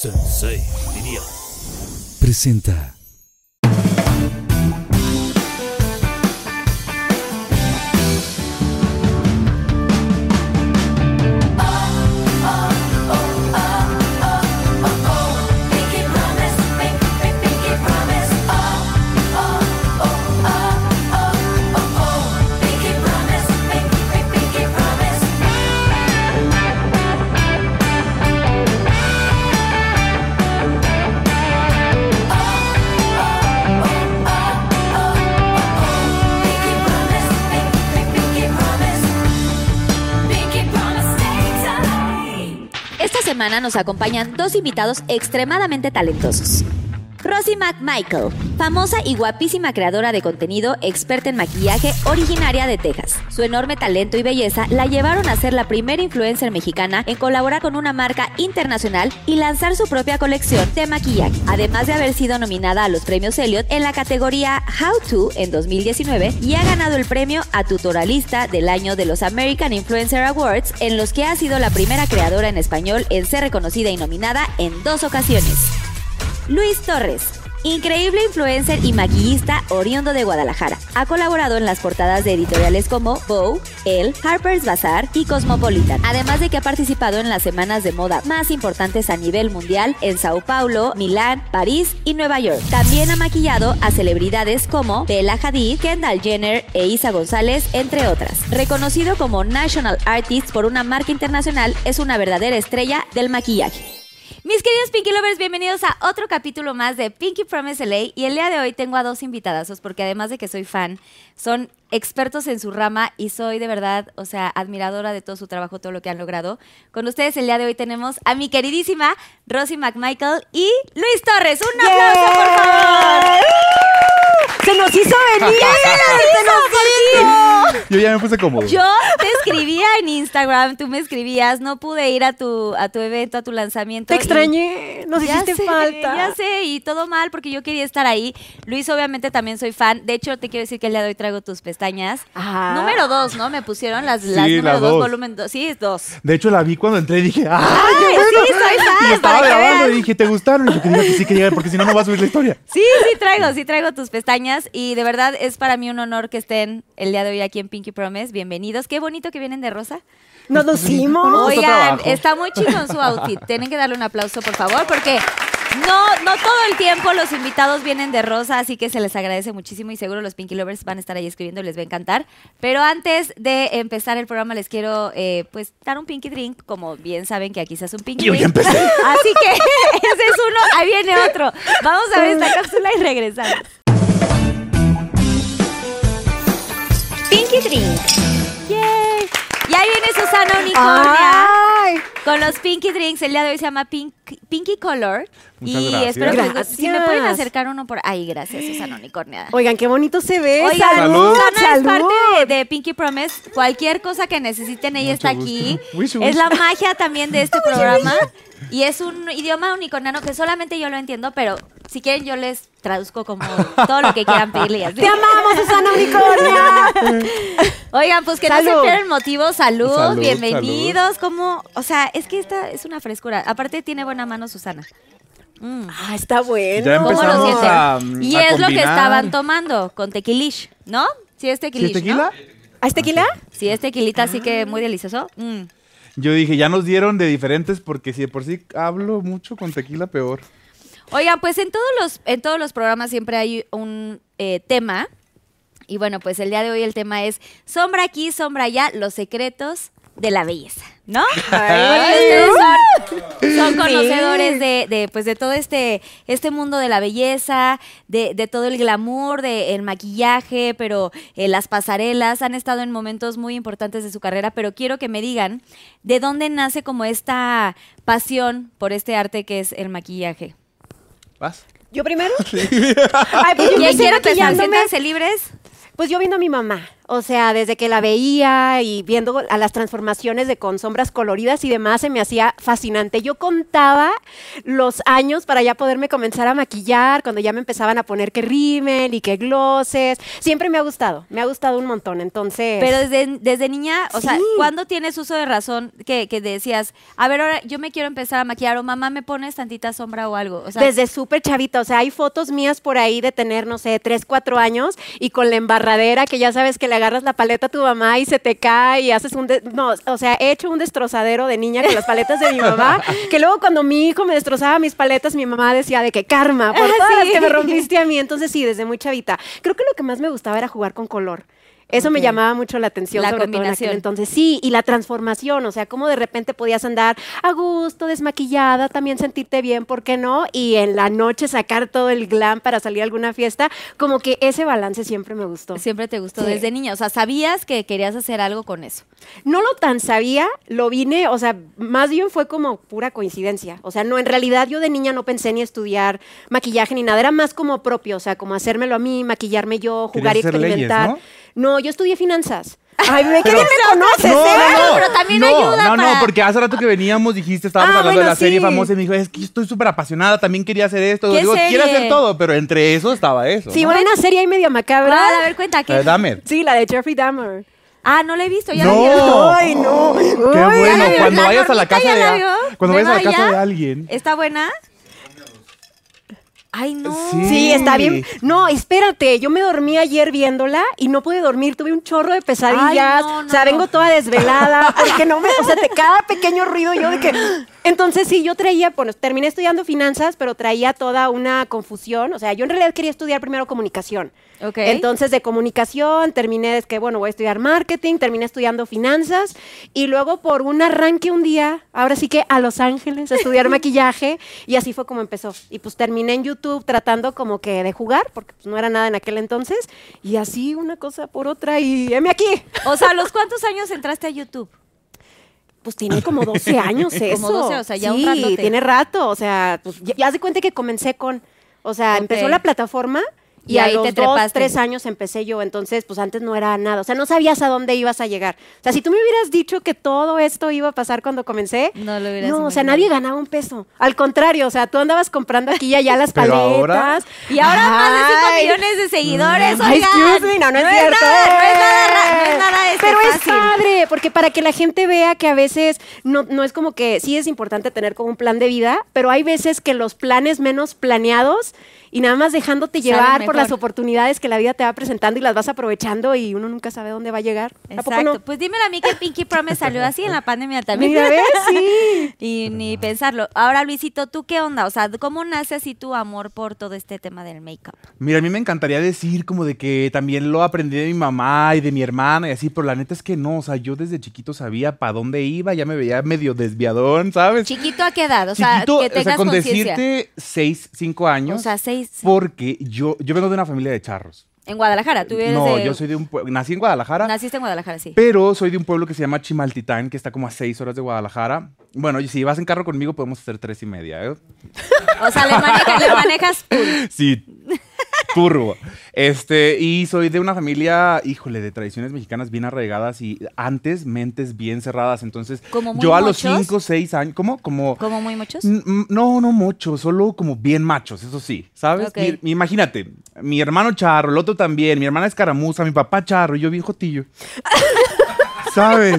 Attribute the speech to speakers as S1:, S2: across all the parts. S1: Sensei, diría. Presenta.
S2: semana nos acompañan dos invitados extremadamente talentosos. Rosie McMichael, famosa y guapísima creadora de contenido, experta en maquillaje, originaria de Texas. Su enorme talento y belleza la llevaron a ser la primera influencer mexicana en colaborar con una marca internacional y lanzar su propia colección de maquillaje, además de haber sido nominada a los premios Elliot en la categoría How To en 2019 y ha ganado el premio a tutoralista del año de los American Influencer Awards, en los que ha sido la primera creadora en español en ser reconocida y nominada en dos ocasiones. Luis Torres. Increíble influencer y maquillista oriundo de Guadalajara. Ha colaborado en las portadas de editoriales como Vogue, Elle, Harper's Bazaar y Cosmopolitan. Además de que ha participado en las semanas de moda más importantes a nivel mundial en Sao Paulo, Milán, París y Nueva York. También ha maquillado a celebridades como Bella Hadid, Kendall Jenner e Isa González, entre otras. Reconocido como National Artist por una marca internacional, es una verdadera estrella del maquillaje. Mis queridos Pinky Lovers, bienvenidos a otro capítulo más de Pinky Promise LA. Y el día de hoy tengo a dos invitadazos, porque además de que soy fan, son expertos en su rama y soy de verdad, o sea, admiradora de todo su trabajo, todo lo que han logrado. Con ustedes el día de hoy tenemos a mi queridísima Rosie McMichael y Luis Torres. ¡Un aplauso, yeah. por favor!
S3: ¡Se nos hizo venir! ¡Se
S2: nos
S4: hizo, Yo ya me puse cómodo.
S2: Yo te escribía en Instagram, tú me escribías, no pude ir a tu, a tu evento, a tu lanzamiento.
S3: Te extrañé, nos hiciste
S2: sé,
S3: falta.
S2: Ya sé, y todo mal porque yo quería estar ahí. Luis, obviamente también soy fan. De hecho, te quiero decir que el día de hoy traigo tus pestañas. Ajá. Número dos, ¿no? Me pusieron las, las
S4: Sí,
S2: número
S4: la
S2: dos,
S4: dos.
S2: volumen dos. Sí, es dos.
S4: De hecho, la vi cuando entré y dije, ¡ah!
S2: ¡Ay, sí, soy fan!
S4: Y estaba
S2: para que
S4: grabando y
S2: veas.
S4: dije, ¿te gustaron? Y yo quería que sí quería ver, porque si no, no va a subir la historia.
S2: Sí, sí traigo, sí traigo tus pestañas y de verdad es para mí un honor que estén el día de hoy aquí en Pinky Promise. Bienvenidos. Qué bonito que vienen de rosa.
S3: Nos lucimos.
S4: Nos costó
S2: Oigan,
S4: trabajo.
S2: está muy chingón su outfit. Tienen que darle un aplauso, por favor, porque no, no todo el tiempo los invitados vienen de rosa, así que se les agradece muchísimo y seguro los Pinky Lovers van a estar ahí escribiendo y les va a encantar. Pero antes de empezar el programa les quiero eh, pues dar un Pinky Drink, como bien saben que aquí se hace un Pinky
S4: Yo ya
S2: Drink.
S4: empecé.
S2: Así que ese es uno, ahí viene otro. Vamos a ver esta cápsula y regresamos. Pinky Drink. Yay. Y ahí viene Susana Unicornia
S3: Ay,
S2: con los Pinky Drinks. El día de hoy se llama Pink- Pinky Color.
S4: Muchas
S2: y
S4: gracias.
S2: espero que les guste. Si me
S3: Gracias.
S2: pueden acercar uno por ahí, gracias, Susana Unicornia.
S3: Oigan, qué bonito se ve.
S2: Oigan,
S3: salud,
S2: Susana es
S3: salud.
S2: parte de, de Pinky Promise. Cualquier cosa que necesiten, ella está
S4: gusto.
S2: aquí.
S4: Wish, wish.
S2: Es la magia también de este programa. Y es un idioma unicorniano que solamente yo lo entiendo, pero si quieren yo les traduzco como todo lo que quieran pedirle. y así.
S3: Te amamos, Susana Unicornia.
S2: Oigan, pues que no
S3: Salud.
S2: se pierdan el motivo. Salud,
S4: Salud,
S2: bienvenidos. Como, o sea, es que esta es una frescura. Aparte tiene buena mano Susana. Mm.
S3: ah, está bueno.
S4: Ya
S2: ¿Cómo lo
S4: Empezamos
S2: sienten?
S4: a, mm,
S2: y
S4: a
S2: es lo que
S4: combinar.
S2: estaban tomando con tequilish, ¿no? Sí es
S4: ¿Sí
S2: tequilish,
S4: es tequila?
S2: ¿no?
S3: ¿Ah, ¿Es tequila?
S2: Sí es tequilita, así que muy delicioso. Mm.
S4: Yo dije, ya nos dieron de diferentes, porque si de por sí hablo mucho con tequila, peor.
S2: Oigan, pues en todos los, en todos los programas siempre hay un eh, tema. Y bueno, pues el día de hoy el tema es sombra aquí, sombra allá, los secretos de la belleza, ¿no? Porque ustedes son, son conocedores de, de, pues de todo este, este mundo de la belleza, de, de todo el glamour, del maquillaje, pero eh, las pasarelas han estado en momentos muy importantes de su carrera, pero quiero que me digan de dónde nace como esta pasión por este arte que es el maquillaje.
S4: ¿Vas?
S3: ¿Yo primero? pues Ay, pues
S2: ¿Quién
S3: yo empecé
S2: quiere empezar?
S3: maquillándome.
S2: Siéntanse libres.
S3: Pues yo viendo a mi mamá, o sea, desde que la veía y viendo a las transformaciones de con sombras coloridas y demás, se me hacía fascinante. Yo contaba los años para ya poderme comenzar a maquillar, cuando ya me empezaban a poner que rímel y que glosses. Siempre me ha gustado, me ha gustado un montón, entonces...
S2: Pero desde, desde niña, o sea,
S3: Sí.
S2: ¿cuándo tienes uso de razón que, que decías, a ver, ahora yo me quiero empezar a maquillar o mamá me pones tantita sombra o algo? O sea,
S3: Desde súper chavita, o sea, hay fotos mías por ahí de tener, no sé, 3, 4 años y con la embarradera que ya sabes que le agarras la paleta a tu mamá y se te cae y haces un... de- no, o sea, he hecho un destrozadero de niña con las paletas de mi mamá, que luego cuando mi hijo me destrozaba mis paletas, mi mamá decía de que karma, por
S2: Ah,
S3: todas las
S2: sí.
S3: que me rompiste a mí. Entonces sí, desde muy chavita. Creo que lo que más me gustaba era jugar con color. Eso me
S2: Ok.
S3: llamaba mucho la atención,
S2: La
S3: sobre todo en aquel
S2: combinación.
S3: entonces sí, y la transformación, o sea, cómo de repente podías andar a gusto, desmaquillada, también sentirte bien, ¿por qué no? Y en la noche sacar todo el glam para salir a alguna fiesta, como que ese balance siempre me gustó.
S2: siempre te gustó
S3: Sí.
S2: desde niña, o sea, sabías que querías hacer algo con eso.
S3: No lo tan sabía, lo vine, o sea, más bien fue como pura coincidencia. O sea, no, en realidad yo de niña no pensé ni estudiar maquillaje ni nada, era más como propio, o sea, como hacérmelo a mí, maquillarme yo, jugar y
S4: Querías hacer leyes,
S3: experimentar.
S4: ¿no?
S3: no, yo estudié finanzas. Ay, me, ¿qué bien me
S4: No,
S3: conoces, eh?
S4: no, no.
S2: pero también
S4: no,
S2: ayuda
S4: No,
S2: para-
S4: no, porque hace rato que veníamos dijiste, estábamos
S3: Ah,
S4: hablando de
S3: bueno,
S4: la serie
S3: sí.
S4: famosa y me dijo, es que yo estoy súper apasionada, también quería hacer esto.
S2: ¿Qué
S4: Digo, quiero
S2: serie?
S4: hacer todo, pero entre eso estaba eso.
S3: Sí,
S4: ¿no?
S3: bueno, hay una serie ahí media macabra.
S2: Ah, a ver, cuenta
S4: La de
S2: que...
S4: Dahmer.
S3: Sí, la de Jeffrey Dahmer.
S2: Ah, no la he visto, ya la
S4: Eh, No.
S2: quiero.
S4: Ay,
S3: no.
S4: Qué bueno,
S2: la vio,
S4: cuando
S2: la
S4: vayas a la
S2: Normita
S4: casa
S2: ya
S4: de
S2: la
S4: a-
S2: vio.
S4: cuando
S2: ¿Me
S4: vayas a la casa
S2: vaya?
S4: de alguien.
S2: ¿Está buena? Ay, no.
S4: Sí.
S3: Sí, está bien. No, espérate, yo me dormí ayer viéndola y no pude dormir, tuve un chorro de
S2: Ay,
S3: pesadillas,
S2: no, no,
S3: o sea, vengo
S2: no.
S3: toda desvelada, porque no me, o sea, te, cada pequeño ruido yo de que... Entonces sí, yo traía, bueno, terminé estudiando finanzas, pero traía toda una confusión, o sea, yo en realidad quería estudiar primero comunicación.
S2: Ok.
S3: Entonces de comunicación terminé, es que bueno, voy a estudiar marketing, terminé estudiando finanzas y luego por un arranque un día, ahora sí que a Los Ángeles a estudiar maquillaje y así fue como empezó. Y pues terminé en YouTube tratando como que de jugar, porque pues, no era nada en aquel entonces y así una cosa por otra y heme aquí.
S2: O sea, ¿a los cuántos años entraste a YouTube?
S3: Pues tiene como 12 años eso.
S2: 12, o sea, ya un
S3: Sí,
S2: ratote.
S3: tiene rato, o sea, pues ya, ya haz de cuenta que comencé con, o sea,
S2: Ok.
S3: empezó la plataforma y,
S2: Y
S3: a
S2: ahí
S3: los
S2: te
S3: dos,
S2: trepaste.
S3: tres años empecé yo, entonces pues antes no era nada, o sea, no sabías a dónde ibas a llegar. O sea, si tú me hubieras dicho que todo esto iba a pasar cuando comencé,
S2: No lo hubieras
S3: No, o sea,
S2: imaginado.
S3: nadie ganaba un peso. Al contrario, o sea, tú andabas comprando aquí y allá las
S4: Pero
S3: paletas.
S4: ahora-
S2: Y ahora más de 5
S3: Ay.
S2: millones de seguidores. oigan.
S3: Ay, Mm, excuse me, no, no, es cierto.
S2: nada, no es nada, ra- no
S3: eh.
S2: es nada de este
S3: Pero es
S2: fácil.
S3: padre, porque para que la gente vea que a veces no, no es como que sí es importante tener como un plan de vida, pero hay veces que los planes menos planeados y nada más dejándote
S2: Salen
S3: llevar por
S2: mejor.
S3: las oportunidades que la vida te va presentando y las vas aprovechando y uno nunca sabe dónde va a llegar. ¿A poco
S2: Exacto.
S3: no?
S2: Pues dímelo a mí que Pinky Promise salió así en la pandemia también.
S3: Mira, ¿ves? Sí.
S2: Y ni pensarlo. Ahora, Luisito, ¿tú qué onda? O sea, ¿cómo nace así tu amor por todo este tema del make-up?
S4: Mira, a mí me encantaría decir como de que también lo aprendí de mi mamá y de mi hermana y así, pero la neta es que no, o sea, yo desde chiquito sabía para dónde iba, ya me veía medio desviadón, ¿sabes?
S2: ¿Chiquito a qué edad? O sea,
S4: Chiquito,
S2: que
S4: o sea,
S2: tengas
S4: con
S2: conciencia.
S4: decirte 6, 5 años,
S2: O sea, seis.
S4: porque yo, yo vengo de una familia de charros.
S2: En Guadalajara, tú eres
S4: No,
S2: de-
S4: yo soy de un pueblo, nací en Guadalajara,
S2: Naciste en Guadalajara, sí.
S4: pero soy de un pueblo que se llama Chimaltitán, que está como a 6 horas de Guadalajara. Bueno, y si vas en carro conmigo podemos hacer tres y media, ¿eh?
S2: O sea, le, maneja- le manejas full.
S4: Sí, turbo. Este, y soy de una familia, híjole, de tradiciones mexicanas bien arraigadas y antes mentes bien cerradas. Entonces,
S2: Como muy
S4: yo a los
S2: mochos.
S4: 5, 6 años, ¿cómo? Como.
S2: ¿Como muy muchos?
S4: N- m- No, no mucho, solo como bien machos, eso sí, ¿sabes?
S2: Ok.
S4: Mi- mi- imagínate, mi hermano charro, el otro también, mi hermana escaramuza, mi papá charro y yo bien jotillo. ¿Sabes?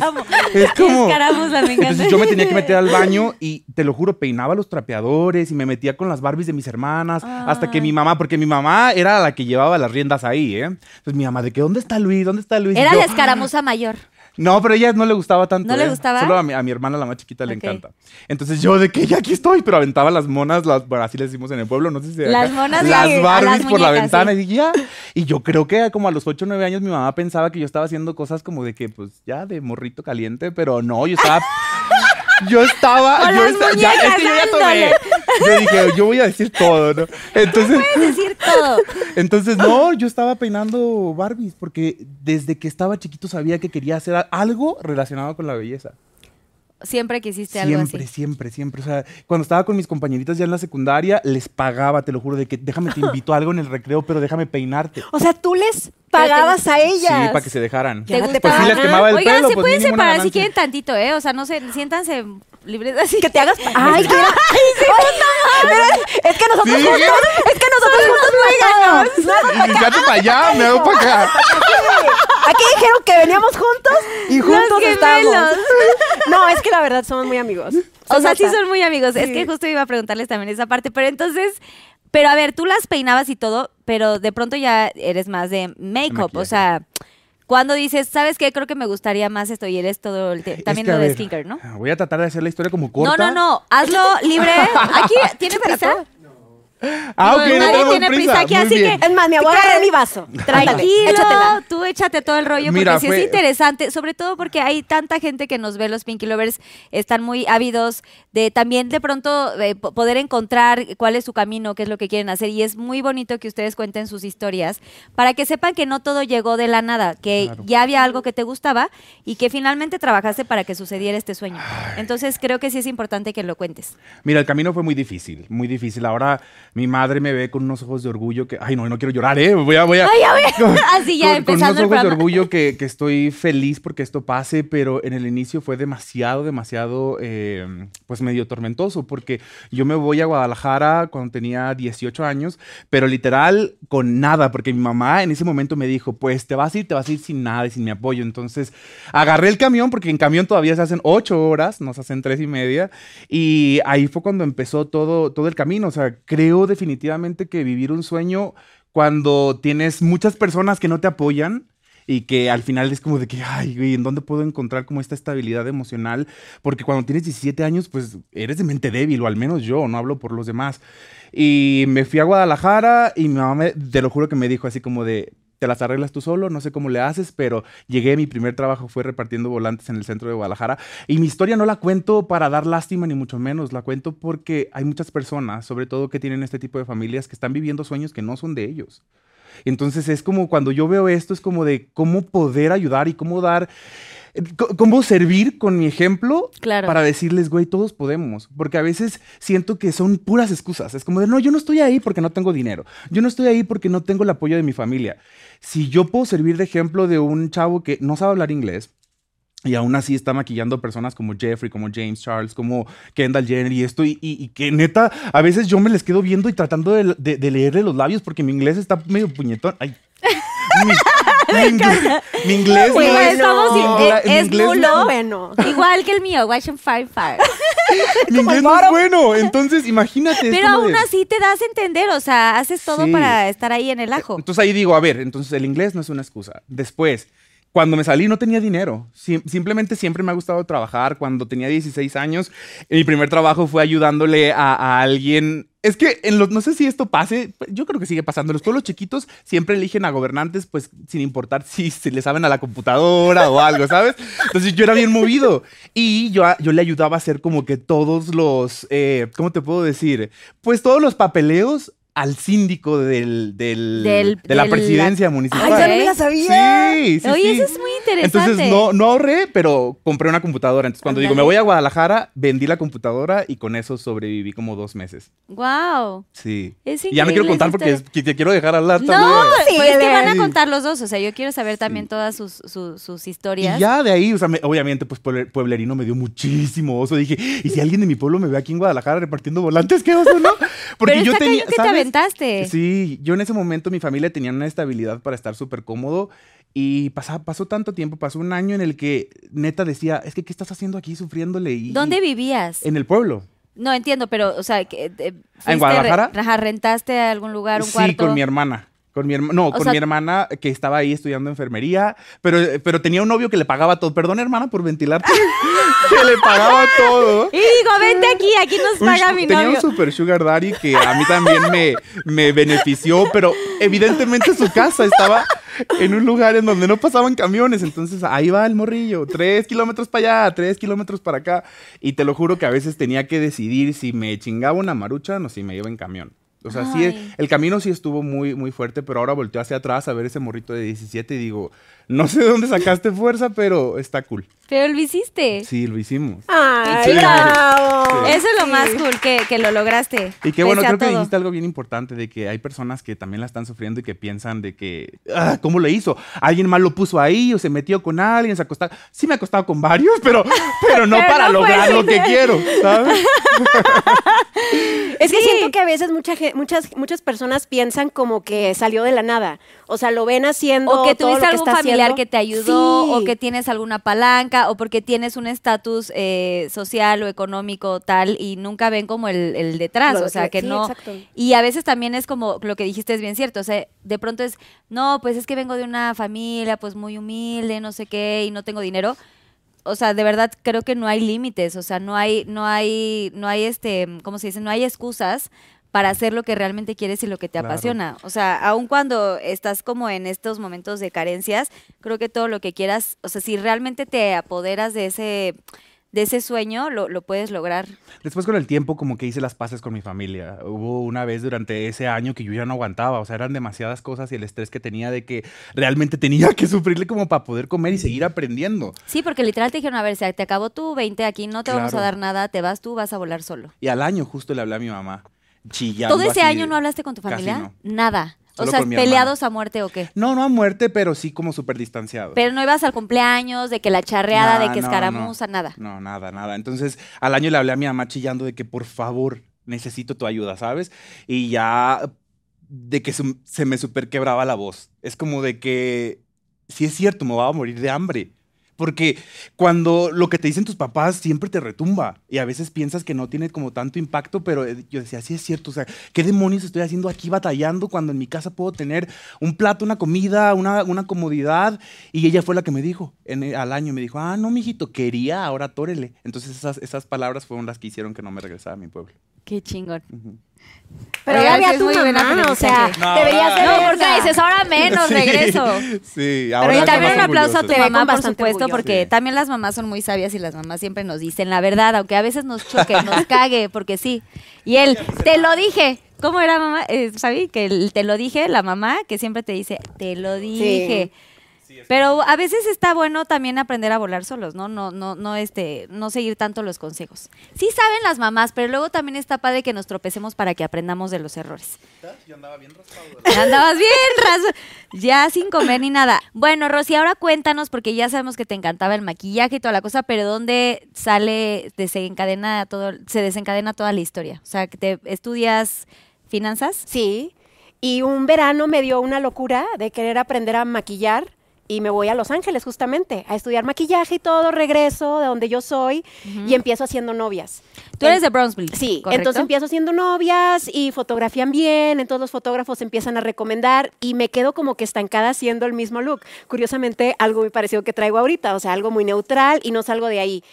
S4: Es como.
S2: Escaramuza, me encanta.
S4: Entonces yo me tenía que meter al baño y te lo juro, peinaba los trapeadores y me metía con las Barbies de mis hermanas hasta que mi mamá, porque mi mamá era la que llevaba las riendas ahí, ¿eh? Entonces mi mamá, de que ¿dónde está Luis? ¿Dónde está Luis? Y
S2: Era
S4: yo,
S2: la escaramuza mayor.
S4: No, pero a ella no le gustaba tanto.
S2: ¿No le
S4: ¿eh?
S2: gustaba?
S4: Solo a mi, a mi hermana, la más chiquita, le
S2: Ok.
S4: encanta. Entonces yo, de que ya aquí estoy, pero aventaba las monas, las, bueno, así le decimos en el pueblo, no sé si. acá.
S2: Las monas,
S4: Las
S2: sí, a
S4: Barbies
S2: las
S4: por la
S2: muñecas,
S4: ventana
S2: sí.
S4: y dije, ya. Y yo creo que como a los 8 o 9 años mi mamá pensaba que yo estaba haciendo cosas como de que, pues ya, de morrito caliente, pero no, yo estaba. Yo estaba.
S2: Con
S4: yo
S2: las
S4: esta-
S2: muñecas,
S4: ya, es que yo ya tomé.
S2: ándale.
S4: Yo dije, yo voy a decir todo, ¿no? Entonces.
S2: Puedes decir todo.
S4: Entonces, no, yo estaba peinando Barbies porque desde que estaba chiquito sabía que quería hacer a- algo relacionado con la belleza.
S2: Siempre quisiste algo así.
S4: Siempre, siempre, siempre. O sea, cuando estaba con mis compañeritas ya en la secundaria, les pagaba, te lo juro, de que déjame te invito a algo en el recreo, pero déjame peinarte.
S5: O sea, tú les pagabas a ellas.
S4: Sí, para que se dejaran.
S2: ¿Te gustaba?
S4: Pues sí les quemaba el
S2: Oigan,
S4: pelo.
S2: se
S4: pues,
S2: pueden
S4: mínimo una
S2: separar si
S4: ganancia.
S2: quieren tantito, ¿eh? O sea, no se siéntanse libres así.
S5: Que te hagas. Ay, que era- Pero es que nosotros
S4: Sí,
S5: juntos, es que nosotros juntos no ganamos.
S4: Y fíjate para allá, me hago para acá.
S5: Aquí dijeron que veníamos juntos y juntos
S2: gemelos.
S5: estamos. No, es que la verdad somos muy amigos.
S2: O
S5: Se
S2: sea, sí
S5: nota.
S2: son muy amigos. Es
S5: Sí.
S2: que justo iba a preguntarles también esa parte. Pero entonces, pero a ver, tú las peinabas y todo, pero de pronto ya eres más de make-up.
S4: maquillaje.
S2: O sea, cuando dices, ¿sabes qué? Creo que me gustaría más esto y eres todo el... te- También
S4: Es que, a
S2: lo de
S4: ver,
S2: skincare, ¿no?
S4: Voy a tratar de hacer la historia como corta.
S2: No, no, no. Hazlo libre. Aquí, ¿tienes prisa?
S4: Ah, ok, no,
S2: nadie
S4: tenemos
S2: tiene prisa aquí,
S4: Muy
S2: así
S4: bien.
S2: que-
S5: Es más, me voy a agarrar mi vaso.
S2: Tranquilo,
S5: Ándale, échatela.
S2: tú échate todo el rollo
S4: Mira,
S2: porque sí
S4: fue-
S2: es interesante, sobre todo porque hay tanta gente que nos ve los Pinky Lovers, están muy ávidos de también de pronto eh, po- poder encontrar cuál es su camino, qué es lo que quieren hacer y es muy bonito que ustedes cuenten sus historias para que sepan que no todo llegó de la nada, que
S4: Claro.
S2: ya había algo que te gustaba y que finalmente trabajaste para que sucediera este sueño. Entonces creo que sí es importante que lo cuentes.
S4: Mira, el camino fue muy difícil, muy difícil. Ahora mi madre me ve con unos ojos de orgullo que, ay, no, no quiero llorar, ¿eh? Voy a, voy a.
S2: Ay, a ver, así ya
S4: con, con unos
S2: empezando el
S4: ojos de
S2: programa.
S4: orgullo que, que estoy feliz porque esto pase, pero en el inicio fue demasiado, demasiado, eh, pues medio tormentoso, porque yo me voy a Guadalajara cuando tenía 18 años, pero literal con nada, porque mi mamá en ese momento me dijo, pues te vas a ir, te vas a ir sin nada y sin mi apoyo. Entonces agarré el camión, porque en camión todavía se hacen 8 horas, nos hacen tres y media, y ahí fue cuando empezó todo, todo el camino. O sea, creo definitivamente que vivir un sueño cuando tienes muchas personas que no te apoyan y que al final es como de que, ay, güey, ¿en dónde puedo encontrar como esta estabilidad emocional? Porque cuando tienes 17 años, pues eres de mente débil, o al menos yo, no hablo por los demás. Y me fui a Guadalajara y mi mamá, me- te lo juro que me dijo así como de, te las arreglas tú solo, no sé cómo le haces, pero llegué, mi primer trabajo fue repartiendo volantes en el centro de Guadalajara. Y mi historia no la cuento para dar lástima, ni mucho menos, la cuento porque hay muchas personas, sobre todo que tienen este tipo de familias, que están viviendo sueños que no son de ellos. Entonces es como cuando yo veo esto, es como de cómo poder ayudar y cómo dar, eh, c- cómo servir con mi ejemplo
S2: Claro.
S4: para decirles, güey, todos podemos. Porque a veces siento que son puras excusas. Es como de, no, yo no estoy ahí porque no tengo dinero. Yo no estoy ahí porque no tengo el apoyo de mi familia. Si yo puedo servir de ejemplo de un chavo que no sabe hablar inglés, y aún así está maquillando personas como Jeffrey, como James Charles, como Kendall Jenner y esto. Y, y- y que neta, a veces yo me les quedo viendo y tratando de, de- de leerle los labios porque mi inglés está medio puñetón. Ay. Mi, mi ingle- mi inglés no
S2: Bueno,
S4: es,
S2: estamos-
S4: mi ingla-
S2: es-
S4: mi
S2: es
S4: inglés no-
S2: nulo.
S5: No, bueno.
S2: Igual que el mío, Watch and Fire Fire.
S4: mi inglés no es bueno. Entonces, imagínate. es
S2: Pero
S4: como
S2: aún
S4: de-
S2: así te das a entender, o sea, haces todo
S4: Sí.
S2: para estar ahí en el ajo.
S4: Entonces ahí digo, a ver, entonces el inglés no es una excusa. Después, cuando me salí no tenía dinero. Sim- simplemente siempre me ha gustado trabajar. Cuando tenía 16 años, mi primer trabajo fue ayudándole a, a alguien. Es que en los, no sé si esto pase, yo creo que sigue pasando. En los pueblos chiquitos siempre eligen a gobernantes, pues sin importar si se le saben a la computadora o algo, ¿sabes? Entonces yo era bien movido y yo, a- yo le ayudaba a hacer como que todos los, eh, ¿cómo te puedo decir? Pues todos los papeleos al síndico del, del-
S2: Del-
S4: de la
S2: del- Ah,
S4: presidencia
S2: Ay,
S4: municipal.
S2: esa no me la
S4: Sí, sí,
S2: Oye,
S4: sí.
S2: eso es muy interesante.
S4: Entonces no, no ahorré, pero compré una computadora. Entonces cuando digo,
S2: Ándale.
S4: me voy a Guadalajara, vendí la computadora y con eso sobreviví como dos meses.
S2: Wow.
S4: Sí.
S2: Es
S4: Y ya no quiero
S2: increíble
S4: contar
S2: esa
S4: porque es-
S2: historia.
S4: que te quiero dejar hablar
S2: No,
S4: también.
S2: pero es que van a
S4: Sí.
S2: contar los dos, o sea, yo quiero saber también todas sus, su- sus historias.
S4: Y ya de ahí, o sea, me- obviamente, pues pueble- pueblerino me dio muchísimo oso. Dije, ¿y si alguien de mi pueblo me ve aquí en Guadalajara repartiendo volantes? ¿Qué oso, no?
S2: Pero está cañón que te aventaste.
S4: Sí, yo en ese momento mi familia tenía una estabilidad para estar súper cómodo. Y pasaba, pasó tanto tiempo, pasó un año en el que neta decía, es que ¿qué estás haciendo aquí sufriéndole? Y,
S2: ¿Dónde vivías?
S4: En el pueblo.
S2: No entiendo, pero, o sea, que, eh, fuiste,
S4: Guadalajara?
S2: re- ajá, ¿Rentaste a algún lugar, un
S4: sí,
S2: cuarto?
S4: con mi hermana. Con mi herma- no, con
S2: sea-
S4: mi hermana que estaba ahí estudiando enfermería, pero, pero tenía un novio que le pagaba todo. Perdón, hermana, por ventilarte. que le pagaba todo.
S2: Y digo, vente aquí, aquí nos
S4: Un
S2: paga
S4: su-
S2: mi
S4: tenía
S2: novio.
S4: un super sugar daddy que a mí también me, me benefició, pero evidentemente su casa estaba en un lugar en donde no pasaban camiones. Entonces ahí va el morrillo, tres kilómetros para allá, tres kilómetros para acá. Y te lo juro que a veces tenía que decidir si me chingaba una marucha o si me iba en camión. O sea, sí,
S2: Ay.
S4: el camino sí estuvo muy, muy fuerte, pero ahora volteo hacia atrás a ver ese morrito de 17 y digo, no sé de dónde sacaste fuerza, pero está cool.
S2: Pero lo hiciste.
S4: Sí, lo hicimos.
S3: ¡Ay,
S2: Sí.
S3: bravo!
S2: Eso es lo
S3: Sí.
S2: más cool, que, que lo lograste.
S4: Y
S2: pese
S4: qué bueno,
S2: a
S4: creo que
S2: todo.
S4: dijiste algo bien importante de que hay personas que también la están sufriendo y que piensan de que, "Ah, ¿cómo lo hizo? ¿Alguien mal lo puso ahí o se metió con alguien? ¿Se acostó? Sí me he acostado con varios, pero, pero no
S2: Pero
S4: para
S2: no fue
S4: lograr
S2: así.
S4: lo que quiero, ¿sabes?
S3: Es que
S2: Sí.
S3: siento que a veces mucha ge- muchas, muchas personas piensan como que salió de la nada. O sea, lo ven haciendo.
S2: O que
S3: todo lo
S2: tuviste algún
S3: está
S2: familiar
S3: haciendo.
S2: que te ayudó,
S3: Sí.
S2: o que tienes alguna palanca, o porque tienes un estatus eh, social o económico tal, y nunca ven como el, el detrás,
S3: Lo-
S2: o sea, que
S3: eh, sí,
S2: no...
S3: exacto.
S2: Y a veces también es como lo que dijiste es bien cierto, o sea, de pronto es, no, pues es que vengo de una familia pues muy humilde, no sé qué, y no tengo dinero. O sea, de verdad creo que no hay límites, o sea, no hay, no hay, no hay este, ¿cómo se dice? No hay excusas para hacer lo que realmente quieres y lo que te
S4: Claro.
S2: apasiona. O sea, aun cuando estás como en estos momentos de carencias, creo que todo lo que quieras, o sea, si realmente te apoderas de ese, de ese sueño, lo, lo puedes lograr.
S4: Después con el tiempo como que hice las paces con mi familia. Hubo una vez durante ese año que yo ya no aguantaba, o sea, eran demasiadas cosas y el estrés que tenía de que realmente tenía que sufrirle como para poder comer y seguir aprendiendo.
S2: Sí, porque literal te dijeron, a ver, se te acabó tu 20 aquí, no te vamos a
S4: Claro.
S2: dar nada, te vas tú, vas a volar solo.
S4: Y al año justo le hablé a mi mamá, chillando.
S2: ¿Todo ese
S4: así de-
S2: año no hablaste con tu
S4: Casi
S2: familia?
S4: no.
S2: Nada. O
S4: Solo
S2: sea,
S4: con mi
S2: peleados a muerte o qué.
S4: No, no a muerte, pero sí como súper distanciado.
S2: Pero no ibas al cumpleaños, de que la charreada, de
S4: Nah,
S2: que
S4: no,
S2: escaramuza,
S4: no.
S2: nada.
S4: No, nada, nada. Entonces, al año le hablé a mi mamá chillando de que por favor necesito tu ayuda, ¿sabes? Y ya de que se, se me super quebraba la voz. Es como de que, si es cierto, me voy a morir de hambre. Porque cuando lo que te dicen tus papás siempre te retumba y a veces piensas que no tiene como tanto impacto, pero eh, yo decía, sí es cierto, o sea, ¿qué demonios estoy haciendo aquí batallando cuando en mi casa puedo tener un plato, una comida, una, una comodidad? Y ella fue la que me dijo en- al año, me dijo, ah, no, mijito, quería, ahora tórele. Entonces esas, esas palabras fueron las que hicieron que no me regresara a mi pueblo.
S2: Qué chingón.
S4: Ujú.
S3: Pero
S2: Oigan,
S3: ya
S2: sí
S3: había
S2: es
S3: tu
S2: muy buen
S3: mamá, o sea,
S2: aprendizaje.
S4: No,
S3: deberías de
S2: No,
S3: verla.
S2: porque dices, ahora menos,
S4: Sí,
S2: regreso.
S4: Sí,
S2: Pero
S4: ahora
S2: y
S4: estamos
S2: también un aplauso a
S4: orgullosos.
S2: tu mamá,
S3: Con
S2: por
S3: bastante
S2: supuesto,
S3: orgullo.
S2: porque
S4: Sí.
S2: también las mamás son muy sabias y las mamás siempre nos dicen la verdad, aunque a veces nos choque, nos cague, porque sí. Y él, te lo dije. ¿Cómo era mamá? Eh, ¿Sabí? Que el te lo dije, la mamá, que siempre te dice, te lo dije. Pero a veces está bueno también aprender a volar solos, ¿no? No, no, no, este, no seguir tanto los consejos. Sí saben las mamás, pero luego también está padre que nos tropecemos para que aprendamos de los errores. Andabas bien, ras- ya sin comer ni nada. Bueno, Rosy, ahora cuéntanos, porque ya sabemos que te encantaba el maquillaje y toda la cosa, pero ¿dónde sale, desencadena todo, se desencadena toda la historia? O sea, que te estudias finanzas.
S3: Sí. Y un verano me dio una locura de querer aprender a maquillar y me voy a Los Ángeles justamente a estudiar maquillaje y todo, regreso de donde yo soy y empiezo haciendo novias.
S2: Tú eres de Brownsville.
S3: Sí,
S2: ¿correcto?
S3: entonces empiezo haciendo novias y fotografían bien, entonces los fotógrafos empiezan a recomendar y me quedo como que estancada haciendo el mismo look. Curiosamente, algo muy parecido que traigo ahorita, o sea, algo muy neutral y no salgo de ahí.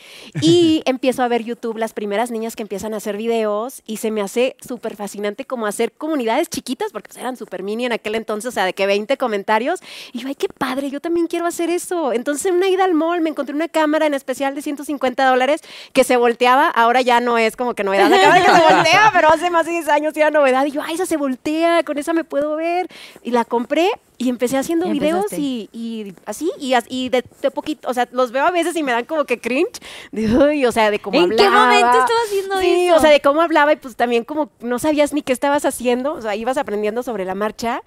S3: Y empiezo a ver YouTube, las primeras niñas que empiezan a hacer videos y se me hace súper fascinante como hacer comunidades chiquitas, porque pues, eran súper mini en aquel entonces, o sea, de que 20 comentarios. Y yo, ay, qué padre, yo también quiero hacer eso. Entonces, en una ida al mall, me encontré una cámara en especial de 150 dólares que se volteaba. Ahora ya no es como que novedad la cámara que se voltea, pero hace más de 10 años sí era novedad. Y yo, ay, esa se voltea, con esa me puedo ver. Y la compré y empecé haciendo
S2: Y
S3: videos
S2: empezaste.
S3: y, y así, y, as- y de, de poquito, o sea, los veo a veces y me dan como que cringe. De, "Uy", o sea, de cómo
S2: ¿En
S3: hablaba.
S2: qué momento estabas viendo
S3: Sí,
S2: eso?
S3: o sea, de cómo hablaba y pues también como no sabías ni qué estabas haciendo, o sea, ibas aprendiendo sobre la marcha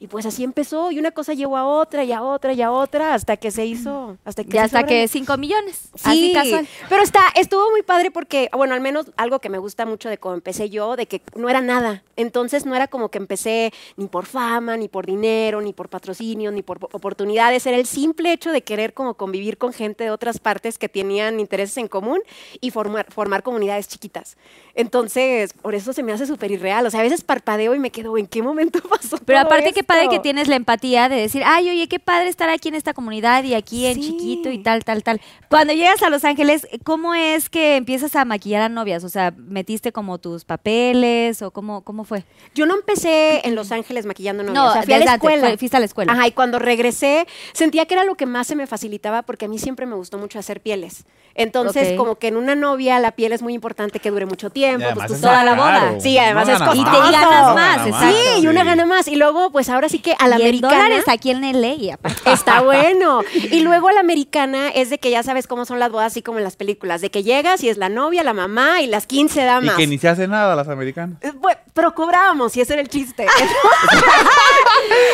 S3: y pues así empezó y una cosa llevó a otra y a otra y a otra hasta que se hizo, hasta que
S2: Ya
S3: se
S2: hasta
S3: hizo
S2: que
S3: grande.
S2: 5 millones.
S3: Sí,
S2: Así casual.
S3: pero está, estuvo muy padre porque, bueno, al menos algo que me gusta mucho de cómo empecé yo, de que no era nada. Entonces no era como que empecé ni por fama, ni por dinero, ni por patrocinio, ni por po- oportunidades. Era el simple hecho de querer como convivir con gente de otras partes que tenían intereses en común y formar, formar comunidades chiquitas. Entonces, por eso se me hace súper irreal. O sea, a veces parpadeo y me quedo, ¿en qué momento pasó?
S2: Pero
S3: todo
S2: aparte que
S3: esto?"
S2: padre que tienes la empatía de decir, ay, oye, qué padre estar aquí en esta comunidad y aquí en
S3: Sí.
S2: chiquito y tal, tal, tal. Cuando llegas a Los Ángeles, ¿cómo es que empiezas a maquillar a novias? O sea, ¿metiste como tus papeles o cómo, cómo fue?
S3: Yo no empecé en Los Ángeles maquillando novias. o sea, fui a
S2: desde
S3: la
S2: antes,
S3: escuela.
S2: fue- fuiste a la escuela.
S3: Ajá, y cuando regresé, sentía que era lo que más se me facilitaba porque a mí siempre me gustó mucho hacer pieles. Entonces,
S2: Ok.
S3: como que en una novia la piel es muy importante que dure mucho tiempo.
S6: Y
S3: pues
S6: además
S3: tú
S6: es
S3: sabes.
S2: toda la boda.
S6: caro.
S3: Sí, además es
S6: ganas
S3: costoso.
S6: más.
S3: Y te ganas
S6: No
S2: más,
S6: gana
S2: exacto.
S3: Sí, y una gana más. Y luego, pues ahora sí que a la
S2: y en
S3: americana.
S2: dólares aquí en LA y aparte.
S3: Está bueno. Y luego la americana es de que ya sabes cómo son las bodas, así como en las películas, de que llegas y es la novia, la mamá y las 15
S4: Y
S3: damas.
S4: que ni se hace nada las americanas.
S3: Eh, bueno, Pero cobrábamos y ese era el chiste.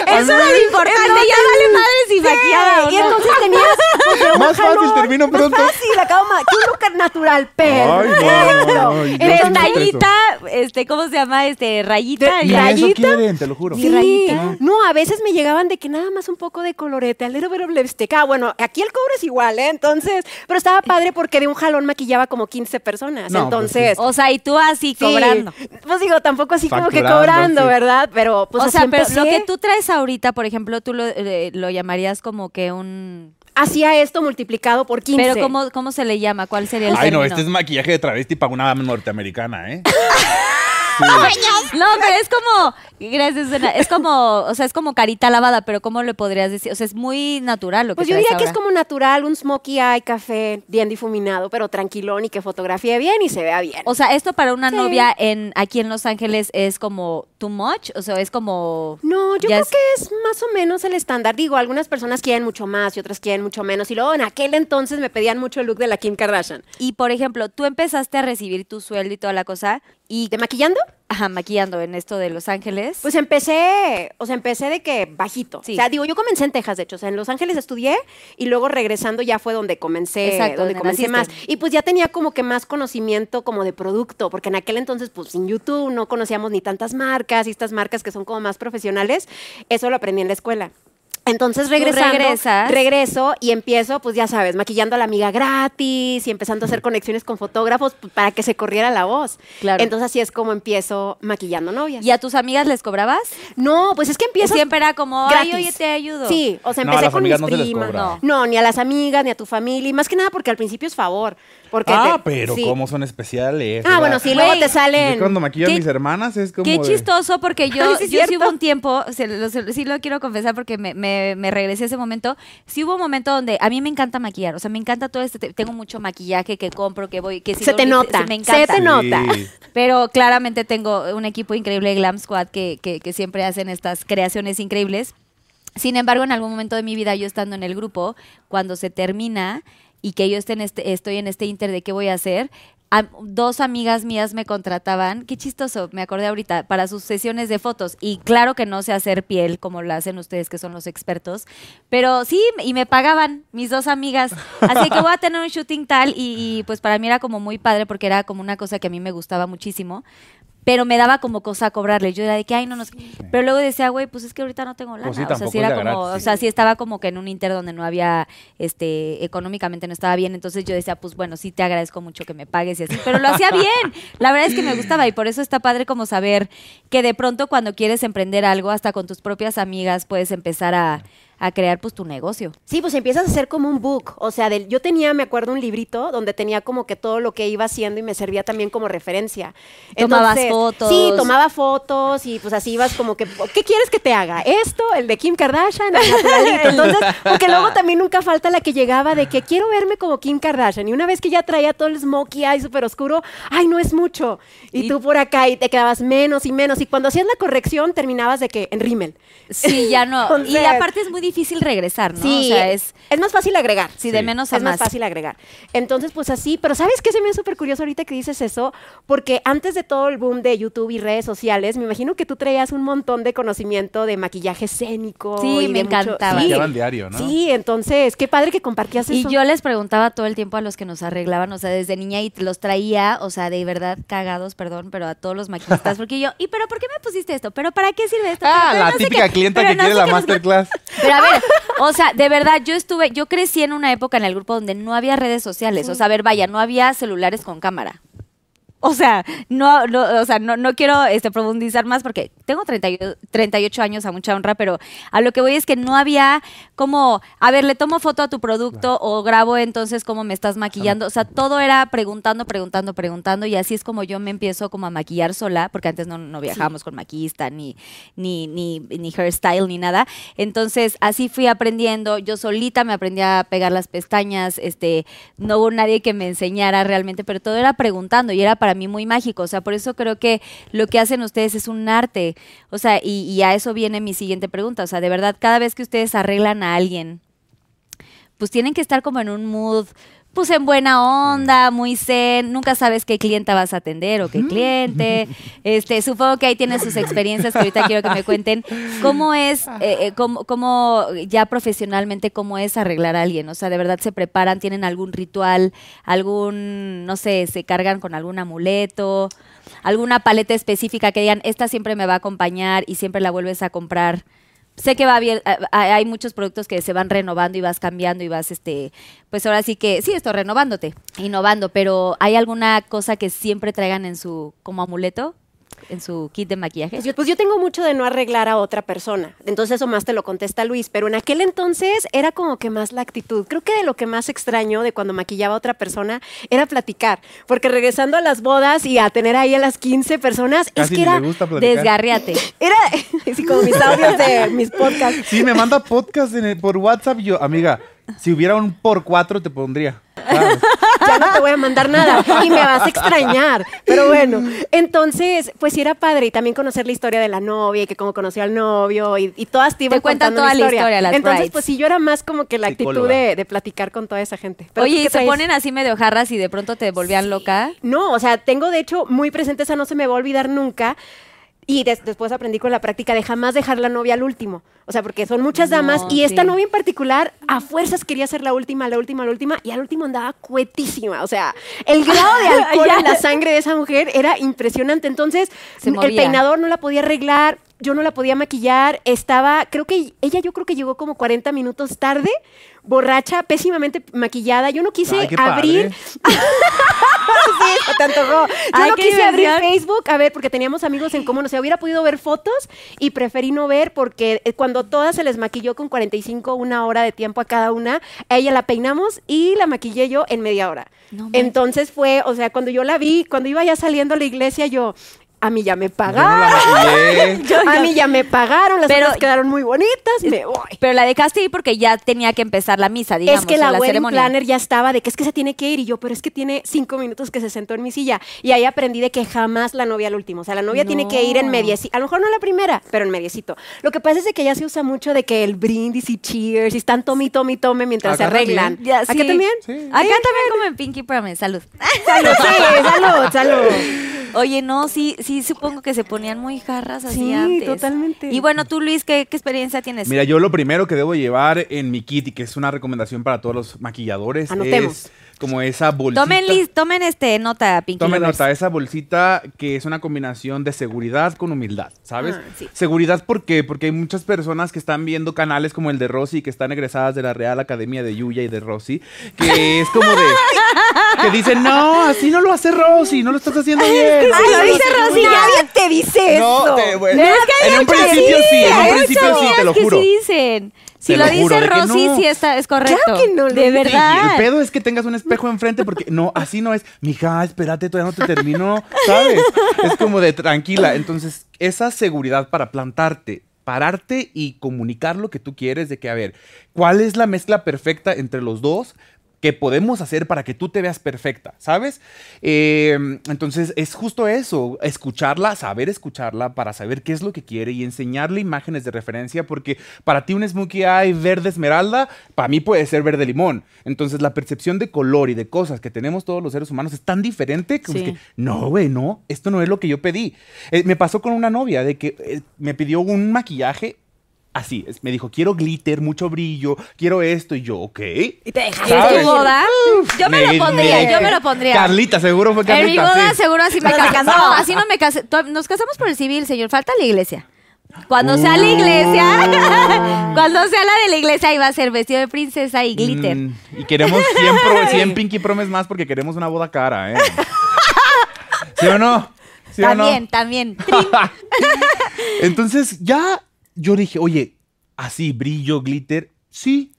S2: Eso
S3: era lo importante,
S2: ya vale madres y maquillada.
S3: y entonces tenías pues, de un
S4: Más fácil,
S3: jalón,
S4: termino
S3: más
S4: pronto.
S3: fácil, acabo más. Tú look natural, pero.
S4: Ay, no, no, no, yo
S3: Entonces,
S4: siento que-
S2: Rayita, este, ¿cómo se llama? Este, rayita.
S3: De-
S2: y-
S4: Ni eso
S3: ¿Rayita?
S4: quieren, te lo juro.
S3: Sí.
S2: rayita.
S3: No, a veces me llegaban de que nada más un poco de colorete, al little bit of lipstick. Ah, bueno, aquí el cobro es igual, ¿eh? Entonces, pero estaba padre porque de un jalón maquillaba como 15 personas.
S4: No, pues sí.
S3: entonces,
S2: O sea, y tú así
S3: Oh, sí.
S2: cobrando.
S3: Pues digo, tampoco así como que
S4: Facturando,
S3: cobrando,
S4: sí.
S3: ¿verdad? Pero pues
S2: o sea,
S3: así
S2: pero lo
S3: empecé.
S2: que tú traes ahorita, por ejemplo, tú lo, eh, lo llamarías como que un...
S3: hacía esto multiplicado por 15.
S2: Pero ¿cómo, ¿cómo se le llama? ¿Cuál sería el
S4: Ay, no,
S2: término?
S4: este es maquillaje de travesti para una norteamericana, ¿eh?
S2: No, pero es como... Gracias, Ana. Es como... O sea, es como carita lavada, pero ¿cómo le podrías decir? O sea, es muy natural lo que
S3: Pues yo
S2: traes
S3: diría que es
S2: ahora.
S3: como natural, un smokey eye café bien difuminado, pero tranquilón y que fotografíe bien y se vea bien.
S2: O sea, esto para una
S3: Sí.
S2: novia en aquí en Los Ángeles es como too much, o sea, es como
S3: no, yo
S2: ya
S3: creo
S2: es-
S3: que es más o menos el estándar. Digo, algunas personas quieren mucho más y otras quieren mucho menos. Y luego en aquel entonces me pedían mucho el look de la Kim Kardashian.
S2: Y por ejemplo, tú empezaste a recibir tu sueldo y toda la cosa y
S3: ¿De maquillando?
S2: ajá, maquillando en esto de Los Ángeles.
S3: Pues empecé, o sea, empecé de que bajito.
S2: Sí.
S3: O sea, digo, yo comencé en Texas, de hecho, o sea, en Los Ángeles estudié y luego regresando ya fue donde comencé,
S2: Exacto,
S3: donde
S2: donde
S3: comencé más.
S2: naciste.
S3: Y pues ya tenía como que más conocimiento como de producto, porque en aquel entonces, pues sin YouTube no conocíamos ni tantas marcas y estas marcas que son como más profesionales, eso lo aprendí en la escuela. Entonces regresando,
S2: regresas.
S3: regreso y empiezo, pues ya sabes, maquillando a la amiga gratis y empezando a hacer conexiones con fotógrafos pues, para que se corriera la voz.
S2: Claro.
S3: Entonces así es como empiezo maquillando novias.
S2: ¿Y a tus amigas les cobrabas?
S3: No, pues es que
S2: Que
S3: empiezas
S2: siempre era como, ay,
S3: gratis.
S2: oye, te ayudo.
S3: Sí, o sea,
S4: No,
S3: empecé
S4: a las
S3: con mis
S4: amigas no se les
S3: primas.
S4: cobra.
S3: No. No, ni a las amigas, ni a tu familia, y más que nada porque al principio es favor. Porque
S4: Ah,
S3: te-
S4: pero
S3: sí.
S4: cómo son especiales.
S3: Ah, bueno,
S4: ¿verdad?
S3: sí, luego
S2: Güey,
S3: te
S4: Yo
S3: salen.
S4: cuando maquillo a
S2: ¿Qué-
S4: mis hermanas es como
S2: Qué
S4: de-
S2: chistoso, porque yo,
S3: Ay, sí es
S2: yo sí
S3: cierto.
S2: hubo un tiempo, se lo- se lo- sí lo quiero confesar porque me, me- me regresé a ese momento. Sí hubo un momento donde a mí me encanta maquillar, o sea, me encanta todo este. te- Tengo mucho maquillaje que compro, que voy, que si
S3: Se
S2: lo-
S3: te nota,
S2: Me
S3: se
S2: encanta.
S3: te
S4: Sí.
S3: nota.
S2: Pero claramente tengo un equipo increíble de Glam Squad que, que- que siempre hacen estas creaciones increíbles. Sin embargo, en algún momento de mi vida, yo estando en el grupo, cuando se termina y que yo esté en este- estoy en este inter de qué voy a hacer, a- dos amigas mías me contrataban, qué chistoso, me acordé ahorita, para sus sesiones de fotos. Y claro que no sé hacer piel como la hacen ustedes, que son los expertos, pero sí, y me pagaban mis dos amigas. Así que voy a tener un shooting tal y, y, pues para mí era como muy padre porque era como una cosa que a mí me gustaba muchísimo. Pero me daba como cosa cobrarle. Yo era de que, ay, no, no sé. Pero luego decía, güey, pues es que ahorita no tengo lana.
S4: Pues sí,
S2: o sea, sí
S4: tampoco
S2: era
S4: era
S2: como,
S4: gratis.
S2: o sea, sí estaba como que en un inter donde no había, este, económicamente no estaba bien. Entonces yo decía, pues bueno, sí te agradezco mucho que me pagues y así. Pero lo hacía bien. La verdad es que me gustaba y por eso está padre como saber que de pronto cuando quieres emprender algo, hasta con tus propias amigas, puedes empezar a, a crear pues tu negocio.
S3: Sí, pues empiezas a hacer como un book. O sea, del- yo tenía, me acuerdo, un librito donde tenía como que todo lo que iba haciendo y me servía también como referencia.
S2: Tomabas
S3: Entonces,
S2: fotos.
S3: Sí, tomaba fotos y pues así ibas como que, ¿qué quieres que te haga? ¿Esto? ¿El de Kim Kardashian? El naturalito. Entonces, porque luego también nunca falta la que llegaba de que quiero verme como Kim Kardashian. Y una vez que ya traía todo el smokey eye súper oscuro, ¡ay, no es mucho! Y,
S2: Y-
S3: tú por acá y te quedabas menos y menos. Y cuando hacías la corrección, terminabas de que en rímel.
S2: Sí, ya no. y
S3: Entonces-
S2: aparte es muy difícil regresar, ¿no?
S3: Sí,
S2: o sea, es
S3: es más fácil agregar.
S2: sí, de
S4: Sí.
S2: menos a
S3: es
S2: más.
S3: más fácil agregar. Entonces, pues así, pero ¿sabes qué se me hace súper curioso ahorita que dices eso? Porque antes de todo el boom de YouTube y redes sociales, me imagino que tú traías un montón de conocimiento de maquillaje escénico.
S2: Sí,
S3: y de
S2: me
S3: mucho-
S2: encantaba.
S3: Sí.
S4: Maquillaban diario, ¿no?
S3: Sí, entonces, qué padre que compartías
S2: Y
S3: eso.
S2: yo les preguntaba todo el tiempo a los que nos arreglaban, o sea, desde niña y los traía, o sea, de verdad cagados, perdón, pero a todos los maquillistas, porque yo, ¿y pero por qué me pusiste esto? ¿Pero para qué sirve esto?
S4: Ah,
S2: Pero
S4: la
S2: no sé
S4: típica
S2: qué,
S4: clienta
S2: pero
S4: que
S2: no
S4: quiere
S2: sé
S4: la
S2: qué, no sé qué".
S4: masterclass.
S2: Pero a ver, o sea, de verdad, yo estuve, yo crecí en una época en el grupo donde no había redes sociales. O sea, a ver, vaya, no había celulares con cámara. O sea, no, no, o sea, no, no quiero este, profundizar más porque tengo 30 y- 38 años a mucha honra, pero a lo que voy es que no había como, a ver, le tomo foto a tu producto o grabo entonces cómo me estás maquillando. O sea, todo era preguntando, preguntando, preguntando y así es como yo me empiezo como a maquillar sola, porque antes no, no viajábamos con maquillista ni, ni, ni, ni hairstyle ni nada. Entonces, así fui aprendiendo. Yo solita me aprendí a pegar las pestañas. Este, no hubo nadie que me enseñara realmente, pero todo era preguntando y era para mí muy mágico. O sea, por eso creo que lo que hacen ustedes es un arte. O sea, y, y a eso viene mi siguiente pregunta. O sea, de verdad, cada vez que ustedes arreglan a alguien, pues tienen que estar como en un mood, pues en buena onda, muy zen, nunca sabes qué clienta vas a atender o qué cliente. Este, supongo que ahí tienes sus experiencias que ahorita quiero que me cuenten. ¿Cómo es, eh, eh, cómo, cómo ya profesionalmente, cómo es arreglar a alguien? O sea, ¿de verdad se preparan? ¿Tienen algún ritual? ¿Algún, no sé, se cargan con algún amuleto? ¿Alguna paleta específica que digan, esta siempre me va a acompañar y siempre la vuelves a comprar? sé que va bien, a- a- hay muchos productos que se van renovando y vas cambiando y vas, este, pues ahora sí que, sí, esto, renovándote, innovando, pero ¿hay alguna cosa que siempre traigan en su, como amuleto, en su kit de maquillaje?
S3: Pues yo, pues yo tengo mucho de no arreglar a otra persona. Entonces eso más te lo contesta Luis. Pero en aquel entonces era como que más la actitud. Creo que de lo que más extraño de cuando maquillaba a otra persona era platicar. Porque regresando a las bodas y a tener ahí a las 15 personas, es
S4: Casi
S3: que
S4: ni
S3: era...
S4: le gusta platicar.
S2: Desgarriate.
S3: Era, sí, como mis audios de mis podcasts.
S4: Sí, me manda podcast en el- por WhatsApp y yo, amiga, si hubiera un por cuatro te pondría. Claro.
S3: ya no te voy a mandar nada y me vas a extrañar. Pero bueno, entonces, pues sí era padre y también conocer la historia de la novia y que cómo conoció al novio y, y todas te iban
S2: Te cuentan
S3: contando
S2: toda la historia, las
S3: entonces,
S2: brides.
S3: pues sí, yo era más como que la actitud
S4: Psicóloga.
S3: de, de platicar con toda esa gente. Pero,
S2: Oye,
S3: ¿tú
S2: ¿y
S3: qué
S2: se
S3: traes?
S2: ponen así medio jarras y de pronto te volvían loca?
S3: No, o sea, tengo de hecho muy presente esa, no se me va a olvidar nunca. Y des- después aprendí con la práctica de jamás dejar la novia al último. O sea, porque son muchas
S2: No,
S3: damas y esta
S2: sí.
S3: novia en particular a fuerzas quería ser la última, la última, la última y al último andaba cuetísima. O sea, el grado de alcohol
S2: Ya.
S3: en la sangre de esa mujer era impresionante. Entonces,
S2: Se
S3: n- el
S2: movía.
S3: peinador no la podía arreglar, yo no la podía maquillar, estaba, creo que ella yo creo que llegó como 40 minutos tarde, borracha, pésimamente maquillada. Yo no quise
S4: Ay, qué padre.
S3: abrir sí, se te antojó. Yo
S2: Ay,
S3: no
S2: qué
S3: quise abrir
S2: diversión.
S3: Facebook, a ver, porque teníamos amigos en común, o sea, hubiera podido ver fotos y preferí no ver porque eh, cuando todas se les maquilló con 45, una hora de tiempo a cada una, a ella la peinamos y la maquillé yo en media hora.
S2: No manches.
S3: Entonces fue, o sea, cuando yo la vi, cuando iba ya saliendo a la iglesia, yo, a mí ya me
S4: Yo no la
S2: ¡Ah!
S3: pagaron.
S4: maquillé.
S3: a mí ya me pagaron, las
S2: Pero-
S3: otras quedaron muy bonitas, me voy.
S2: Pero la dejaste ir porque ya tenía que empezar la misa, digamos,
S3: es que
S2: o
S3: la,
S2: la
S3: wedding
S2: ceremonia.
S3: planner ya estaba de que es que se tiene que ir y yo, pero es que tiene cinco minutos que se sentó en mi silla y ahí aprendí de que jamás la novia al último, o sea, la novia tiene que ir en
S2: No.
S3: mediecito, a lo mejor no la primera, pero en mediecito. Lo que pasa es de que ya se usa mucho de que el brindis y cheers y están tome y tome y tome mientras
S4: Acá
S3: se arreglan.
S2: Ya, sí.
S3: ¿Acá también?
S4: Sí.
S2: Acá también como en Pinky Promise, salud.
S3: Salud, sí, salud, salud.
S2: Oye, no, sí, sí, supongo que se ponían muy jarras así
S3: Sí,
S2: antes.
S3: totalmente.
S2: Y bueno, tú, Luis, ¿qué, qué experiencia tienes?
S4: Mira, yo lo primero que debo llevar en mi kit y que es una recomendación para todos los maquilladores
S3: Anotemos.
S4: es como esa bolsita.
S2: Tomen, lis- tomen este nota, Pinky.
S4: Tomen
S2: Lovers.
S4: nota, esa bolsita que es una combinación de seguridad con humildad, ¿sabes?
S3: Ah, sí.
S4: Seguridad, ¿por qué? Porque hay muchas personas que están viendo canales como el de Rosy, que están egresadas de la Real Academia de Yuya y de Rosy, que es como de. que dicen, no, así no lo hace Rosy, no lo estás haciendo bien.
S3: Ay,
S2: lo dice Rosy,
S3: nadie te dice
S4: No,
S3: eso.
S4: te- bueno,
S2: Es que hay
S4: en un
S2: muchas-
S4: principio sí, en
S2: hay
S4: un principio
S2: muchas
S4: sí, te lo
S2: niñas que
S4: juro.
S2: sí dicen. Si
S4: Te
S2: lo,
S4: lo juro,
S2: dice
S4: de que
S2: Rosy,
S4: no.
S2: sí está, es correcto.
S3: que no,
S2: De
S3: Luis.
S4: Sí, el
S2: verdad.
S4: pedo es que tengas un espejo enfrente porque no, así no es. Mija, espérate, todavía no te termino, ¿sabes? Es como de tranquila. Entonces, esa seguridad para plantarte, pararte y comunicar lo que tú quieres de que, a ver, ¿cuál es la mezcla perfecta entre los dos? que podemos hacer para que tú te veas perfecta, ¿sabes? Eh, entonces es justo eso, escucharla, saber escucharla para saber qué es lo que quiere y enseñarle imágenes de referencia, porque para ti un smokey eye verde esmeralda, para mí puede ser verde limón. Entonces la percepción de color y de cosas que tenemos todos los seres humanos es tan diferente que,
S2: Sí.
S4: que, no, güey, no, esto no es lo que yo pedí. Eh, me pasó con una novia de que eh, me pidió un maquillaje así, es- me dijo, quiero glitter, mucho brillo, quiero esto, y yo, ok.
S3: Y te dejaste.
S4: ¿Sabes?
S2: ¿En tu boda? Yo me,
S4: Me-
S2: lo pondría,
S4: me-
S2: yo me lo pondría.
S4: Carlita, seguro fue
S2: en
S4: Carlita.
S2: mi boda
S4: sí.
S2: seguro así me casé. No, así no me casé. To- Nos casamos por el civil, señor. Falta la iglesia. Cuando sea
S4: Oh.
S2: la iglesia, cuando sea la de la iglesia, iba a ser vestido de princesa y glitter.
S4: Mm, y queremos 100, pro- 100 Pinky Promes más porque queremos una boda cara, ¿eh? ¿Sí o no? ¿Sí o no?
S2: también, también.
S4: Entonces ya yo dije, oye, así, brillo, glitter, sí.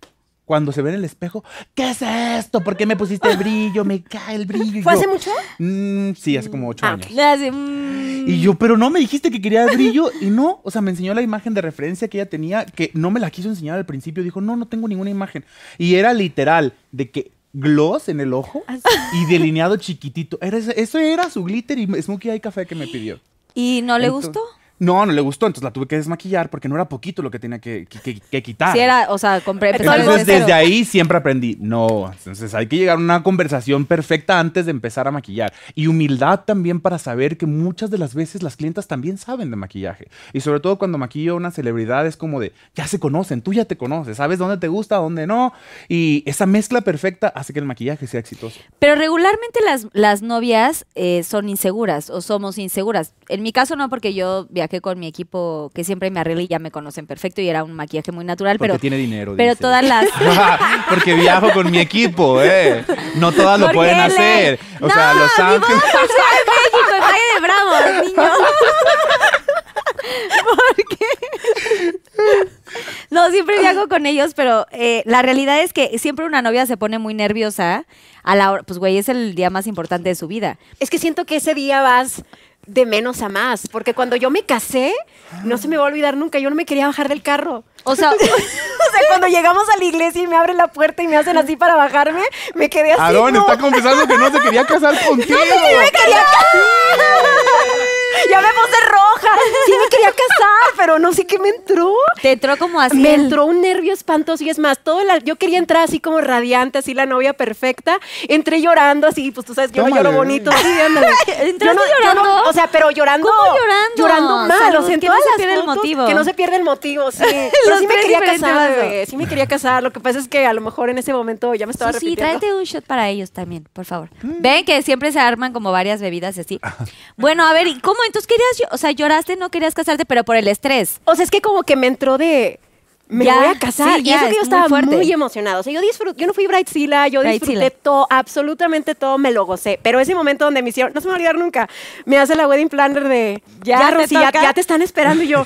S4: Cuando se ve en el espejo, ¿qué es esto? ¿Por qué me pusiste el brillo? Me cae el brillo. Y
S3: ¿Fue
S4: yo,
S3: hace mucho?
S4: "Mm, sí, hace como ocho
S3: Ah,
S4: años.
S2: Le hace, mm.
S4: Y yo, pero no me dijiste que quería brillo. Y no, o sea, me enseñó la imagen de referencia que ella tenía, que no me la quiso enseñar al principio. Dijo, no, no tengo ninguna imagen. Y era literal, de que gloss en el ojo
S2: Ah,
S4: y delineado chiquitito. Era, ese- eso era su glitter y smokey eye café que me pidió.
S2: ¿Y no le
S4: Entonces-
S2: gustó?
S4: No, no le gustó, entonces la tuve que desmaquillar porque no era poquito lo que tenía que, que- que- que quitar.
S2: Si era, o sea, compré, empezó
S3: Empezar
S4: ah. Entonces
S2: desde
S4: desde
S2: cero.
S4: ahí siempre aprendí, no, entonces hay que llegar a una conversación perfecta antes de empezar a maquillar. Y humildad también para saber que muchas de las veces las clientas también saben de maquillaje. Y sobre todo cuando maquillo a una celebridad es como de, ya se conocen, tú ya te conoces, sabes dónde te gusta, dónde no. Y esa mezcla perfecta hace que el maquillaje sea exitoso.
S2: Pero regularmente las, las novias eh, son inseguras o somos inseguras. En mi caso no, porque yo viajé con mi equipo que siempre me arregla y ya me conocen perfecto y era un maquillaje muy natural,
S4: Porque
S2: pero,
S4: tiene dinero.
S2: pero
S4: dice.
S2: todas las...
S4: Porque viajo con mi equipo, ¿eh? No todas lo
S2: Porque
S4: pueden
S2: le-
S4: hacer. O
S2: no,
S4: sea, Los
S2: mi boda
S4: Ángeles.
S2: fue en México, en Valle de Bravo, niño. Porque no siempre viajo con ellos, pero eh, la realidad es que siempre una novia se pone muy nerviosa a la hora, pues güey, es el día más importante de su vida.
S3: Es que siento que ese día vas de menos a más, porque cuando yo me casé, no se me va a olvidar nunca, yo no me quería bajar del carro.
S2: O sea,
S3: O sea, cuando llegamos a la iglesia y me abren la puerta y me hacen así para bajarme, me quedé así.
S4: Aarón
S3: no,
S4: está confesando que no se quería casar contigo.
S3: sí me quería casar. Ya me puse roja. Sí me quería casar, pero no sé qué me entró.
S2: te entró como así.
S3: Me
S2: el-
S3: entró un nervio espantoso y es más, todo la- yo quería entrar así como radiante, así la novia perfecta. Entré llorando así, pues tú sabes que yo no
S4: Tómale.
S3: lloro bonito. Sí, ándale.
S2: ¿Entraste
S3: Yo no- yo no-
S2: llorando?
S3: o sea, pero llorando.
S2: ¿Cómo llorando?
S3: Llorando mal.
S2: Salud,
S3: o sea, en
S2: que
S3: todas
S2: no se
S3: las
S2: pierda el
S3: fotos,
S2: motivo.
S3: Que no se pierde el motivo, sí. Pero
S2: Los
S3: sí me
S2: tres
S3: quería
S2: diferentes
S3: casar,
S2: vasos.
S3: bebé, Sí me quería casar. Lo que pasa es que a lo mejor en ese momento ya me estaba
S2: Susi,
S3: repitiendo.
S2: tráete un shot para ellos también, por favor.
S4: Mm.
S2: Ven que siempre se arman como varias bebidas y así. Bueno, a ver, ¿y cómo? Entonces querías, llo- o sea, lloraste, no querías casarte, pero por el estrés.
S3: O sea, es que como que me entró de. Me
S2: Ya,
S3: voy a casar.
S2: sí,
S3: y
S2: ya,
S3: eso que
S2: es
S3: yo
S2: muy
S3: estaba
S2: fuerte.
S3: muy emocionada. O sea, yo disfruté, yo no fui bridezilla, yo disfruté
S2: Bridezilla.
S3: todo, absolutamente todo, me lo gocé. Pero ese momento donde me hicieron, no se me va a olvidar nunca, me hace la wedding planner de
S2: Ya
S3: ya,
S2: te
S3: Rosy, ya,
S2: toca".
S3: ya te están esperando y yo.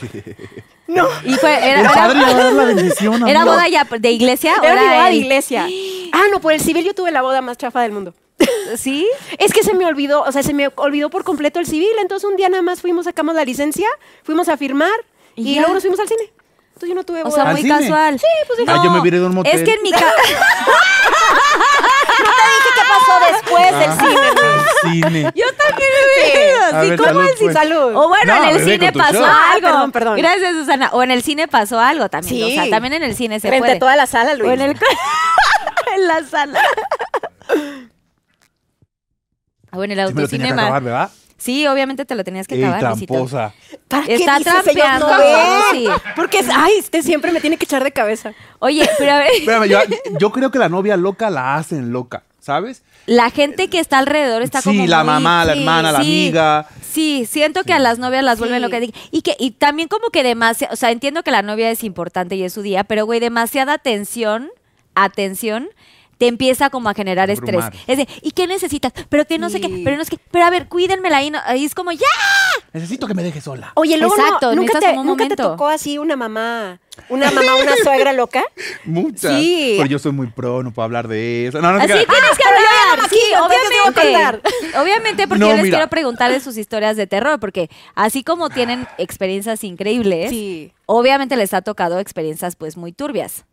S3: No.
S2: Y fue, era,
S4: El
S2: era-
S4: padre le va a dar la bendición.
S2: ¿Era
S4: amigo.
S2: boda ya de iglesia? o
S3: Era mi boda de
S2: el-
S3: iglesia. Ah, no, por el civil yo tuve la boda más chafa del mundo.
S2: ¿Sí?
S3: Es que se me olvidó, o sea, se me olvidó por completo el civil. Entonces un día nada más fuimos, sacamos la licencia, fuimos a firmar
S2: Y
S3: y,
S2: ya.
S3: luego nos fuimos al cine. Entonces yo no tuve
S2: O
S3: boda.
S2: sea,
S4: ¿Al
S2: muy
S4: cine?
S2: casual. Sí,
S3: pues,
S4: Ah, yo me hubiera ido a un motel.
S2: Es que en mi casa.
S3: ¿Qué pasó después del cine?
S4: El cine.
S2: pues. Yo también me hubiera ido.
S4: A
S2: Sí, Oh,
S4: ver,
S2: ¿cómo
S4: salud,
S2: el cine?
S4: pues.
S3: Salud.
S2: O bueno,
S4: No,
S2: en el
S4: bebé,
S2: cine
S4: con tu
S2: pasó
S4: shot.
S3: Ah,
S2: algo.
S3: perdón, perdón.
S2: Gracias, Susana. O en el cine pasó algo también.
S3: Sí.
S2: O sea, también en el cine se
S3: Frente
S2: puede.
S3: a toda la sala, Luis.
S2: O en el en la sala. O en el
S4: Sí me lo tenía que
S2: autocinema.
S4: acabar, ¿verdad?
S2: Sí, obviamente te lo tenías que
S4: Ey,
S2: acabar, Luisito.
S4: tramposa.
S3: ¿Para qué
S2: Está
S3: dices ellos
S2: trampeando,
S3: no ven?
S2: sí.
S3: Porque, es- ay, este siempre me tiene que echar de cabeza.
S2: Oye, pero a ver,
S4: Espérame, yo, yo creo que la novia loca la hacen loca, ¿sabes?
S2: la gente que está alrededor está
S4: Sí,
S2: como
S4: la
S2: muy-
S4: mamá, la hermana, la amiga.
S2: Sí, siento que a las novias las vuelven
S3: Sí.
S2: lo que y que y también como que demasiado, o sea, entiendo que la novia es importante y es su día, pero güey, demasiada atención, atención te empieza como a generar estrés.
S4: Abrumar.
S2: Es de, ¿y qué necesitas? Pero que no sé qué,
S3: Sí.
S2: pero no sé qué, pero a ver, cuídenmela ahí, no- ahí es como ya.
S4: Necesito que me deje sola.
S3: Oye, luego no,
S2: Exacto,
S3: ¿nunca,
S2: necesitas
S3: te,
S2: como un
S3: nunca te
S2: momento.
S3: tocó así una mamá, una mamá, una suegra loca?
S4: Muchas.
S3: Sí.
S4: Pero yo soy muy pro, no puedo hablar de eso. No, no, te
S2: Así
S4: creas.
S2: tienes que
S3: pero Ah, ya
S2: hablar.
S3: llegamos
S2: Sí,
S3: aquí, obvio que te voy a
S2: obviamente. Obviamente, porque
S4: No,
S2: yo les
S4: mira.
S2: quiero preguntar de sus historias de terror, porque así como tienen experiencias increíbles,
S3: Ah. Sí.
S2: obviamente les ha tocado experiencias pues muy turbias.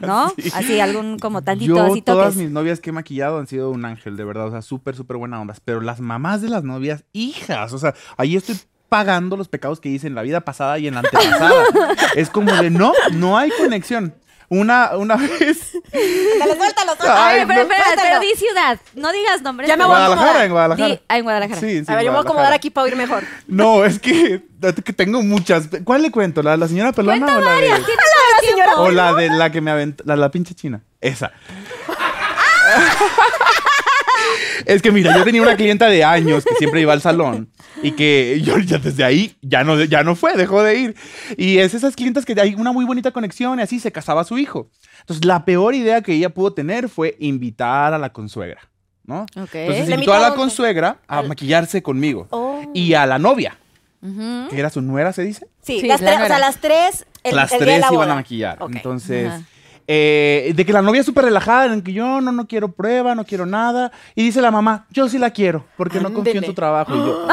S2: ¿No? Así algún como tantito
S4: Yo,
S2: así
S4: todas
S2: toques.
S4: mis novias que he maquillado han sido un ángel, de verdad. O sea, súper, súper buena onda. Pero las mamás de las novias, hijas. O sea, ahí estoy pagando los pecados que hice en la vida pasada y en la antepasada. es como de, no, no hay conexión. Una, una vez.
S3: Dale, suéltalo, suéltalo.
S2: A
S4: Ay,
S2: ver, pero,
S4: no.
S2: espera, pero
S3: Suéltalo.
S2: di ciudad, no digas nombres.
S3: Ya me
S2: pero-
S3: voy a acomodar.
S4: Guadalajara, en Guadalajara.
S2: Di- ah, en Guadalajara.
S4: Sí, sí,
S3: a ver, yo me voy a
S4: Guadalajara.
S3: acomodar aquí para oír mejor.
S4: No, es que, que tengo muchas. ¿Cuál le cuento? ¿La de la señora Pelona o la de.?
S2: ¿Tienes la señora?
S4: O la de la que me aventó, la, la pinche china. Esa.
S2: Ah.
S4: Es que mira, yo tenía una clienta de años que siempre iba al salón y que yo ya desde ahí ya no, ya no fue, dejó de ir. Y es esas clientas que hay una muy bonita conexión y así se casaba su hijo. Entonces la peor idea que ella pudo tener fue invitar a la consuegra. ¿no?
S2: Ok.
S4: Entonces
S5: ¿La
S4: invitó a la
S5: invitó a
S4: consuegra a maquillarse conmigo.
S3: Oh.
S4: Y a la novia, que era su nuera, se dice.
S3: Sí,
S2: Sí,
S3: las
S2: la
S3: tres, o
S2: nuera.
S3: sea, las tres. el-
S4: las
S3: el día de
S4: tres
S3: la
S4: iban
S3: boda.
S4: a maquillar.
S3: Ok.
S4: Entonces,
S2: Ajá.
S4: eh, de que la novia es súper relajada, en que yo no, no quiero prueba, no quiero nada. Y dice la mamá, yo sí la quiero, porque no confío en
S3: Ándele.
S4: tu trabajo. Y yo,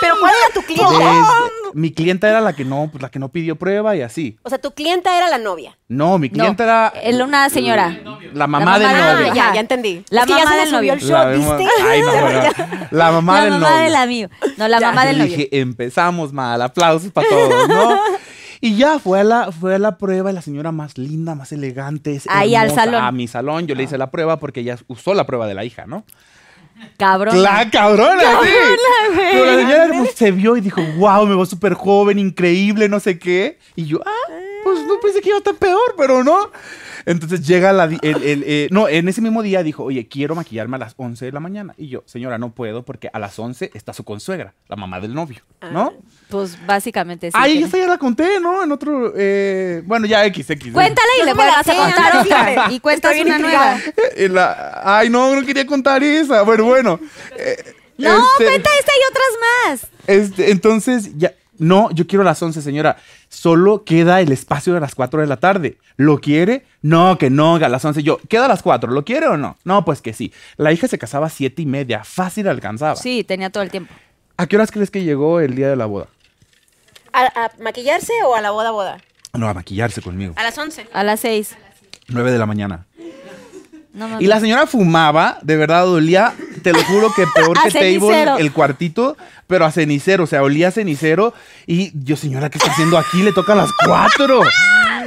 S3: Pero ¿cuál era tu clienta?
S4: desde- mi clienta era la que no, pues la que no pidió prueba y así.
S3: O sea, tu clienta era la novia.
S4: No, mi
S2: No,
S4: clienta era.
S2: el- una señora.
S4: La
S2: La mamá
S4: mamá, del
S2: del
S3: Ah,
S4: novio.
S2: novio.
S3: ya,
S2: Ajá.
S3: ya entendí.
S2: La
S3: es que ya
S2: mamá
S3: se
S2: del
S3: me subió el
S2: novio.
S3: show,
S4: La misma-
S3: ¿viste?
S4: Ay, no, bueno. La mamá
S2: la
S4: del
S2: mamá
S4: novio.
S2: del amigo. No, la mamá
S4: Yo
S2: del novio.
S4: dije, empezamos mal, aplausos para todos, ¿no? Y ya fue a la, fue a la prueba y la señora más linda, más elegante. es
S2: Ahí al
S4: hermosa,
S2: salón.
S4: A mi salón, yo le hice la prueba porque ella usó la prueba de la hija, ¿no?
S2: Cabrón.
S4: La cabrona, sí. Pero la señora hermosa se vio y dijo, wow, me veo súper joven, increíble, no sé qué. Y yo, ah, pues no pensé que iba a estar peor, pero no. Entonces llega la... di- el- el, eh, no, en ese mismo día dijo, oye, quiero maquillarme a las 11 de la mañana. Y yo, señora, no puedo porque a las 11 está su consuegra, la mamá del novio, ¿no?
S2: Pues básicamente sí.
S4: Ay,
S2: tiene-
S4: esa ya la conté, ¿no? En otro... eh, bueno, ya XX.
S2: Cuéntala y
S3: Yo
S2: le
S3: no me la
S2: vuelvas a
S3: sé,
S2: contar
S3: ahora
S2: otra.
S3: sígueme.
S2: Y cuentas
S3: Estoy
S2: una
S3: bien intrigada.
S2: nueva.
S4: Eh, la- ay, no, no quería contar esa. Bueno, bueno. eh,
S2: No,
S4: este-
S2: cuenta esta y otras más.
S4: Este, entonces, ya. No, yo quiero las 11, señora. Solo queda el espacio de las 4 de la tarde. ¿Lo quiere? No, que no, a las 11. Yo, queda a las 4. ¿Lo quiere o no? No, pues que sí. La hija se casaba a 7 y media. Fácil alcanzaba.
S2: Sí, tenía todo el tiempo.
S4: ¿A qué horas crees que llegó el día de la boda?
S3: ¿A, a maquillarse o a la boda boda?
S4: No, a maquillarse conmigo.
S2: Ah.
S3: A las 11.
S2: A las seis.
S4: 9 de la mañana.
S2: No
S4: Y
S2: mames.
S4: la señora fumaba, de verdad olía, te lo juro que peor
S2: A
S4: que
S2: cenicero.
S4: table el cuartito, pero a cenicero, o sea, olía a cenicero. Y yo, señora, ¿qué está haciendo aquí? Le toca a las 4.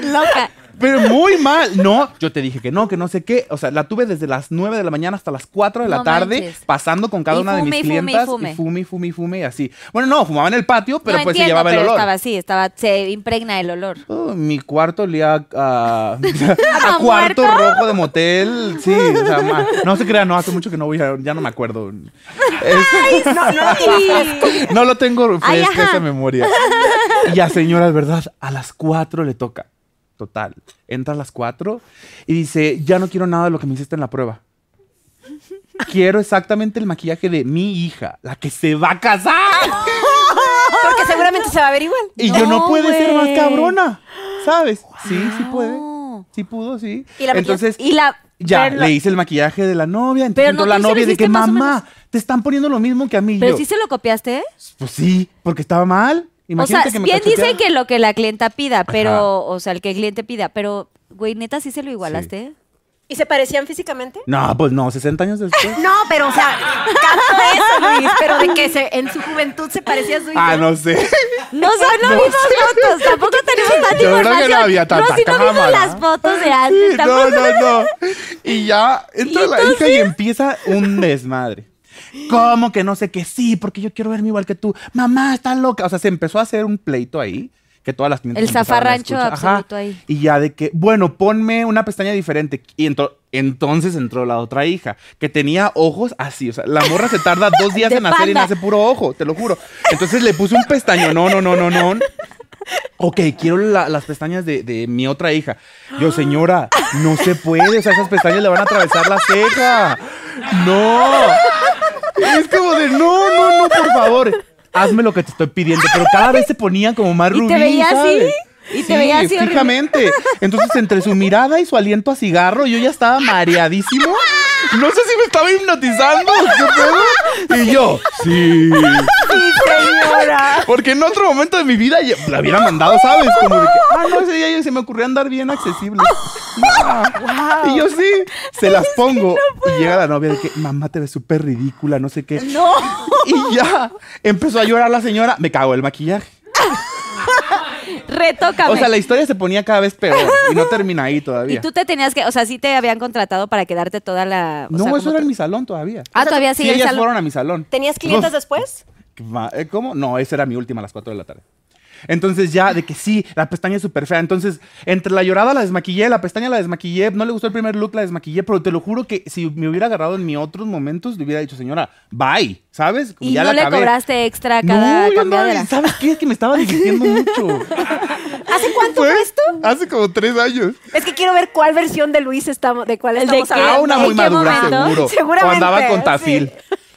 S2: Loca.
S4: Pero muy mal. No, yo te dije que no, que no sé qué. O sea, la tuve desde las 9 de la mañana hasta las 4 de la
S2: No
S4: tarde,
S2: manches.
S4: pasando con cada
S2: Y
S4: una de
S2: fume,
S4: mis
S2: y fume, y
S4: clientas.
S2: fume.
S4: Y fume, y fume, y fume, y así. Bueno, no, fumaba en el patio, pero
S2: no
S4: pues se
S2: entiendo,
S4: llevaba el
S2: pero
S4: olor.
S2: Estaba así, estaba, se impregna el olor.
S4: Oh, mi cuarto olía a, a
S2: ¿A
S4: cuarto
S2: muerto?
S4: rojo de motel. Sí, o sea, ma- no se crean, no, hace mucho que no voy, a- ya no me acuerdo. Es-
S3: No, no,
S4: no lo tengo
S2: Ay,
S4: fresca
S2: ajá.
S4: esa memoria. Y ya, señora, de verdad, a las 4 le toca. Total. Entra a las 4 y dice, ya no quiero nada de lo que me hiciste en la prueba. Quiero exactamente el maquillaje de mi hija, la que se va a casar.
S3: porque seguramente se va a ver igual.
S4: Y yo no
S2: No,
S4: puede ser más
S2: güey.
S4: cabrona, ¿sabes? Sí, sí
S2: Wow.
S4: puede. Sí pudo, sí.
S3: ¿Y la maquillaje?
S4: entonces,
S2: Y la.
S4: ya,
S2: pero la-
S4: le hice el maquillaje de la novia. Entonces
S2: Pero
S4: entró
S2: no,
S4: la
S2: tú sí lo
S4: novia de que,
S2: hiciste más o
S4: mamá, te están poniendo lo mismo que a mí. Y
S2: Pero
S4: yo,
S2: sí se lo copiaste.
S4: Pues sí, porque estaba mal. Imagínate
S2: o
S4: que
S2: sea,
S4: me
S2: bien
S4: cachetearan.
S2: dice que lo que la clienta pida, pero,
S4: Ajá.
S2: o sea, el que el cliente pida, pero, güey, neta, sí se lo igualaste. ¿eh?
S3: ¿Y se parecían físicamente?
S4: No, pues no, 60 años después.
S5: No, pero o sea, canto eso, Luis, pero de que se- en su juventud se parecía a su hija.
S4: ah, no sé.
S2: No, o sea, no, vimos fotos, tampoco tenemos tanta
S4: Yo creo que
S2: información.
S4: no había tanta
S2: si no vimos
S4: cámara.
S2: las fotos de antes,
S4: Sí,
S2: tampoco.
S4: no, no, no. Y ya entra
S2: ¿Y
S4: la hija y empieza un desmadre. ¿Cómo que no sé qué? Sí, porque yo quiero verme igual que tú. Mamá, está loca. O sea, se empezó a hacer un pleito ahí. Que todas las clientes
S2: El
S4: empezaron a
S2: zafarrancho
S4: escuchar. Ajá.
S2: absoluto ahí.
S4: Y ya de que, bueno, ponme una pestaña diferente. Y ento- entonces entró la otra hija, que tenía ojos así. O sea, la morra se tarda dos días
S2: De
S4: en hacer y
S2: panda.
S4: nace puro ojo, te lo juro. Entonces le puse un pestaño. No, no, no, no, no. Ok, quiero la- las pestañas de, de mi otra hija. Yo, señora, no se puede. O sea, esas pestañas le van a atravesar la ceja. No. Es como de, no, no, no, por favor. Hazme lo que te estoy pidiendo. Pero cada vez se ponía como más
S2: ¿Y te
S4: rubí,
S2: veía así?
S4: ¿sabes?
S2: ¿Y te veía así horrible?
S4: fijamente. Entonces, entre su mirada y su aliento a cigarro, yo ya estaba mareadísimo. No sé si me estaba hipnotizando. ¿qué pedo? Y yo, sí.
S3: Señora.
S4: Porque en otro momento de mi vida ya- la hubiera mandado, ¿sabes? Como de que, ah, no, ese día yo- se me ocurrió andar bien accesible. Ah, Y yo sí, se las pongo. y llega la novia de que, mamá, te ves súper ridícula, no sé qué.
S2: No.
S4: Y ya, empezó a llorar la señora, me cagó el maquillaje.
S2: Retócame.
S4: O sea, la historia se ponía cada vez peor y no termina ahí
S2: y
S4: todavía.
S2: tú te tenías que, o sea, sí te habían contratado para quedarte toda la. o
S4: No,
S2: sea,
S4: eso
S2: como
S4: era en
S2: tú-
S4: mi salón todavía.
S2: Ah, todavía sí,
S4: Sí,
S2: el
S4: ellas
S2: salón.
S4: fueron a mi salón.
S3: ¿Tenías clientas después?
S4: Ma- eh, ¿Cómo? No, esa era mi última a las 4 de la tarde. Entonces ya, de que sí, la pestaña es súper fea. Entonces, entre la llorada la desmaquillé, la pestaña la desmaquillé, no le gustó el primer look, la desmaquillé, pero te lo juro que si me hubiera agarrado en mis otros momentos, le hubiera dicho, señora, bye, ¿sabes? Como
S2: Y
S4: ya
S2: no
S4: la
S2: le
S4: acabé.
S2: cobraste extra cada
S4: no, yo andaba-
S2: cambiadera.
S4: ¿sabes qué? Es que me estaba divirtiendo mucho.
S3: ¿Hace cuánto
S4: Fue
S3: fue esto?
S4: Hace como tres años.
S3: Es que quiero ver cuál versión de Luis estamos, de cuál
S2: de
S3: estamos
S2: qué?
S4: Ah,
S3: hablando.
S4: una
S2: ¿En
S4: muy
S2: qué
S4: madura,
S2: momento?
S4: seguro. O
S3: Seguramente,
S4: andaba con Tafil.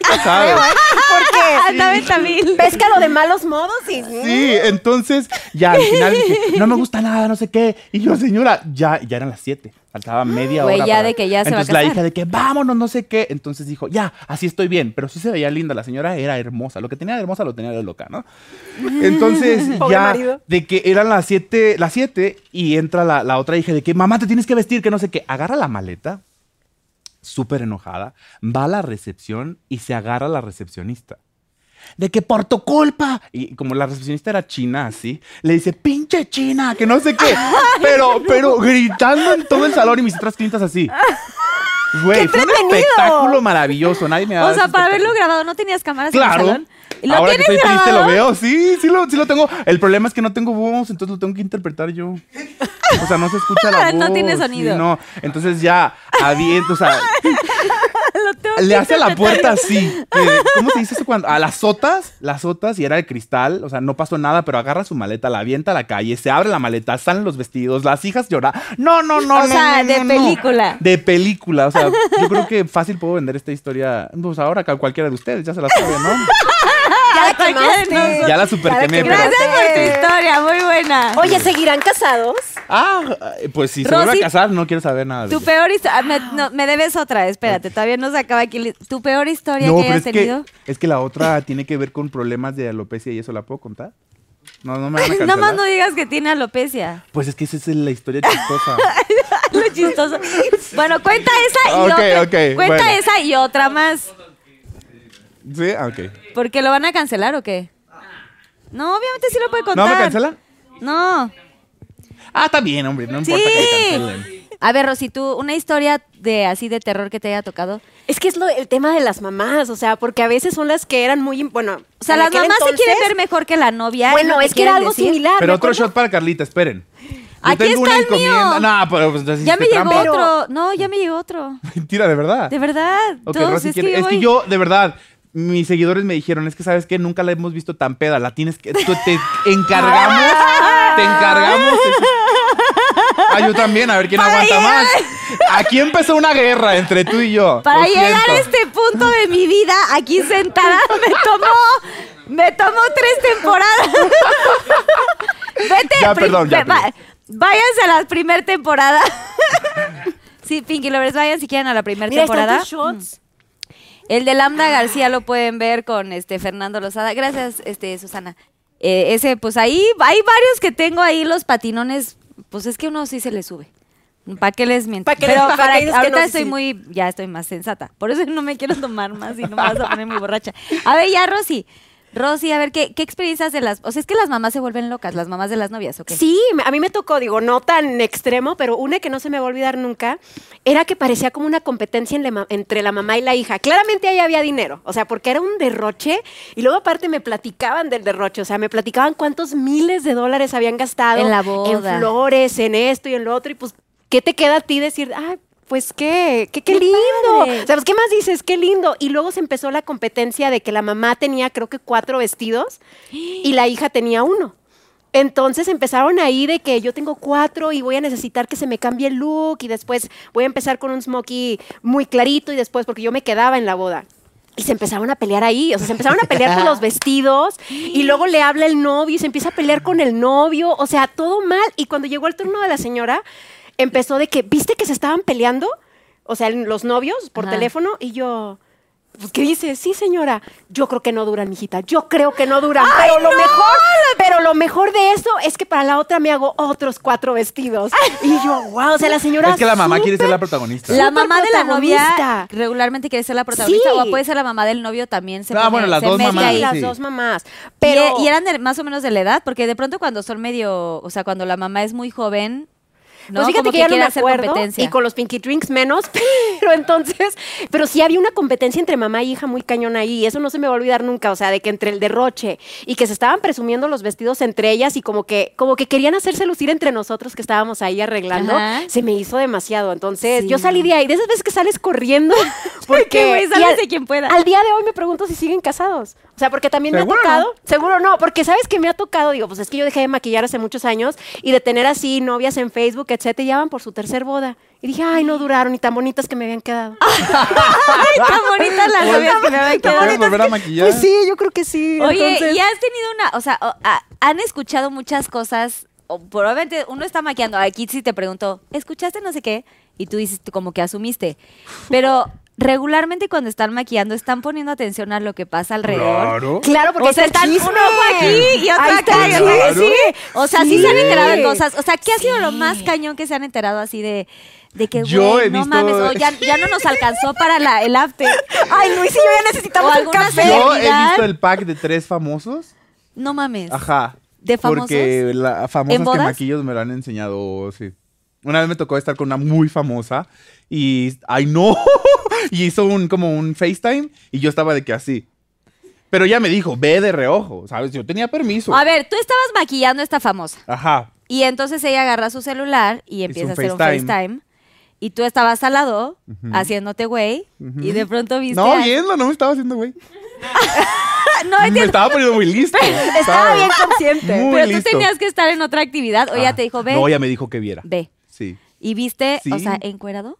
S4: Ya sabes.
S3: ¿Por qué?
S2: Andaba Ah, también.
S3: Pesca lo de malos modos y... mm.
S4: Sí, entonces ya al final dije, no me gusta nada, no sé qué. Y yo, señora, ya, ya eran las 7. Faltaba media
S2: Güey,
S4: hora.
S2: ya de que ya se va a
S4: Entonces la
S2: casar.
S4: hija de que vámonos, no sé qué. Entonces dijo, ya, así estoy bien. Pero sí se veía linda. La señora era hermosa. Lo que tenía de hermosa lo tenía de loca, ¿no? Entonces
S3: Pobre
S4: ya
S3: marido.
S4: de que eran las 7 las siete, y entra la, la otra hija de que mamá te tienes que vestir, que no sé qué. Agarra la maleta, súper enojada, va a la recepción y se agarra a la recepcionista. De que por tu culpa. Y como la recepcionista era china, así, le dice, pinche china, que no sé qué. Pero, pero gritando en todo el salón y mis otras clientas así. Güey, fue un espectáculo maravilloso. Nadie me
S2: O
S4: ha dado
S2: sea,
S4: ese
S2: para haberlo
S4: espectáculo.
S2: grabado, ¿no tenías cámaras en el
S4: Claro.
S2: salón? ¿Lo
S4: Ahora que
S2: tienes
S4: estoy triste
S2: grabado?
S4: lo veo. Sí, sí lo, sí lo tengo. El problema es que no tengo voz, entonces lo tengo que interpretar yo. O sea, no se escucha la voz.
S2: No tiene
S4: sí,
S2: sonido.
S4: no, entonces ya, aviento, o sea, le hace a la puerta así. eh, ¿Cómo se dice eso cuando? A las sotas, las sotas, y era de cristal, o sea, no pasó nada, pero agarra su maleta, la avienta a la calle, se abre la maleta, salen los vestidos, las hijas lloran. No, no, no,
S2: O
S4: no,
S2: sea,
S4: no,
S2: de
S4: no, no.
S2: película.
S4: De película, o sea, yo creo que fácil puedo vender esta historia, pues ahora a cualquiera de ustedes, ya se la sabe, ¿no?
S3: Ya la
S2: cualquiera de
S3: quemaste.
S2: nosotros.
S4: Ya la superquemé, pero...
S2: Gracias por tu historia, muy buena.
S3: Oye, ¿seguirán casados?
S4: Ah, pues si se vuelve
S2: Rosy,
S4: a casar, no quiero saber nada de
S2: Tu
S4: ella.
S2: peor historia. Me, no, me debes otra, espérate, todavía no se acaba aquí. li- Tu peor historia
S4: No,
S2: que
S4: pero
S2: hayas
S4: es
S2: tenido.
S4: que, es que la otra tiene que ver con problemas de alopecia y eso la puedo contar. No, no me van a
S2: Nada
S4: cancelar.
S2: más no digas que tiene alopecia.
S4: Pues es que esa es la historia chistosa.
S2: Lo chistoso. Bueno, cuenta esa y
S4: Ok,
S2: otra.
S4: ok,
S2: cuenta
S4: bueno.
S2: esa y otra más.
S4: ¿Sí? Ah, ok.
S2: Porque lo van a cancelar o qué? No, obviamente sí lo puede
S4: ¿No
S2: contar.
S4: me cancelan?
S2: No.
S4: Ah, está bien, hombre. No importa que me cancelen.
S2: Sí. A ver, Rosy, tú una historia de así de terror que te haya tocado.
S3: Es que es lo, el tema de las mamás, o sea, porque a veces son las que eran muy... Bueno,
S2: O sea,
S3: en
S2: las
S3: aquel
S2: mamás se
S3: entonces-
S2: quieren ver mejor que la novia. lo
S3: Bueno, es que era
S2: quieren
S3: algo
S2: decir.
S3: similar.
S4: Pero
S3: me
S4: otro
S3: acuerdo.
S4: shot para Carlita, esperen. Yo
S2: Ah, Aquí
S4: tengo
S2: está
S4: una
S2: el mío.
S4: encomienda. No, pero pues, entonces
S2: Ya
S4: hiciste
S2: me llegó
S4: trampa.
S2: otro. No, ya me llegó otro.
S4: Mentira, de verdad.
S2: De verdad.
S4: Ok,
S2: Todos,
S4: Rosy
S2: es,
S4: quiere-
S2: que
S4: es que
S2: voy-
S4: yo, de verdad, mis seguidores me dijeron, es que sabes que nunca la hemos visto tan peda, la tienes que, tú- te encargamos, te encargamos. Ah, yo también, a ver quién aguanta más. Aquí empezó una guerra entre tú y yo.
S2: Para
S4: lo
S2: llegar a
S4: siento.
S2: este punto de mi vida, aquí sentada, me tomó, me tomó tres temporadas. Vete.
S4: Ya,
S2: prim-
S4: perdón, ya,
S2: ve- va- Váyanse a la primera temporada. sí, Pinky Lovers, vayan si quieren a la primera
S3: Mira, ahí están
S2: temporada.
S3: tus shots.
S2: El de Lambda García lo pueden ver con este Fernando Lozada. Gracias, este Susana. Eh, ese, pues ahí hay varios que tengo ahí, los patinones, pues es que uno sí se le sube. ¿Para qué les miento?
S3: ¿Pa' qué les-
S2: Pero
S3: pa' qué
S2: para-
S3: dices que
S2: ahorita
S3: no? Sí,
S2: estoy
S3: sí.
S2: muy, ya estoy más sensata. Por eso no me quiero tomar más y no me vas a poner muy borracha. A ver, ya, Rosy. Rosy, a ver, ¿qué, qué experiencias de las... O sea, es que las mamás se vuelven locas, las mamás de las novias, ¿ok?
S3: Sí, me- a mí me tocó, digo, no tan extremo, pero una que no se me va a olvidar nunca era que parecía como una competencia en la ma- entre la mamá y la hija. Claramente ahí había dinero, o sea, porque era un derroche y luego aparte me platicaban del derroche, o sea, me platicaban cuántos miles de dólares habían gastado
S2: En la boda.
S3: en flores, en esto y en lo otro, y pues, ¿qué te queda a ti decir? Ay, pues qué, qué, qué
S2: ¡Qué
S3: lindo.
S2: padre!
S3: O sea, pues, ¿qué más dices? Qué lindo. Y luego se empezó la competencia de que la mamá tenía creo que cuatro vestidos y la hija tenía uno. Entonces empezaron ahí de que yo tengo cuatro y voy a necesitar que se me cambie el look y después voy a empezar con un smoky muy clarito y después porque yo me quedaba en la boda. Y se empezaron a pelear ahí, o sea, se empezaron a pelear por los vestidos y luego le habla el novio y se empieza a pelear con el novio, o sea, todo mal. Y cuando llegó el turno de la señora, empezó de que, ¿viste que se estaban peleando? O sea, el- los novios por
S2: Ajá.
S3: teléfono y yo... Pues, ¿qué dices? Sí, señora. Yo creo que no duran, mijita. Yo creo que no duran. Pero lo mejor, pero lo mejor de eso es que para la otra me hago otros cuatro vestidos. Y yo, wow, o sea, la señora.
S4: Es que la mamá quiere ser la
S3: súper-
S4: protagonista.
S2: La
S3: Súper
S2: mamá de la novia
S3: protagonista.
S2: regularmente quiere ser la protagonista
S3: Sí.
S2: o puede ser la mamá del novio también. Se
S4: Ah,
S2: pone-
S4: bueno, las
S2: se
S4: dos
S2: mete
S4: mamás,
S2: ahí.
S3: Sí, las
S4: sí.
S3: dos mamás.
S2: Pero...
S3: Pero
S2: Y, eran de- más o menos de la edad, porque de pronto cuando son medio, o sea, cuando la mamá es muy joven, ¿no?
S3: Pues fíjate
S2: Como
S3: que, ya no
S2: quiere
S3: me
S2: hacer
S3: acuerdo
S2: competencia.
S3: y con los Pinky Drinks menos, pero entonces, pero sí había una competencia entre mamá y hija muy cañona ahí, y eso no se me va a olvidar nunca, o sea, de que entre el derroche y que se estaban presumiendo los vestidos entre ellas y como que como que querían hacerse lucir entre nosotros que estábamos ahí arreglando,
S2: Ajá.
S3: se me hizo demasiado, entonces
S2: Sí.
S3: yo salí de ahí, de esas veces que sales corriendo
S2: Que,
S3: porque
S2: güey,
S3: y
S2: sálvese
S3: al-
S2: quien pueda.
S3: Al día de hoy me pregunto si siguen casados. O sea, porque también
S4: ¿Seguro
S3: me
S4: no?
S3: ha tocado. Seguro no, porque sabes que me ha tocado, digo, pues es que yo dejé de maquillar hace muchos años y de tener así novias en Facebook, etcétera, y ya van por su tercer boda. Y dije, ay, no duraron, ni tan bonitas que me habían quedado.
S4: Ah,
S2: Ay, tan bonitas las novias que me habían
S4: ¿Te
S2: quedado.
S4: puedes volver a maquillar?
S3: Pues sí, yo creo que sí.
S2: Oye,
S3: entonces-
S2: y has tenido una, o sea, o- a- han escuchado muchas cosas, o probablemente uno está maquillando, aquí sí te pregunto, ¿escuchaste no sé qué? Y tú dices, tú como que asumiste, pero regularmente cuando están maquillando están poniendo atención a lo que pasa alrededor.
S4: Claro.
S3: Claro, porque
S2: o sea,
S3: está
S2: están
S3: el
S2: un
S3: chisme.
S2: ojo aquí y otro
S3: Ahí está
S2: acá. y
S3: el
S2: otro acá.
S4: chisme.
S2: Sí. O sea, sí, se han
S3: Sí.
S2: enterado de cosas. O sea, ¿qué ha sido lo más cañón que se han enterado así de, de que,
S4: Yo
S2: güey,
S4: he
S2: no
S4: visto-
S2: mames, o ya, ya no nos alcanzó para la, el after? Ay, Luis y yo ya necesitamos un café.
S4: Yo he visto el pack de tres famosos.
S2: No mames.
S4: Ajá.
S2: ¿De famosos?
S4: Porque la, famosas
S2: ¿En
S4: que
S2: bodas?
S4: maquillos me lo han enseñado, sí. Una vez me tocó estar con una muy famosa y, ay no, y hizo un como un FaceTime y yo estaba de que así. Pero ella me dijo, ve de reojo, ¿sabes? Yo tenía permiso.
S2: A ver, tú estabas maquillando a esta famosa.
S4: Ajá.
S2: Y entonces ella agarra su celular y empieza
S4: un
S2: a hacer un
S4: FaceTime.
S2: FaceTime. Y tú estabas al lado, haciéndote güey. Y de pronto viste.
S4: No,
S2: a-
S4: viendo, no me estaba haciendo güey.
S2: No,
S4: Me
S2: entiendo.
S4: estaba poniendo muy listo.
S3: Estaba
S4: ¿sabes?
S3: bien consciente.
S4: Muy
S2: Pero
S4: listo.
S2: tú tenías que estar en otra actividad. O ella
S4: Ah,
S2: te dijo, ve,
S4: No, ella me dijo que viera.
S2: ve.
S4: Sí.
S2: Y viste, o
S4: Sí.
S2: sea, encuerado.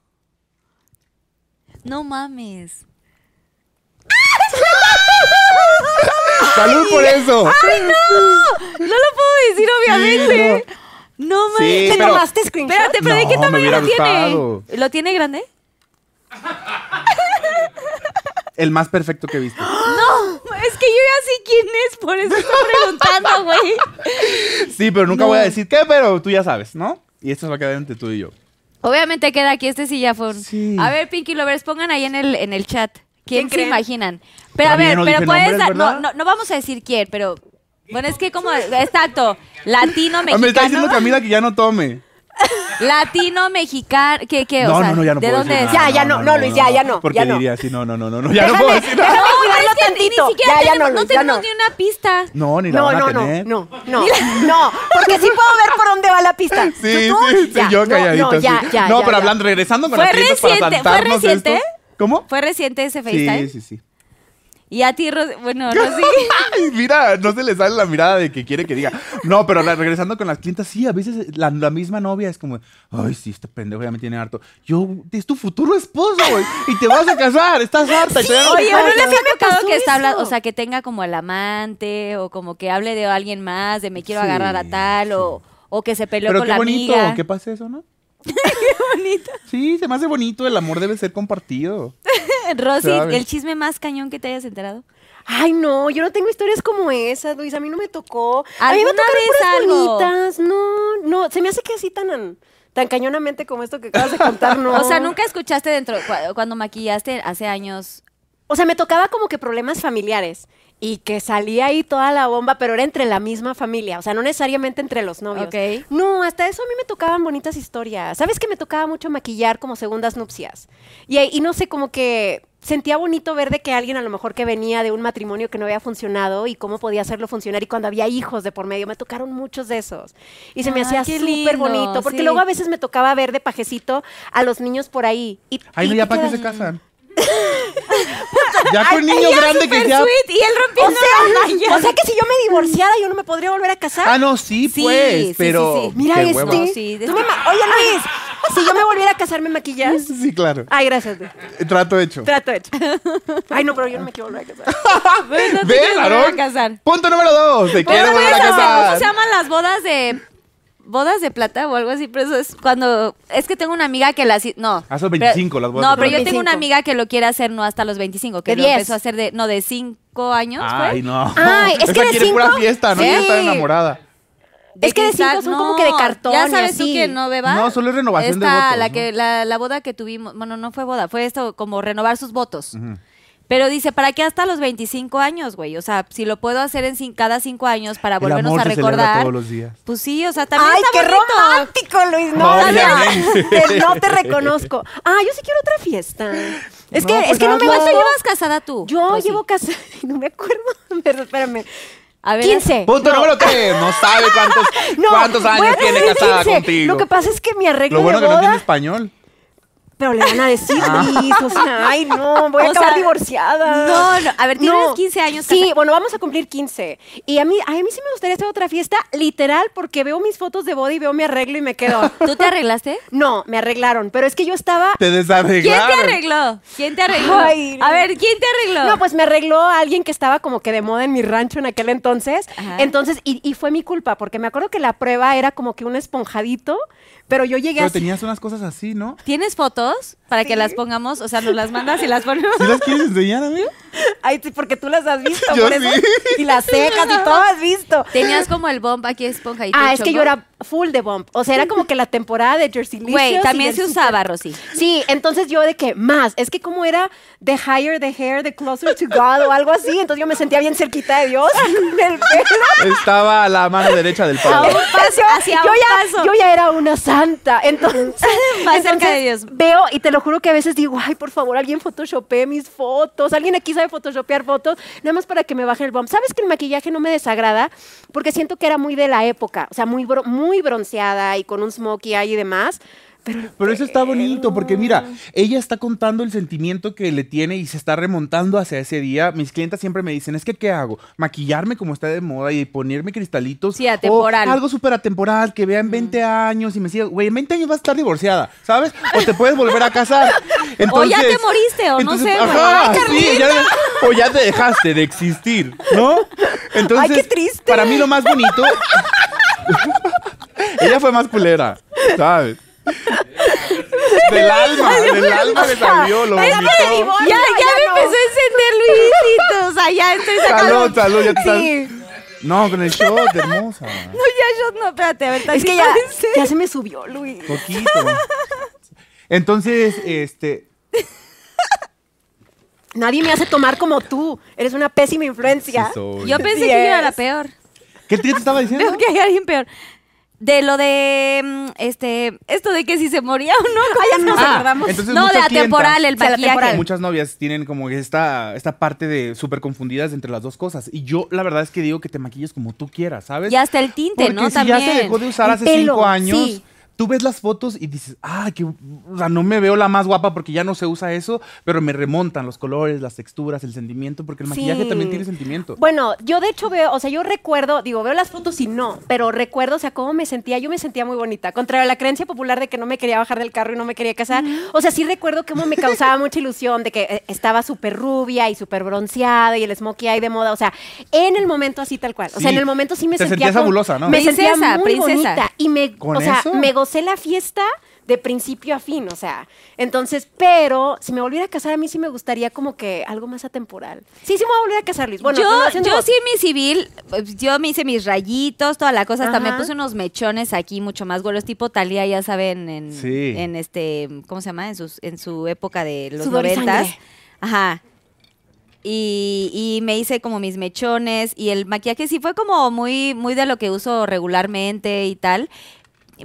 S2: No mames.
S4: ¡Salud por eso!
S2: No lo puedo decir, obviamente. no.
S4: Sí,
S2: mames.
S3: Te
S4: pero-
S3: tomaste screenshot.
S2: Espérate, pero ¿de
S4: No,
S2: qué
S4: me
S2: tamaño
S4: hubiera
S2: lo tiene?
S4: gustado.
S2: ¿Lo tiene grande?
S4: El más perfecto que he visto.
S2: No, es que yo ya sé quién es, por eso estoy preguntando, güey.
S4: Sí, pero nunca voy a decir qué, pero tú ya sabes, ¿no? Y esto va a quedar entre tú y yo.
S2: Obviamente queda aquí este sillafón.
S4: Sí.
S2: A ver, Pinky Lovers, pongan ahí en el, en el chat. ¿Quién,
S3: ¿Quién
S2: se
S3: creen?
S2: imaginan? Pero a
S4: También
S2: ver,
S4: no
S2: pero
S4: dije
S2: puedes
S4: nombres,
S2: dar- no,
S4: ¿verdad?
S2: no, no vamos a decir quién, pero. Bueno, es que como. Exacto. Latino
S4: Ah, me está diciendo
S2: mexicano.
S4: Camila que ya no tome.
S2: Latino mexicano. ¿Qué,
S3: Eh,
S2: qué?
S4: no,
S2: o sea,
S4: no, no, ya no
S2: ¿De
S4: puedo
S2: dónde
S4: decir
S2: es?
S4: nada,
S3: Ya, ya no, no, Luis, ya, ya no,
S4: Porque
S3: ya no.
S4: diría así, no, no, no, no, no, ya no puedo decir nada.
S3: déjame
S2: No, es
S3: cuidarlo
S2: que ni-
S3: tantito.
S2: Ni siquiera
S3: Ya, ya
S2: tenemos,
S3: no,
S2: no,
S3: Luis, ya
S2: tenemos
S3: no.
S2: ni una pista.
S4: No, ni la
S3: No,
S4: van a
S3: no, no,
S4: tener.
S3: no, no, no, porque sí puedo ver por dónde va la pista.
S4: Sí,
S3: ¿Tú, tú?
S4: sí, sí,
S3: Ya,
S4: yo
S3: no,
S4: calladito.
S3: No, ya,
S4: sí.
S3: ya,
S4: no
S3: ya,
S4: pero
S3: ya.
S4: hablando, regresando con
S2: Fue
S4: las preguntas para
S2: reciente, fue
S4: saltarnos
S2: reciente.
S4: esto. ¿Cómo?
S2: Fue reciente ese FaceTime.
S4: Sí, sí, sí.
S2: Y a ti, Ros- bueno, Rosy.
S4: Ay, mira, no se le sale la mirada de que quiere que diga. No, pero la- regresando con las clientas, sí, a veces eh, la, la misma novia es como, ay, sí, este pendejo ya me tiene harto. Yo, es tu futuro esposo, güey, y te vas a casar, estás harta. y todavía no
S2: Oye,
S4: te
S2: ¿no
S4: casas.
S2: les ha tocado
S3: pasó
S2: que está
S3: eso?
S2: hablando, o sea, que tenga como el amante o como que hable de alguien más, de me quiero
S4: Sí,
S2: agarrar a tal o, o que se peleó
S4: Pero
S2: con
S4: qué
S2: la
S4: bonito
S2: amiga?
S4: que pase eso, ¿no? qué bonito. Sí, se me hace bonito, el amor debe ser compartido.
S2: Rosy,
S4: ¿Sabes?
S2: el chisme más cañón que te hayas enterado.
S3: Ay, no, yo no tengo historias como esas, Luis. A mí no me tocó. A mí me
S2: ¿Alguna
S3: tocaron
S2: vez
S3: puras
S2: algo?
S3: bonitas. No, no, se me hace que así tan, tan cañonamente como esto que acabas de contar, no.
S2: O sea, nunca escuchaste dentro cua- cuando maquillaste hace años.
S3: O sea, me tocaba como que problemas familiares y que salía ahí toda la bomba, pero era entre la misma familia, o sea, no necesariamente entre los novios.
S2: Ok.
S3: No, hasta eso a mí me tocaban bonitas historias. ¿Sabes que me tocaba mucho maquillar como segundas nupcias? Y, ahí- y no sé, como que sentía bonito ver de que alguien a lo mejor que venía de un matrimonio que no había funcionado y cómo podía hacerlo funcionar y cuando había hijos de por medio, me tocaron muchos de esos. Y se me
S2: Ay,
S3: hacía
S2: qué
S3: súper
S2: lindo,
S3: bonito, porque
S2: sí.
S3: luego a veces me tocaba ver de pajecito a los niños por ahí. Y,
S4: Ay, no,
S3: y
S4: ya
S3: te
S4: para que
S3: quedas-
S4: se casan. ya con niño grande que ya.
S2: Sweet, y él
S3: O
S2: rompiendo
S3: sea, o sea que si yo me divorciara, yo no me podría volver a casar.
S4: Ah, no, sí,
S2: Sí,
S4: pues,
S2: sí,
S4: pero.
S2: sí, sí.
S3: Mira
S4: qué
S3: este.
S4: hueva.
S2: No, sí, de-
S3: Tú me ma- Oye, Luis, si yo me volviera a casar, ¿me maquillas?
S4: Sí, claro.
S2: Ah.
S3: Ay, gracias. Luis.
S4: Trato hecho.
S3: Trato hecho. Ay, no, pero yo no me quiero volver a casar.
S2: Bueno, no te
S4: ¿Ves,
S2: quieres volver
S4: Aarón?
S2: a casar.
S4: Punto número dos.
S2: Bueno,
S4: Te
S2: pues,
S4: quiero volver a
S2: ¿cómo se
S4: casar.
S2: llaman las bodas de bodas de plata o algo así? Pero eso es cuando es que tengo una amiga que las hi- no.
S4: Ah, son
S2: pero-
S4: 25 las bodas
S2: No,
S4: de
S2: pero yo
S3: plata.
S2: tengo una
S3: 25.
S2: amiga que lo quiere hacer no hasta los 25, que
S3: De
S2: lo
S3: 10.
S2: empezó a hacer de no de 5 años,
S4: Ay,
S2: ¿fue?
S4: no.
S3: Ay, es
S4: Esa
S3: que de
S4: quiere pura
S3: cinco-
S4: fiesta, no
S3: Sí.
S4: quiere estar enamorada.
S3: Es que de
S2: cristal,
S3: cinco son como que de cartón
S2: Ya
S3: y
S2: sabes tú
S3: así.
S2: que no beba.
S4: No, solo es renovación de
S2: Esta,
S4: votos,
S2: La,
S4: ¿no?
S2: que, la, la boda que tuvimos, bueno, no fue boda, fue esto como renovar sus votos. Pero dice, ¿para qué hasta los 25 años, güey? O sea, si lo puedo hacer en cin- cada 5 años para
S4: El
S2: volvernos
S4: amor
S2: a
S4: se celebra
S2: recordar.
S4: todos los días.
S2: Pues sí, o sea, también
S3: Ay,
S2: está
S3: qué
S2: bonito.
S3: romántico, Luis. No,
S4: Obviamente.
S3: te- no te reconozco. Ah, yo sí quiero otra fiesta. Es
S4: No,
S3: que,
S4: pues
S3: es que no me
S2: ¿Cuánto
S3: gustó.
S2: llevas casada tú? Pues
S3: Yo
S2: Rosy?
S3: llevo casada. No me acuerdo. Pero espérame.
S2: A ver,
S3: 15.
S4: Punto número tres. No sabe cuántos,
S3: No,
S4: cuántos
S3: voy a
S4: años tiene
S3: cumplir
S4: casada
S3: 15.
S4: contigo.
S3: Lo que pasa es que mi arreglo
S4: Lo bueno
S3: de
S4: que no
S3: boda.
S4: tiene español.
S3: pero le van a decir Liz, o sea, ay, no, voy a
S2: Ah. O
S3: acabar
S2: sea,
S3: divorciada.
S2: No, no. A ver, tienes
S3: No.
S2: 15 años.
S3: Sí, bueno, vamos a cumplir 15. Y a mí, a mí sí me gustaría hacer otra fiesta, literal, porque veo mis fotos de body, veo mi arreglo y me quedo.
S2: casada. ¿Tú te arreglaste?
S3: No, me arreglaron, pero es que yo estaba...
S4: Te
S2: ¿Quién
S4: desarreglaron.
S2: te arregló? ¿Quién te arregló?
S3: Ay, no.
S2: a ver, ¿quién te arregló?
S3: No, pues me arregló alguien que estaba como que de moda en mi rancho en aquel entonces.
S2: Ajá.
S3: Entonces, y, y fue mi culpa, porque me acuerdo que la prueba era como que un esponjadito, pero yo llegué
S4: Pero
S3: así.
S4: tenías unas cosas así, ¿no?
S2: ¿Tienes fotos para que las pongamos? O sea, nos las mandas y las ponemos.
S4: ¿Sí las quieres enseñar, amigo?
S3: Ay, sí, porque tú las has visto,
S4: Yo
S3: por eso.
S4: sí.
S3: Y las cejas y todo has visto.
S2: Tenías como el bomb aquí esponjadito.
S3: Ah,
S2: y
S3: es que
S2: chongo.
S3: yo era full de bump. O sea, era como que la temporada de Jersey
S2: Güey, también se
S3: usaba.
S2: usaba, Rosy.
S3: Sí, entonces yo de que más, es que como era the higher the hair, the closer to God o algo así, entonces yo me sentía bien cerquita de Dios con el pelo.
S4: Estaba a la mano derecha del
S2: A un
S4: palo.
S2: paso, hacia
S3: yo
S2: un
S3: ya,
S2: paso.
S3: Yo ya era una santa, entonces,
S2: Más
S3: entonces
S2: cerca de Dios.
S3: veo y te lo juro que a veces digo, ay, por favor, alguien photoshopee mis fotos, alguien aquí sabe photoshopear fotos, nada más para que me baje el bomb. ¿Sabes que el maquillaje no me desagrada? Porque siento que era muy de la época, o sea, muy, bro- muy bronceada y con un smokey ahí y demás, pero
S4: Pero eso está bonito, porque mira, ella está contando el sentimiento que le tiene y se está remontando hacia ese día. Mis clientas siempre me dicen, es que ¿qué hago? ¿Maquillarme como está de moda y ponerme cristalitos?
S2: Sí, atemporal.
S4: O algo súper atemporal, que vea en 20 años y me siga, güey, en 20 años vas a estar divorciada, ¿sabes? O te puedes volver a casar. Entonces-
S2: te moriste, o no sé, güey.
S4: ajá,
S2: Ay,
S4: sí, ya- o ya te dejaste de existir, ¿no? Entonces,
S3: Ay, qué triste.
S4: para mí lo más bonito... Ella fue más culera, ¿sabes? Del alma, del alma le salió, lo vomitó.
S2: ya, me empezó a encender Luisito. O sea, ya estoy sacando.
S4: Salud, salud, ya te
S2: Sí.
S4: sal- No, con el shot, hermosa.
S2: No, ya yo no, espérate, a ver,
S3: Es
S2: tantito.
S3: que ya, ya se me subió, Luis.
S4: Poquito. Entonces, este...
S3: Nadie me hace tomar como tú. Eres una pésima influencia.
S4: sí soy.
S2: Yo pensé
S3: Sí
S2: que yo era
S3: es.
S2: la peor.
S4: ¿Qué te estaba diciendo?
S2: Creo que hay alguien peor. De lo de mm, este esto de que si se moría o no. ¿cómo
S3: ya
S2: se-
S3: no nos
S2: Ah,
S3: acordamos.
S4: entonces
S2: no, de
S4: muchas
S2: atemporal,
S4: clientas-
S2: el
S3: Sí, la temporal.
S2: maquillaje.
S4: Muchas novias tienen como esta, esta parte de súper confundidas entre las dos cosas. Y yo, la verdad es que digo que te maquilles como tú quieras, ¿sabes?
S2: Y hasta el tinte,
S4: Porque
S2: ¿no?
S4: si
S2: También.
S4: ya se dejó de usar
S3: El
S4: hace
S3: pelo,
S4: cinco años,
S3: sí.
S4: tú ves las fotos y dices, ah, que, o sea, no me veo la más guapa porque ya no se usa eso, pero me remontan los colores, las texturas, el sentimiento, porque el maquillaje
S3: Sí.
S4: también tiene sentimiento.
S3: Bueno, yo de hecho veo, o sea, yo recuerdo, digo, veo las fotos y no, pero recuerdo, o sea, cómo me sentía, yo me sentía muy bonita, contra la creencia popular de que no me quería bajar del carro y no me quería casar, o sea, sí recuerdo cómo me causaba mucha ilusión de que eh, estaba súper rubia y súper bronceada y el smokey eye de moda, o sea, en el momento así tal cual, o sea,
S4: Sí.
S3: en el momento sí me
S4: Te
S3: sentía
S4: sentías
S3: como-
S4: fabulosa, ¿no?
S3: Me sentía
S2: Princesa,
S3: muy
S2: princesa.
S3: bonita y me,
S4: ¿Con
S3: o sea,
S4: eso?
S3: me gocé la fiesta de principio a fin, o sea, entonces, pero si me volviera a casar a mí sí me gustaría como que algo más atemporal. Sí, sí me voy a volver a casar, Luis. Bueno, no,
S2: yo,
S3: haciendo
S2: yo
S3: votos.
S2: sí en mi civil, pues, yo me hice mis rayitos, toda la cosa, hasta me
S3: Ajá.
S2: puse unos mechones aquí mucho más gordos, tipo Talía, ya saben, en,
S4: Sí.
S2: en este, ¿cómo se llama? En sus, en su época de los
S3: Sudor y
S2: noventas.
S3: sangre.
S2: Ajá. Y, y me hice como mis mechones y el maquillaje sí fue como muy, muy de lo que uso regularmente y tal.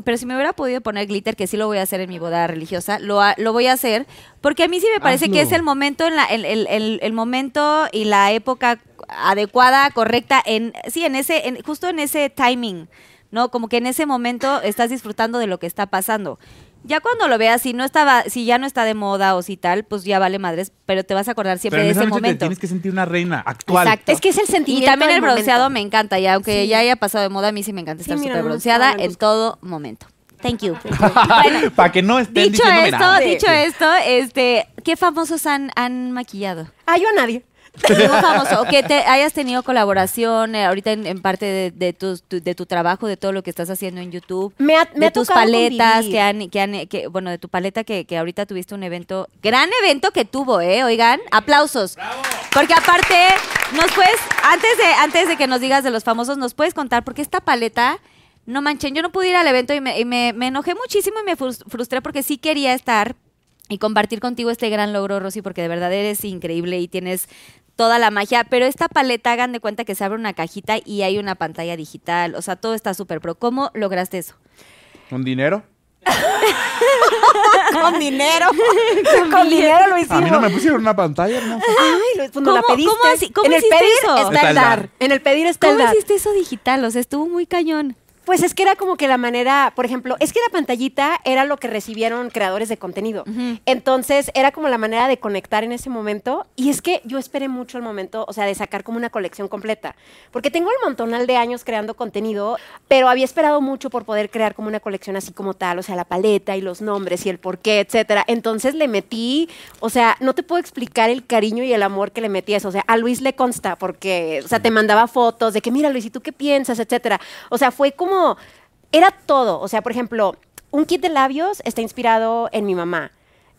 S2: Pero si me hubiera podido poner glitter, que sí lo voy a hacer en mi boda religiosa, lo, ha- lo voy a hacer, porque a mí sí me parece que
S4: Hazlo.
S2: es el momento, en la- el, el- el- el momento y la época adecuada, correcta, en sí, en ese, en- justo en ese timing, ¿no? Como que en ese momento estás disfrutando de lo que está pasando. Ya cuando lo veas, si no estaba, si ya no está de moda o si tal, pues ya vale madres, pero te vas a acordar siempre
S4: pero en
S2: de
S4: esa
S2: ese
S4: noche te
S2: momento.
S4: tienes que sentir una reina actual.
S2: Exacto.
S3: Es que es el
S2: Y
S3: sentimiento.
S2: también
S3: del
S2: el bronceado
S3: momento.
S2: me encanta, ya aunque
S3: Sí.
S2: ya haya pasado de moda, a mí sí me encanta
S3: Sí,
S2: estar
S3: mira,
S2: súper
S3: no nos
S2: bronceada
S3: estaban
S2: en
S3: buscando.
S2: todo momento. Thank you. Bueno,
S4: Para que no estén
S2: dicho
S4: diciendo
S2: esto,
S4: miradas.
S2: dicho esto, este, ¿qué famosos han, han maquillado?
S3: Ah, yo a nadie.
S2: Ningún famoso, o que te hayas tenido colaboración eh, ahorita en, en parte de, de tus- tu, de tu trabajo, de todo lo que estás haciendo en YouTube,
S3: Me ha- me
S2: de
S3: ha
S2: tus
S3: tocado
S2: paletas
S3: convivir.
S2: que han, que han, que, bueno, de tu paleta que, que ahorita tuviste un evento, gran evento que tuvo, eh, oigan, aplausos, porque aparte nos puedes, antes de, antes de que nos digas de los famosos, nos puedes contar porque esta paleta no manchen, yo no pude ir al evento y me, y me- me enojé muchísimo y me frus- frustré porque sí quería estar y compartir contigo este gran logro, Rosy, porque de verdad eres increíble y tienes toda la magia. Pero esta paleta, hagan de cuenta que se abre una cajita y hay una pantalla digital. O sea, todo está súper pro. ¿Cómo lograste eso?
S4: ¿Con dinero?
S3: Con dinero. Con dinero lo hicimos.
S4: A mí no me pusieron una pantalla, hermosa.
S3: Ay, Luis, pues no
S2: ¿Cómo-
S3: la pediste.
S2: cómo así- cómo
S3: en el
S2: hiciste
S3: pedir
S2: eso?
S3: está el dar. En el pedir está el
S2: ¿Cómo
S3: dar.
S2: hiciste eso digital? O sea, estuvo muy cañón.
S3: Pues es que era como que la manera, por ejemplo, es que la pantallita era lo que recibieron creadores de contenido. Entonces era como la manera de conectar en ese momento. Y es que yo esperé mucho el momento, o sea, de sacar como una colección completa. Porque tengo el montonal de años creando contenido, pero había esperado mucho por poder crear como una colección así como tal, o sea, la paleta y los nombres y el por qué, etcétera. Entonces le metí, o sea, no te puedo explicar el cariño y el amor que le metí a eso. O sea, a Luis le consta porque, o sea, te mandaba fotos de que, mira, Luis, ¿y tú qué piensas? etcétera. O sea, fue como, era todo. O sea, por ejemplo, un kit de labios está inspirado en mi mamá.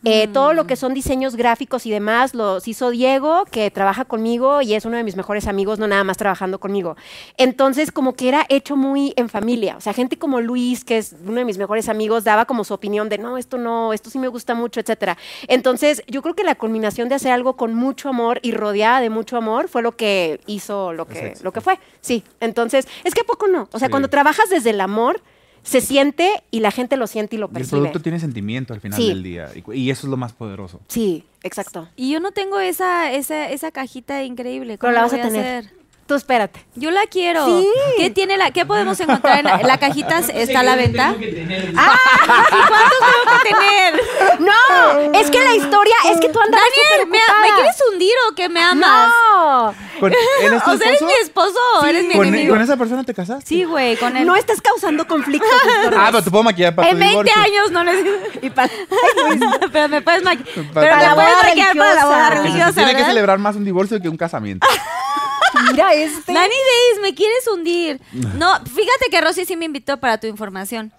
S3: Eh, Todo lo que son diseños gráficos y demás los hizo Diego, que trabaja conmigo y es uno de mis mejores amigos, no nada más trabajando conmigo. Entonces, como que era hecho muy en familia. O sea, gente como Luis, que es uno de mis mejores amigos, daba como su opinión de no, esto no, esto sí me gusta mucho, etcétera. Entonces, yo creo que la culminación de hacer algo con mucho amor y rodeada de mucho amor fue lo que hizo lo que,
S4: Perfecto.
S3: lo que fue. Sí. Entonces, es que a poco no. O sea,
S4: Sí.
S3: cuando trabajas desde el amor, se siente y la gente lo siente y lo
S4: Y el
S3: percibe.
S4: producto tiene sentimiento al final
S3: Sí.
S4: del día. Y, cu- y eso es lo más poderoso.
S3: Sí, exacto.
S2: Y yo no tengo esa, esa, esa cajita increíble.
S3: Pero
S2: ¿Cómo
S3: la vas
S2: voy
S3: a tener.
S2: hacer?
S3: Tú espérate.
S2: Yo la quiero.
S3: Sí.
S2: ¿Qué tiene la, qué podemos encontrar en la, la cajita? ¿Está a la venta?
S7: Ah,
S2: ¿Cuántos tengo que tener?
S3: No, es que la historia es que tú andas
S2: Daniel, ¿me, me quieres hundir o que me amas?
S3: No,
S4: Con, ¿él es tu
S2: O sea, eres
S4: este esposo?
S2: mi esposo o eres mi
S4: ¿Con,
S2: enemigo.
S4: con esa persona te casaste?
S2: Sí, güey, con él.
S3: no estás causando conflicto.
S4: Ah, pero te puedo maquillar para
S2: en
S4: tu
S2: 20
S4: divorcio.
S2: años no necesito. pero me puedes maquillar. Pero
S4: Para
S2: me
S4: la
S2: puedes
S3: boda
S2: maquillar para la boda
S3: religiosa.
S4: Que se
S2: religiosa.
S4: tiene que
S2: ¿verdad?
S4: celebrar más un divorcio que un casamiento.
S3: Mira este.
S2: Nani Days, me quieres hundir. No, fíjate que Rosy sí me invitó para tu información.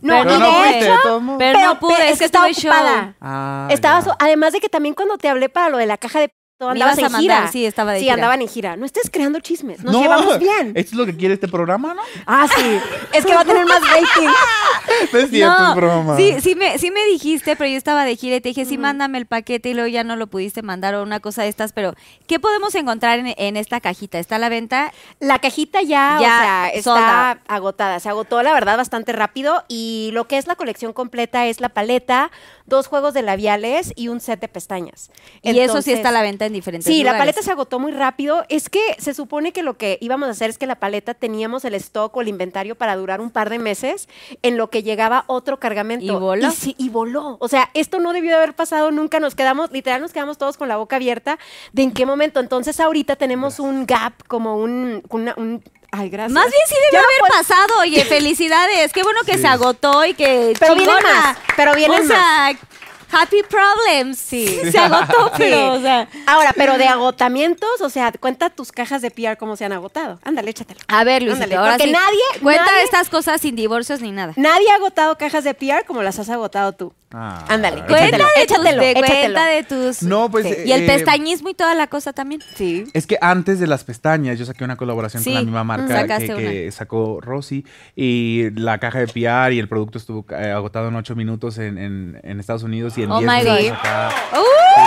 S3: No,
S2: Pero
S4: Pero
S3: y
S4: no
S3: de
S2: pude.
S4: fuiste,
S3: hecho,
S4: de todo modo.
S2: Pero no pude, es que
S3: estaba
S2: tuve show.
S3: ocupada.
S4: Ah,
S3: Estaba
S4: ya.
S3: so- además de que también cuando te hablé para lo de la caja de p-
S2: Me
S3: andabas
S2: ibas a
S3: en gira.
S2: mandar, sí, estaba de
S3: Sí,
S2: gira.
S3: andaban en gira. No estés creando chismes, nos llevamos bien.
S4: Esto es lo que quiere este programa, ¿no?
S3: Ah, sí. Es que va a tener más rating.
S4: No es cierto, es broma.
S2: sí, sí me, sí me dijiste, pero yo estaba de gira y te dije, sí, mándame el paquete y luego ya no lo pudiste mandar o una cosa de estas, pero ¿qué podemos encontrar en, en esta cajita? ¿Está a la venta?
S3: La cajita ya,
S2: Ya,
S3: o sea,
S2: sold
S3: está
S2: out.
S3: agotada. Se agotó, la verdad, bastante rápido. Y lo que es la colección completa es la paleta, dos juegos de labiales y un set de pestañas.
S2: y eso sí está a la venta en diferentes
S3: Sí, la
S2: lugares.
S3: paleta se agotó muy rápido. Es que se supone que lo que íbamos a hacer es que la paleta teníamos el stock o el inventario para durar un par de meses en lo que llegaba otro cargamento.
S2: ¿Y voló?
S3: sí, y voló. O sea, esto no debió de haber pasado nunca. Nos quedamos, literal, nos quedamos todos con la boca abierta. ¿De en qué momento? Entonces, ahorita tenemos un gap, como un. una- un- ay, gracias.
S2: Más bien sí debe
S3: Ya no
S2: haber
S3: puedo-
S2: pasado, oye, felicidades. Qué bueno que
S4: Sí.
S2: se agotó y que
S3: Pero vienen
S2: chingona.
S3: más, pero vienen
S2: o sea, happy problems. Sí, se agotó,
S3: Sí.
S2: pero o sea,
S3: Ahora, pero de agotamientos, o sea, cuenta tus cajas de PR cómo se han agotado. Ándale, échatelo.
S2: a ver, Luisito,
S3: Ándale,
S2: ahora
S3: porque
S2: sí.
S3: nadie-
S2: cuenta
S3: nadie-
S2: estas cosas sin divorcios ni nada.
S3: Nadie ha agotado cajas de PR como las has agotado tú.
S4: Ah.
S3: Ándale,
S2: Cuenta
S3: échatelo,
S2: de,
S3: échatelo,
S2: tus, de-
S3: échatelo.
S2: cuenta de tus.
S4: No, pues,
S2: Sí. Y el
S4: eh,
S2: pestañismo y toda la cosa también.
S3: Sí.
S4: Es que antes de las pestañas yo saqué una colaboración
S2: Sí, mm,
S4: con la misma marca que,
S2: sacaste
S4: que sacó Rosy y la caja de PR y el producto estuvo eh, agotado en 8 minutos en, en- en Estados Unidos y en
S2: Oh
S4: 10
S2: my
S4: minutos
S2: God.
S4: acá.
S2: ¡Uh!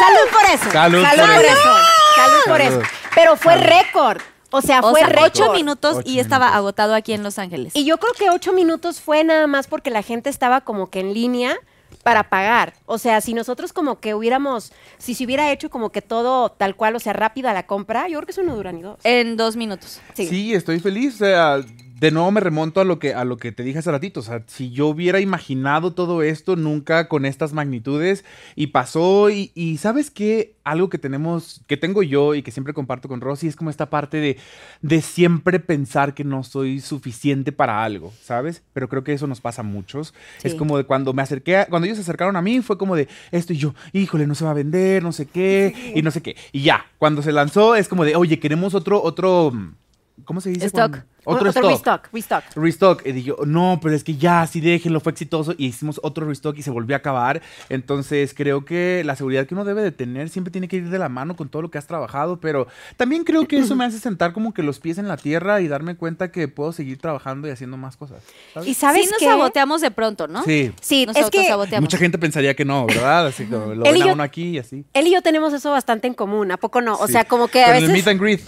S3: Salud por eso.
S4: Salud por eso.
S3: Salud por eso.
S4: Salud.
S3: Pero fue récord. O sea,
S2: O
S3: fue
S2: sea,
S3: récord.
S2: ocho minutos
S4: Ocho
S2: y estaba
S4: minutos.
S2: agotado aquí en Los Ángeles.
S3: Y yo creo que ocho minutos fue nada más porque la gente estaba como que en línea para pagar. O sea, si nosotros como que hubiéramos, si se hubiera hecho como que todo tal cual, o sea, rápida la compra, yo creo que eso no dura ni dos.
S2: en dos minutos.
S3: Sí.
S4: Sí. estoy feliz. O sea, de nuevo me remonto a lo que a lo que te dije hace ratito. O sea, si yo hubiera imaginado todo esto nunca con estas magnitudes y pasó y, y sabes qué, algo que tenemos, que tengo yo y que siempre comparto con Rosy es como esta parte de de siempre pensar que no soy suficiente para algo, ¿sabes? Pero creo que eso nos pasa a muchos. Es como de cuando me acerqué, a- cuando ellos se acercaron a mí fue como de esto y yo, híjole, no se va a vender, no sé qué y no sé qué. Y ya, cuando se lanzó es como de, "Oye, queremos otro otro mm, ¿Cómo se dice?
S2: Stock.
S4: cuando-
S3: otro
S4: Otro, stock.
S3: restock, restock.
S4: Restock. Y dije, no, pero es que ya, sí, déjenlo, fue exitoso. Y hicimos otro restock y se volvió a acabar. Entonces, creo que la seguridad que uno debe de tener siempre tiene que ir de la mano con todo lo que has trabajado. Pero también creo que eso me hace sentar como que los pies en la tierra y darme cuenta que puedo seguir trabajando y haciendo más cosas. ¿sabes?
S3: Y sabes
S2: sí nos
S3: qué?
S2: saboteamos de pronto, ¿no?
S4: Sí.
S3: Sí,
S2: Nos
S3: es que
S2: autosaboteamos.
S4: Mucha gente pensaría que no, ¿verdad? Así como lo
S3: Él y
S4: ven a
S3: yo-
S4: uno aquí y así.
S3: él y yo tenemos eso bastante en común, ¿a poco no? O
S4: Sí.
S3: sea, como que a
S4: Con el
S3: veces...
S4: meet and greet.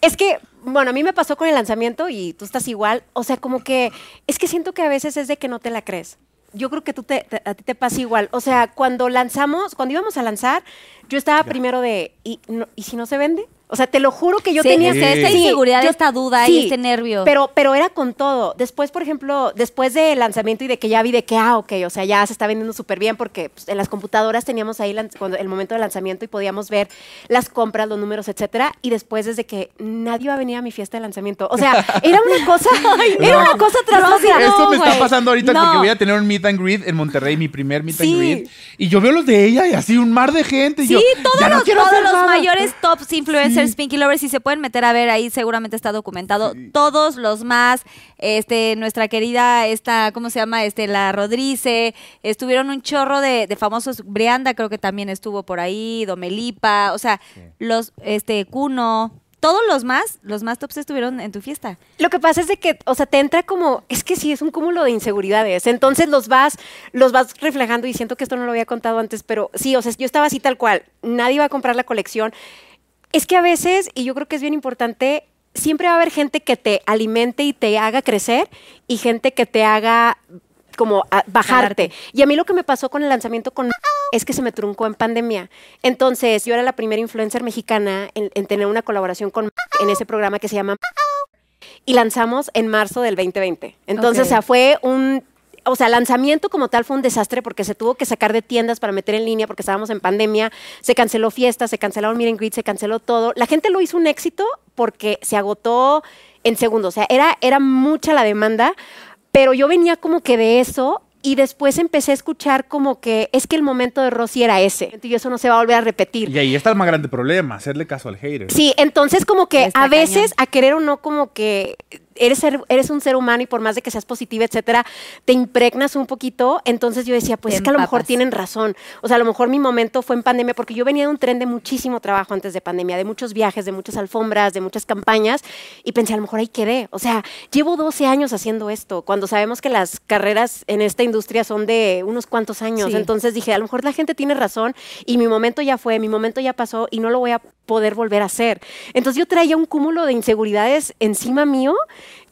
S3: Es que, bueno, a mí me pasó con el lanzamiento y tú estás igual. O sea, como que es que siento que a veces es de que no te la crees. Yo creo que tú te, te- a ti te pasa igual. O sea, cuando lanzamos, cuando íbamos a lanzar, yo estaba primero de, ¿y, no- ¿y si no se vende? O sea, te lo juro que yo
S2: Sí,
S3: tenía
S2: o sea, esta
S4: Sí.
S2: inseguridad,
S3: Yo-
S2: esta duda y
S3: sí,
S2: este nervio.
S3: Pero, pero era con todo. Después, por ejemplo, después del lanzamiento y de que ya vi de que, ah, ok, o sea, ya se está vendiendo súper bien porque pues, en las computadoras teníamos ahí lanz- cuando- el momento del lanzamiento y podíamos ver las compras, los números, etcétera. Y después, desde que nadie va a venir a mi fiesta de lanzamiento. O sea, era una cosa, era una cosa tras otra.
S4: Esto me está
S3: güey.
S4: pasando ahorita
S3: No.
S4: porque voy a tener un meet and greet en Monterrey, mi primer meet
S3: Sí.
S4: and greet. Y yo veo los de ella y así un mar de gente. y
S2: Sí,
S4: yo,
S2: todos
S4: ya no
S2: los,
S4: quiero
S2: todos
S4: hacer
S2: los
S4: nada.
S2: mayores tops influencers, Pinky Lovers, si se pueden meter a ver ahí, seguramente está documentado. Todos los más, este, nuestra querida, esta, ¿cómo se llama? Este, la Rodrice, estuvieron un chorro de, de famosos. Brianda creo que también estuvo por ahí, Domelipa, o sea, los, este, Cuno. Todos los más, los más tops estuvieron en tu fiesta.
S3: Lo que pasa es de que, o sea, te entra como, es que sí, es un cúmulo de inseguridades. Entonces los vas, los vas reflejando y siento que esto no lo había contado antes, pero sí, o sea, yo estaba así tal cual. Nadie va a comprar la colección. Es que a veces, y yo creo que es bien importante, siempre va a haber gente que te alimente y te haga crecer y gente que te haga como a- bajarte. Y a mí lo que me pasó con el lanzamiento con es que se me truncó en pandemia. Entonces, yo era la primera influencer mexicana en, en tener una colaboración con en ese programa que se llama y lanzamos en marzo del 2020. Entonces,
S2: Ok.
S3: o sea, fue un o sea, lanzamiento como tal fue un desastre porque se tuvo que sacar de tiendas para meter en línea porque estábamos en pandemia, se canceló fiestas, se cancelaron Miren Grid, se canceló todo. La gente lo hizo un éxito porque se agotó en segundos, o sea, era, era mucha la demanda, pero yo venía como que de eso y después empecé a escuchar como que es que el momento de Rosy era ese, y eso no se va a volver a repetir.
S4: Y ahí está el más grande problema, hacerle caso al hater.
S3: Sí, entonces como que
S2: Está
S3: a veces
S2: cañón.
S3: a querer o no como que eres ser- eres un ser humano y por más de que seas positiva, etcétera, te impregnas un poquito, entonces yo decía, pues
S2: Te
S3: es que a lo mejor
S2: empapas.
S3: tienen razón. O sea, a lo mejor mi momento fue en pandemia porque yo venía de un tren de muchísimo trabajo antes de pandemia, de muchos viajes, de muchas alfombras, de muchas campañas y pensé, a lo mejor ahí quedé. O sea, llevo 12 años haciendo esto, cuando sabemos que las carreras en esta industria son de unos cuantos años,
S2: Sí.
S3: entonces entonces dije, a lo mejor la gente tiene razón y mi momento ya fue, mi momento ya pasó y no lo voy a poder volver a hacer. Entonces yo traía un cúmulo de inseguridades encima mío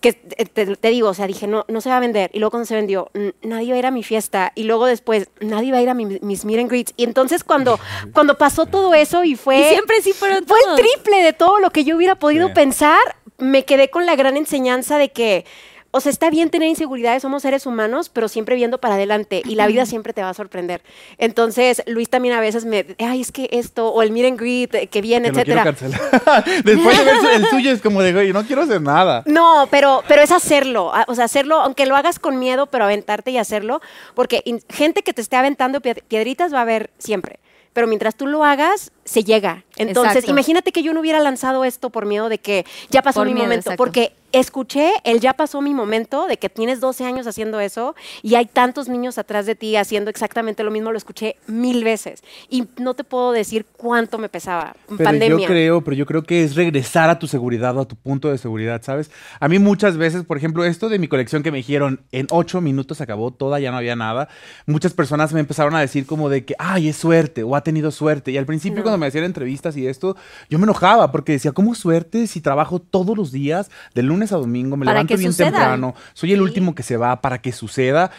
S3: que eh, te, te digo, o sea, dije, no, no se va a vender. Y luego cuando se vendió, "Mm, nadie va a ir a mi fiesta. Y luego después, nadie va a ir a mi- mis meet and greets. Y entonces cuando, cuando pasó todo eso y fue...
S2: y siempre sí fueron
S3: Fue el
S2: todos.
S3: triple de todo lo que yo hubiera podido
S4: Sí.
S3: pensar. Me quedé con la gran enseñanza de que, o sea, está bien tener inseguridades, somos seres humanos, pero siempre viendo para adelante y la vida siempre te va a sorprender. Entonces, Luis también a veces me, ay, es que esto, o el miren greet eh, que viene,
S4: Que no quiero
S3: etcétera.
S4: cancelar. Después de ver su- el suyo es como de, güey, no quiero hacer nada.
S3: No, pero, pero es hacerlo. a- O sea, hacerlo, aunque lo hagas con miedo, pero aventarte y hacerlo. Porque in- gente que te esté aventando pied- piedritas va a haber siempre. Pero mientras tú lo hagas, se llega. Entonces,
S2: Exacto.
S3: imagínate que yo no hubiera lanzado esto por miedo de que ya pasó
S2: Por
S3: mi
S2: miedo,
S3: momento.
S2: exacto.
S3: Porque escuché el ya pasó mi momento de que tienes 12 años haciendo eso y hay tantos niños atrás de ti haciendo exactamente lo mismo. Lo escuché mil veces. Y no te puedo decir cuánto me pesaba.
S4: Pero
S3: pandemia.
S4: yo creo, pero yo creo que es regresar a tu seguridad o a tu punto de seguridad, ¿sabes? A mí muchas veces, por ejemplo, esto de mi colección que me dijeron, en ocho minutos se acabó toda, ya no había nada, muchas personas me empezaron a decir como de que, ay, es suerte o ha tenido suerte. Y al principio cuando me hacían entrevistas y esto, yo me enojaba porque decía, ¿cómo suerte si trabajo todos los días, de lunes a domingo, me
S2: Para
S4: levanto
S2: que
S4: bien
S2: suceda.
S4: temprano? soy el último que se va para que suceda,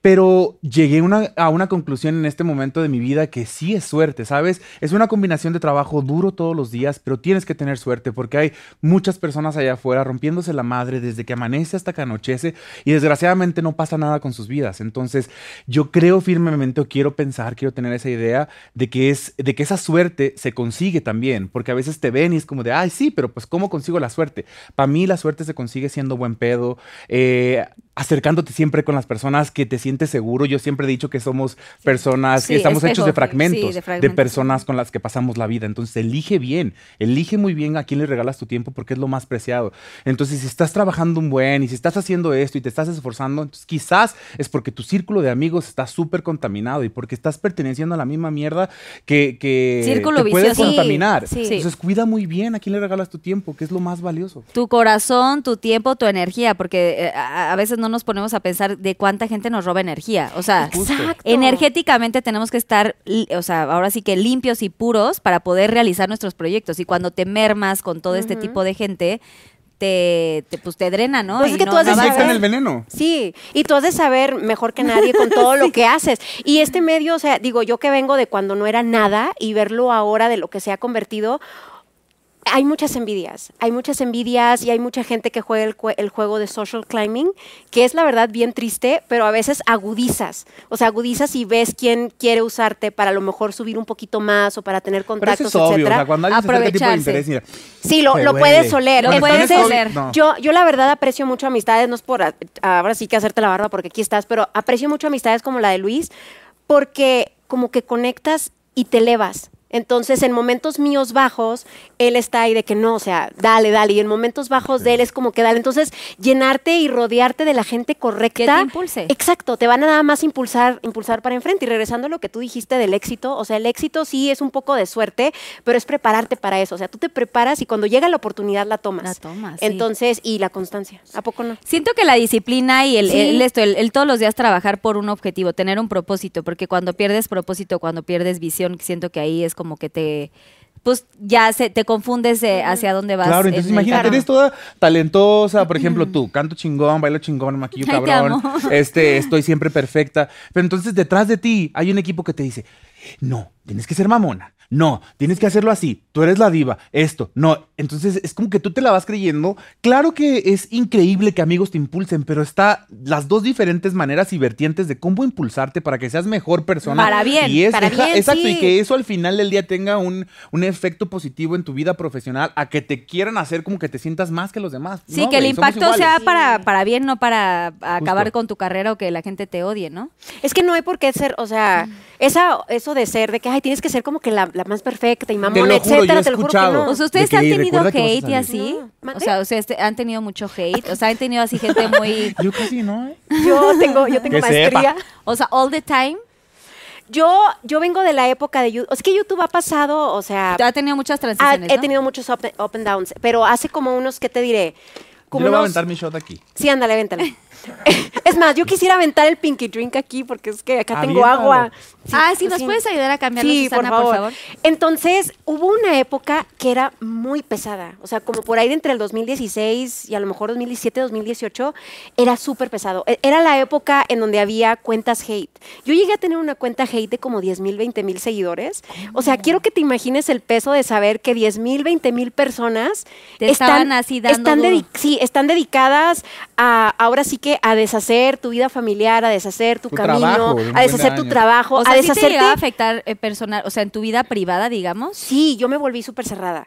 S4: pero llegué una- a una conclusión en este momento de mi vida que sí es suerte, ¿sabes? Es una combinación de trabajo duro todos los días, pero tienes que tener suerte porque hay muchas personas allá afuera rompiéndose la madre desde que amanece hasta que anochece y desgraciadamente no pasa nada con sus vidas. Entonces, yo creo firmemente o quiero pensar, quiero tener esa idea de que es de que esa suerte se consigue también, porque a veces te ven y es como de, ay, sí, pero pues ¿cómo consigo la suerte? Para mí la suerte se consigue siendo buen pedo, eh, acercándote siempre con las personas que te sientes seguro. Yo siempre he dicho que somos personas,
S2: Sí,
S4: que estamos
S2: espejo.
S4: hechos de fragmentos,
S2: Sí, de
S4: de
S2: fragmentos.
S4: personas con las que pasamos la vida. Entonces elige bien, elige muy bien a quién le regalas tu tiempo porque es lo más preciado. Entonces si estás trabajando un buen y si estás haciendo esto y te estás esforzando, entonces quizás es porque tu círculo de amigos está súper contaminado y porque estás perteneciendo a la misma mierda que, que
S2: Círculo
S4: te puede
S2: vicioso. Sí,
S4: contaminar.
S2: sí.
S4: Entonces cuida muy bien a quién le regalas tu tiempo, que es lo más valioso.
S2: tu corazón, tu tiempo, tu energía, porque eh, a, a veces no nos ponemos a pensar de cuánta gente nos roba energía. O sea,
S4: Justo.
S2: energéticamente tenemos que estar, li- o sea, ahora sí que limpios y puros para poder realizar nuestros proyectos. Y cuando te mermas con todo este tipo de gente, te, te- pues te drena, ¿no?
S3: Pues
S2: Y
S3: es que
S2: no-
S3: tú has de
S2: no
S4: Ahí
S2: avanzas.
S4: está en
S3: saber.
S4: el veneno.
S3: Sí, y tú has de saber mejor que nadie con todo lo que haces. Y este medio, o sea, digo, yo que vengo de cuando no era nada y verlo ahora de lo que se ha convertido, hay muchas envidias, hay muchas envidias y hay mucha gente que juega el, el, juego de social climbing, que es la verdad bien triste, pero a veces agudizas, o sea, agudizas y ves quién quiere usarte para a lo mejor subir un poquito más o para tener contactos, pero eso es etcétera. Obvio, o sea,
S4: cuando alguien se tipo de interés, mira,
S3: sí, lo, lo puedes oler. Lo Entonces, puedes oler. No. Yo, yo la verdad aprecio mucho amistades, no es por a, ahora sí que hacerte la barba porque aquí estás, pero aprecio mucho amistades como la de Luis, porque como que conectas y te elevas. Entonces, en momentos míos bajos, él está ahí de que no, o sea, dale, dale. Y en momentos bajos de él es como que dale. Entonces, llenarte y rodearte de la gente correcta.
S2: Que te impulse.
S3: Exacto, te van a nada más impulsar, impulsar para enfrente. Y regresando a lo que tú dijiste del éxito, o sea, el éxito sí es un poco de suerte, pero es prepararte para eso. O sea, tú te preparas y cuando llega la oportunidad la tomas.
S2: La tomas.
S3: Sí. Entonces, y la constancia. ¿A poco no?
S2: Siento que la disciplina y el, sí. el esto, el, el, todos los días trabajar por un objetivo, tener un propósito, porque cuando pierdes propósito, cuando pierdes visión, siento que ahí es como como que te pues ya se, te confundes eh, hacia dónde vas.
S4: Claro, entonces en imagínate, eres toda talentosa, por ejemplo, tú, canto chingón, bailo chingón, maquillo Ay, cabrón, este, estoy siempre perfecta, pero entonces detrás de ti hay un equipo que te dice, no, tienes que ser mamona, no, tienes que hacerlo así, tú eres la diva, esto, no. Entonces es como que tú te la vas creyendo. Claro que es increíble que amigos te impulsen, pero está las dos diferentes maneras y vertientes de cómo impulsarte para que seas mejor persona.
S2: Para bien,
S4: y es,
S2: para
S4: deja,
S2: bien,
S4: Exacto, sí. y que eso al final del día tenga un, un, efecto positivo en tu vida profesional, a que te quieran hacer como que te sientas más que los demás.
S2: Sí, no, que wey, el impacto sea para, para bien, no para acabar Justo. con tu carrera o que la gente te odie, ¿no?
S3: Es que no hay por qué ser, o sea, esa, eso de ser, de que, ay, tienes que ser como que la, la más perfecta y mamona, etcétera, te lo juro que no.
S2: O sea, ¿ustedes que, han tenido hate y así? No, o sea, ¿ustedes han tenido mucho hate? O sea, ¿han tenido así gente muy...?
S4: yo casi no, ¿eh?
S3: Yo tengo, yo tengo que maestría. Sepa.
S2: O sea, all the time.
S3: Yo, yo vengo de la época de YouTube. Es que YouTube ha pasado, o sea...
S2: Ha tenido muchas transiciones,
S3: ha, Ah, He tenido muchos up, up, and downs, pero hace como unos, ¿qué te diré? Como
S4: yo le voy
S3: unos...
S4: a aventar mi shot aquí.
S3: Sí, ándale, avéntale. es más, yo quisiera aventar el Pinky Drink aquí porque es que acá Aviéntalo. tengo agua.
S2: Sí, ah, sí, ¿nos sí. puedes ayudar a cambiarlo, sí, Susana, por, favor. por favor?
S3: Entonces, hubo una época que era muy pesada. O sea, como por ahí entre el 2016 y a lo mejor 2017, 2018, era súper pesado. E-, Era la época en donde había cuentas hate. Yo llegué a tener una cuenta hate de como 10 mil, 20 mil seguidores. O sea, quiero que te imagines el peso de saber que 10 mil, 20 mil personas
S2: te están, así dando
S3: están,
S2: duro.
S3: Sí, están dedicadas a, ahora sí que a deshacer tu vida familiar, a deshacer tu, tu camino, trabajo, a deshacer tu trabajo,
S2: o sea,
S3: a deshacer
S2: ¿sí te a afectar eh, personal, o sea, en tu vida privada, digamos?
S3: Sí, yo me volví súper cerrada.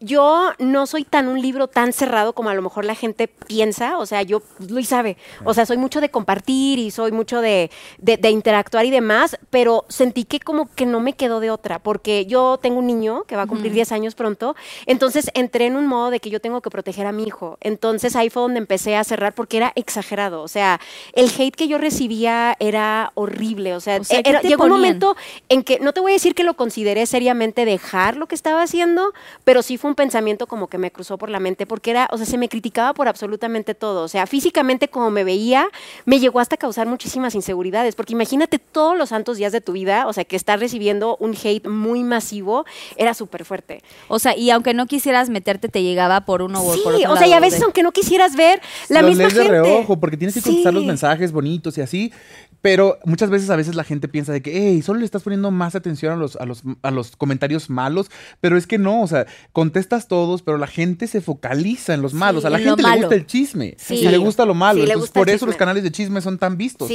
S3: Yo no soy tan un libro tan cerrado como a lo mejor la gente piensa, o sea, yo, pues, Luis sabe, o sea, soy mucho de compartir y soy mucho de, de, de interactuar y demás, pero sentí que como que no me quedó de otra, porque yo tengo un niño que va a cumplir mm. 10 años pronto, entonces entré en un modo de que yo tengo que proteger a mi hijo, entonces ahí fue donde empecé a cerrar porque era exagerado, o sea, el hate que yo recibía era horrible, o sea, o sea era, llegó ponían? un momento en que, no te voy a decir que lo consideré seriamente dejar lo que estaba haciendo, pero sí fue un pensamiento como que me cruzó por la mente porque era, o sea, se me criticaba por absolutamente todo, o sea, físicamente como me veía, me llegó hasta causar muchísimas inseguridades, porque imagínate todos los santos días de tu vida, o sea, que estás recibiendo un hate muy masivo, era súper fuerte.
S2: O sea, y aunque no quisieras meterte, te llegaba por
S4: Ah,
S2: uno sí, o por otro.
S3: o sea, y a veces de... aunque no quisieras ver, la
S4: los
S3: misma
S4: lees de
S3: gente...
S4: reojo, porque tienes que contestar sí. los mensajes bonitos y así, pero muchas veces a veces la gente piensa de que, hey, solo le estás poniendo más atención a los, a los, a los comentarios malos, pero es que no, o sea, contestas todos, pero la gente se focaliza en los malos, sí, a la gente le gusta el chisme sí. y le gusta lo malo, sí, entonces por eso los canales de chisme son tan vistos.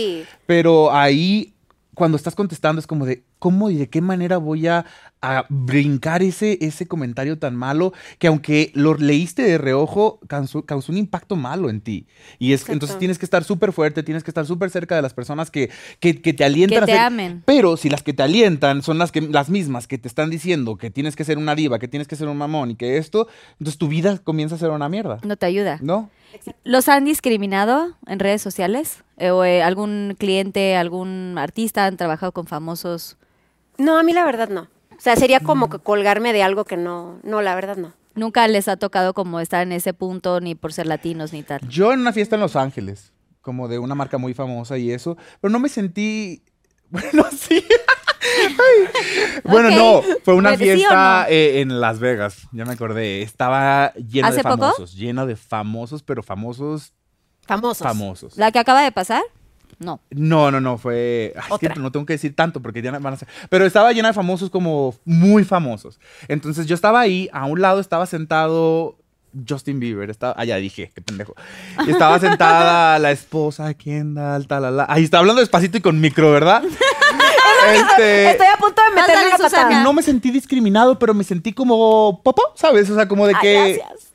S4: Pero ahí cuando estás contestando es como de cómo y de qué manera voy a, a, brincar ese, ese comentario tan malo que aunque lo leíste de reojo, causó, causó un impacto malo en ti. Y es, Exacto. entonces tienes que estar súper fuerte, tienes que estar súper cerca de las personas que, que, que te alientan.
S2: Que te
S4: a ser,
S2: amen.
S4: Pero si las que te alientan son las, que, las mismas que te están diciendo que tienes que ser una diva, que tienes que ser un mamón y que esto, entonces tu vida comienza a ser una mierda.
S2: No te ayuda.
S4: ¿No?
S2: Exacto. ¿Los han discriminado en redes sociales? Eh, ¿O eh, algún cliente, algún artista han trabajado con famosos?
S3: No, a mí la verdad no. O sea, sería
S4: Mm.
S3: como que colgarme de algo que no, no, la verdad no.
S2: Nunca les ha tocado como estar en ese punto, ni por ser latinos, ni tal.
S4: Yo en una fiesta en Los Ángeles, como de una marca muy famosa y eso, pero no me sentí, bueno, sí. bueno, okay. no, fue una fiesta no? eh, en Las Vegas, ya me acordé. Estaba llena de famosos, poco? llena de famosos, pero famosos.
S3: Famosos.
S4: Famosos.
S2: ¿La que acaba de pasar? No.
S4: No, no, no, fue... ay, es que no tengo que decir tanto porque ya van a ser... Pero estaba llena de famosos como muy famosos. Entonces yo estaba ahí, a un lado estaba sentado Justin Bieber, estaba, ah, ya dije, qué pendejo. Y estaba sentada la esposa de Kendall, talala. Ahí está hablando despacito y con micro, ¿verdad? Este,
S3: Estoy a punto de meterle
S2: Ándale,
S3: la patada.
S2: Susana.
S4: no me sentí discriminado, pero me sentí como popo, ¿sabes? O sea, como de
S3: Ay,
S4: Ah, que
S3: Ah, gracias.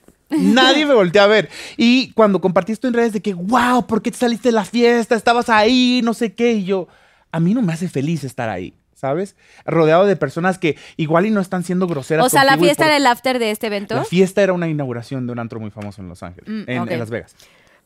S4: nadie me voltea a ver. Y cuando compartí esto en redes de que, wow, ¿por qué te saliste de la fiesta? Estabas ahí, no sé qué. Y yo, a mí no me hace feliz estar ahí. ¿Sabes? Rodeado de personas que igual y no están siendo groseras.
S2: O sea, la
S4: contigo y
S2: fiesta
S4: por-
S2: era el after de este evento.
S4: la fiesta era una inauguración de un antro muy famoso en Los Ángeles,
S2: Mm,
S4: en,
S2: ok.
S4: en Las Vegas.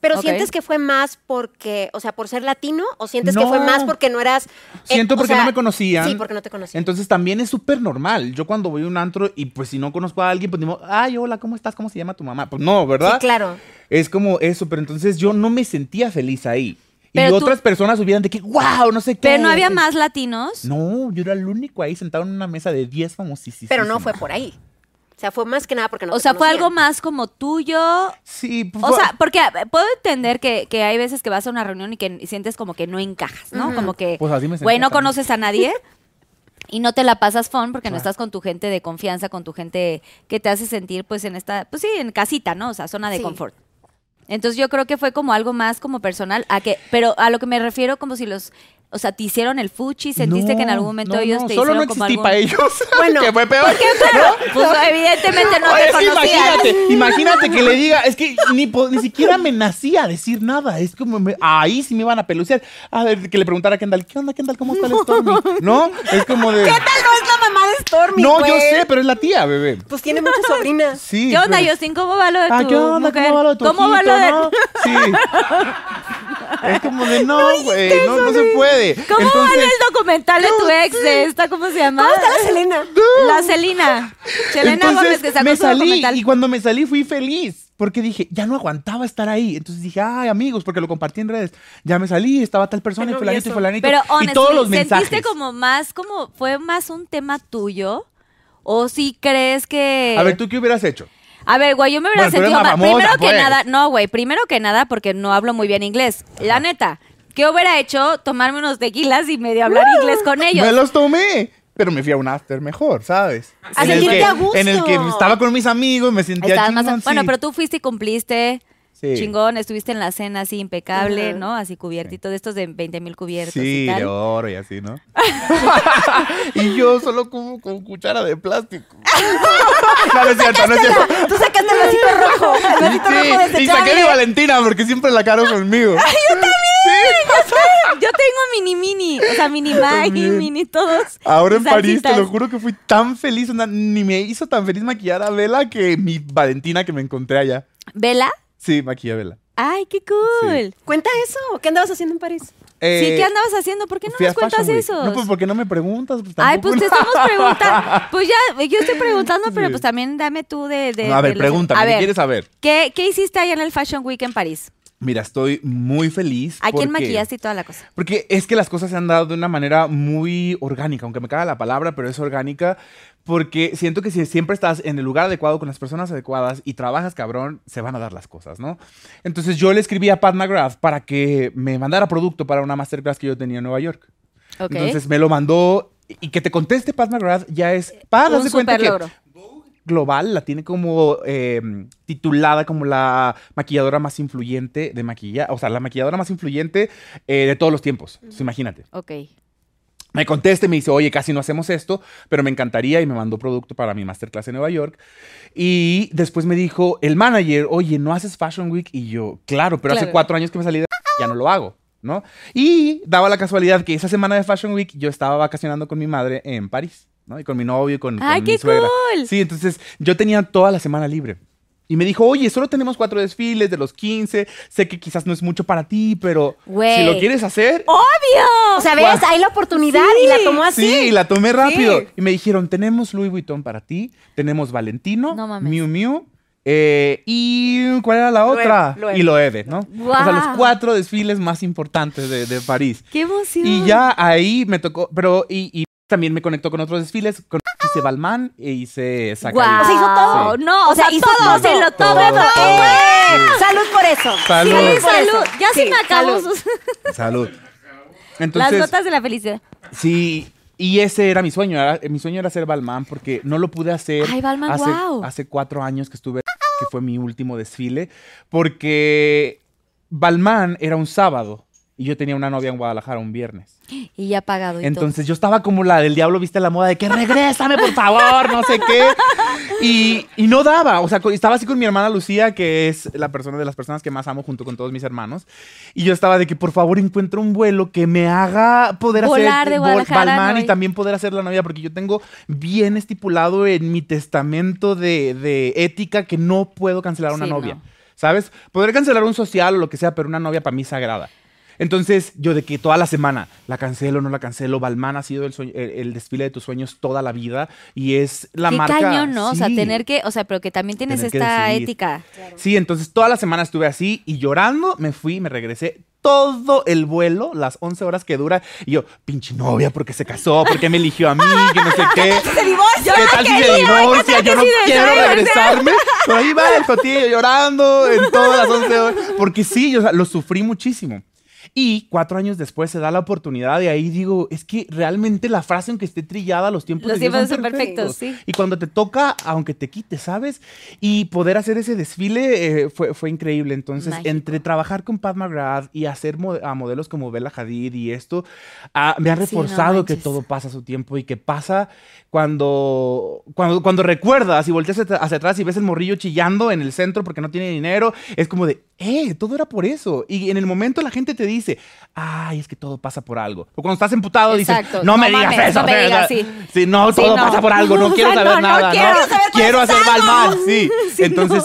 S3: Pero
S2: Ok.
S3: sientes que fue más porque, o sea, por ser latino, o sientes que fue
S4: No.
S3: más porque no eras. eh,
S4: Siento
S3: o
S4: porque
S3: sea,
S4: no me conocían.
S3: Sí, porque no te
S2: Pues
S3: conocían.
S4: Entonces también es súper normal. Yo cuando voy a un antro y pues si no conozco a alguien, pues digo, ay, hola, ¿cómo estás? ¿Cómo se llama tu mamá? Pues no, ¿verdad?
S3: Sí, claro.
S4: Es como eso, pero entonces yo no me sentía feliz ahí. y
S2: Pero tú-
S4: otras personas hubieran de que, wow, no sé qué.
S2: Pero no había más latinos.
S4: No, yo era el único ahí sentado en una mesa de 10 famosísimos.
S3: Pero no fue por ahí. O sea, fue más que nada porque no
S2: o
S3: te
S2: sea, fue
S3: conocían.
S2: algo más como tuyo.
S4: Sí, pues
S2: O sea, porque a ver, puedo entender que, que hay veces que vas a una reunión y que sientes como que no encajas, ¿no? Como que,
S4: Pues así me sentía
S2: güey, no
S4: también.
S2: conoces a nadie y no te la pasas fun porque no estás con tu gente de confianza, con tu gente que te hace sentir, pues, en esta, pues sí, en casita, ¿no? O sea, zona de
S3: Sí.
S2: confort. Entonces yo creo que fue como algo más como personal, a que, pero a lo que me refiero como si los, o sea, te hicieron el fuchi, sentiste
S4: No,
S2: que en algún momento
S4: no,
S2: ellos
S4: no,
S2: te
S4: Solo
S2: hicieron
S4: no
S2: como
S4: existí
S2: algún-
S4: para ellos.
S3: Bueno,
S4: que fue peor.
S2: Pues evidentemente no
S4: Oye,
S2: te
S4: sí,
S2: conocían.
S4: imagínate, imagínate que le diga, es que ni, po- ni siquiera me nacía a decir nada, es como, me- ahí sí me iban a peluciar. A ver, que le preguntara a Kendall, ¿qué onda, Kendall? ¿Cómo está el Stormy? ¿No? Es como de...
S3: Tal no es la mamá de Stormy.
S4: No,
S3: güey.
S4: yo sé, pero es la tía, bebé.
S3: Pues tiene muchas sobrinas.
S4: Sí.
S2: ¿Qué onda,
S4: pero-
S2: Justin? ¿Cómo va lo de tu
S4: Ah, ¿qué onda?
S2: mujer?
S4: ¿Cómo va lo de tu
S2: ¿Cómo va
S4: ojito,
S2: lo de-
S4: no? Sí. Es como de, no, güey, no, no, se puede.
S2: ¿Cómo va lo
S4: Entonces,
S2: del documental de tu ex? de esta, ¿Cómo se llama?
S3: ¿Cómo Ah, está la Selena?
S2: La Selena. Selena
S4: Entonces,
S2: Gómez que sacó
S4: me
S2: su
S4: salí
S2: documental.
S4: y cuando me salí fui feliz porque dije ya no aguantaba estar ahí entonces dije ay amigos porque lo compartí en redes ya me salí estaba tal persona y
S3: Qué
S4: fulanito y
S3: nervioso.
S4: fulanito
S2: Pero
S4: y todos los
S2: honestly,
S4: mensajes
S2: ¿sentiste como más, como fue más un tema tuyo? ¿O si crees que...?
S4: a ver tú qué hubieras hecho
S2: A ver, güey, yo me hubiera
S4: Bueno, pero
S2: sentido
S4: era
S2: mal.
S4: famosa,
S2: Primero que
S4: pues.
S2: nada, no, güey, primero que nada porque no hablo muy bien inglés. La neta, ¿qué hubiera hecho? Tomarme unos tequilas y medio hablar inglés con ellos.
S4: me los tomé pero me fui a un after mejor sabes
S3: A
S4: En el
S3: sentirte
S4: que-
S3: a gusto.
S4: en el que estaba con mis amigos me sentía
S2: Estabas más-
S4: chingón, sí.
S2: Bueno, pero tú fuiste y cumpliste.
S4: Sí.
S2: Chingón, estuviste en la cena así impecable,
S3: Ajá.
S2: ¿no? Así cubiertito, de estos de 20 mil cubiertos y
S4: Sí,
S2: tal.
S4: de oro y así, ¿no? y yo solo como con cuchara de plástico. no, no es cierto, no es cierto.
S3: Tú sacaste el vasito rojo. El
S4: Sí,
S3: vasito rojo
S4: y saqué mi Valentina porque siempre la caro conmigo.
S2: Yo tengo mini mini, o sea, mini Maggie,
S4: también.
S2: mini todos.
S4: Ahora en
S2: Salsitas.
S4: París, te lo juro que fui tan feliz. na- Ni me hizo tan feliz maquillar a Vela que mi Valentina que me encontré allá.
S2: ¿Vela?
S4: Sí, maquillé a Vela.
S2: Ay, qué cool.
S3: Cuenta eso. ¿Qué andabas haciendo en París?
S2: Sí, ¿qué andabas haciendo? ¿Por qué no
S4: Eh, fui a
S2: nos cuentas
S4: Fashion Week.
S2: eso?
S4: No, pues porque no me preguntas. Pues,
S2: Ay,
S4: tampoco
S2: pues te
S4: no.
S2: estamos preguntando. Pues ya, yo estoy preguntando, pero
S4: Sí.
S2: pues también dame tú de. de-
S4: No, a
S2: de
S4: ver,
S2: los-
S4: pregúntame,
S2: A
S4: ¿qué
S2: ver,
S4: quieres saber?
S2: ¿qué, qué hiciste ahí en el Fashion Week en París?
S4: Mira, estoy muy feliz.
S2: ¿A quién
S4: porque-
S2: maquillaste y toda la cosa?
S4: Porque es que las cosas se han dado de una manera muy orgánica, aunque me caga la palabra, pero es orgánica, porque siento que si siempre estás en el lugar adecuado, con las personas adecuadas y trabajas cabrón, se van a dar las cosas, ¿no? Entonces yo le escribí a Pat McGrath para que me mandara producto para una masterclass que yo tenía en Nueva York.
S2: Ok.
S4: Entonces me lo mandó y que te conteste Pat McGrath ya es... Pat, ah, haz
S2: Eh, Un
S4: de cuenta
S2: super
S4: que
S2: logro.
S4: global la tiene como eh, titulada como la maquilladora más influyente de maquillaje, o sea, la maquilladora más influyente eh, de todos los tiempos. Entonces, imagínate.
S2: Ok.
S4: Me contesta y me dice, oye, casi no hacemos esto, pero me encantaría y me mandó producto para mi masterclass en Nueva York. Y después me dijo el manager, oye, ¿no haces Fashion Week? Y yo, claro, pero hace
S2: Claro.
S4: cuatro años que me salí de... ya no lo hago, ¿no? Y daba la casualidad que esa semana de Fashion Week yo estaba vacacionando con mi madre en París, ¿no? Y con mi novio y con,
S2: ¡Ay,
S4: con
S2: qué
S4: mi suegra.
S2: cool!
S4: Sí, entonces yo tenía toda la semana libre. Y me dijo, oye, solo tenemos cuatro desfiles de los 15, sé que quizás no es mucho para ti, pero si lo
S2: Güey.
S4: quieres hacer,
S2: ¡Obvio!
S3: O sea, ves, hay la oportunidad y la tomó
S2: Ah,
S3: así.
S4: Sí, y la tomé rápido.
S3: Sí.
S4: Y me dijeron, tenemos Louis Vuitton para ti, tenemos Valentino,
S2: No mames.
S4: Miu Miu, eh, y ¿cuál era la otra?
S3: Loewe.
S4: Y Loewe, ¿no? O sea,
S2: Guau.
S4: los cuatro desfiles más importantes de, de París.
S2: ¡Qué emoción!
S4: Y ya ahí me tocó, pero y, y También me conectó con otros desfiles, con hice Balmán e hice
S2: Ah. Guau. O
S4: Zacarías.
S2: sea, hizo
S4: todo. Sí.
S2: No, o, sea, hizo
S4: todo,
S2: todo, se lo
S4: todo,
S2: todo.
S4: todo.
S2: ¡Eh!
S3: Salud por eso.
S4: Salud.
S2: Sí,
S4: Por
S2: salud. Ya se me acabó
S3: acabó
S2: sus-
S4: Salud.
S2: las
S4: Entonces,
S2: gotas de la felicidad.
S4: sí, y ese era mi sueño. era- mi sueño era ser Balmán porque no lo pude hacer
S2: Ay, Balmain,
S4: hace,
S2: guau.
S4: hace cuatro años que estuve, que fue mi último desfile, porque Balmán era un sábado y yo tenía una novia en Guadalajara un viernes.
S2: Y ya pagado. y
S4: Entonces yo estaba como la del diablo, viste la moda de que regrésame, por favor, no sé qué. Y, y no daba, o sea, co- estaba así con mi hermana Lucía, que es la persona de las personas que más amo junto con todos mis hermanos. Y yo estaba de que por favor encuentro un vuelo que me haga poder
S2: Volar
S4: hacer
S2: de
S4: vol-
S2: Guadalajara a
S4: Balmain
S2: Nueva
S4: y
S2: York.
S4: también poder hacer la novia, porque yo tengo bien estipulado en mi testamento de, de ética que no puedo cancelar una
S2: Sí,
S4: novia.
S2: no.
S4: ¿Sabes? Podré cancelar un social o lo que sea, pero una novia para mí es sagrada. Entonces, yo de que toda la semana la cancelo, no la cancelo. Balmán ha sido el, sueño- el- el desfile de tus sueños toda la vida y es la
S2: Qué
S4: marca.
S2: cañón, ¿no? O sea,
S4: sí.
S2: tener que, o sea, pero que también tienes
S4: Tener que
S2: esta
S4: decidir.
S2: ética.
S4: Sí, entonces toda la semana estuve así y llorando, me fui, me regresé todo el vuelo, las 11 horas que dura. Y yo, pinche novia, porque se casó, porque me eligió a mí, que no sé qué. ¿Qué tal si se divorcia? Yo no quiero regresarme. Pero ahí va el patillo llorando en todas las 11 horas. Porque sí, yo, o sea, lo sufrí muchísimo. Y cuatro años después se da la oportunidad y ahí digo, es que realmente la frase, aunque esté trillada, los tiempos
S2: Los
S4: de Dios
S2: tiempos son
S4: son
S2: perfectos, sí.
S4: Y cuando te toca, aunque te quites, ¿sabes? Y poder hacer ese desfile eh, fue, fue increíble. Entonces,
S2: Mágico.
S4: entre trabajar con Pat McGrath y hacer mo- a modelos como Bella Hadid y esto, ah, me ha
S2: no
S4: reforzado que
S2: manches.
S4: todo pasa a su tiempo y que pasa cuando, cuando, cuando recuerdas y volteas hacia, hacia atrás y ves el morrillo chillando en el centro porque no tiene dinero, es como de, eh, todo era por eso. Y en el momento la gente te dice, ay, es que todo pasa por algo. O cuando estás emputado
S2: Exacto,
S4: dices, no,
S2: no
S4: me digas
S2: mames,
S4: eso.
S2: no me
S4: o sea,
S2: digas, sí.
S4: sí, no,
S2: Sí,
S4: todo
S2: no.
S4: pasa por algo, no
S2: O
S4: quiero
S2: sea,
S4: saber
S2: no, no
S4: nada.
S2: quiero saber cuál
S4: Quiero
S2: es
S4: hacer mal,
S2: algo.
S4: mal, sí. Entonces,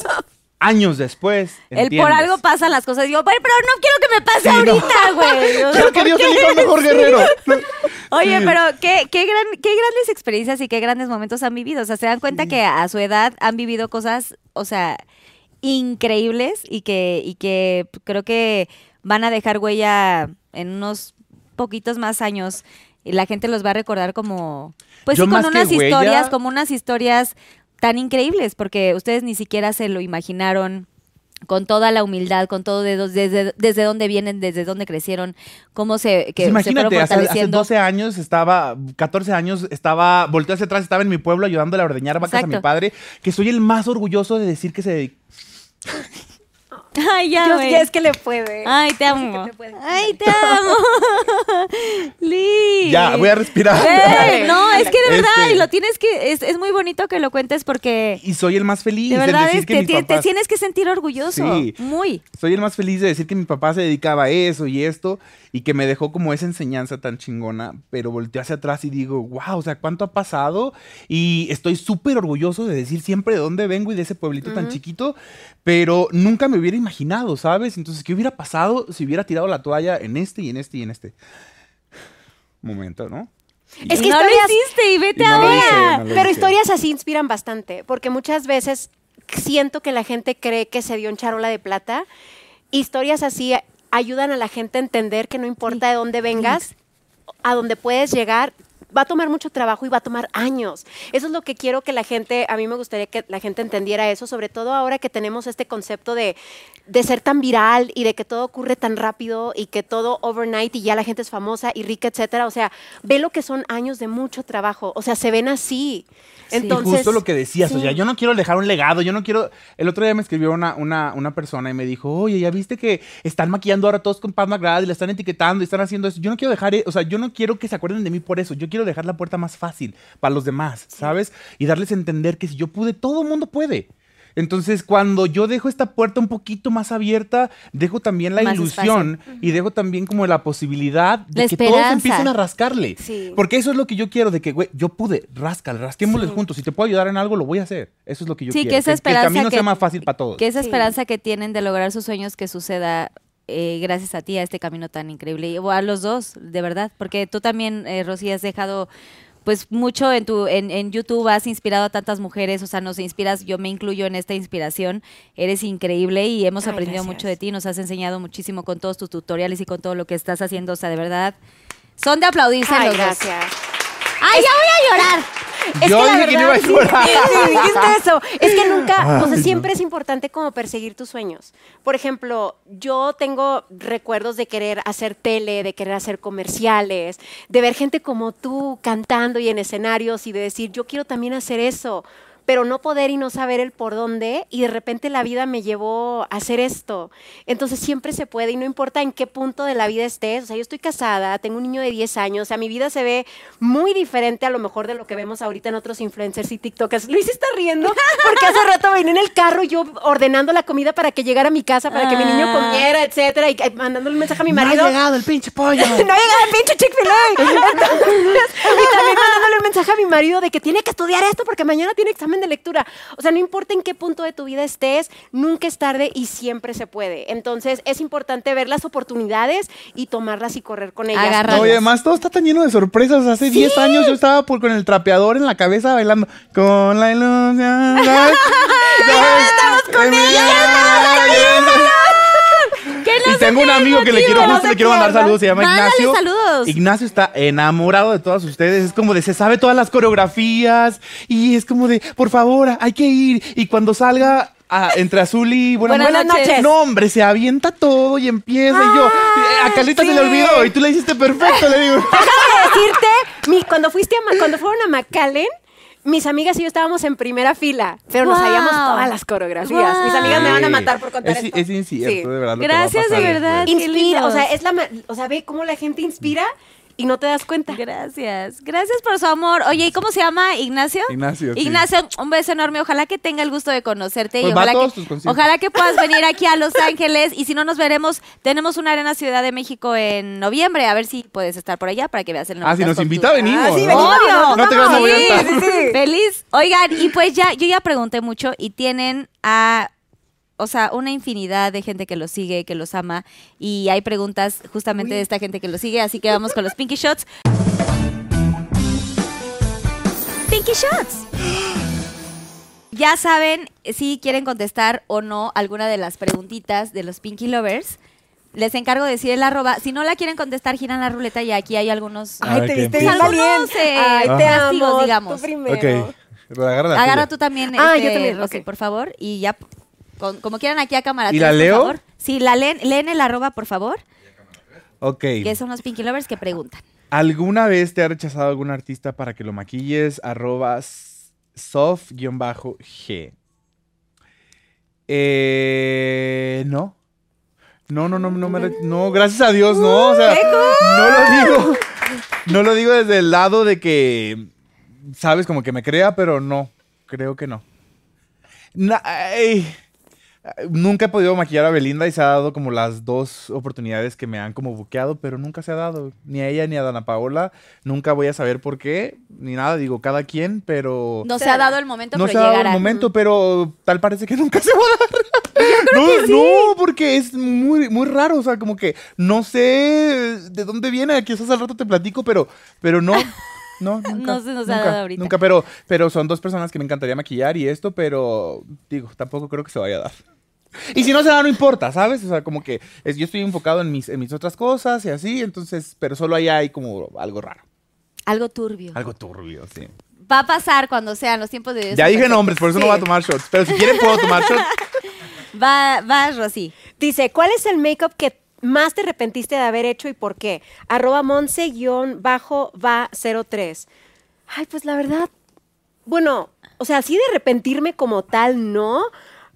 S4: años después,
S2: El por
S4: entiendes.
S2: algo pasan las cosas. Digo, "Bueno, pero no quiero que me pase
S4: Sí, no.
S2: ahorita, güey. O sea,
S4: Quiero que
S2: ¿por
S4: Dios
S2: qué?
S4: elija un mejor
S2: Sí.
S4: guerrero. Eh.
S2: Oye, pero qué, qué, gran, qué grandes experiencias y qué grandes momentos han vivido. O sea, se dan cuenta que a su edad han vivido cosas, o sea, increíbles y que, y que creo que van a dejar huella en unos poquitos más años. Y la gente los va a recordar como, pues
S4: Yo
S2: sí,
S4: más
S2: con
S4: que
S2: unas
S4: huella-
S2: historias, como unas historias tan increíbles, porque ustedes ni siquiera se lo imaginaron con toda la humildad, con todo de, desde, desde dónde vienen, desde dónde crecieron, cómo se, que
S4: Pues
S2: se fueron
S4: imagínate, hace, hace
S2: fortaleciendo.
S4: 12 años estaba, 14 años estaba, volteé hacia atrás, estaba en mi pueblo ayudándole a ordeñar vacas a mi
S2: Exacto.
S4: padre, que soy el más orgulloso de decir que se dedica.
S2: Ay, ya,
S3: Yo-
S2: güey.
S3: ya es que le puede.
S2: Ay, te amo. Ay, te amo. Liz.
S4: Ya, voy a respirar.
S2: Güey, no, es que de verdad,
S4: Este-
S2: y lo tienes que, es, es muy bonito que lo cuentes porque
S4: Y soy el más feliz
S2: de
S4: el
S2: verdad
S4: decir
S2: es que
S4: mis
S2: te, te
S4: papás-
S2: tienes que sentir orgulloso.
S4: Sí.
S2: Muy.
S4: Soy el más feliz de decir que mi papá se dedicaba a eso y esto y que me dejó como esa enseñanza tan chingona, pero volteo hacia atrás y digo, wow, o sea, ¿cuánto ha pasado? Y estoy súper orgulloso de decir siempre de dónde vengo y de ese pueblito tan chiquito, pero nunca me hubiera imaginado, ¿sabes? Entonces, ¿qué hubiera pasado si hubiera tirado la toalla en este y en este y en este? Momento, ¿no?
S3: Es que
S2: no lo
S3: historias-
S2: hiciste y vete
S4: Y no lo
S2: ahora.
S4: hice, no lo
S3: Pero
S4: hice.
S3: historias así inspiran bastante, porque muchas veces siento que la gente cree que se dio en charola de plata. Historias así ayudan a la gente a entender que no importa de dónde vengas, a dónde puedes llegar. Va a tomar mucho trabajo y va a tomar años. Eso es lo que quiero que la gente, a mí me gustaría que la gente entendiera eso, sobre todo ahora que tenemos este concepto de, de ser tan viral y de que todo ocurre tan rápido y que todo overnight y ya la gente es famosa y rica, etcétera. O sea, ve lo que son años de mucho trabajo. O sea, se ven así. Entonces,
S4: y justo lo que decías, o
S3: sí.
S4: sea, yo no quiero dejar un legado, yo no quiero... El otro día me escribió una, una, una persona y me dijo, oye, ya viste que están maquillando ahora todos con Pat McGrath y la están etiquetando y están haciendo eso. Yo no quiero dejar, e- o sea, yo no quiero que se acuerden de mí por eso, yo quiero dejar la puerta más fácil para los demás, ¿sabes? Y darles a entender que si yo pude, todo el mundo puede. Entonces, cuando yo dejo esta puerta un poquito más abierta, dejo también la
S2: Más
S4: ilusión y dejo también como la posibilidad de
S2: La
S4: que
S2: esperanza.
S4: todos empiecen a rascarle.
S3: Sí.
S4: Porque eso es lo que yo quiero, de que, güey, yo pude, ráscale, rasquémosle juntos. Si te puedo ayudar en algo, lo voy a hacer. Eso es lo que yo
S2: Sí,
S4: quiero.
S2: que esa esperanza
S4: el camino
S2: que-
S4: sea más fácil para todos.
S2: Que esa
S3: Sí.
S2: esperanza que tienen de lograr sus sueños que suceda eh, gracias a ti, a este camino tan increíble. Y o a los dos, de verdad. Porque tú también, eh, Rosy, has dejado pues mucho en tu en, en YouTube has inspirado a tantas mujeres, o sea, nos inspiras, yo me incluyo en esta inspiración. Eres increíble y hemos
S3: Ay,
S2: aprendido
S3: gracias.
S2: mucho de ti, nos has enseñado muchísimo con todos tus tutoriales y con todo lo que estás haciendo, o sea, de verdad son de aplaudirse
S3: Ay,
S2: los dos.
S3: gracias.
S2: Ay,
S8: Ay, ya voy a llorar.
S3: Es
S4: Yo
S3: que la
S4: dije que no iba a
S3: verdad, sí,
S4: llorar. Ah,
S3: sí, dijiste eso. Es que nunca, o sea,
S4: Ay,
S3: siempre es importante como perseguir tus sueños. Por ejemplo, yo tengo recuerdos de querer hacer tele, de querer hacer comerciales, de ver gente como tú cantando y en escenarios y de decir, yo quiero también hacer eso, pero no poder y no saber el por dónde y de repente la vida me llevó a hacer esto. Entonces siempre se puede y no importa en qué punto de la vida estés, o sea, yo estoy casada, tengo un niño de 10 años, o sea, mi vida se ve muy diferente a lo mejor de lo que vemos ahorita en otros influencers y TikTokers. Luis está riendo porque hace rato venía en el carro yo ordenando la comida para que llegara a mi casa, para que mi niño comiera, etcétera, y eh, mandándole un mensaje a mi marido.
S4: llegado el pinche pollo.
S3: No llega el pinche Chick-fil-A. Entonces, y también mandándole un mensaje a mi marido de que tiene que estudiar esto porque mañana tiene examen de lectura. O sea, no importa en qué punto de tu vida estés, nunca es tarde y siempre se puede. Entonces, es importante ver las oportunidades y tomarlas y correr con ellas.
S2: Agarrar.
S4: Oye, además todo está tan lleno de sorpresas. Hace 10 años yo estaba por- con el trapeador en la cabeza bailando con la ilusión. ¡Ya estamos con Y tengo un amigo que le quiero,
S2: motivo,
S4: justo
S2: no
S4: le
S2: se
S4: quiero mandar
S2: pierdan.
S4: saludos, se llama
S2: Mándale
S4: Ignacio.
S2: saludos.
S4: Ignacio está enamorado de todas ustedes, es como de, se sabe todas las coreografías y es como de, por favor, hay que ir. Y cuando salga a- entre azul y buenas,
S2: Buenas noches.
S4: No, hombre, se avienta todo y empieza. y yo, eh, a Carlita se le olvidó y tú le hiciste perfecto, le digo.
S3: Déjame decirte, mi- cuando fuiste a Ma- cuando fueron a McAllen, mis amigas y yo estábamos en primera fila, pero nos
S2: Wow.
S3: sabíamos todas las coreografías.
S2: Wow.
S3: Mis amigas me van a matar por contar
S4: es,
S3: esto.
S4: es incierto,
S3: Sí.
S4: de verdad. lo que va a
S2: Gracias, de
S4: pasar después.
S2: verdad. Qué
S3: Inspira, o sea,
S2: lindos.
S3: es la, ma- o sea, ve cómo la gente inspira y no te das cuenta.
S2: Gracias, gracias por su amor. Oye, ¿y cómo se llama Ignacio?
S4: Ignacio, sí.
S2: Ignacio, un beso enorme. Ojalá que tenga el gusto de conocerte y
S4: Pues va a
S2: ojalá,
S4: todos
S2: que,
S4: tus conciertos.
S2: ojalá que puedas venir aquí a Los Ángeles y si no nos veremos, tenemos una arena Ciudad de México en noviembre. A ver si puedes estar por allá para que veas el
S4: Ah, si nos invita, venimos.
S3: Ah, sí,
S4: ¿no?
S3: venimos,
S2: Obvio.
S4: No te
S2: vamos.
S4: vas a aguantar.
S2: Sí, sí, sí. Feliz. Oigan, y pues ya, yo ya pregunté mucho y tienen a. O sea, una infinidad de gente que los sigue, que los ama. Y hay preguntas justamente de esta gente que los sigue. Así que vamos con los Pinky Shots. Pinky Shots. Ya saben si quieren contestar o no alguna de las preguntitas de los Pinky Lovers. Les encargo de decir el arroba. Si no la quieren contestar, giran la ruleta y aquí hay algunos.
S4: Ay, te viste
S2: bien valiente.
S3: valiente. Ay, te
S2: Ajá.
S3: amo.
S2: Castigos, digamos.
S3: Tú primero.
S4: Ok. Agarra, la
S2: Agarra
S4: tuya.
S2: tú también,
S3: Ah,
S2: este,
S3: yo también,
S2: Rosy,
S3: ok.
S2: por favor. Y ya, con- como quieran aquí a cámara.
S4: ¿Y
S2: tres,
S4: la
S2: por
S4: leo?
S2: favor. Sí, la leen, leen el arroba, por favor.
S4: Ok.
S2: Que son los Pinky Lovers que preguntan.
S4: ¿Alguna vez te ha rechazado algún artista para que lo maquilles? Arroba s- soft-g. Eh, no. No, no, no, no me re- No, gracias a Dios, no. O sea, no lo digo. No lo digo desde el lado de que. Sabes, como que me crea, pero no. Creo que no. Na- ay. Nunca he podido maquillar a Belinda y se ha dado como las dos oportunidades que me han como buqueado, pero nunca se ha dado. Ni a ella ni a Dana Paola. Nunca voy a saber por qué, ni nada. Digo, cada quien, pero...
S2: No se ha dado el momento,
S4: No
S2: pero
S4: se ha dado el
S2: llegará.
S4: momento, pero tal parece que nunca se va a dar. no, no, porque es muy, muy raro. O sea, como que no sé de dónde viene. Quizás al rato te platico, pero, pero no. No, nunca,
S2: No se nos ha
S4: nunca,
S2: dado ahorita.
S4: Nunca, pero, pero son dos personas que me encantaría maquillar y esto, pero digo, tampoco creo que se vaya a dar. Y si no se da, no importa, ¿sabes? O sea, como que es- yo estoy enfocado en mis, en mis otras cosas y así, entonces, pero solo ahí hay como algo raro,
S2: Algo turbio.
S4: algo turbio, sí.
S2: Va a pasar cuando sean los tiempos de Dios.
S4: Ya
S2: son
S4: dije
S2: perfectos.
S4: nombres, por eso no
S2: Sí.
S4: voy a tomar shots. Pero si quieren puedo tomar shots.
S2: Va, va, Rosy.
S3: Dice, ¿cuál es el make-up que más te arrepentiste de haber hecho y por qué? Arroba monse guión bajo va 03. Ay, pues la verdad, bueno, o sea, así de arrepentirme como tal, no.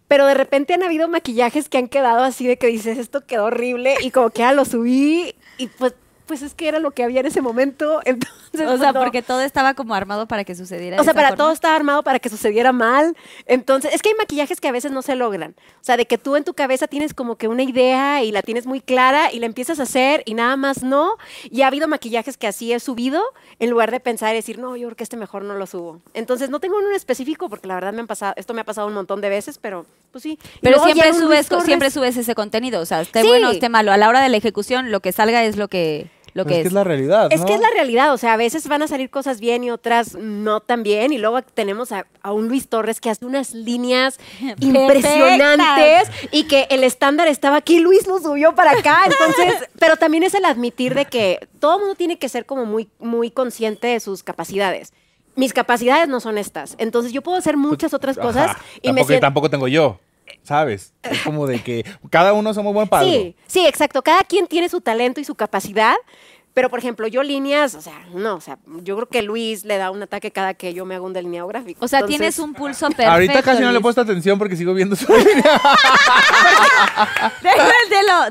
S3: Pero de repente han habido maquillajes que han quedado así de que dices, esto quedó horrible y como que ya lo subí y pues, pues es que era lo que había en ese momento. Entonces,
S2: O sea,
S3: pues, no.
S2: porque todo estaba como armado para que sucediera. de
S3: O sea,
S2: esa
S3: para
S2: forma.
S3: todo está armado para que sucediera mal. Entonces, es que hay maquillajes que a veces no se logran. O sea, de que tú en tu cabeza tienes como que una idea y la tienes muy clara y la empiezas a hacer y nada más no. Y ha habido maquillajes que así he subido en lugar de pensar y decir, no, yo creo que este mejor no lo subo. Entonces, no tengo uno en específico porque la verdad me han pasado, esto me ha pasado un montón de veces, pero pues sí. Y
S2: Pero
S3: luego
S2: siempre
S3: llega un Luis
S2: subes, co-
S3: Torres.
S2: siempre subes ese contenido. O sea, esté
S3: Sí.
S2: bueno, esté malo. A la hora de la ejecución, lo que salga es lo que, lo lo
S4: Pero
S2: que es.
S4: que es la realidad.
S3: Es
S4: ¿no?
S3: que es la realidad, o sea, a veces van a salir cosas bien y otras no tan bien. Y luego tenemos a, a un Luis Torres que hace unas líneas impresionantes y que el estándar estaba aquí, Luis lo subió para acá. Entonces, pero también es el admitir de que todo mundo tiene que ser como muy, muy consciente de sus capacidades. Mis capacidades no son estas. Entonces yo puedo hacer muchas otras cosas
S4: Ajá.
S3: y
S4: tampoco,
S3: me siento.
S4: tampoco tengo yo, ¿sabes? Es como de que cada uno somos buen padre.
S3: Sí, sí, exacto. Cada quien tiene su talento y su capacidad. Pero, por ejemplo, yo líneas, o sea, no, o sea, yo creo que Luis le da un ataque cada que yo me hago un delineado gráfico.
S2: O sea,
S3: Entonces,
S2: tienes un pulso perfecto.
S4: Ahorita casi no le he
S2: Luis.
S4: puesto atención porque sigo viendo su
S2: De, de lo,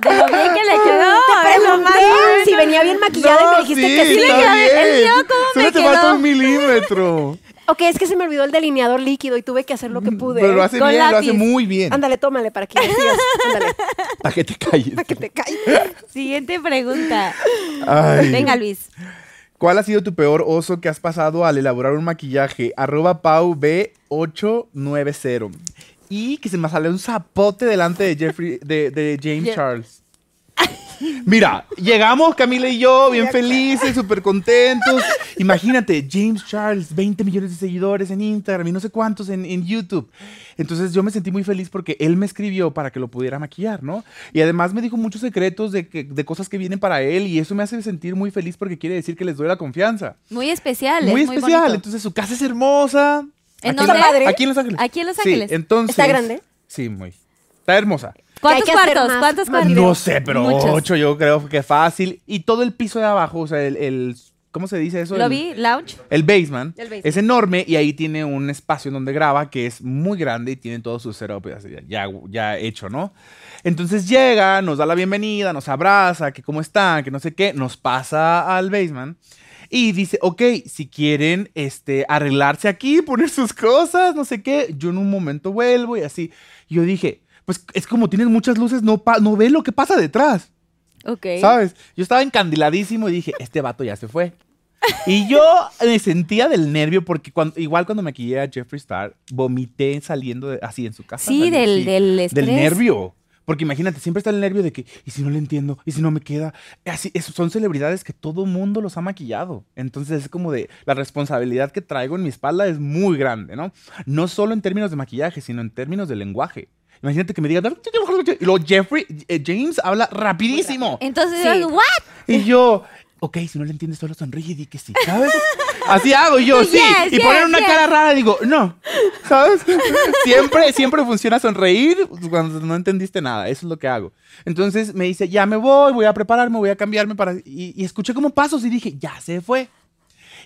S2: de lo bien que le quedó.
S3: Te
S2: es lo más
S3: pregunté
S2: bueno.
S3: si venía bien maquillada y me dijiste que sí.
S4: está
S2: quedé- el
S4: bien.
S2: mío, ¿cómo
S4: Solo
S2: me
S4: te
S2: quedó?
S4: falta un milímetro.
S3: Ok, es que se me olvidó el delineador líquido y tuve que hacer lo que pude.
S4: Mm, Pero lo hace
S2: Con
S4: bien, lo hace
S2: lápiz.
S4: muy bien.
S3: Ándale, tómale para que me sigas. Ándale,
S4: Para que te calles.
S3: para que te calles.
S2: Siguiente pregunta.
S4: Ay.
S2: Venga, Luis.
S4: ¿Cuál ha sido tu peor oso que has pasado al elaborar un maquillaje? Arroba Pau B890. Y que se me sale un zapote delante de Jeffrey, de, de James Charles. Mira, llegamos Camila y yo, bien felices, súper contentos. Imagínate, James Charles, 20 millones de seguidores en Instagram y no sé cuántos en, en YouTube. Entonces yo me sentí muy feliz porque él me escribió para que lo pudiera maquillar, ¿no? Y además me dijo muchos secretos de, que- de cosas que vienen para él y eso me hace sentir muy feliz porque quiere decir que les doy la confianza.
S2: Muy especial.
S4: muy
S2: es
S4: especial.
S2: bonito.
S4: Entonces su casa es hermosa.
S2: ¿En
S4: Aquí-
S2: dónde?
S3: padre.
S4: Aquí en Los Ángeles.
S2: Aquí en Los
S4: Sí,
S2: Ángeles.
S4: entonces,
S3: ¿Está grande?
S4: Sí, muy. Está hermosa.
S2: ¿Cuántos
S3: Que hay que hacer
S2: cuartos?
S3: más-
S2: ¿Cuántos
S3: más
S2: cuartos?
S4: No sé, pero
S2: Muchos.
S4: ocho yo creo que fácil. Y todo el piso de abajo, o sea, el... el- ¿Cómo se dice eso?
S2: ¿Lo
S4: El-
S2: vi? ¿Lounge?
S4: El basement,
S3: El basement.
S4: es enorme y ahí tiene un espacio en donde graba que es muy grande y tiene todos sus setups así ya, ya, ya hecho, ¿no? Entonces llega, nos da la bienvenida, nos abraza, que cómo están, que no sé qué, nos pasa al basement y dice, ok, si quieren este, arreglarse aquí, poner sus cosas, no sé qué, yo en un momento vuelvo y así. Yo dije, pues es como tienes muchas luces, no, pa- no ves lo que pasa detrás.
S2: Ok.
S4: ¿Sabes? Yo estaba encandiladísimo y dije, este vato ya se fue. Y yo me sentía del nervio porque cuando, igual cuando me maquillé a Jeffree Star, vomité saliendo de- así en su casa.
S2: Sí,
S4: salí
S2: del,
S4: así,
S2: del estrés.
S4: nervio. Porque imagínate, siempre está el nervio de que, ¿y si no le entiendo? ¿Y si no me queda? Así, es- son celebridades que todo mundo los ha maquillado. Entonces es como de, la responsabilidad que traigo en mi espalda es muy grande, ¿no? No solo en términos de maquillaje, sino en términos de lenguaje. Imagínate que me digan, y luego Jeffrey, eh, James habla rapidísimo.
S2: Entonces,
S3: Sí.
S2: ¿what? Eh.
S4: Y yo, ok, si no le entiendes, solo sonríe y di que sí, ¿sabes? Así hago yo,
S2: Sí,
S4: sí.
S2: yes,
S4: y poner
S2: yes,
S4: una
S2: yes.
S4: cara rara y digo, no, ¿sabes? siempre, siempre funciona sonreír cuando no entendiste nada. Eso es lo que hago. Entonces me dice, ya me voy, voy a prepararme, voy a cambiarme para... Y, y escuché como pasos y dije, ya se fue.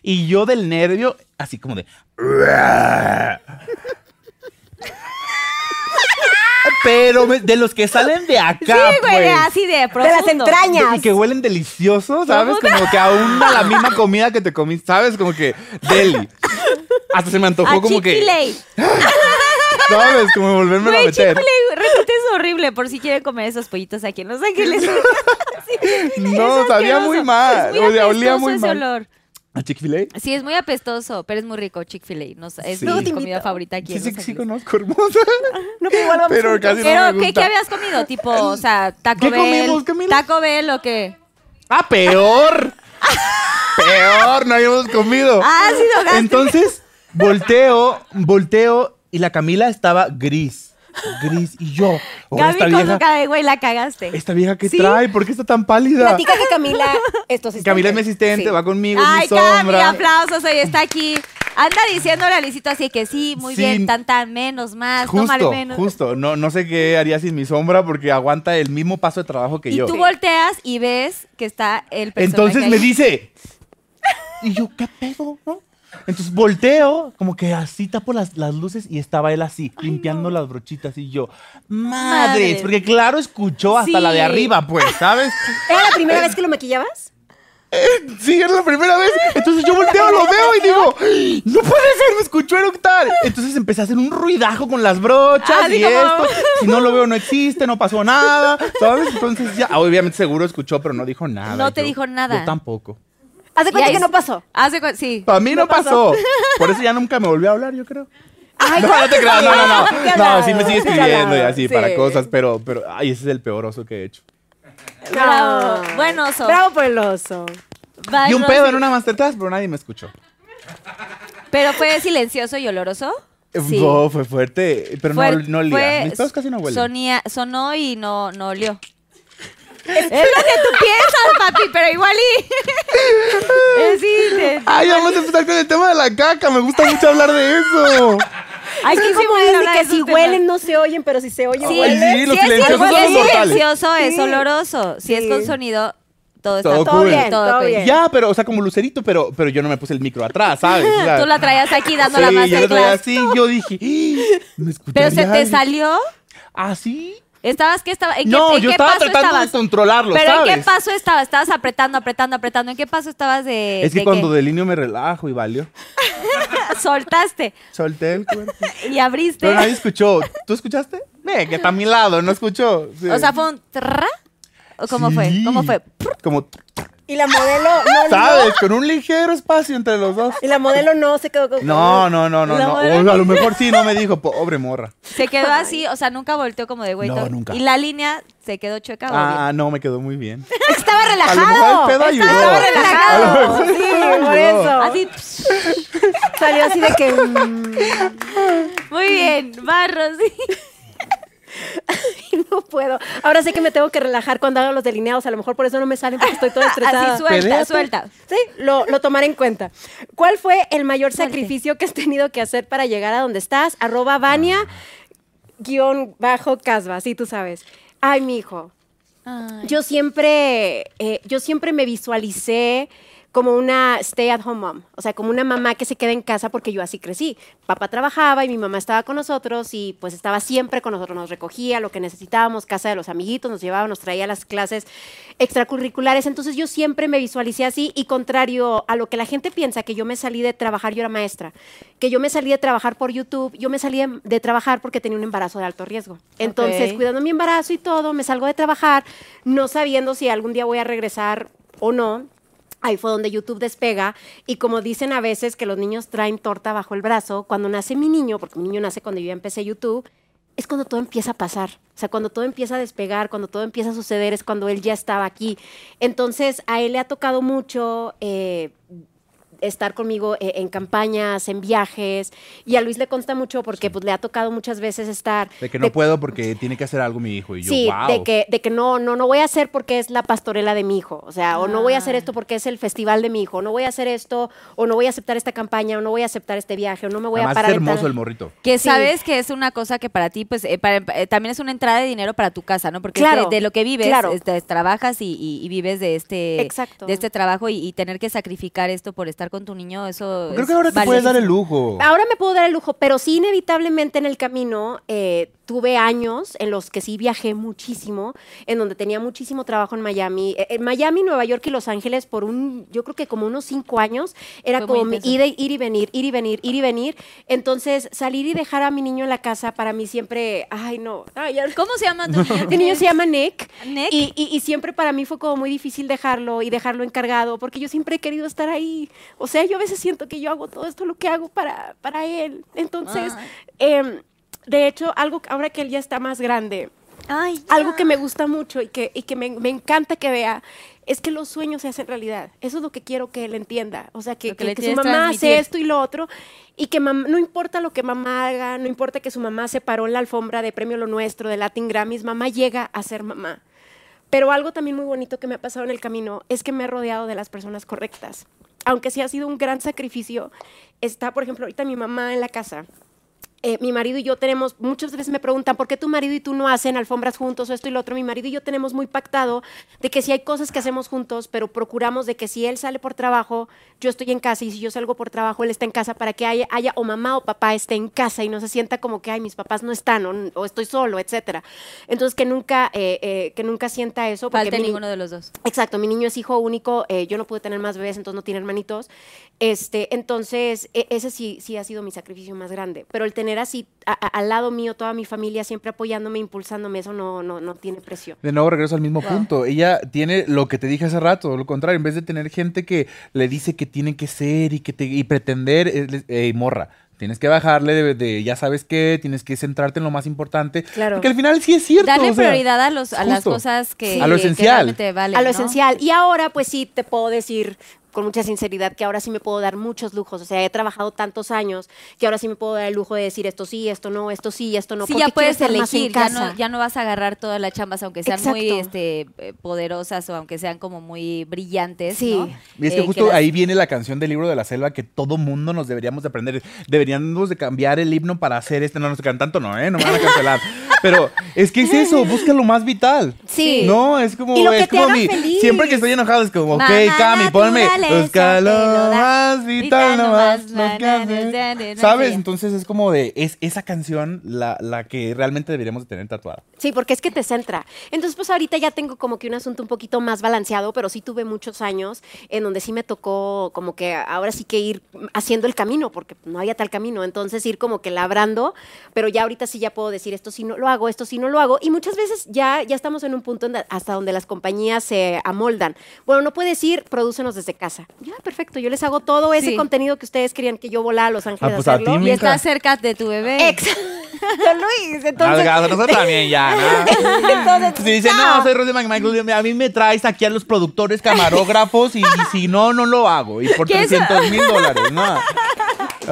S4: Y yo del nervio, así como de... Pero me- de los que salen de acá,
S2: Sí, güey,
S4: pues.
S2: así de profundo.
S3: De las entrañas.
S4: Y que huelen delicioso, ¿sabes? Como que aún a la misma comida que te comiste, ¿sabes? Como que deli. Hasta se me antojó
S2: A
S4: como que,
S2: Chick-fil-A.
S4: ¿sabes? Como volverme a
S2: Güey,
S4: meter.
S2: Chick-fil-A, repite, es horrible por si quieren comer esos pollitos aquí en Los Ángeles. Sí, Chick-fil-A,
S4: No,
S2: es
S4: sabía
S2: asqueroso.
S4: muy mal,
S2: Es muy
S4: o sea, olía
S2: apestoso
S4: muy
S2: ese
S4: mal.
S2: olor.
S4: ¿A Chick-fil-A?
S2: Sí, es muy apestoso, pero es muy rico Chick-fil-A. No sé, es
S4: Sí.
S2: mi
S4: Luego te
S2: comida favorita aquí
S4: Sí,
S2: en
S4: sí,
S2: Los
S4: sí,
S2: Ángeles.
S4: conozco, hermosa.
S3: No, pero igual vamos
S4: Pero
S3: juntos.
S4: casi no
S2: Pero,
S4: me
S2: ¿qué,
S4: gusta.
S2: ¿qué habías comido? Tipo, o sea, Taco
S4: ¿Qué
S2: Bell.
S4: comimos, Camila?
S2: ¿Taco Bell o qué?
S4: ¡Ah, peor! ¡Peor! No habíamos comido.
S2: Ah, sí, no, gas-
S4: Oh. Entonces, volteo, volteo y la Camila estaba gris. Gris. Y yo, oh,
S2: Gaby
S4: esta
S2: con
S4: vieja,
S2: boca de güey, la cagaste.
S4: esta vieja que trae, ¿por qué está tan pálida?
S3: Platica que Camila, esto sí está
S4: Este, Camila es mi
S3: bien.
S4: asistente,
S3: Sí.
S4: va conmigo, es mi
S2: Ay, Cami,
S4: sombra.
S2: aplausos, hoy está aquí. Anda diciéndole a Lisito así que sí, muy
S4: Sí.
S2: bien, tan tan, menos, más, tómale
S4: Justo,
S2: menos.
S4: justo. No, no sé qué haría sin mi sombra porque aguanta el mismo paso de trabajo que
S2: Y
S4: yo.
S2: tú volteas y ves que está el personaje.
S4: Entonces me
S2: ahí.
S4: dice. Y yo, ¿qué pedo? no? Entonces volteo, como que así tapo las, las luces y estaba él así, limpiando las brochitas. Y yo, madres,
S2: Madres.
S4: porque claro, escuchó hasta la de
S2: Sí.
S4: arriba, pues, ¿sabes? Eh,
S3: ¿Era la primera vez que lo maquillabas?
S4: Sí, es la primera vez. Entonces yo volteo, lo veo y digo, no puede ser, me escuchó eructar. Entonces empecé a hacer un ruidajo con las brochas
S2: Ah,
S4: y
S2: digo,
S4: esto.
S2: "Mamá".
S4: Si no lo veo, no existe, no pasó nada, ¿sabes? Entonces ya, obviamente seguro escuchó, pero no dijo nada.
S2: No te
S4: Yo-
S2: dijo nada.
S4: Yo tampoco.
S3: Haz de
S2: Y
S3: cuenta
S2: ahí
S3: que
S2: es-
S3: no pasó.
S2: Hace cu- sí.
S4: Para mí no, pasó. Por eso ya nunca me volvió a hablar, yo creo.
S3: Ay,
S4: No, no te creas, no, no, no.
S3: Qué
S4: No,
S3: hablado,
S4: sí me sigue
S3: qué
S4: escribiendo y
S3: hablado,
S4: así para
S3: sí.
S4: cosas, pero, pero, ay, ese es el peor oso que he hecho.
S2: Bravo. Buen oso.
S3: Bravo por el oso.
S2: Bye,
S4: Y un pedo
S2: Rosy.
S4: en una masterclass, pero nadie me escuchó.
S2: Pero fue silencioso y oloroso. Sí.
S4: Wow, fue fuerte, pero
S2: Fue-
S4: Eh, no, no olía.
S2: fue-
S4: Mis pedos casi no huelen.
S2: sonía- sonó y no, no olió. es lo que tú piensas, papi, pero igual y. Eh, sí, te-
S4: Ay, vamos a empezar con el tema de la caca. Me gusta mucho hablar de eso.
S2: Ay,
S3: Es
S2: sí, sí
S3: que como
S2: voy a
S3: dicen
S2: hablar
S3: que
S2: de
S3: si
S2: esos temas.
S3: huelen no se oyen, pero si se oyen
S2: Sí,
S4: Ay,
S3: huelen.
S4: sí, los
S2: sí, es
S4: silenciosos
S2: cierto,
S4: son
S2: es
S4: mortales.
S2: silencioso, es
S3: Sí.
S2: oloroso. Si es con
S3: Sí.
S2: sonido, todo está
S4: Todo
S2: todo,
S4: cool.
S2: bien.
S3: Todo
S2: cool.
S3: bien.
S4: Ya, pero, o sea, como lucerito, pero, pero yo no me puse el micro atrás, ¿sabes? O sea,
S2: Tú la traías aquí dando la
S4: sí, yo lo traía
S2: masterclass.
S4: así, yo dije, "Ih, me escucharía
S2: Pero se te
S4: alguien".
S2: salió.
S4: ¿Ah, sí?
S2: ¿Estabas qué estaba? ¿En qué,
S4: No,
S2: en
S4: yo
S2: qué
S4: estaba
S2: paso
S4: tratando
S2: estabas?
S4: de controlarlo,
S2: ¿Pero
S4: ¿sabes?
S2: en qué paso estabas? Estabas apretando, apretando, apretando. ¿En qué paso estabas de.?
S4: es que
S2: de
S4: cuando delineo me relajo y valió.
S2: Soltaste
S4: Solté el cuerpo.
S2: y abriste.
S4: Pero nadie escuchó. ¿Tú escuchaste? Ve, que está a mi lado, no escuchó. Sí.
S2: O sea, fue un. trrra? ¿O cómo fue?
S4: Sí.
S2: ¿Cómo fue?
S4: Como,
S3: Y la modelo no,
S4: ¿sabes? Con un ligero espacio entre los dos.
S3: Y la modelo no se quedó con
S4: No, no, no, no,
S2: La
S4: no.
S2: madre-
S4: O a lo mejor sí, no me dijo, pobre morra.
S2: Se quedó así, o sea, nunca volteó como de güey.
S4: No,
S2: todo.
S4: nunca.
S2: Y la línea se quedó chueca. o bien?
S4: Ah, no, me quedó muy bien.
S3: Estaba
S4: A lo mejor el pedo ayudó.
S2: estaba relajado.
S4: A lo mejor el
S3: Sí,
S4: pedo
S3: por
S4: ayudó.
S3: eso.
S2: Así. pss.
S3: Salió así de que. mm,
S2: Muy bien, barros.
S3: no puedo. Ahora sé que me tengo que relajar cuando hago los delineados. A lo mejor por eso no me salen porque estoy toda estresada.
S2: Así suelta,
S4: Peleate.
S2: suelta.
S3: Sí, lo, lo tomaré en cuenta. ¿Cuál fue el mayor sacrificio que has tenido que hacer para llegar a donde estás? Arroba Vania, guión bajo Casba, sí, tú sabes. Ay, mi hijo. Yo siempre, eh, yo siempre me visualicé como una stay-at-home mom, o sea, como una mamá que se queda en casa porque yo así crecí. Papá trabajaba y mi mamá estaba con nosotros y pues estaba siempre con nosotros, nos recogía lo que necesitábamos, casa de los amiguitos, nos llevaba, nos traía a las clases extracurriculares. Entonces yo siempre me visualicé así y contrario a lo que la gente piensa, que yo me salí de trabajar, yo era maestra, que yo me salí de trabajar por YouTube, yo me salí de, de trabajar porque tenía un embarazo de alto riesgo. Entonces,
S2: Ok.
S3: cuidando mi embarazo y todo, me salgo de trabajar, no sabiendo si algún día voy a regresar o no. Ahí fue donde YouTube despega y como dicen a veces que los niños traen torta bajo el brazo, cuando nace mi niño, porque mi niño nace cuando yo ya empecé YouTube, es cuando todo empieza a pasar. O sea, cuando todo empieza a despegar, cuando todo empieza a suceder, es cuando él ya estaba aquí. Entonces, a él le ha tocado mucho... eh, estar conmigo eh, en campañas, en viajes, y a Luis le consta mucho porque pues, le ha tocado muchas veces estar
S4: De que no puedo porque tiene que hacer algo mi hijo. Y yo,
S3: sí,
S4: wow.
S3: de que, de que no, no, no voy a hacer porque es la pastorela de mi hijo. O sea, o no voy a hacer esto porque es el festival de mi hijo. No voy a hacer esto, o no voy a aceptar esta campaña, o no voy a aceptar este viaje, o no me voy a
S4: Además,
S3: parar.
S4: es
S3: en tal-
S4: hermoso el morrito.
S2: Que
S3: Sí.
S2: sabes que es una cosa que para ti, pues, eh, para- eh, también es una entrada de dinero para tu casa, ¿no? Porque es
S3: Claro,
S2: de, de lo que vives,
S3: claro.
S2: es- te- trabajas y, y- y vives de este,
S3: Exacto.
S2: de este trabajo y, y tener que sacrificar esto por estar con tu niño,
S3: Pues,
S2: eso
S4: Creo
S2: es
S4: que ahora te puedes
S2: valiosísimo.
S4: dar el lujo.
S3: Ahora me puedo dar el lujo, pero sí inevitablemente en el camino eh, tuve años en los que sí viajé muchísimo, en donde tenía muchísimo trabajo en Miami. Eh, En Miami, Nueva York y Los Ángeles por un, yo creo que como unos cinco años, era
S2: Fue muy
S3: como mi
S2: intenso.
S3: ida y- ir y venir, ir y venir, ir y venir. Entonces salir y dejar a mi niño en la casa para mí siempre, ay no, ay, ya-
S2: ¿Cómo se llama tu niño?
S3: el Este niño se llama Nick.
S2: Nick.
S3: Y, y- y siempre para mí fue como muy difícil dejarlo y dejarlo encargado, porque yo siempre he querido estar ahí. O sea, yo a veces siento que yo hago todo esto lo que hago para, para él. Entonces, em, de hecho, algo que- ahora que él ya está más grande,
S2: Ay,
S3: algo que me gusta mucho y que, y que me, me encanta que vea es que los sueños se hacen realidad. Eso es lo que quiero que él entienda. O sea, que,
S2: Lo que
S3: que-
S2: le
S3: que su
S2: quieres
S3: mamá
S2: transmitir.
S3: hace esto y lo otro y que mam- no importa lo que mamá haga, no importa que su mamá se paró en la alfombra de Premio Lo Nuestro, de Latin Grammys, mamá llega a ser mamá. Pero algo también muy bonito que me ha pasado en el camino es que me he rodeado de las personas correctas. Aunque sí ha sido un gran sacrificio, está, por ejemplo, ahorita mi mamá en la casa eh, mi marido y yo tenemos, muchas veces me preguntan, ¿por qué tu marido y tú no hacen alfombras juntos o esto y lo otro? Mi marido y yo tenemos muy pactado de que si hay cosas que hacemos juntos, pero procuramos de que si él sale por trabajo, yo estoy en casa y si yo salgo por trabajo, él está en casa para que haya, haya o mamá o papá esté en casa y no se sienta como que, ay, mis papás no están o, o estoy solo, etcétera. Entonces, que nunca, eh, eh, que nunca sienta eso. porque
S2: Falta
S3: mi-
S2: ninguno de los dos.
S3: Exacto, mi niño es hijo único, eh, yo no pude tener más bebés, entonces no tiene hermanitos. Este, entonces, e- ese sí, sí ha sido mi sacrificio más grande. Pero el tener así a- a- al lado mío toda mi familia, siempre apoyándome, impulsándome, eso no, no, no tiene precio.
S4: De nuevo regreso al mismo punto. Ella tiene lo que te dije hace rato, lo contrario, en vez de tener gente que le dice que tiene que ser y que te, y pretender, es- es- "Ey, morra, Tienes que bajarle de, de ya sabes qué, tienes que centrarte en lo más importante.
S3: Claro.
S4: Porque al final sí es cierto.
S2: Darle
S4: o sea,
S2: prioridad a, los, a las
S4: justo.
S2: cosas que,
S4: A lo
S2: que- que
S4: esencial.
S2: realmente valen,
S3: a lo
S2: ¿no?
S3: esencial. Y ahora, pues sí, te puedo decir con mucha sinceridad que ahora sí me puedo dar muchos lujos. O sea, he trabajado tantos años que ahora sí me puedo dar el lujo de decir esto sí, esto no, esto sí, esto no.
S2: Sí,
S3: porque
S2: ya
S3: quiero
S2: puedes
S3: estar más en
S2: elegir, ya
S3: casa.
S2: no, ya no vas a agarrar todas las chambas, aunque sean muy
S3: Exacto.
S2: este, eh, poderosas o aunque sean como muy brillantes.
S3: Sí.
S2: ¿no?
S4: Y es que
S2: Eh,
S4: justo
S2: las-
S4: ahí viene la canción del libro de la selva que todo mundo nos deberíamos de aprender. Deberíamos de cambiar el himno para hacer este. No nos cantan tanto, no, ¿eh? No me van a cancelar. Pero es que es eso, busca lo más vital.
S3: Sí.
S4: No, es como.
S3: Y lo
S4: es
S3: que te
S4: como
S3: haga
S4: mi-
S3: feliz.
S4: Siempre que estoy enojado es como, ok,
S2: Mamá
S4: Cami, ponme.
S2: naturaleza
S4: Busca
S2: te
S4: lo
S2: lo da.
S4: más vital
S2: Vital
S4: nomás.
S2: nomás,
S4: lo que
S2: na, na,
S4: hace".
S2: na, na, na,
S4: ¿Sabes?
S2: na.
S4: Entonces es como de. Es esa canción la, la que realmente deberíamos de tener tatuada.
S3: Sí, porque es que te centra. Entonces, pues ahorita ya tengo como que un asunto un poquito más balanceado, pero sí tuve muchos años en donde sí me tocó como que ahora sí que ir haciendo el camino, porque no había tal camino. Entonces, ir como que labrando, pero ya ahorita sí ya puedo decir esto sí no lo hago, esto sí no lo hago. Y muchas veces ya, ya estamos en un punto en da- hasta donde las compañías se amoldan. Bueno, no puedes ir, prodúcenos desde casa. Ya, perfecto, yo les hago todo ese
S2: Sí.
S3: contenido que ustedes querían que yo volara a Los Ángeles.
S4: Ah,
S3: a
S4: pues a
S3: hacerlo.
S4: ti,
S2: Y
S4: mija.
S2: estás cerca de tu bebé.
S3: Exacto, Luis. Entonces,
S4: Nalgadas, nosotros también ya, ¿no? si dicen, no, soy Rosy McMichael, a mí me traes aquí a los productores, camarógrafos, y, y si no, no lo hago. Y por
S2: ¿Qué es?
S4: 300 mil dólares, ¿no?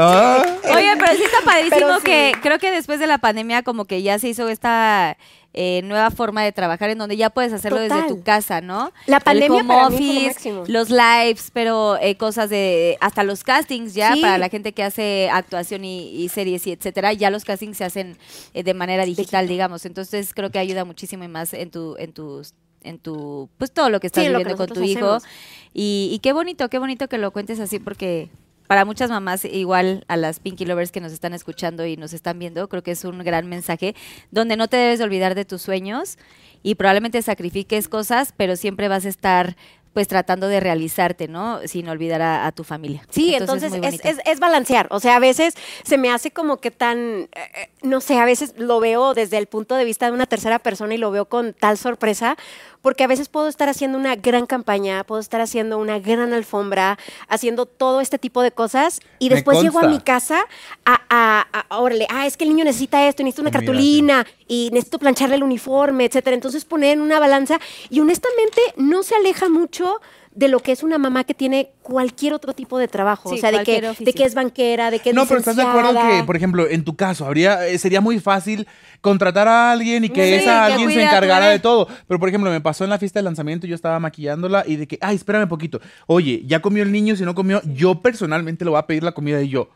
S4: Ah,
S2: Oye, pero sí está padrísimo
S3: Pero sí.
S2: que creo que después de la pandemia como que ya se hizo esta eh, nueva forma de trabajar en donde ya puedes hacerlo desde
S3: Total.
S2: tu casa, ¿no?
S3: La
S2: El
S3: pandemia
S2: home
S3: para mí fue lo máximo.
S2: los lives, pero eh, cosas de hasta los castings ya
S3: Sí.
S2: para la gente que hace actuación y, y series y etcétera, ya los castings se hacen eh, de manera digital, digamos. Entonces creo que ayuda muchísimo y más en tu en tus en tu pues todo lo que estás
S3: Sí, en lo que
S2: viviendo con tu
S3: nosotros
S2: hijo
S3: hacemos.
S2: y, y qué bonito, qué bonito que lo cuentes así porque para muchas mamás, igual a las Pinky Lovers que nos están escuchando y nos están viendo, creo que es un gran mensaje, donde no te debes de olvidar de tus sueños y probablemente sacrifiques cosas, pero siempre vas a estar pues tratando de realizarte, ¿no? Sin olvidar a, a tu familia.
S3: Sí, entonces,
S2: muy
S3: es,
S2: bonito.
S3: es- es balancear. O sea, a veces se me hace como que tan, eh, eh, no sé, a veces lo veo desde el punto de vista de una tercera persona y lo veo con tal sorpresa, porque a veces puedo estar haciendo una gran campaña, puedo estar haciendo una gran alfombra, haciendo todo este tipo de cosas y
S4: Me
S3: después llego a
S4: consta.
S3: mi casa a, a, a- órale, ah, es que el niño necesita esto, necesita una
S4: Mira,
S3: cartulina y necesito plancharle el uniforme, etcétera. Entonces poner en una balanza y honestamente no se aleja mucho de lo que es una mamá que tiene cualquier otro tipo de trabajo,
S2: Sí,
S3: o sea, de que,
S2: cualquier oficio.
S3: de que es banquera, de que es
S4: no, pero ¿estás de acuerdo
S3: licenciada?
S4: que, por ejemplo, en tu caso, habría, eh, sería muy fácil contratar a alguien y que
S2: Sí,
S4: esa
S2: que
S4: alguien se
S2: cuide a tu
S4: encargara
S2: bebé.
S4: de todo? Pero, por ejemplo, me pasó en la fiesta de lanzamiento, yo estaba maquillándola y de que, ay, espérame poquito. Oye, ya comió el niño, si no comió, yo personalmente le voy a pedir la comida y yo.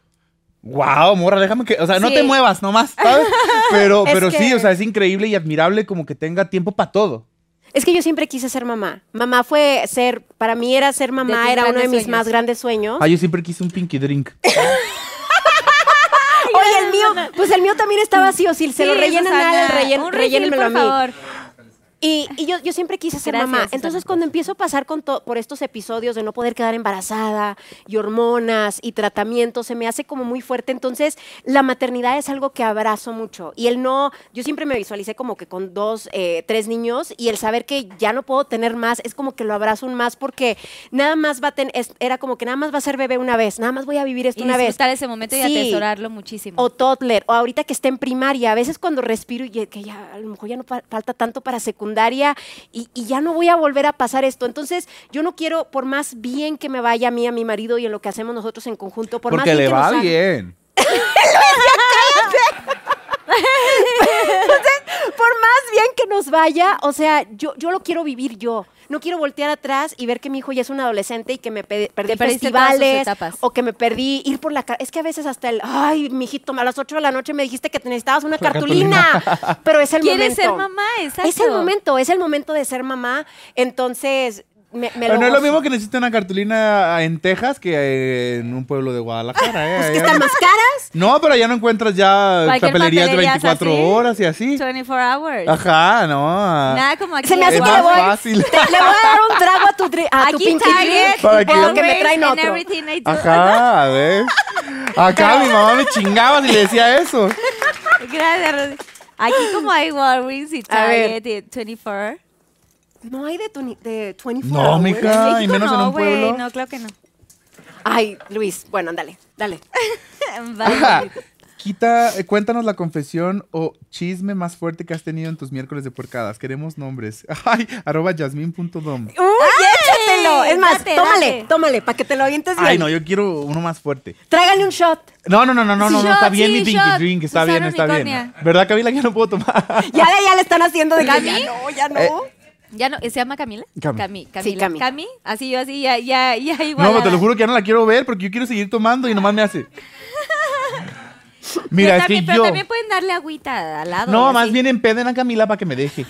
S4: Wow, morra, déjame que, o sea, no
S2: Sí.
S4: te muevas nomás, ¿sabes? Pero,
S3: Es
S4: pero sí,
S3: que-
S4: o sea, es increíble y admirable como que tenga tiempo para todo.
S3: Es que yo siempre quise ser mamá. Mamá fue ser, para mí era ser
S2: De tus
S3: mamá, era uno de
S2: grandes
S3: mis
S2: sueños.
S3: más grandes sueños.
S4: Ah, yo siempre quise un pinky drink.
S3: Oye, el mío, pues el mío también estaba así, o si se lo
S2: Sí,
S3: rellenan
S2: Susana,
S3: a él, rellen-
S2: un refil,
S3: rellénenmelo a
S2: por
S3: mí.
S2: favor.
S3: Y, y yo, yo siempre quise ser
S2: Gracias,
S3: mamá.
S2: Susana.
S3: Entonces, cuando empiezo a pasar con to- por estos episodios de no poder quedar embarazada y hormonas y tratamientos, se me hace como muy fuerte. Entonces, la maternidad es algo que abrazo mucho. Y el no, yo siempre me visualicé como que con dos, eh, tres niños y el saber que ya no puedo tener más, es como que lo abrazo un más porque nada más va a tener, era como que nada más va a ser bebé una vez, nada más voy a vivir esto
S2: Y
S3: una vez.
S2: disfrutar ese momento y
S3: Sí.
S2: atesorarlo muchísimo.
S3: O toddler, o ahorita que está en primaria, a veces cuando respiro y ya- que ya a lo mejor ya no fa- falta tanto para secundaria y, y ya no voy a volver a pasar esto. Entonces, yo no quiero, por más bien que me vaya a mí, a mi marido y en lo que hacemos nosotros en conjunto, por más
S4: Porque
S3: bien
S4: le
S3: que nos
S4: va
S3: haga-
S4: bien.
S3: por más bien que nos vaya, o sea, yo, yo lo quiero vivir yo. No quiero voltear atrás y ver que mi hijo ya es un adolescente y que me pe- perdí
S2: Te perdiste todas sus
S3: festivales
S2: etapas.
S3: o que me perdí ir por la ca- es que a veces hasta el ay, mijito, a las 8 de la noche me dijiste que te necesitabas una cartulina, pero es el
S2: ¿Quieres
S3: momento.
S2: ser mamá? Exacto.
S3: Es el momento, es el momento de ser mamá. Entonces, me, me
S4: Pero
S3: lo
S4: no es lo
S3: gozo.
S4: mismo que necesite una cartulina en Texas que en un pueblo de Guadalajara. ¿eh?
S3: Pues que
S4: Allá-
S3: están más caras.
S4: No, pero ya no encuentras ya
S2: Cualquier
S4: papelerías de
S2: papelería es
S4: 24
S2: así.
S4: horas y así.
S2: 24 hours.
S4: Ajá, no. ah,
S2: Nada como aquí.
S3: Se me hace
S4: es
S3: que
S2: Guau.
S3: le
S4: más
S3: voy-
S4: fácil.
S3: Te- le voy a dar un trago a tu, dri- a tu
S2: Aquí
S3: Pinky
S2: Target,
S3: Drink,
S4: Para
S3: por lo que me
S2: always
S3: traen
S2: and
S3: otro.
S2: everything I do.
S4: Ajá, ¿ves? Acá mi mamá me chingaba si le decía eso.
S2: Gracias, Rosy. Aquí como hay Walgreens y
S3: A ver.
S2: Target y 24.
S3: No hay de, tu- de 24
S4: No,
S3: hours.
S4: mija, y
S2: México
S4: menos en
S2: no,
S4: un
S2: güey,
S4: pueblo.
S2: No, claro que no.
S3: Ay, Luis, bueno, ándale, dale.
S4: Ajá. Quita, eh, cuéntanos la confesión o chisme más fuerte que has tenido en tus miércoles de porcadas. Queremos nombres. Ay, arroba yasmin.dom.
S3: ¡Uy, échatelo! Es más,
S2: Date,
S3: tómale,
S2: date.
S3: tómale, para que te lo avientes bien.
S4: Ay, no, yo quiero uno más fuerte.
S3: Tráigale un shot.
S4: No, no, no, no, no, no,
S2: Sí,
S4: no, está
S2: shot,
S4: bien
S2: sí,
S4: mi pinky
S2: shot.
S4: drink, está
S2: Usar
S4: bien, está bien.
S2: unicornia.
S4: ¿Verdad, Camila? Ya no puedo tomar.
S3: Ya, le- ya le están haciendo de que
S2: ¿Cami?
S3: ya no, ya no.
S4: Eh,
S2: ¿Ya no? ¿Se llama Camila?
S4: Cami.
S2: Cami. Camila.
S3: Sí, Cami.
S2: Cami, Así yo, así, ya, ya, ya igual.
S4: No, pero te lo juro que ya no la quiero ver porque yo quiero seguir tomando y nomás me hace. Mira, es que
S2: también, Pero
S4: yo.
S2: también pueden darle agüita al lado.
S4: No,
S2: así.
S4: más bien empeden a Camila para que me deje.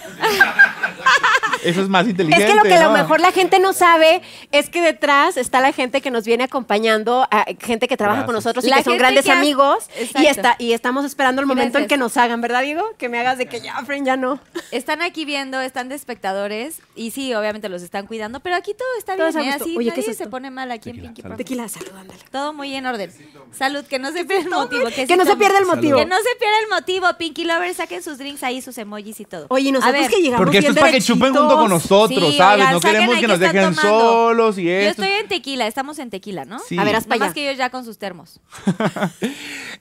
S4: Eso es más inteligente.
S3: Es que lo que a lo
S4: ¿no?
S3: mejor la gente no sabe es que detrás está la gente que nos viene acompañando, a- gente que trabaja con
S4: Gracias.
S3: nosotros
S2: La
S3: y que son
S2: gente
S3: grandes
S2: que ha-
S3: amigos. Y,
S2: Exacto.
S3: está, y estamos esperando el momento en
S2: Gracias.
S3: que nos hagan, ¿verdad, Diego? Que me hagas de que ya, friend, ya no.
S2: Están aquí viendo, están de espectadores. Y sí, obviamente los están cuidando. Pero aquí todo está
S3: Todo
S2: bien.
S3: está
S2: ¿eh?
S3: a gusto.
S2: Así
S3: Oye, ¿qué
S2: nadie
S3: es esto?
S2: se pone mal aquí en Pinky Promise.
S3: Tequila, salud, ándale.
S2: Todo muy en orden. Salud, que no se pierda el motivo.
S3: Que
S2: sí
S3: no se
S2: somos.
S3: pierda el motivo.
S2: Que no se pierda el motivo. Pinky Lovers, saquen sus drinks ahí, sus emojis y todo.
S3: Oye, ¿y
S2: A
S3: nosotros
S2: ver,
S3: que llegamos
S4: Porque esto
S3: bien
S4: es para que chupen junto con
S3: derechitos?
S4: nosotros,
S2: sí,
S4: ¿sabes?
S2: oigan,
S4: no
S2: saquen
S4: queremos
S2: ahí
S4: que nos
S2: están
S4: dejen
S2: tomando.
S4: solos y esto.
S2: Yo estoy en tequila, estamos en tequila, ¿no?
S4: Sí.
S3: A ver, haz
S2: Nada
S3: para
S2: más
S3: allá.
S2: que ellos ya con sus termos.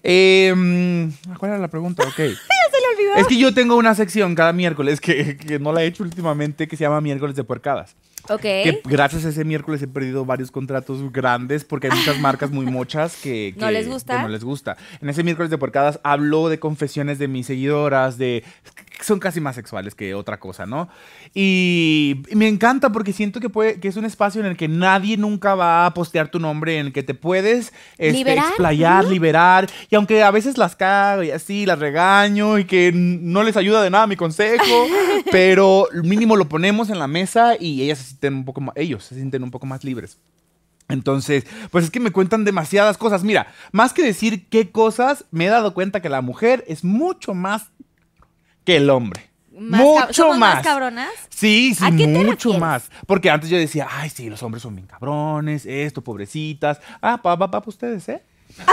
S4: Eh, mm, ¿Cuál era la pregunta? Ok. Es que yo tengo una sección cada miércoles que, que no la he hecho últimamente que se llama Miércoles de Puercadas.
S2: Ok.
S4: Que gracias a ese miércoles he perdido varios contratos grandes porque hay muchas marcas muy mochas que,
S2: No
S4: que-
S2: les gusta.
S4: que no les gusta. En ese miércoles de porcadas hablo de confesiones de mis seguidoras, de que son casi más sexuales que otra cosa, ¿no? Y me encanta porque siento que, puede, que es un espacio en el que nadie nunca va a postear tu nombre, en el que te puedes este,
S2: Liberar,
S4: explayar, liberar. Y aunque a veces las cago y así, las regaño y que n- no les ayuda de nada mi consejo, pero mínimo lo ponemos en la mesa y ellas se sienten un poco más, ellos se sienten un poco más libres. Entonces, pues es que me cuentan demasiadas cosas. Mira, más que decir qué cosas, me he dado cuenta que la mujer es mucho más que el hombre.
S2: Más cab-
S4: mucho
S2: ¿somos más
S4: más.
S2: cabronas?
S4: Sí, sí,
S2: ¿A qué te
S4: mucho
S2: refieres?
S4: más. Porque antes yo decía, ay, sí, los hombres son bien cabrones, esto, pobrecitas. Ah, pa, pa, pa, pa ustedes, ¿eh?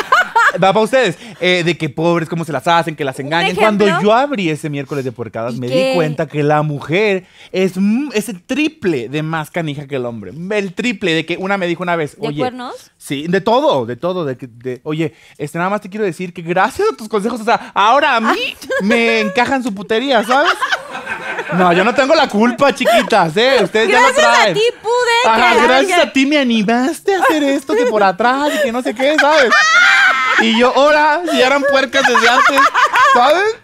S4: Va para ustedes, Eh, de que pobres, cómo se las hacen, que las engañan. Cuando
S2: ejemplo?
S4: yo abrí ese miércoles de porcadas,
S2: ¿Y
S4: me
S2: qué?
S4: di cuenta que la mujer es, mm, es el triple de más canija que el hombre. El triple de que una me dijo una vez,
S2: ¿De
S4: oye.
S2: cuernos?
S4: Sí, de todo, de todo. De, que- de- oye, este, nada más te quiero decir que gracias a tus consejos, o sea, ahora a mí me encajan su putería, ¿sabes? No, yo no tengo la culpa, chiquitas, ¿eh? Ustedes ya lo
S2: Gracias
S4: traen.
S2: a ti pude.
S4: Ajá,
S2: que la
S4: gracias
S2: verga-
S4: a ti me animaste a hacer esto que por atrás y que no sé qué, ¿sabes? Y yo, hola, si eran puercas desde antes, ¿sabes?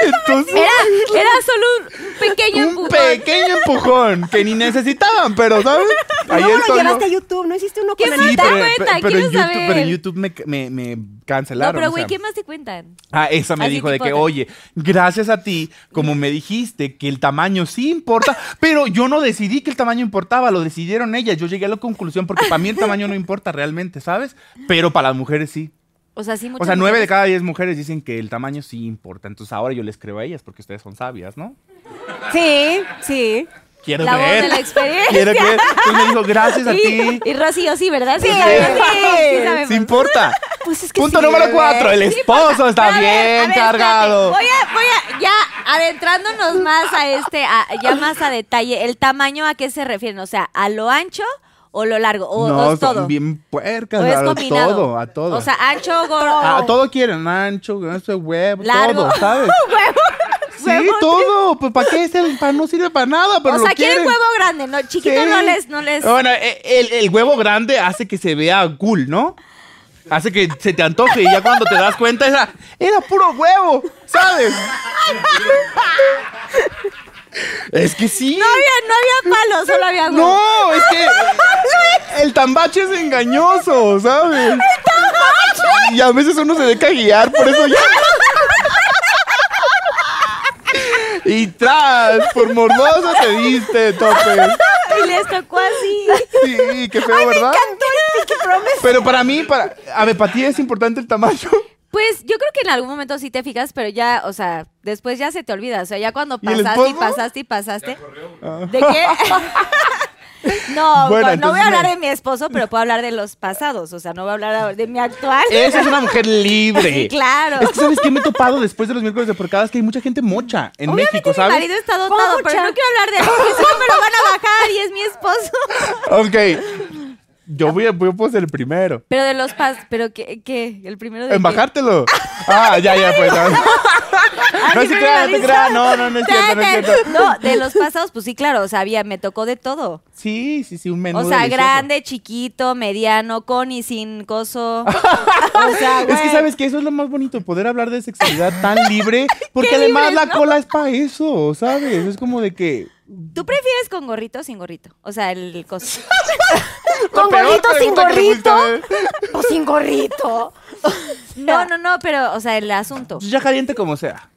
S4: Entonces,
S2: Era, era solo un pequeño
S4: un
S2: empujón.
S4: pequeño empujón que ni necesitaban, pero, ¿sabes? Ahí
S3: No me lo
S4: estoy yo.
S3: llevaste a YouTube, no hiciste uno
S2: ¿Qué
S3: con
S2: más?
S3: el
S4: Sí,
S2: da
S4: pero,
S2: cuenta,
S4: pe- pero
S2: quiero
S4: en YouTube,
S2: saber.
S4: pero en YouTube me, ca- me- me
S2: No,
S4: cancelaron.
S2: pero
S4: o
S2: güey,
S4: sea.
S2: ¿qué más te cuentan?
S4: Ah, esa me
S2: Así
S4: dijo de
S2: tipo
S4: que,
S2: de-
S4: oye, gracias a ti, como me dijiste que el tamaño sí importa, pero yo no decidí que el tamaño importaba, lo decidieron ellas. Yo llegué a la conclusión porque para mí el tamaño no importa realmente, ¿sabes? Pero para las mujeres sí.
S2: O sea, sí,
S4: O
S2: muchas
S4: sea, nueve de
S2: mujeres-
S4: cada diez mujeres dicen que el tamaño sí importa. Entonces ahora yo les creo a ellas porque ustedes son sabias, ¿no?
S3: Sí, sí.
S4: Quiero
S2: La voz
S4: creer.
S2: de la experiencia.
S4: Quiero creer. Entonces me dijo, gracias a ti.
S2: Y, y Rosy, yo sí, ¿verdad? Sí, sabemos.
S4: Sí importa.
S3: Pues es que
S4: Punto
S3: sí,
S4: número
S3: bebé.
S4: cuatro. eh, El esposo está
S2: A ver, a
S4: bien
S2: ver,
S4: cargado.
S2: espérate. Voy a, voy a, ya adentrándonos más a este, a- ya más a detalle, el tamaño a qué se refieren, o sea, a lo ancho o lo largo, o,
S4: no,
S2: o es
S4: son
S2: todo.
S4: bien puercas.
S2: o es
S4: a
S2: combinado.
S4: todo, a todo.
S2: O sea, ancho, gordo.
S4: a todo quieren, ancho, grueso, huevo,
S2: Largo.
S4: todo, ¿sabes? Sí,
S2: Huevo.
S4: todo. Pues para qué es el pan no sirve para nada, pero
S2: o
S4: lo
S2: sea, quieren
S4: quieren.
S2: huevo grande, no, chiquito
S4: Sí.
S2: no les, no les.
S4: Bueno, eh, el, el huevo grande hace que se vea cool, ¿no? Hace que se te antoje y ya cuando te das cuenta era, era puro huevo, ¿sabes? es que sí.
S2: No había, no había palo, solo había huevo.
S4: No, es que el tambache es engañoso, ¿sabes? Y a veces uno se deja guiar, por eso ya. Y tras, por morboso te diste, tope.
S2: Y les tocó así.
S4: Sí, qué feo, ¿verdad? Pero para mí, para, a ver, para ti es importante el tamaño.
S2: Pues yo creo que en algún momento sí te fijas, pero ya, o sea, después ya se te olvida. O sea, ya cuando
S4: ¿Y el
S2: pasaste y
S4: esposo?
S2: pasaste y pasaste. ¿De qué? no, no
S4: Bueno,
S2: voy
S4: entonces
S2: a hablar
S4: me-
S2: de mi esposo, pero puedo hablar de los pasados. O sea, no voy a hablar de mi actual.
S4: Esa es una mujer libre.
S2: Sí, claro.
S4: Es que, ¿sabes qué? Me he topado después de los miércoles de porcadas que hay mucha gente mocha en
S2: Obviamente
S4: México,
S2: mi
S4: ¿sabes?
S2: marido está dotado, pero
S3: Concha.
S2: no quiero hablar de él porque si no me lo van a bajar y es mi esposo.
S4: Ok. Yo voy a, voy a ser el primero.
S2: Pero de los pas, pero qué, qué? el primero de
S4: En bajártelo. Ah, ya, ya, pues. ya. No,
S2: sí,
S4: se crea, no se crea. No, no, no es cierto, no es cierto.
S2: No, de los pasados, pues sí, claro, o sea, había, me tocó de todo.
S4: Sí, sí, sí, un menú
S2: O sea,
S4: delicioso.
S2: grande, chiquito, mediano, con y sin coso. O sea,
S4: Es que
S2: güey.
S4: sabes que eso es lo más bonito, poder hablar de sexualidad tan libre, porque además
S2: libre,
S4: la cola es para eso, ¿sabes? Es como de que
S2: ¿Tú prefieres con gorrito o sin gorrito? O sea, el, el coso.
S3: ¿Con
S4: peor
S3: gorrito, sin
S4: pregunta que le
S3: gorrito?
S4: gusta,
S3: ¿O sin gorrito?
S2: No, no, no, pero, o sea, el asunto.
S4: ya caliente como sea.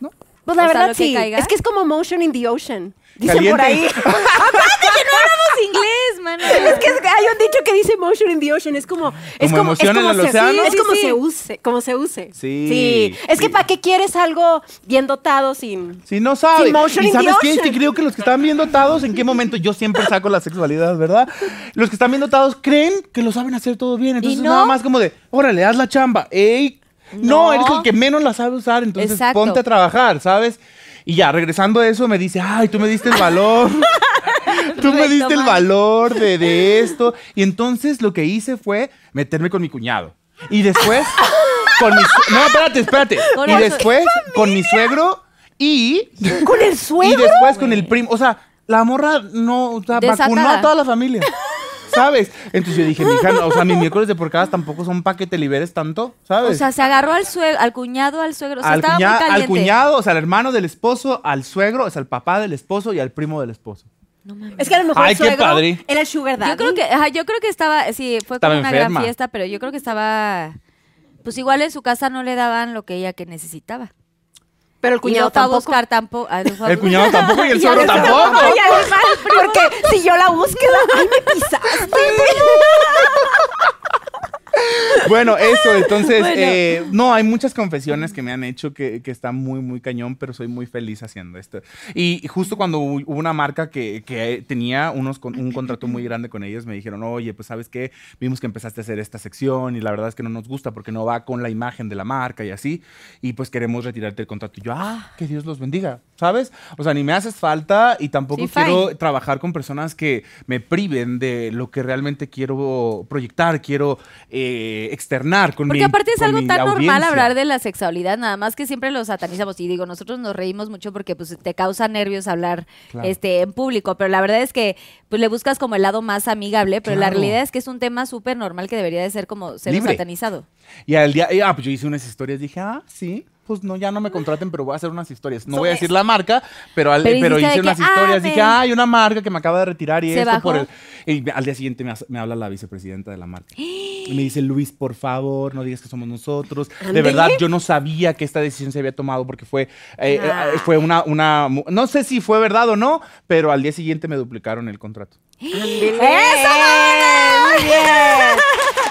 S3: Pues la
S2: O sea,
S3: verdad
S2: lo que
S3: sí.
S2: caiga.
S3: Es que es como motion in the ocean. Dicen por ahí. Ah,
S4: Caliente.
S2: Hablamos inglés, mano.
S3: Es que es- hay un dicho que dice motion in the ocean. Es como. Es
S4: Como
S3: como, es
S4: emoción en
S3: como
S4: el
S3: se,
S4: océano.
S3: sí, es
S4: Sí,
S3: como
S2: sí.
S3: se use. Como se use.
S4: Sí,
S3: Es que
S4: sí.
S3: ¿para qué quieres algo bien dotado sin.
S4: Si no sabes.
S3: Sin motion
S4: y
S3: in the
S4: sabes qué? Es que
S3: ocean.
S4: creo que los que están bien dotados, ¿en qué momento? Yo siempre saco la sexualidad, ¿verdad? Los que están bien dotados creen que lo saben hacer todo bien. Entonces
S2: no?
S4: nada más como de, órale, haz la chamba. Ey, no,
S2: No.
S4: eres el que menos la sabe usar, entonces
S2: Exacto.
S4: ponte a trabajar, ¿sabes? Y ya, regresando a eso, me dice, ay, tú me diste el valor. Tú me diste el
S2: Retomar.
S4: valor de, de esto. Y entonces lo que hice fue meterme con mi cuñado. Y después con mi... su- No, espérate, espérate.
S2: Con
S4: Y
S2: el-
S4: después con mi suegro y...
S3: Con el
S4: Y
S3: suelo.
S4: después con el primo. O sea, la morra no... O sea, vacunó
S2: Desatada.
S4: a toda la familia. ¿Sabes? Entonces yo dije, mija, no, o sea, mis miércoles de porcadas tampoco son para que te liberes tanto, ¿sabes?
S2: O sea, se agarró al suegro, al cuñado, al suegro. O sea,
S4: al,
S2: estaba
S4: cuña-
S2: muy
S4: al
S2: caliente.
S4: cuñado, o sea, al hermano del esposo, al suegro, o sea, al papá del esposo y al primo del esposo.
S3: Es que a lo mejor
S4: Ay,
S3: el
S4: qué
S3: suegro
S4: padre.
S3: era el sugar daddy.
S2: Yo creo que, ajá, yo creo que estaba, sí, fue
S4: Estaba
S2: como una
S4: enferma.
S2: gran fiesta, pero yo creo que estaba, pues igual en su casa no le daban lo que ella que necesitaba.
S3: Pero el
S2: y
S3: cuñado
S2: no fue a
S3: tampoco.
S2: buscar tampoco. ah, no fue a
S4: El
S2: bu-
S4: cuñado tampoco y el
S3: Ya
S4: suegro
S3: le-
S4: tampoco.
S3: Ya le- Porque si yo la busco, ay, me pisaste.
S4: Bueno, eso, entonces, eh, no, hay muchas confesiones que me han hecho que, que está muy, muy cañón, pero soy muy feliz haciendo esto. Y justo cuando hu- hubo una marca que, que tenía unos, con- un contrato muy grande con ellos, me dijeron, oye, pues sabes qué, vimos que empezaste a hacer esta sección y la verdad es que no nos gusta porque no va con la imagen de la marca y así, y pues queremos retirarte el contrato. Y yo, ah, que Dios los bendiga, ¿sabes? O sea, ni me haces falta y tampoco
S2: Sí,
S4: quiero
S2: fine.
S4: trabajar con personas que me priven de lo que realmente quiero proyectar, quiero eh, externar con mi
S2: Porque aparte es
S4: con
S2: algo
S4: mi
S2: tan normal
S4: audiencia.
S2: hablar de la sexualidad, nada más que siempre lo satanizamos. Y digo, nosotros nos reímos mucho porque pues te causa nervios hablar
S4: Claro.
S2: este en público. Pero la verdad es que pues le buscas como el lado más amigable, pero la
S4: Claro.
S2: realidad es que es un tema súper normal que debería de ser como ser
S4: Libre.
S2: satanizado.
S4: Y al día, y, ah, pues yo hice unas historias, dije, ah, sí, pues no, ya no me contraten, pero voy a hacer unas historias. No voy a decir la marca, pero, al-
S2: Pero
S4: pero,
S2: hiciste de que,
S4: hice unas historias.
S2: ah,
S4: dije,
S2: me-
S4: ah, hay una marca que me acaba de retirar y
S2: Se
S4: esto por
S2: bajó.
S4: el- Y al día siguiente me, hace- me habla la vicepresidenta de la marca. Y me dice, Luis, por favor, no digas que somos nosotros. De verdad, yo no sabía que esta decisión se había tomado porque fue, eh,
S2: Ah.
S4: eh, fue una, una. mu- No sé si fue verdad o no, pero al día siguiente me duplicaron el contrato.
S3: Muy bien.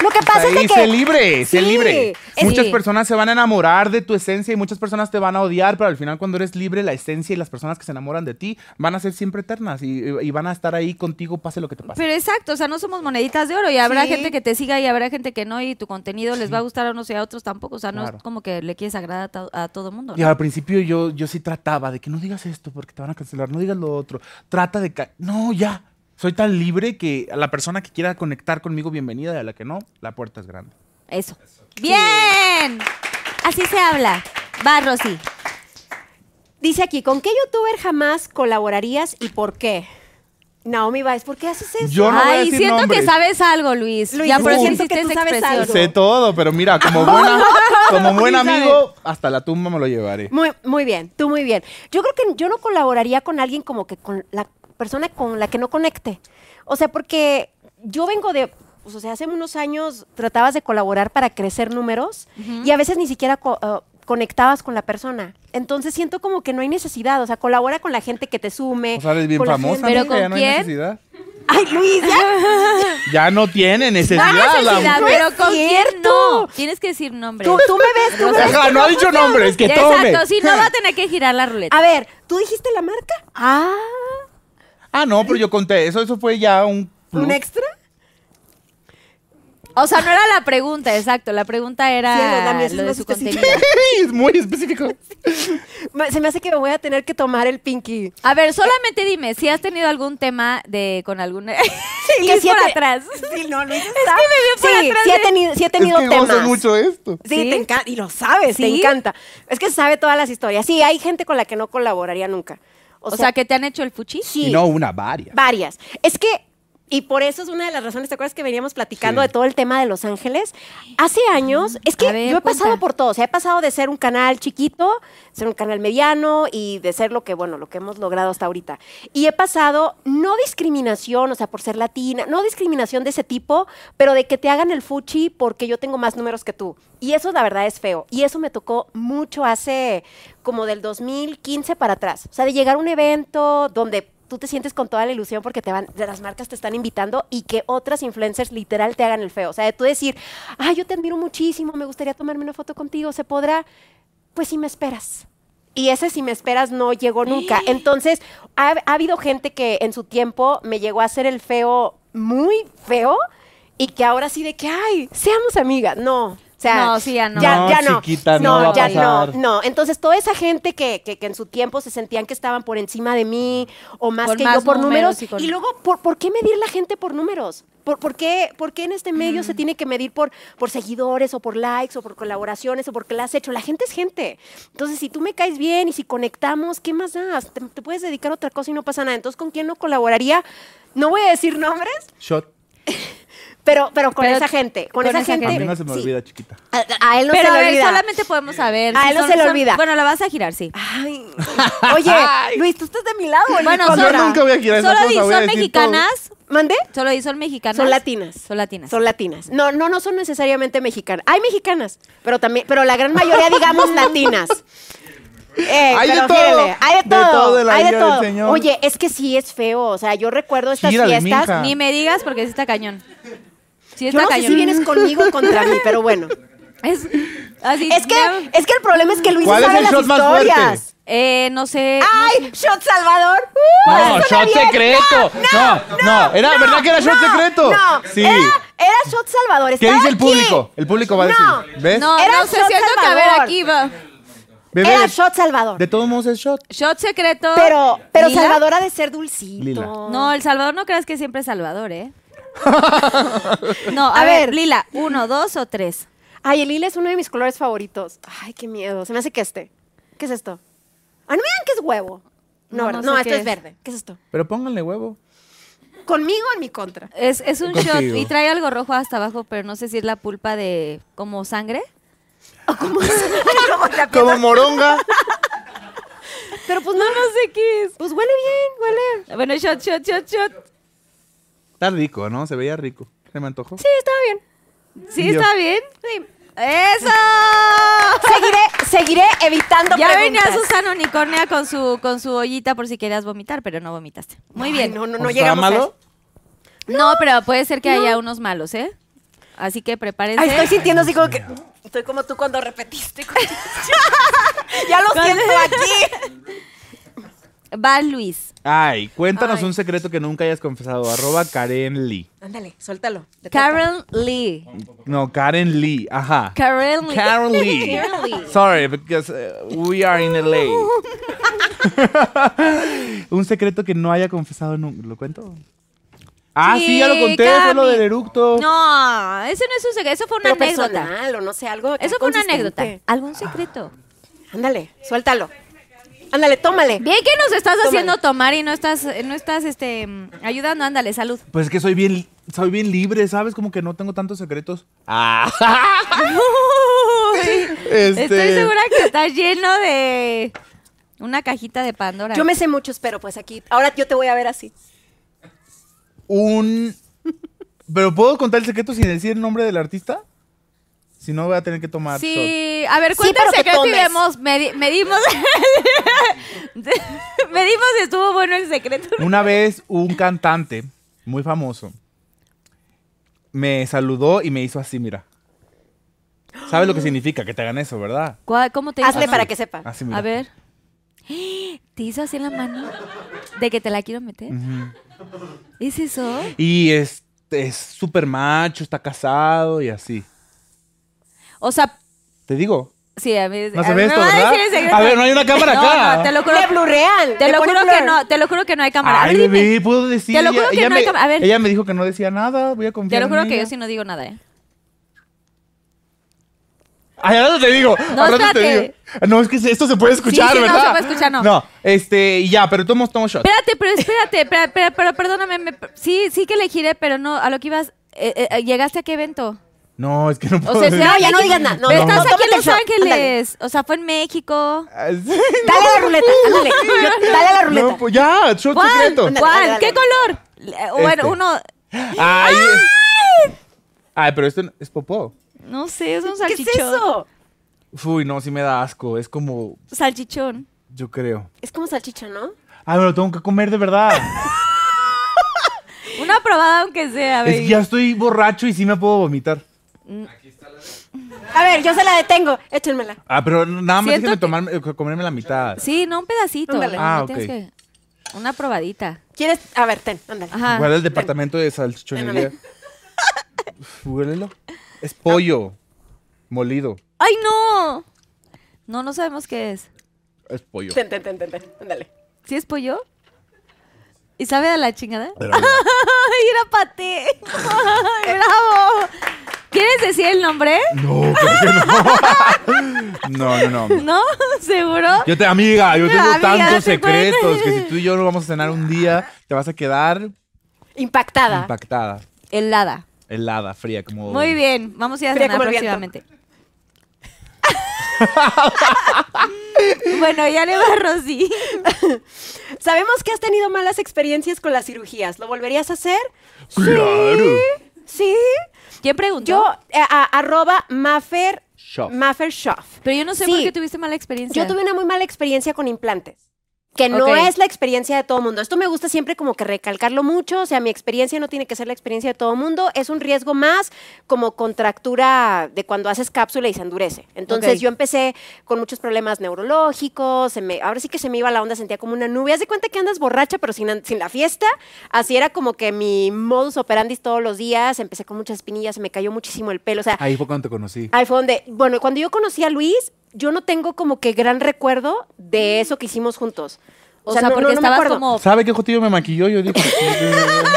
S3: Lo que pasa
S4: Ahí,
S3: es
S4: sé
S3: que
S4: libre, sé
S3: Sí,
S4: libre.
S2: es-
S4: Muchas
S2: sí.
S4: personas se van a enamorar de tu esencia y muchas personas te van a odiar, pero al final cuando eres libre, la esencia y las personas que se enamoran de ti van a ser siempre eternas y, y van a estar ahí contigo pase lo que te pase.
S2: Pero exacto, o sea, no somos moneditas de oro y habrá
S3: Sí.
S2: gente que te siga y habrá gente que no y tu contenido les va a gustar a unos y a otros tampoco. O sea, no
S4: Claro.
S2: es como que le quieres agradar a, to- a todo mundo.
S4: y
S2: ¿no?
S4: al principio yo, yo sí trataba de que no digas esto porque te van a cancelar, no digas lo otro, trata de... ca- No, ya. Soy tan libre que a la persona que quiera conectar conmigo, bienvenida, y a la que no, la puerta es grande.
S2: Eso. Bien. Así se habla. Va, Rosy.
S3: dice aquí, ¿con qué youtuber jamás colaborarías y por qué? Naomi Baez, ¿por qué haces eso?
S4: Yo no voy
S2: Ay,
S4: a decir
S2: siento
S4: nombres.
S2: que sabes algo, Luis.
S3: Luis,
S2: ya
S3: es
S2: por
S3: que
S2: eso
S3: siento
S2: hiciste
S3: que tú
S2: esa
S3: sabes
S2: expresión.
S3: algo.
S4: Sé todo, pero mira, como, buena, como buen amigo, hasta la tumba me lo llevaré.
S3: Muy, muy bien, tú muy bien. Yo creo que yo no colaboraría con alguien como que con la persona con la que no conecte. O sea, porque yo vengo de, pues, o sea, hace unos años tratabas de colaborar para crecer números y a veces ni siquiera co- eh, conectabas con la persona. Entonces siento como que no hay necesidad. O sea, colabora con la gente que te sume.
S4: O sea, eres bien
S3: con la gente-
S4: famosa,
S2: Pero
S4: amiga,
S2: ¿con
S4: ya no hay
S2: quién?
S4: necesidad.
S3: Ay, Luis, ya.
S4: Ya no tiene
S3: Ah,
S4: necesidad.
S2: No
S4: la
S2: necesidad,
S4: mujer.
S2: pero con quién
S3: cierto.
S2: no. Tienes que decir nombre.
S3: Tú, tú me ves, tú me ves.
S4: Ajá, no ha dicho nombres, que tome.
S2: Exacto, sí, no va a tener que girar la ruleta.
S3: A ver, ¿tú dijiste la marca? Ah,
S4: Ah, no, pero yo conté eso, eso fue ya un plus.
S3: ¿un extra?
S2: O sea, no era la pregunta, exacto. La pregunta era
S3: Cielo, la mía
S2: Ah,
S3: sí es
S2: lo de
S3: más
S2: su
S3: específica.
S2: contenido.
S4: es muy específico.
S3: Se me hace que me voy a tener que tomar el pinky.
S2: A ver, solamente dime si has tenido algún tema de con algún sí, Liz
S3: sí
S2: por
S3: he te-
S2: atrás.
S3: Sí, no, Luis
S2: Es que
S3: está.
S2: me vio por
S3: sí,
S2: atrás.
S3: sí he
S2: de-
S3: tenido, sí he
S4: Es
S3: tenido
S4: que gozo
S3: temas.
S4: mucho esto.
S3: Sí,
S2: ¿Sí?
S3: te encanta. Y lo sabes, te
S2: ¿Sí?
S3: encanta. Es que se sabe todas las historias. Sí, hay gente con la que no colaboraría nunca.
S2: O sea, que te han hecho el fuchi.
S3: sí.
S4: Y no una, varias.
S3: Varias. Es que, y por eso es una de las razones, ¿te acuerdas que veníamos platicando
S4: Sí.
S3: de todo el tema de Los Ángeles? Hace años, es que
S2: Ah, A ver,
S3: yo he pasado
S2: cuenta.
S3: por todo, o sea, he pasado de ser un canal chiquito, ser un canal mediano y de ser lo que, bueno, lo que hemos logrado hasta ahorita. Y he pasado, no discriminación, o sea, por ser latina, no discriminación de ese tipo, pero de que te hagan el fuchi porque yo tengo más números que tú. Y eso la verdad es feo. Y eso me tocó mucho hace como del 2015 para atrás. O sea, de llegar a un evento donde tú te sientes con toda la ilusión porque te van, de las marcas te están invitando y que otras influencers literal te hagan el feo. O sea, de tú decir, ah, yo te admiro muchísimo, me gustaría tomarme una foto contigo, se podrá, pues si me esperas. Y ese si me esperas no llegó nunca. Entonces, ha, ha habido gente que en su tiempo me llegó a hacer el feo muy feo y que ahora sí de que, ay, seamos amigas. No. O sea,
S2: No, sí, ya no.
S3: Ya,
S4: No,
S3: ya no.
S4: chiquita, no va a
S3: ya
S4: pasar.
S3: no. No, entonces toda esa gente que, que- que en su tiempo se sentían que estaban por encima de mí o más
S2: Con
S3: que
S2: más
S3: yo por
S2: números
S3: números.
S2: y con-
S3: Y luego, ¿por, por qué medir la gente por números? ¿Por, por qué, por qué en este medio
S2: Mm.
S3: se tiene que medir por, por seguidores o por likes o por colaboraciones o por qué la has hecho? La gente es gente. Entonces, si tú me caes bien y si conectamos, ¿qué más das? Te, te puedes dedicar a otra cosa y no pasa nada. Entonces, ¿con quién no colaboraría? No voy a decir nombres,
S4: Shot.
S3: pero, pero con
S2: Pero
S3: esa gente. Con,
S2: con
S3: esa,
S2: esa
S3: gente.
S4: A mí no se me
S3: sí.
S4: olvida, chiquita.
S3: A, a él no
S2: Pero
S3: se
S2: a
S3: le
S2: ver,
S3: olvida.
S2: solamente podemos saber.
S3: A
S2: si
S3: él no
S2: son-
S3: se le
S2: son-
S3: olvida.
S2: Bueno, la vas a girar, sí.
S3: Ay. Oye, Luis, tú estás de mi lado. Luis.
S2: Bueno,
S4: Yo
S2: son,
S4: nunca voy a girar esa
S2: solo
S4: cosa,
S2: di,
S4: voy a
S2: son
S4: decir
S2: mexicanas.
S3: ¿Mandé?
S2: Solo di, son mexicanas.
S3: Son latinas.
S2: Son latinas.
S3: Son latinas. No, no, no son necesariamente mexicanas. Hay mexicanas, pero también, pero la gran mayoría, digamos, latinas. Eh,
S4: Hay de
S3: pero
S4: todo.
S3: fíjale, hay de
S4: De
S3: todo,
S4: todo en la
S3: hay de
S4: viña del
S3: todo.
S4: Señor.
S3: Oye, es que sí es feo, o sea, yo recuerdo estas
S4: Gírale,
S3: fiestas.
S4: mija.
S2: Ni me digas porque sí está cañón. Sí
S3: Yo
S2: está
S3: no sé
S2: cañón.
S3: si vienes conmigo o contra mí, pero bueno.
S2: Es, así,
S3: Es que,
S2: veo-
S3: es que el problema es que Luis
S4: ¿Cuál es
S3: sabe
S4: el
S3: las
S4: shot más fuerte?
S3: historias.
S2: Eh, no sé.
S3: ¡Ay! ¡Shot Salvador! ¡Uh!
S4: No,
S3: ¡Eso
S4: shot
S3: bien!
S4: secreto. No, no, era verdad que era shot
S3: no,
S4: secreto.
S3: No,
S4: sí.
S3: era, era shot Salvador.
S4: ¿Qué
S3: estaba
S4: dice el
S3: aquí.
S4: público? El público va a
S3: No.
S4: decir, ¿ves?
S2: no,
S3: Era
S2: no sé,
S3: Shot
S2: siento que a ver
S3: Salvador.
S2: aquí va.
S4: Bebé,
S3: Era
S4: de-
S3: shot Salvador.
S4: de todos modos es shot.
S2: Shot secreto.
S3: Pero, pero
S2: Lila.
S3: Salvador ha de ser dulcito.
S4: Lila.
S2: No, El Salvador no creas que siempre es Salvador, ¿eh? no, a,
S3: A
S2: ver,
S3: ver.
S2: Lila, ¿uno, dos o tres?
S3: Ay, el lila es uno de mis colores favoritos. Ay, qué miedo. Se me hace que este. ¿Qué es esto? Ah, no me digan que es huevo. No,
S2: No,
S3: ¿verdad?
S2: no
S3: no,
S2: sé
S3: esto
S2: qué
S3: es.
S2: es.
S3: verde. ¿Qué es esto?
S4: Pero pónganle huevo.
S3: ¿Conmigo o en mi contra?
S2: Es, es un
S4: Contigo.
S2: shot y trae algo rojo hasta abajo, pero no sé si es la pulpa de como sangre.
S4: Como moronga.
S3: Pero pues no, no sé qué es. Pues huele bien, huele.
S2: Bueno, shot, shot, shot, shot.
S4: Está rico, ¿no? Se veía rico. Se me antojó.
S3: Sí, estaba bien.
S2: ¿Sí
S4: Yo.
S2: está bien? Sí. ¡Eso!
S3: Seguiré, seguiré evitando
S2: Ya venía
S3: preguntas.
S2: Susana Unicornia con su, con su ollita por si querías vomitar, pero no vomitaste. Muy bien.
S3: Ay, no, no,
S4: ¿O
S3: no
S4: estaba
S3: llegamos a
S4: malo?
S3: eso.
S2: No, pues pero puede ser que haya unos malos, ¿eh? Así que prepárense.
S3: Ay, estoy sintiendo así como que. Estoy como tú cuando repetiste. ya lo siento aquí.
S2: Va Luis.
S4: Ay, cuéntanos un secreto que nunca hayas confesado. Arroba Karen Lee.
S3: Ándale, suéltalo. te toca.
S2: Karen Lee.
S4: No, Karen Lee. Ajá.
S2: Karen Lee.
S4: Karen Lee. Sorry, because uh, we are in LA. un secreto que no haya confesado nunca. ¿Lo cuento? Ah, sí, ya lo conté. Fue lo
S2: Cami.
S4: del eructo.
S2: No, eso no es un secreto, eso fue una
S3: Pero
S2: anécdota.
S3: personal o no sé, algo. acá
S2: Eso fue una
S3: consistente.
S2: anécdota. ¿Algún secreto?
S3: Ándale, suéltalo. Ándale, tómale.
S2: Bien que nos estás
S3: Tómale.
S2: haciendo tomar y no estás, no estás este, mm, ayudando. Ándale, salud.
S4: Pues es que soy bien, soy bien libre, ¿sabes? Como que no tengo tantos secretos. Ah. Este-
S2: Estoy segura que estás lleno de una cajita de Pandora.
S3: Yo me sé muchos, pero pues aquí. Ahora yo te voy a ver así.
S4: Un. Pero puedo contar el secreto sin decir el nombre del artista. Si no, voy a tener que tomar. shot.
S2: Sí, a ver,
S3: Sí,
S2: cuenta el
S3: pero que
S2: secreto y
S3: tomes.
S2: vemos, medi- medimos, medimos si estuvo bueno el secreto.
S4: Una vez un cantante muy famoso me saludó y me hizo así, mira. ¿Sabes lo que significa que te hagan eso, verdad?
S2: ¿Cuál- ¿Cómo te hizo?
S3: Hazle
S2: así?
S3: para que sepa.
S7: Ah,
S4: Así, mira.
S2: A ver. ¿Te hizo así en la mano? ¿De que te la quiero meter? ¿Es eso?
S4: Y es es súper macho, está casado y así.
S2: O sea,
S4: Te digo,
S2: Sí, a mí
S7: No
S2: a
S7: se
S2: mí
S7: ve
S2: me
S7: esto,
S2: va a
S7: ¿verdad?
S2: decir el secreto.
S7: A ver, no hay una cámara
S2: No,
S7: acá.
S2: no, te lo juro.
S3: Le blurrean.
S2: Te
S3: le
S2: lo
S3: ponen
S2: juro
S3: blur.
S2: que no, te lo juro que no hay cámara.
S7: Ay,
S2: Ahora dime,
S7: bebé, puedo decir.
S2: Te lo
S7: ella-
S2: juro que
S7: ella
S2: no hay
S7: me-
S2: cámara. A ver.
S7: Ella me dijo que no decía nada. Voy a
S2: Te
S7: confiar.
S2: lo
S7: en
S2: juro que
S7: ella.
S2: yo sí no digo nada, ¿eh?
S7: Ay, ahora te digo.
S2: No,
S7: ahora te
S2: espérate.
S7: digo. Ah, No, es que esto se puede escuchar,
S2: sí, no, se
S7: ¿verdad?
S2: puede escuchar, no.
S7: No, este, y ya, pero tomo, tomo shot.
S2: Espérate, pero espérate, espera- espera- pero perdóname, me- sí, sí que le giré, pero no, a lo que ibas, eh, eh, ¿llegaste a qué evento?
S7: No, es que no puedo.
S2: O sea,
S7: decir-
S2: estaba
S3: ya no
S2: aquí-
S3: digas nada. No,
S2: pero
S3: no,
S2: estás
S3: no,
S2: aquí en
S3: tómate el
S2: Los
S3: shot.
S2: Ángeles. O sea, fue en México.
S7: Ah, sí.
S3: Dale a la ruleta, ándale. Yo- Dale a la ruleta.
S7: No, pues ya, shot
S2: ¿Cuál?
S7: secreto.
S3: Ándale, dale,
S2: ¿Cuál?
S3: dale.
S2: ¿Qué color? Le-
S7: Este.
S2: Bueno, uno,
S7: Ay. Ay, pero esto es popó.
S2: no sé, es un
S3: ¿Qué es
S2: salchichón.
S3: eso?
S7: Uy, no, sí me da asco. Es como,
S2: Salchichón.
S7: yo creo.
S3: Es como salchicha, ¿no?
S7: Ay, Ah, me lo tengo que comer de verdad.
S2: Una probada aunque sea,
S7: es que
S2: baby.
S7: ya estoy borracho y sí me puedo vomitar.
S3: A ver, yo se la detengo. Échenmela.
S7: Ah, pero nada más
S2: Siento
S7: déjame
S2: que-
S7: tomarme- eh, comerme la mitad.
S2: Sí, no un pedacito.
S3: Ándale.
S2: no,
S7: Ah,
S2: no
S7: ok.
S2: tienes que- Una probadita.
S3: ¿Quieres? A ver, ten, ándale.
S2: Ajá.
S7: Guarda el departamento de salchichonería. Uf, Huélelo. Es pollo. Molido.
S2: ¡Ay, no! No, no sabemos qué es.
S7: Es pollo.
S3: Ten, ten, ten, ten, ten. Ándale.
S2: ¿Sí es pollo? ¿Y sabe a la chingada? ¡Ay, era paté! ¡Ay, ¡Bravo! ¿Quieres decir el nombre?
S7: No, creo que no. No, no, no.
S2: ¿No? ¿Seguro?
S7: Yo te, amiga, yo
S2: Pero,
S7: tengo
S2: amiga,
S7: tantos
S2: ¿te acuerdas?
S7: secretos que si tú y yo no vamos a cenar un día, te vas a quedar
S3: Impactada.
S7: impactada,
S2: Helada.
S7: helada, fría, como.
S2: Muy bien, vamos a ir a
S3: Fría
S2: cenar
S3: como el viento.
S2: próximamente. bueno, ya le va Rosy.
S3: Sabemos que has tenido malas experiencias con las cirugías. ¿Lo volverías a hacer?
S7: ¡Claro!
S3: Sí.
S2: ¿Quién preguntó?
S3: Yo, eh, a- arroba Maffer.
S7: Shock.
S3: Maffer Shoff.
S2: Pero yo no sé
S3: Sí.
S2: por qué tuviste mala experiencia.
S3: Yo tuve una muy mala experiencia con implantes. Que no
S2: Ok.
S3: es la experiencia de todo mundo. Esto me gusta siempre como que recalcarlo mucho. O sea, mi experiencia no tiene que ser la experiencia de todo mundo. Es un riesgo más como contractura de cuando haces cápsula y se endurece. Entonces
S2: Ok.
S3: yo empecé con muchos problemas neurológicos. se me- ahora sí que se me iba la onda, sentía como una nube. Haz de cuenta que andas borracha pero sin, an- sin la fiesta. Así era como que mi modus operandi todos los días. Empecé con muchas espinillas, se me cayó muchísimo el pelo. O sea,
S7: Ahí fue cuando te conocí.
S3: Ahí fue donde, bueno, cuando yo conocí a Luis, yo no tengo como que gran recuerdo de eso que hicimos
S2: Mm.
S3: juntos.
S2: O sea, porque estabas
S3: Ah,
S2: como.
S7: ¿Sabe qué jotillo me maquilló? Yo dije.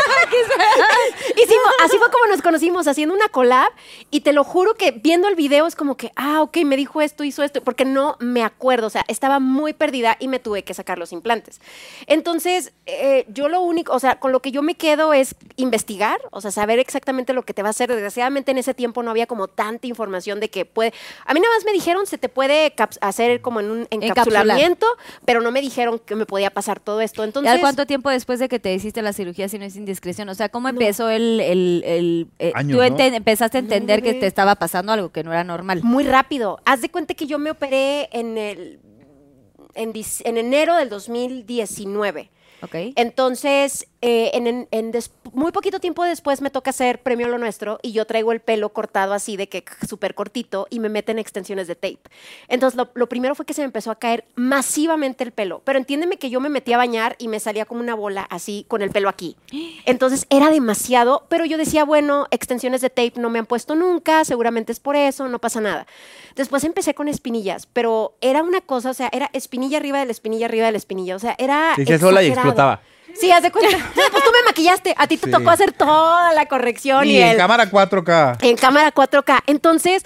S3: Hicimos, así fue como nos conocimos, haciendo una collab, y te lo juro que viendo el video es como que, ah, ok, me dijo esto, hizo esto, porque no me acuerdo, o sea, estaba muy perdida y me tuve que sacar los implantes. Entonces, eh, yo lo único, o sea, con lo que yo me quedo es investigar, o sea, saber exactamente lo que te va a hacer. Desgraciadamente en ese tiempo no había como tanta información de que puede, a mí nada más me dijeron, se te puede caps- hacer como en un
S2: Encapsular.
S3: encapsulamiento, pero no me dijeron que me podía pasar todo esto. Entonces,
S2: ¿Al cuánto tiempo después de que te hiciste la cirugía si no es indiscreción? O sea, ¿cómo empezó el... el, el, eh,
S7: Años,
S2: tú
S7: ¿no?
S2: enten- empezaste a entender que te estaba pasando algo que no era normal.
S3: Muy rápido. Haz de cuenta que yo me operé en el en, dic- en enero del 2019.
S2: ¿Ok?
S3: Entonces, eh, en, en- en des- muy poquito tiempo después me toca hacer Premio Lo Nuestro y yo traigo el pelo cortado así de que súper cortito y me meten extensiones de tape. Entonces, lo, lo primero fue que se me empezó a caer masivamente el pelo. Pero entiéndeme que yo me metí a bañar y me salía como una bola así con el pelo aquí. Entonces, era demasiado, pero yo decía, bueno, extensiones de tape no me han puesto nunca, seguramente es por eso, no pasa nada. Después empecé con espinillas, pero era una cosa, o sea, era espinilla arriba de la espinilla arriba de la espinilla. O sea, era.
S7: Te hacía sola y
S3: exagerado.
S7: explotaba.
S3: Sí, haz de cuenta. Sí, pues tú me maquillaste. A ti te
S7: Sí.
S3: tocó hacer toda la corrección y,
S7: Y en
S3: el-
S7: cámara 4K.
S3: en cámara 4K. Entonces,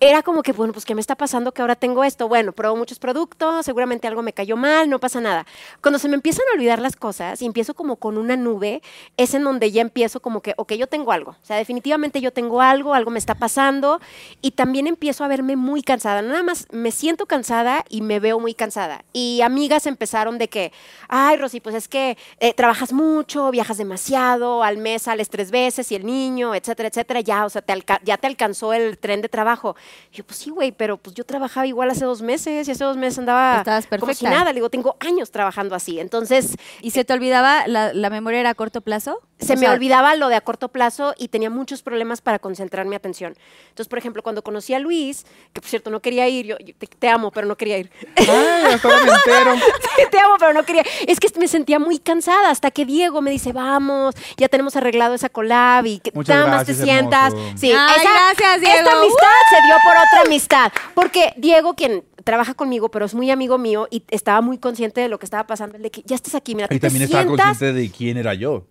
S3: era como que, bueno, pues, ¿qué me está pasando que ahora tengo esto? Bueno, probé muchos productos, seguramente algo me cayó mal, no pasa nada. Cuando se me empiezan a olvidar las cosas y empiezo como con una nube, es en donde ya empiezo como que, ok, yo tengo algo. O sea, definitivamente yo tengo algo, algo me está pasando y también empiezo a verme muy cansada. No Nada más me siento cansada y me veo muy cansada. Y amigas empezaron de que, ay, Rosy, pues es que eh, trabajas mucho, viajas demasiado, al mes sales tres veces y el niño, etcétera, etcétera, ya, o sea, te alca- ya te alcanzó el tren de trabajo. Y yo, pues sí, güey, pero pues yo trabajaba igual hace dos meses y hace dos meses andaba
S2: Estabas
S3: como si
S2: perfecta.
S3: nada. Le digo, tengo años trabajando así. Entonces,
S2: ¿Y se te olvidaba, la, la memoria era a corto plazo?
S3: se me olvidaba lo de a corto plazo y tenía muchos problemas para concentrar mi atención. Entonces, por ejemplo, cuando conocí a Luis, que por cierto no quería ir, yo, yo te, te, amo, pero no quería ir.
S4: Ay, hasta me entero.
S3: Sí, te amo, pero no quería. Es que me sentía muy cansada hasta que Diego me dice, vamos, ya tenemos arreglado esa collab y que
S4: Muchas
S3: nada más
S4: gracias,
S3: te sientas.
S4: hermoso.
S3: Sí,
S2: Ay,
S3: esa-
S2: gracias, Diego. ¡Uh!
S3: Esta amistad se dio por otra amistad. Porque Diego, quien trabaja conmigo, pero es muy amigo mío y estaba muy consciente de lo que estaba pasando, el de que ya estás aquí, mira,
S4: Y
S3: te
S4: también estaba
S3: sientas
S4: consciente de quién era yo.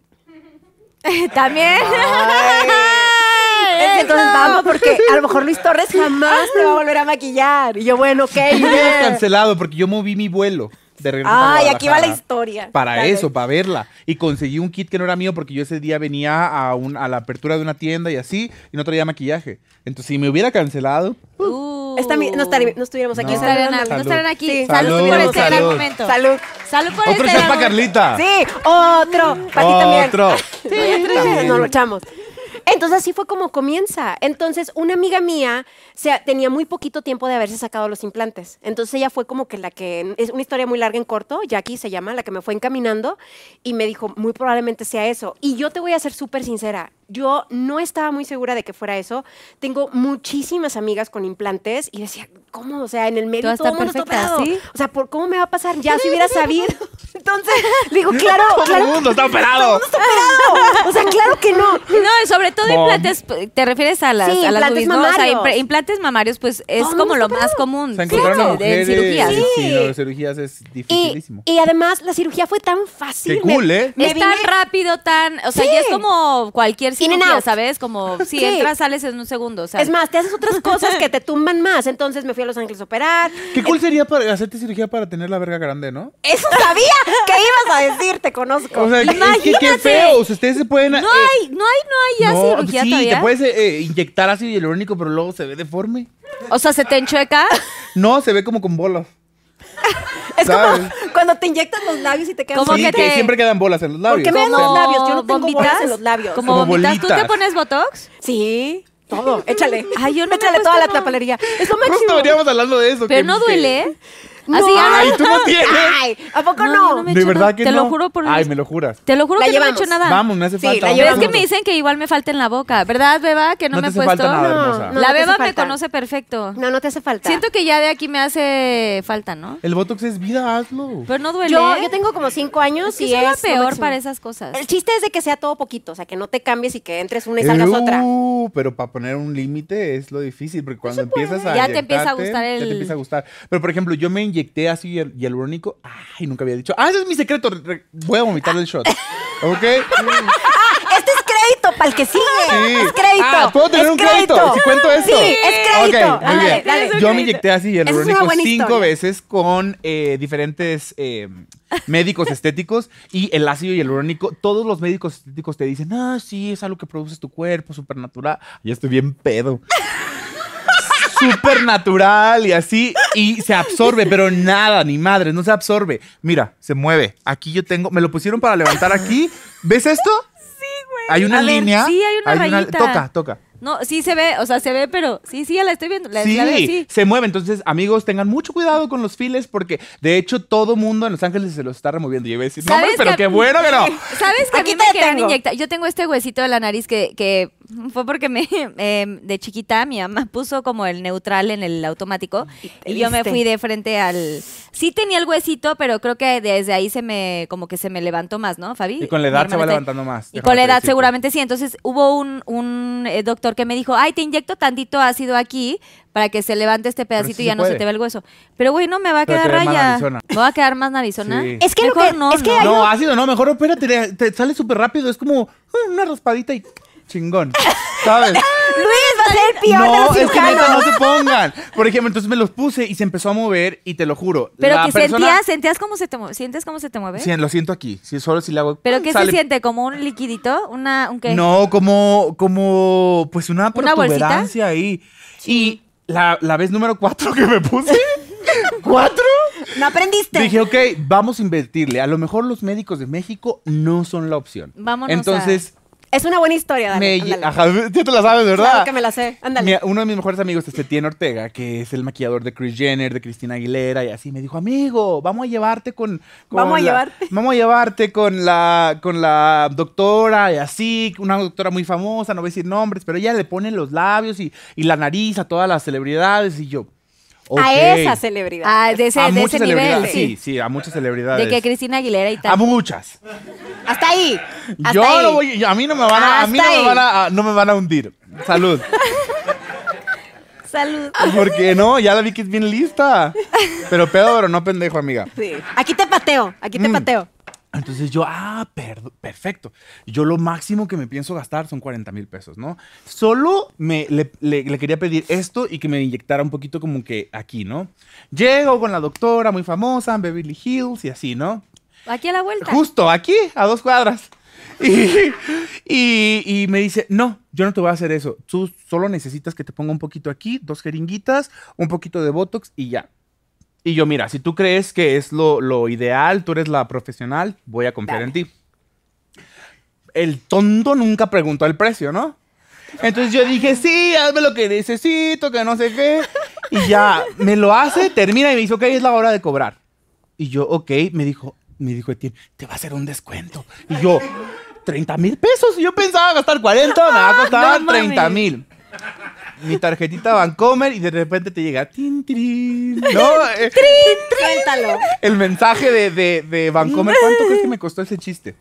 S2: También.
S3: Es que entonces vamos, porque a lo mejor Luis Torres jamás te va a volver a maquillar. Y yo, bueno, ok.
S4: Me hubieras cancelado porque yo moví mi vuelo de regreso. a
S3: Ay, aquí va la
S4: Guadalajara
S3: historia.
S4: Para
S3: Dale.
S4: eso, para verla. Y conseguí un kit que no era mío porque yo ese día venía a, un- a la apertura de una tienda y así, y no traía maquillaje. Entonces, si me hubiera cancelado,
S3: Esta Uh. mi- no, estari- no estuviéramos aquí.
S4: No.
S3: ¿sabes?
S2: Estarían- uh. no
S4: Salud.
S2: estarán aquí.
S3: Sí.
S2: Salud,
S4: Salud,
S2: por este gran
S4: salud.
S2: momento.
S3: Salud.
S2: Salud por
S4: otro
S2: este
S4: shot
S2: gran
S4: para
S2: momento.
S4: Carlita.
S3: Sí, otro. Para ti también.
S4: Otro.
S3: Sí, también. No lo echamos. Entonces así fue como comienza. Entonces una amiga mía se, tenía muy poquito tiempo de haberse sacado los implantes. Entonces ella fue como que la que, es una historia muy larga en corto, Jackie se llama, la que me fue encaminando y me dijo, muy probablemente sea eso. Y yo te voy a ser súper sincera, yo no estaba muy segura de que fuera eso. Tengo muchísimas amigas con implantes y decía, ¿cómo? O sea, en el medio
S2: Todas
S3: todo el
S2: están
S3: mundo está
S2: perfectas,
S3: operado.
S2: ¿sí?
S3: O sea, ¿por cómo me va a pasar? Ya si hubiera sabido. Entonces, digo, claro,
S4: Todo
S3: claro.
S4: el mundo está operado.
S3: O sea, claro que no.
S2: No, y sobre todo
S4: Mom.
S2: implantes, p- te refieres a las,
S3: Sí,
S2: a las
S3: implantes
S2: boobies, ¿no? O sea,
S3: mamarios.
S2: impre- implantes mamarios, pues es
S3: Todo el
S2: como
S3: mundo
S2: lo
S3: está
S2: más
S3: operado.
S2: común.
S4: O sea, encontrar
S2: Claro,
S4: una mujer,
S2: en
S4: eh,
S2: cirugías.
S4: Sí, sí, lo de cirugías es
S3: Y,
S4: dificilísimo.
S3: y además, la cirugía fue tan fácil.
S4: Qué cool, ¿eh?
S3: me
S2: Es
S3: vine-
S2: tan rápido, tan. O sea,
S3: Sí.
S2: ya es como cualquier
S3: In and
S2: cirugía,
S3: out.
S2: ¿sabes? Como si
S3: Sí.
S2: entras, sales en un segundo. O sea,
S3: Es más, te haces otras cosas que te tumban más. Entonces me fui a Los Ángeles a operar.
S4: Qué cool sería para hacerte cirugía para tener la verga grande, ¿no?
S2: Eh,
S3: Eso sabía que ibas a decir, te conozco.
S4: O sea, es que qué
S2: Imagínate.
S4: feo. o sea, ustedes se pueden.
S2: No
S4: eh,
S2: hay, no hay, no hay ya
S4: no,
S2: cirugía
S4: sí,
S2: todavía.
S4: te puedes eh, eh, inyectar ácido hialurónico, pero luego se ve deforme.
S2: O sea, se te enchueca.
S4: No, se ve como con bolas.
S3: es
S4: ¿sabes?
S3: como cuando te inyectas los labios y te quedas
S2: Como
S4: Sí,
S2: que
S4: que
S2: te-
S4: siempre quedan bolas en los
S3: ¿Por
S4: labios.
S3: qué me dan los
S2: Como
S3: labios? Yo no tengo
S2: bombitas.
S3: bolas en los labios.
S2: Como,
S4: Como
S2: bombitas. ¿Tú te
S4: bolitas.
S2: pones botox?
S3: Sí, todo. Échale.
S2: Ay, yo no me he
S3: Échale
S2: puesto
S3: toda la
S2: nada.
S3: tapalería. Es lo
S4: Justo
S3: máximo.
S4: veníamos hablando de eso.
S2: Pero
S4: que-
S2: no duele. ¿eh?
S3: No.
S2: Así ahora-
S4: Ay, tú no tienes.
S3: Ay, ¿a poco
S2: No,
S3: no?
S2: yo no me-
S4: De verdad que
S2: Te
S4: no.
S2: lo juro por
S4: Ay,
S2: Dios.
S4: me lo juras.
S2: Te lo juro
S3: La
S2: que no me
S3: llevamos.
S2: he hecho nada.
S4: Vamos, me hace
S3: Sí,
S4: falta.
S3: la
S4: vamos,
S2: Pero es
S3: llevamos.
S2: que
S4: vamos.
S2: me dicen que igual me falta en la boca, ¿verdad, Beba? Que no,
S4: No
S2: me
S4: te
S2: he
S4: hace
S2: puesto.
S4: falta nada,
S3: No,
S4: hermosa.
S3: no.
S2: la
S3: te hace
S2: Beba me
S3: falta.
S2: conoce perfecto.
S3: No, no te hace falta.
S2: Siento que ya de aquí me hace falta, ¿no?
S4: El Botox es vida, hazlo.
S2: Pero no duele.
S3: yo,
S2: ¿eh?
S3: yo tengo como cinco años
S2: Sí,
S3: y
S2: soy la
S3: es lo
S2: peor
S3: máximo.
S2: para esas cosas.
S3: El chiste es de que sea todo poquito, o sea, que no te cambies y que entres una y salgas otra.
S4: Uh, pero para poner un límite es lo difícil, porque cuando empiezas a
S2: Ya te empieza a
S4: inyectarte,
S2: gustar
S4: Ya
S2: el-
S4: te empieza a gustar. Pero, por ejemplo, yo me inyecté ácido hial- hialurónico. Ay, nunca había dicho. Ah, ese es mi secreto. re- Voy a vomitar el shot. ¿Ok?
S3: Este es crédito para el que sigue.
S4: Sí.
S3: Es crédito.
S4: Ah, ¿puedo tener
S3: es
S4: un crédito? ¿Sí cuento esto?
S3: Sí, es crédito.
S2: Ah,
S4: Ok, muy bien.
S3: Ándale, dale.
S4: Yo me inyecté ácido
S3: Esa es una
S4: hialurónico
S3: buena
S4: cinco
S3: historia.
S4: veces con eh, diferentes eh, médicos estéticos y el ácido hialurónico. Todos los médicos estéticos te dicen, ah, sí, es algo que produce tu cuerpo, supernatural. Ya estoy bien pedo. Supernatural y así, y se absorbe, pero nada, ni madre, no se absorbe. Mira, se mueve. Aquí yo tengo, me lo pusieron para levantar aquí. ¿Ves esto? Sí, güey. Hay una
S2: A ver,
S4: línea.
S2: sí, hay una rayita.
S4: Toca, toca.
S2: No, sí se ve, o sea, se ve, pero sí, sí, ya la estoy viendo. La,
S4: Sí,
S2: la veo, sí.
S4: se mueve. Entonces, amigos, tengan mucho cuidado con los files porque, de hecho, todo mundo en Los Ángeles se los está removiendo. Y yo iba a decir, no,
S2: ¿Sabes
S4: hombre, pero
S2: que-
S4: qué bueno que no.
S2: ¿Sabes que
S3: Aquí
S2: a mí me
S3: te
S2: querían
S3: tengo.
S2: inyectar? Yo tengo este huesito de la nariz que, que fue porque me em, de chiquita mi mamá puso como el neutral en el automático y,
S3: te
S2: yo me
S3: diste.
S2: fui de frente al... Sí tenía el huesito, pero creo que desde ahí se me como que se me levantó más, ¿no, Fabi?
S4: Y con la
S2: Mi
S4: edad se
S2: hermana
S4: va
S2: está-
S4: levantando más,
S2: Y
S4: déjame
S2: con la
S4: te
S2: edad
S4: decirlo.
S2: seguramente sí. Entonces hubo un, un, eh, doctor que me dijo, ay, te inyecto tantito ácido aquí para que se levante este pedacito
S4: sí
S2: y
S4: se
S2: ya no
S4: puede.
S2: se te ve el hueso. Pero güey, no me va a
S4: Pero te
S2: quedar
S4: ves más
S2: raya.
S4: narizona.
S2: Me va a quedar más narizona.
S4: Sí.
S3: Es que lo
S2: Mejor
S3: que-
S2: no,
S3: es que
S2: ¿no?
S3: hay
S4: No, ácido no, mejor opérate, le- te sale súper rápido. Es como uh, una raspadita y chingón. ¿Sabes?
S3: Luis va a ser el peor de
S4: No,
S3: los
S4: es que neta, no
S3: cirujanos.
S4: se pongan. Por ejemplo, entonces me los puse y se empezó a mover y te lo juro.
S2: Pero
S4: la
S2: que
S4: persona-
S2: sentías, sentías cómo se te mueve, sientes cómo se te mueve.
S4: Sí, lo siento aquí. Si solo si le hago.
S2: Pero qué
S4: sale.
S2: se siente, como un liquidito, una, un qué?
S4: No, como, como, pues una
S2: ¿Una bolsita?
S4: protuberancia ahí. Y la, la vez número cuatro que me puse, ¿cuatro?
S3: No aprendiste.
S4: Dije, ok, vamos a invertirle. A lo mejor los médicos de México no son la opción.
S2: Vámonos
S4: Entonces,
S3: a- Es una buena historia, Dani.
S4: Me lle- Ajá, ya te la sabes, ¿verdad?
S3: Claro que me la sé. Ándale.
S4: Mira, uno de mis mejores amigos, este Tien Ortega, que es el maquillador de Chris Jenner, de Cristina Aguilera y así, me dijo, amigo, vamos a llevarte con... con
S3: Vamos a
S4: la-
S3: llevarte.
S4: Vamos a llevarte con la, con la doctora y así, una doctora muy famosa, no voy a decir nombres, pero ella le pone los labios y, y la nariz a todas las celebridades y yo...
S3: A
S4: "Ok".
S3: esa celebridad.
S2: Ah, de ese,
S4: a
S2: de
S4: muchas
S2: ese nivel,
S4: celebridades,
S2: sí.
S4: sí, sí, a muchas celebridades.
S2: De que Cristina Aguilera y
S4: a
S2: tal.
S4: muchas.
S3: Hasta ahí. Hasta
S4: Yo
S3: ahí.
S4: no voy, a mí no me van a, a mí no
S3: Hasta
S4: me
S3: ahí.
S4: van a, a- no me van a hundir. Salud.
S2: Salud.
S4: Pues Porque no, ya la vi que es bien lista. Pero pedo, pero no pendejo, amiga.
S3: Sí. Aquí te pateo, aquí te
S4: Mm.
S3: pateo.
S4: Entonces yo, ah, perdo- perfecto. Yo lo máximo que me pienso gastar son 40 mil pesos, ¿no? Solo me, le, le- le quería pedir esto y que me inyectara un poquito como que aquí, ¿no? Llego con la doctora muy famosa en Beverly Hills y así, ¿no?
S2: Aquí a la vuelta.
S4: Justo aquí, a dos cuadras. Y, y- y me dice, no, yo no te voy a hacer eso. Tú solo necesitas que te ponga un poquito aquí, dos jeringuitas, un poquito de Botox y ya. Y yo, mira, si tú crees que es lo, lo ideal, tú eres la profesional, voy a confiar en ti. El tonto nunca preguntó el precio, ¿no? Entonces yo dije, sí, hazme lo que necesito, que no sé qué. Y ya, me lo hace, termina y me dice, ok, es la hora de cobrar. Y yo, ok, me dijo, me dijo Etienne, te va a hacer un descuento. Y yo, 30 mil pesos. Yo pensaba gastar 40, me va a costar 30 mil. Mi tarjetita Vancomer y de repente te llega, tin, trin, ¿no? Eh,
S3: Suéltalo.
S4: el mensaje de, de, de Vancomer, ¿cuánto crees que me costó ese chiste?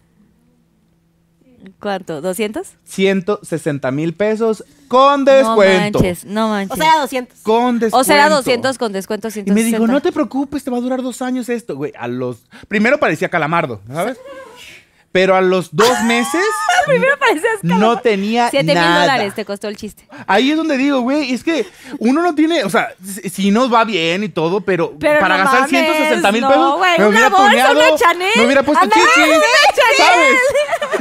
S2: ¿Cuánto? ¿200?
S4: 160 mil pesos con descuento.
S2: No manches, no manches.
S3: O sea, 200.
S4: Con descuento.
S2: O será 200 con descuento, 160.
S4: Y me dijo, no te preocupes, te va a durar dos años esto, güey. A los. Primero parecía calamardo, ¿sabes? Pero a los dos meses. Primero
S2: parecías
S4: No tenía
S2: 7 mil
S4: nada.
S2: dólares te costó el chiste.
S4: Ahí es donde digo, güey, es que uno no tiene, o sea, si si nos va bien y todo, pero,
S2: Pero
S4: para
S2: no
S4: gastar
S2: mames,
S4: 160 mil
S2: no,
S4: pesos,
S2: güey,
S4: me
S2: una
S4: hubiera
S2: bolsa,
S4: tuneado,
S2: una Chanel.
S4: me hubiera puesto
S2: Andaba con
S4: chichis,
S2: una Chanel.
S4: ¿sabes?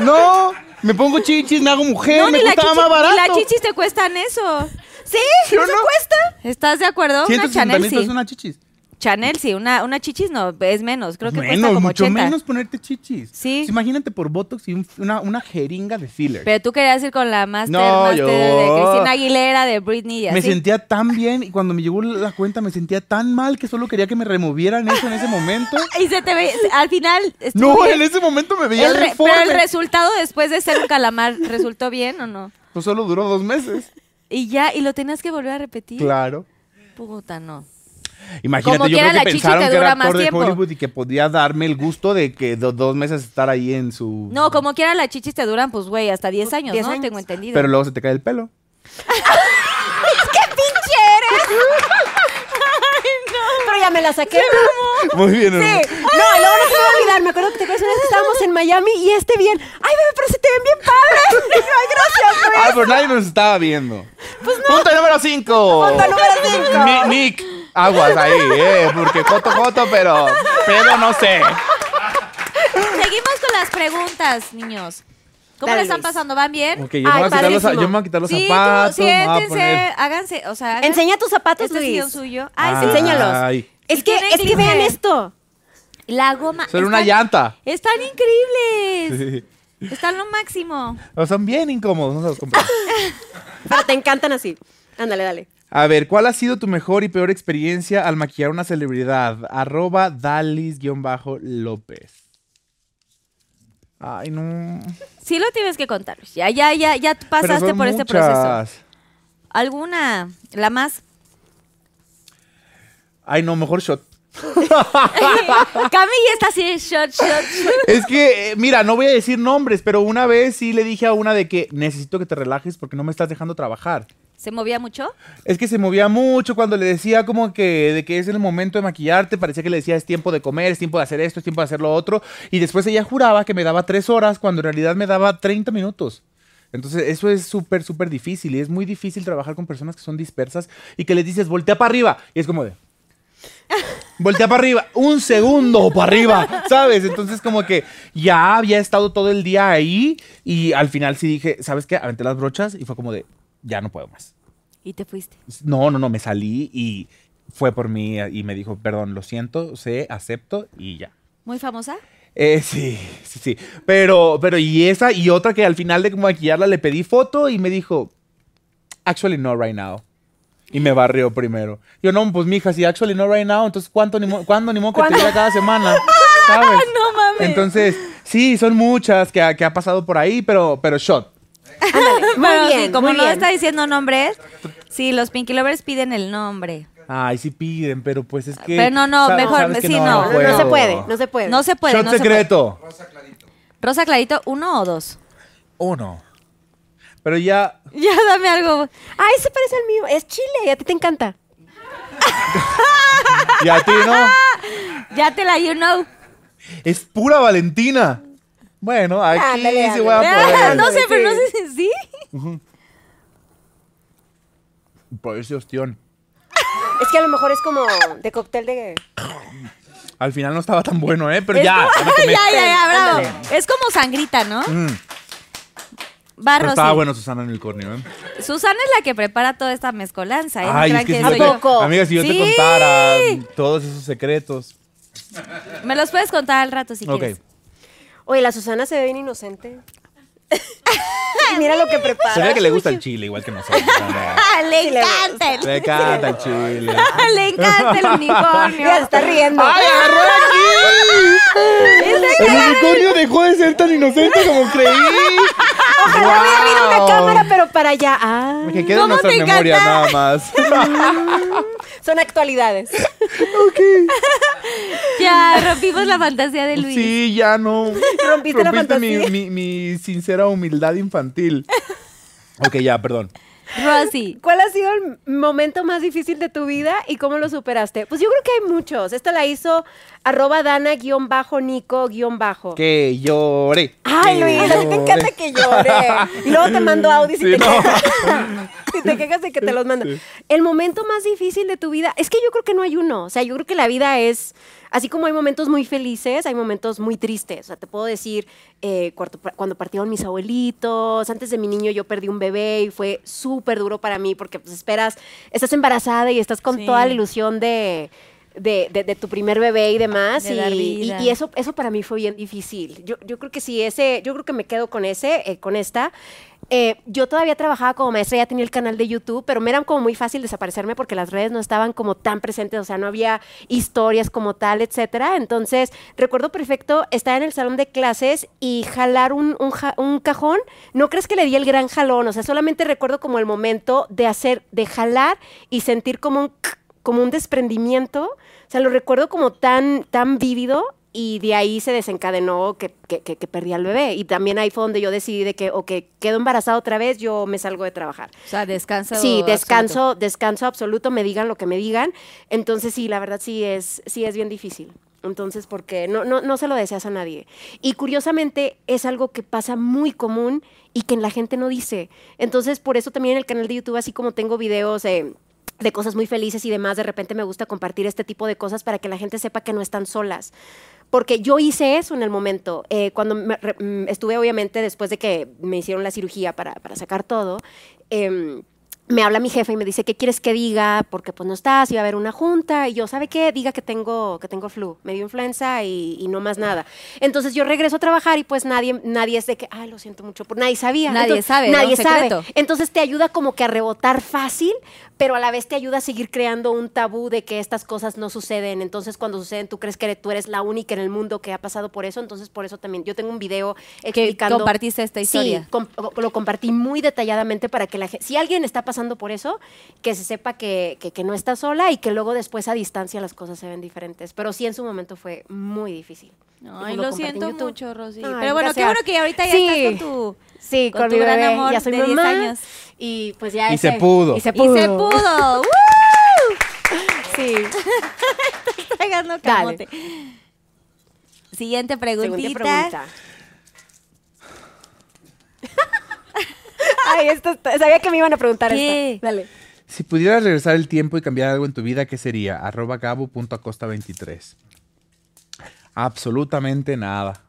S4: No, me pongo chichis, me hago mujer,
S2: no,
S4: Eh, me
S2: ni la,
S4: costaba
S2: chichi,
S4: más barato.
S2: ni la chichis te cuestan eso. ¿Sí?
S4: ¿Sí o
S2: ¿Eso
S4: no?
S2: cuesta? ¿Estás de acuerdo? Una
S4: 160
S2: Chanel
S4: mil
S2: sí.
S4: pesos una chichis.
S2: Chanel sí, una, una chichis no, es menos. Creo que cuesta
S4: Menos,
S2: como
S4: mucho
S2: 80.
S4: menos ponerte chichis.
S2: Sí.
S4: Pues imagínate por Botox y un- una, una jeringa de filler.
S2: Pero tú querías ir con la master,
S4: No,
S2: master
S4: yo-
S2: de Cristina Aguilera, de Britney y así.
S4: me sentía tan bien y cuando me llegó la cuenta me sentía tan mal que solo quería que me removieran eso en ese momento.
S2: Y se te ve, al final. estuvo
S4: No,
S2: bien.
S4: en ese momento me veía
S2: El re-
S4: deforme.
S2: pero el resultado después de ser un calamar, ¿resultó bien o no?
S4: Pues solo duró dos meses.
S2: Y ya, y lo tenías que volver a repetir.
S4: Claro.
S2: Puta, no.
S4: Imagínate,
S2: Como
S4: yo
S2: quiera,
S4: creo que
S2: la chichi
S4: pensaron
S2: te
S4: que
S2: dura
S4: era
S2: más
S4: actor de
S2: tiempo.
S4: Hollywood y que podía darme el gusto de que do- dos meses estar ahí en su...
S2: No, como quiera las chichis te duran, pues, güey, hasta 10 años,
S3: 10
S2: ¿no?
S3: años.
S2: Tengo entendido.
S4: Pero luego se te cae el pelo.
S3: Pero ya me la saqué.
S4: Muy bien, hermano.
S3: Sí. No, y luego no se me va a olvidar. Me acuerdo que te acuerdas una vez que estábamos en Miami y este bien. Ay, bebé, pero se te ven bien padres. Y yo, Ay, gracias, güey.
S4: Ah, pero nadie nos estaba viendo. Punto número 5.
S3: Punto número cinco.
S4: Nick, aguas ahí, eh, porque Joto Joto, pero pero no sé.
S2: Seguimos con las preguntas, niños. ¿Cómo le
S3: Dale,
S2: están
S3: Luis.
S2: pasando? ¿Van bien? Ah,
S4: Ok, yo me,
S3: Ay,
S4: voy a quitar los,
S3: padrísimo.
S4: yo me voy a quitar los
S2: sí,
S4: zapatos.
S2: tú,
S4: me voy a
S2: siéntense,
S4: poner-
S2: háganse, o sea, hagan-
S3: Enseña tus zapatos,
S2: este
S3: Luis.
S2: sillón suyo. Ay, sí.
S3: Enséñalos.
S4: Ay.
S3: Es
S2: Y
S3: que,
S2: tiene
S3: es que vean
S2: glitter.
S3: esto.
S2: La goma.
S4: Son una
S2: están-
S4: llanta.
S2: Están increíbles.
S4: Sí.
S2: Están lo máximo.
S4: Pero Son bien incómodos, no se los compro.
S3: Pero te encantan así. Ándale, dale.
S4: A ver, ¿cuál ha sido tu mejor y peor experiencia al maquillar una celebridad? Arroba Dalis-López. Ay, no.
S2: Sí lo tienes que contar. Luis. Ya, ya, ya, ya
S4: Pero
S2: pasaste
S4: son
S2: por este proceso.
S4: muchas.
S2: ¿Alguna? La más.
S4: Ay, no, mejor shot. Ah.
S2: Camilla está así, shot, shot, shot.
S4: Es que, eh, mira, no voy a decir nombres, pero una vez sí le dije a una de que necesito que te relajes porque no me estás dejando trabajar.
S2: ¿Se movía mucho?
S4: Es que se movía mucho cuando le decía como que de que es el momento de maquillarte, parecía que le decía es tiempo de comer, es tiempo de hacer esto, es tiempo de hacer lo otro. Y después ella juraba que me daba tres horas cuando en realidad me daba 30 minutos. Entonces eso es súper, súper difícil y es muy difícil trabajar con personas que son dispersas y que les dices voltea para arriba y es como de... Voltea para arriba, un segundo para arriba, ¿sabes? Entonces como que ya había estado todo el día ahí y al final sí dije, ¿sabes qué? Aventé las brochas y fue como de, ya no puedo más.
S2: Y te fuiste.
S4: No, no, no, me salí y fue por mí y me dijo, perdón, lo siento, sé, acepto y ya.
S2: ¿Muy famosa?
S4: Eh, sí, sí, sí. Pero, pero, y esa y otra que al final de maquillarla le pedí foto y me dijo, actually no right now. Y me barrió primero. Yo, no, pues mija, si actually no right now, entonces ¿cuánto ni ¿cuándo ni modo que te diga cada semana? ¿Sabes?
S2: No mames.
S4: Entonces, sí, son muchas que ha, que ha pasado por ahí, pero, pero shot.
S2: Ándale,
S3: Muy
S2: Pero sí,
S3: bien,
S2: como
S3: muy
S2: no
S3: bien.
S2: está diciendo nombres, sí, los Pinky Lovers piden el nombre.
S4: Ay, sí piden, pero pues es que.
S2: Pero no, no,
S4: sa-
S2: mejor,
S4: sabes que
S2: sí, no.
S3: No, no se
S4: puedo.
S3: puede, no se puede.
S2: No se puede.
S4: Shot
S2: no se
S4: secreto.
S2: puede. Rosa Clarito, uno o dos.
S4: Uno. Pero ya.
S2: Ya dame algo.
S3: Ay, se parece al mío. Es chile, a ti te encanta.
S4: Y a ti no.
S2: Ya te la you know.
S4: Es pura Valentina. Bueno, aquí
S3: Ándale,
S4: sí voy a
S2: Ah,
S4: poder.
S2: no sé, pero no sé si sí.
S4: Por ese ostión.
S3: Es que a lo mejor es como de cóctel de.
S4: Al final no estaba tan bueno, ¿eh? Pero ya. ya me
S2: ya,
S4: tomé.
S2: ya, ya, bravo. Es como sangrita, ¿no?
S4: Pero
S2: Barros.
S4: estaba bueno Susana en el corneo, ¿eh?
S2: Susana es la que prepara toda esta mezcolanza. ¿eh? No
S4: Ay,
S2: crean
S4: es que si
S2: soy
S4: yo
S2: yo.
S4: te- Amiga, si yo
S2: Sí.
S4: te contara todos esos secretos.
S2: Me los puedes contar al rato si
S4: ok.
S2: quieres.
S3: Oye, la Susana se ve bien inocente. Y Mira lo que
S4: Se
S3: prepara.
S4: ve que le gusta el chile, igual que nosotros.
S2: Ah, le
S3: Sí, le gusta.
S2: encanta. el-
S4: Le encanta el chile.
S2: Le encanta el unicornio.
S3: Mira, se está riendo.
S4: El unicornio dejó de ser tan inocente como creí.
S3: Ojalá hubiera habido una cámara, pero para allá. Ah,
S4: Que quede en
S2: ¿Cómo
S4: nuestra
S2: te
S4: memoria
S2: encanta?
S4: nada más.
S3: son actualidades.
S2: Ya rompimos la fantasía de Luis.
S4: Sí, ya no.
S3: Rompiste la
S4: mi,
S3: fantasía.
S4: mi- mi sincera humildad infantil. Ok, ya, perdón.
S2: Rosy.
S3: ¿Cuál ha sido el momento más difícil de tu vida y cómo lo superaste? Pues yo creo que hay muchos. Esta la hizo arroba dana guión bajo nico guión bajo.
S4: Que lloré.
S3: Ay,
S4: que
S3: Luis, a ti te
S4: lloré.
S3: encanta que llore. Y luego te mando audios y
S4: Sí,
S3: te
S4: no.
S3: quejas. Y te quejas de que te los mando. El momento más difícil de tu vida, es que yo creo que no hay uno. O sea, yo creo que la vida es, así como hay momentos muy felices, hay momentos muy tristes. O sea, te puedo decir, eh, cuarto- cuando partieron mis abuelitos, antes de mi niño yo perdí un bebé y fue súper duro para mí porque pues esperas, estás embarazada y estás con
S2: Sí.
S3: toda la ilusión de... de- de- de tu primer bebé y demás
S2: De
S3: y-
S2: dar
S3: y-
S2: vida.
S3: y eso eso, eso para mí fue bien difícil. Yo, yo creo que sí, ese, yo creo que me quedo con ese, eh, con esta. Eh, yo todavía trabajaba como maestra, ya tenía el canal de YouTube, pero me era como muy fácil desaparecerme porque las redes no estaban como tan presentes, o sea, no había historias como tal, etcétera. Entonces, recuerdo perfecto estar en el salón de clases y jalar un, un ja- un cajón. No crees que le di el gran jalón, o sea, solamente recuerdo como el momento de hacer, de jalar y sentir como un como un desprendimiento. O sea, lo recuerdo como tan, tan vívido y de ahí se desencadenó que, que, que- que perdí al bebé. Y también ahí fue donde yo decidí de que, o que quedo embarazada otra vez, yo me salgo de trabajar.
S2: O sea, descansa.
S3: Sí, descanso, descanso absoluto, me digan lo que me digan. Entonces, sí, la verdad sí es, sí es bien difícil. Entonces, porque no, no, no se lo deseas a nadie. Y curiosamente es algo que pasa muy común y que la gente no dice. Entonces, por eso también en el canal de YouTube, así como tengo videos eh, de cosas muy felices y demás, de repente me gusta compartir este tipo de cosas para que la gente sepa que no están solas porque yo hice eso en el momento. Eh, cuando me- re- mm, estuve, obviamente, después de que me hicieron la cirugía para, para sacar todo, em, me habla mi jefe y me dice, ¿qué quieres que diga? Porque pues no estás, iba a haber una junta. Y yo, ¿sabe qué? Diga que tengo, que tengo flu, me dio influenza y, y no más nada. Entonces yo regreso a trabajar y pues nadie, nadie es de que, ay, lo siento mucho, por nadie sabía.
S2: Nadie
S3: Entonces,
S2: sabe, ¿no?
S3: Nadie sabe.
S2: Secreto.
S3: Entonces te ayuda como que a rebotar fácil, pero a la vez te ayuda a seguir creando un tabú de que estas cosas no suceden. Entonces cuando suceden tú crees que tú eres la única en el mundo que ha pasado por eso. Entonces por eso también yo tengo un video explicando.
S2: compartiste esta historia.
S3: Sí, com- lo compartí muy detalladamente para que la gente, si alguien está pasando por eso, que se sepa que, que- que no está sola y que luego después a distancia las cosas se ven diferentes. Pero sí en su momento fue muy difícil.
S2: Ay,
S3: Y
S2: lo
S3: compartí en
S2: siento
S3: YouTube.
S2: mucho, Rosy.
S3: Ay,
S2: Pero bueno, qué
S3: gracias.
S2: bueno que ahorita ya
S3: Sí.
S2: estás con tu.
S3: Sí,
S2: con
S3: con,
S2: tu
S3: mi
S2: gran
S3: bebé,
S2: amor
S3: ya soy
S2: de 10
S3: mamá.
S2: años.
S3: Y pues ya
S4: Y
S3: ese-
S4: se pudo.
S3: Y se
S2: Y
S3: pudo.
S2: se pudo. ¡Uh!
S3: Sí.
S2: Está tragando
S3: Dale.
S2: camote. Siguiente preguntita.
S3: Segunda pregunta. Ay, esto está- sabía que me iban a preguntar
S2: ¿Qué?
S3: esta. Dale.
S4: Si pudieras regresar el tiempo y cambiar algo en tu vida, ¿qué sería? Arroba gabo.acosta23. Absolutamente nada.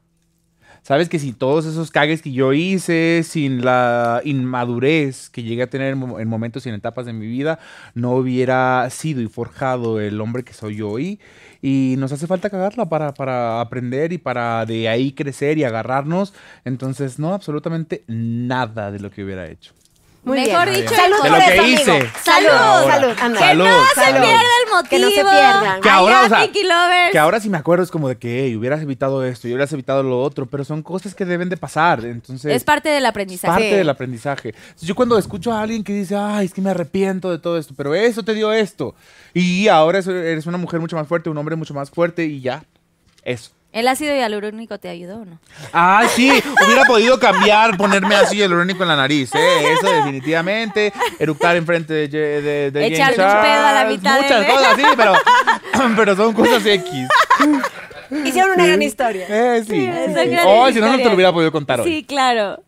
S4: Sabes que si todos esos cagues que yo hice, sin la inmadurez que llegué a tener en, mo- en momentos y en etapas de mi vida, no hubiera sido y forjado el hombre que soy hoy. Y nos hace falta cagarla para, para aprender y para de ahí crecer y agarrarnos. Entonces, no, absolutamente nada de lo que hubiera hecho.
S3: Muy
S2: Mejor
S3: bien.
S2: dicho,
S3: Salud
S2: el
S4: De
S3: por
S4: lo
S2: corazón.
S3: eso,
S4: que hice.
S3: amigo.
S2: Salud.
S3: Salud, salud.
S2: Que
S3: Anda.
S4: Salud.
S2: no se
S3: Salud.
S2: pierda el motivo.
S3: Que no se pierdan.
S4: Que ahora,
S2: I
S4: o sea,
S2: love Pinky Lovers.
S4: Que ahora si me acuerdo es como de que hey, hubieras evitado esto y hubieras evitado lo otro, pero son cosas que deben de pasar. Entonces,
S2: Es parte del
S4: es
S2: aprendizaje.
S4: parte del aprendizaje. Yo cuando escucho a alguien que dice, ay, es que me arrepiento de todo esto, pero eso te dio esto. Y ahora eso- eres una mujer mucho más fuerte, un hombre mucho más fuerte y ya. Eso.
S2: ¿El ácido hialurónico te ayudó o no?
S4: Ay, sí, hubiera podido cambiar, ponerme así el único en la nariz, ¿eh? Eso definitivamente. Eructar enfrente de, Je- de, de James
S2: Echarle un
S4: Charles,
S2: pedo a la mitad de-
S4: Muchas cosas, sí, pero, pero son cosas X.
S3: Hicieron una gran historia.
S4: Eh, sí.
S2: son
S4: sí, sí.
S2: grandes
S4: Oh, si no, no te
S2: historias.
S4: lo hubiera podido contar hoy.
S2: Sí, claro.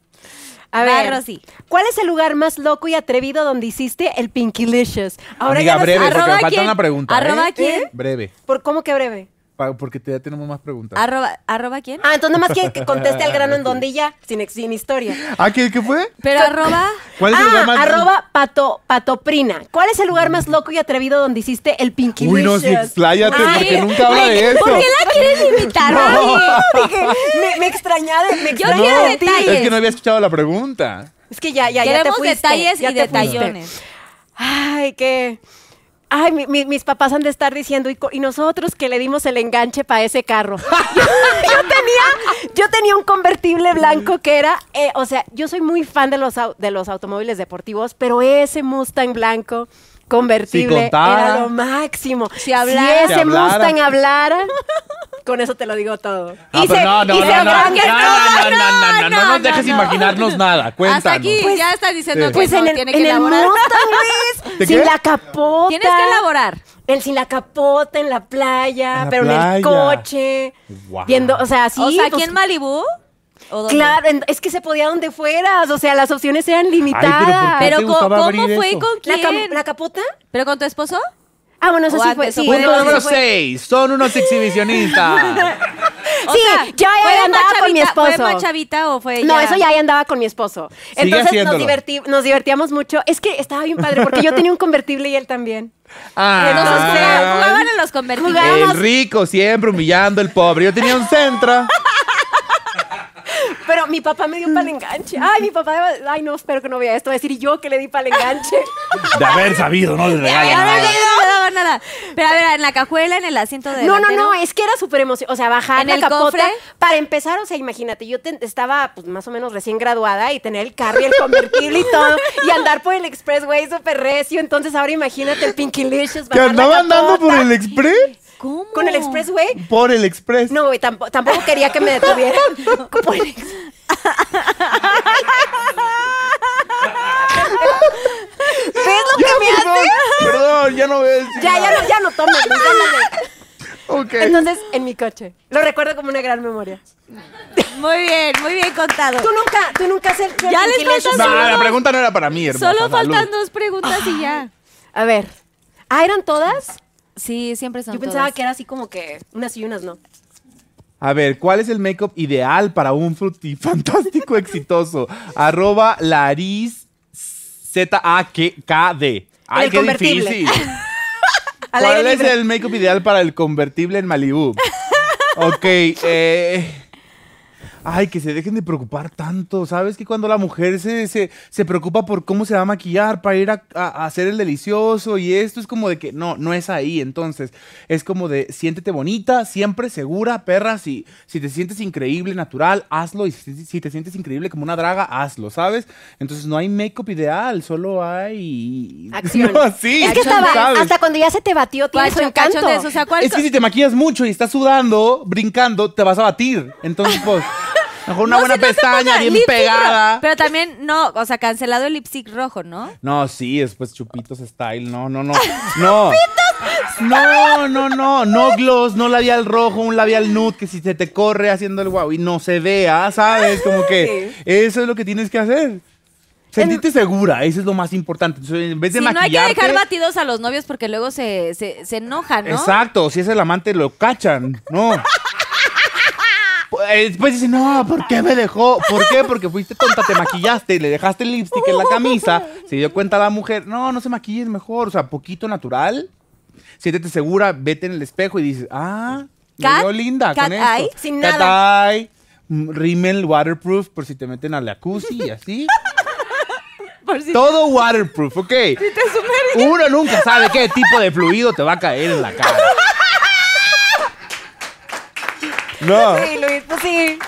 S2: Va,
S3: A ver,
S2: Rosy.
S3: ¿cuál es el lugar más loco y atrevido donde hiciste el Pinkylicious? Ahora ya
S4: Amiga,
S3: no sé-
S4: breve, porque
S2: arroba
S4: me falta
S2: quién,
S4: una pregunta.
S2: arroba
S4: ¿eh?
S2: quién.
S4: ¿Eh? Breve.
S3: ¿Por cómo que breve?
S4: pa- Porque te- ya tenemos más preguntas.
S2: Arroba, ¿Arroba quién?
S3: Ah, entonces nomás quiere que conteste al grano en donde y ya, sin, ex- sin historia.
S4: ¿Ah, ¿qué, qué fue?
S2: Pero arroba...
S4: ¿Cuál es el lugar
S3: ah,
S4: más-
S3: arroba pato, patoprina. ¿Cuál es el lugar más loco y atrevido donde hiciste el Pinkylicious?
S4: Uy, no, sí, expláyate,
S2: Ay,
S4: porque nunca habla
S2: güey,
S4: de eso.
S2: ¿Por qué la quieres imitar? Ay,
S3: Dije, me, me extrañaba de- me
S2: Yo
S3: extrañaba
S2: quiero
S3: de ti.
S2: detalles.
S4: Es que no había escuchado la pregunta.
S3: Es que ya, ya, ya te
S2: Queremos
S3: fuiste.
S2: detalles
S3: ya
S2: y
S3: te fuiste.
S2: detallones.
S3: Ay, que... Ay, mi- mi- mis papás han de estar diciendo, y, co- y nosotros que le dimos el enganche para ese carro. yo, tenía, yo tenía un convertible blanco que era, eh, o sea, yo soy muy fan de los, au- de los automóviles deportivos, pero ese Mustang blanco
S4: Si
S3: convertible
S4: contara.
S3: era lo máximo.
S2: Si hablara.
S3: ese
S4: Si hablara.
S3: Mustang hablara, con eso te lo digo todo.
S4: Ah, pero
S3: se-
S4: no, no,
S3: y
S4: no,
S3: se
S4: no, no,
S3: abran-
S2: que
S4: no, no, no, no, no, no,
S2: no,
S4: nos dejes
S2: no.
S4: imaginarnos nada. Cuéntanos.
S2: Hasta aquí
S3: Pues-
S2: ya estás diciendo
S4: sí.
S2: que
S3: Pues
S2: no,
S3: en el,
S2: tiene
S3: en
S2: que
S3: el
S2: elaborar.
S3: Mustang, Luis,
S4: ¿De
S3: sin
S4: qué?
S3: la capota.
S2: Tienes que elaborar.
S3: El sin la capota, en la playa,
S4: En la
S3: pero en el
S4: playa.
S3: coche.
S4: Guau.
S3: Viendo, o sea, sí.
S2: o sea, aquí
S3: pues,
S2: en Malibú. ¿o dónde?
S3: Claro, en- es que se podía donde fueras, o sea, las opciones eran limitadas.
S4: ¿por qué?
S2: Pero
S4: te
S2: co-
S4: gustaba
S2: ¿cómo
S4: abrir
S2: fue
S4: eso?
S2: y con
S3: ¿La, cam-
S2: quién?
S3: la capota?
S2: ¿Pero con tu esposo?
S3: Ah, bueno, eso
S2: O
S3: sí
S2: antes,
S3: fue.
S2: o
S3: Sí,
S2: puede-
S3: eso
S4: Punto
S3: sí
S4: número
S3: fue.
S4: 6. Son unos exhibicionistas.
S2: O
S3: Sí,
S2: sea,
S3: yo ya
S2: ¿fue
S3: andaba
S2: más
S3: con mi
S2: chavita-
S3: esposo.
S2: ¿Fue más chavita o fue
S3: No, eso ya ahí andaba con mi esposo.
S4: Sigue
S3: Entonces nos,
S4: haciéndolo.
S3: diverti- nos divertíamos mucho. Es que estaba bien padre porque yo tenía un convertible y él también.
S2: Entonces,
S3: Ah.
S2: jugaban- jugaban en los convertibles.
S3: Jugábamos.
S4: el rico siempre humillando al pobre. Yo tenía un centro.
S3: Pero mi papá me dio pal enganche. Ay, mi papá, ay, no, espero que no vea esto. Va a decir, ¿y yo que le di pal enganche.
S1: De haber sabido, no le regalan
S2: Ahora
S1: nada.
S2: sí, no daba nada. Pero a ver, en la cajuela, en el asiento de
S3: No, no, no, eh, es que era súper emocionante. O sea, bajar
S2: ¿En
S3: la
S2: el
S3: capota.
S2: cofre?
S3: Para empezar, o sea, imagínate, yo te- estaba pues, más o menos recién graduada y tener el carro y el convertible y todo. Y andar por el expressway súper recio. Entonces, ahora imagínate el Pinkylicious.
S4: ¿Que
S3: bajar la
S4: andaba andando por
S3: capota.
S4: el express?
S2: ¿Cómo?
S3: ¿Con el expressway?
S4: Por el express.
S3: No, güey, tampo- tampoco quería que me detuvieran. Por el ex- ¿Ves lo que me
S4: perdón,
S3: hace?
S4: perdón, ya no ves.
S3: Ya, ya no, ya no tomes, Luis, ya no le-
S4: Ok.
S3: Entonces, en mi coche. Lo recuerdo como una gran memoria.
S2: Muy bien, muy bien contado.
S3: Tú nunca, tú nunca has hecho
S2: Ya les
S3: Pinkylicious.
S2: faltan
S4: No,
S2: solo
S4: la
S2: dos-
S4: pregunta no era para mí, hermosa.
S2: Solo
S4: salud.
S2: faltan dos preguntas y ya.
S3: A ver. Ah, ¿eran todas?
S2: Sí, siempre son
S3: Yo pensaba
S2: todas.
S3: que era así como que unas y unas, ¿no?
S4: A ver, ¿cuál es el make-up ideal para un frutifantástico exitoso? Arroba Laris Z-A-K-D. Ay,
S3: El
S4: qué
S3: convertible.
S4: difícil.
S3: Al aire
S4: ¿Cuál es
S3: libre.
S4: el make-up ideal para el convertible en Malibu? Ok, eh... Ay, que se dejen de preocupar tanto. ¿Sabes que cuando la mujer se, se, se preocupa por cómo se va a maquillar para ir a, a- a hacer el delicioso y esto es como de que no, no es ahí. Entonces, es como de siéntete bonita, siempre segura, perra. Si, si te sientes increíble, natural, hazlo. Y si, si te sientes increíble como una draga, hazlo, ¿sabes? Entonces, no hay make-up ideal, solo hay.
S3: Acción.
S4: No, sí,
S3: es que estaba,
S4: ¿sabes?
S3: hasta cuando ya se te batió, tiene su
S2: Guacho,
S3: encanto.
S2: cachondes, o sea, ¿cuál
S4: Es que si te maquillas mucho y estás sudando, brincando, te vas a batir. Entonces, pues, mejor una
S2: No,
S4: buena
S2: si no te
S4: pestaña
S2: pongas
S4: bien
S2: lipstick
S4: pegada.
S2: rojo. Pero también, no, o sea, cancelado el lipstick rojo, ¿no?
S4: No, sí, después chupitos style. No, no, no. No. No, no, no. No gloss, no labial rojo, un labial nude que si se te corre haciendo el guau y no se vea, ¿sabes? Como que eso es lo que tienes que hacer. Sentirte segura, eso es lo más importante. Entonces, en vez de
S2: Sí, no hay que
S4: maquillarte,
S2: dejar batidos a los novios porque luego se, se, se enojan, ¿no?
S4: Exacto, si es el amante lo cachan, no. Pu- eh, después dice, no, ¿por qué me dejó? ¿Por qué? Porque fuiste tonta, te maquillaste, le dejaste el lipstick en la camisa, se dio cuenta la mujer, no, no se maquilles mejor, o sea, poquito natural, siéntete segura, vete en el espejo y dices, ah, me
S2: Cat-
S4: veo linda
S2: cat
S4: con esto.
S2: eye,
S3: sin
S4: Cat
S3: nada.
S4: eye, mm, rímel waterproof por si te meten a la jacuzzi y así. Todo waterproof, ok. Uno nunca sabe qué tipo de fluido te va a caer en la cara. No.
S2: Sí, Luis, pues sí.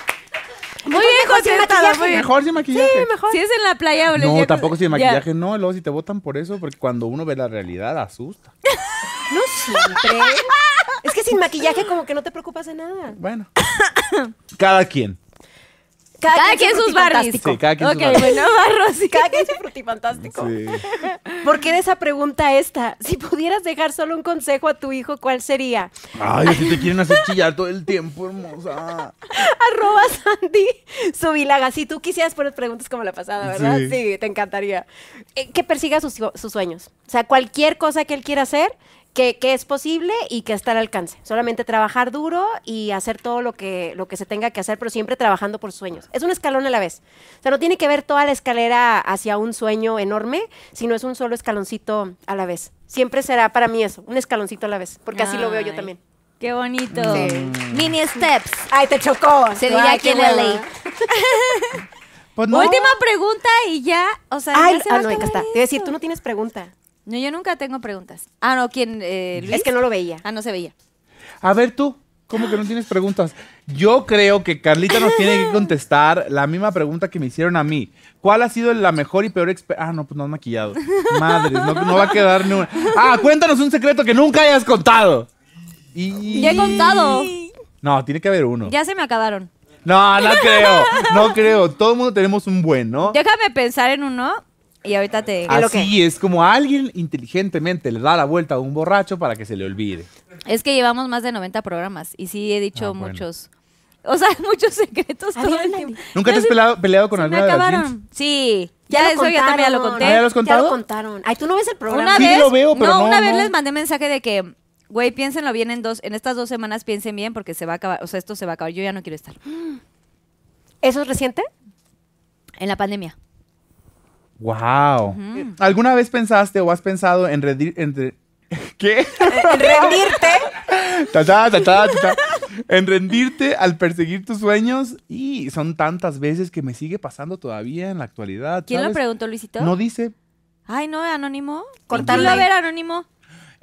S2: Muy
S3: Entonces,
S2: bien,
S3: mejor sin
S2: contestada,
S3: maquillaje.
S2: muy bien.
S4: Mejor sin maquillaje.
S2: Si es en la playa o les
S4: No,
S2: llega-
S4: tampoco sin
S2: ya.
S4: maquillaje, no. Luego si te votan por eso, porque cuando uno ve la realidad asusta.
S3: No siempre. Es que sin maquillaje como que no te preocupas de nada.
S4: Bueno. Cada quien.
S2: Cada quien sus barris.
S4: Sí, cada quien sus
S2: Ok,
S4: barris.
S2: bueno, barros. sí.
S3: Cada quien su frutifantástico. ¿Por qué de esa pregunta esta? Si pudieras dejar solo un consejo a tu hijo, ¿cuál sería?
S4: Ay, así te quieren hacer chillar todo el tiempo, hermosa.
S3: Arroba Sandy Subilaga. Si tú quisieras poner preguntas como la pasada, ¿verdad? Sí, te encantaría. Eh, que persiga sus, sus sueños. O sea, cualquier cosa que él quiera hacer, que, que es posible y que está al alcance. Solamente trabajar duro y hacer todo lo que, lo que se tenga que hacer, pero siempre trabajando por sueños. Es un escalón a la vez. O sea, no tiene que ver toda la escalera hacia un sueño enorme, sino es un solo escaloncito a la vez. Siempre será para mí eso, un escaloncito a la vez, porque así lo veo yo
S2: Ay,
S3: también.
S2: Qué bonito.
S3: Sí.
S4: Mm.
S2: Mini steps.
S3: Ay, te chocó.
S2: Se diría
S3: Ay,
S2: aquí
S3: qué
S2: en
S3: hueva.
S2: LA.
S4: Pues no.
S2: Última pregunta y ya. O sea,
S3: Ay,
S2: ya se va
S3: ah,
S2: a
S3: no, acá
S2: acabar
S3: está. Te
S2: esto.
S3: voy a decir, tú no tienes pregunta.
S2: No, yo nunca tengo preguntas. Ah, no, ¿quién? Eh, Luis.
S3: Es que no lo veía.
S2: Ah, no se veía.
S4: A ver tú, ¿cómo que no tienes preguntas? Yo creo que Carlita nos tiene que contestar la misma pregunta que me hicieron a mí. ¿Cuál ha sido la mejor y peor experiencia? Ah, no, pues no has maquillado. Madres, no, no va a quedar ni una. Ah, cuéntanos un secreto que nunca hayas contado. Y...
S2: Ya he contado.
S4: No, tiene que haber uno.
S2: Ya se me acabaron.
S4: No, no creo. No creo. Todo el mundo tenemos un buen, ¿no?
S2: Déjame pensar en uno y ahorita te.
S4: Así es como alguien inteligentemente le da la vuelta a un borracho para que se le olvide.
S2: Es que llevamos más de 90 programas y sí he dicho
S4: Ah, bueno.
S2: muchos. O sea, muchos secretos todo el tiempo.
S4: ¿Nunca
S2: No,
S4: te has
S2: sí,
S4: pelado- peleado con
S2: se me
S4: alguna de las jeans?
S2: acabaron. Sí. Ya, eso ya también ya lo conté.
S4: Ah, ya los contado?
S3: Ya lo contaron. Ay, tú no ves el programa.
S2: Una
S4: Sí
S2: vez,
S4: lo veo, pero no,
S2: una vez
S4: no.
S2: les mandé mensaje de que, güey, piénsenlo bien en dos, en estas dos semanas piensen bien porque se va a acabar, o sea, esto se va a acabar. Yo ya no quiero estar.
S3: ¿Eso es reciente?
S2: En la pandemia.
S4: Wow. ¿Alguna vez pensaste o has pensado en rendir entre ¿Qué? rendirte. En rendirte al perseguir tus sueños y son tantas veces que me sigue pasando todavía en la actualidad.
S2: ¿Quién lo
S4: ¿sabes?
S2: preguntó, Luisito?
S4: No dice.
S2: Ay, no, anónimo.
S3: Cortarle.
S2: Cortarlo a ver, anónimo.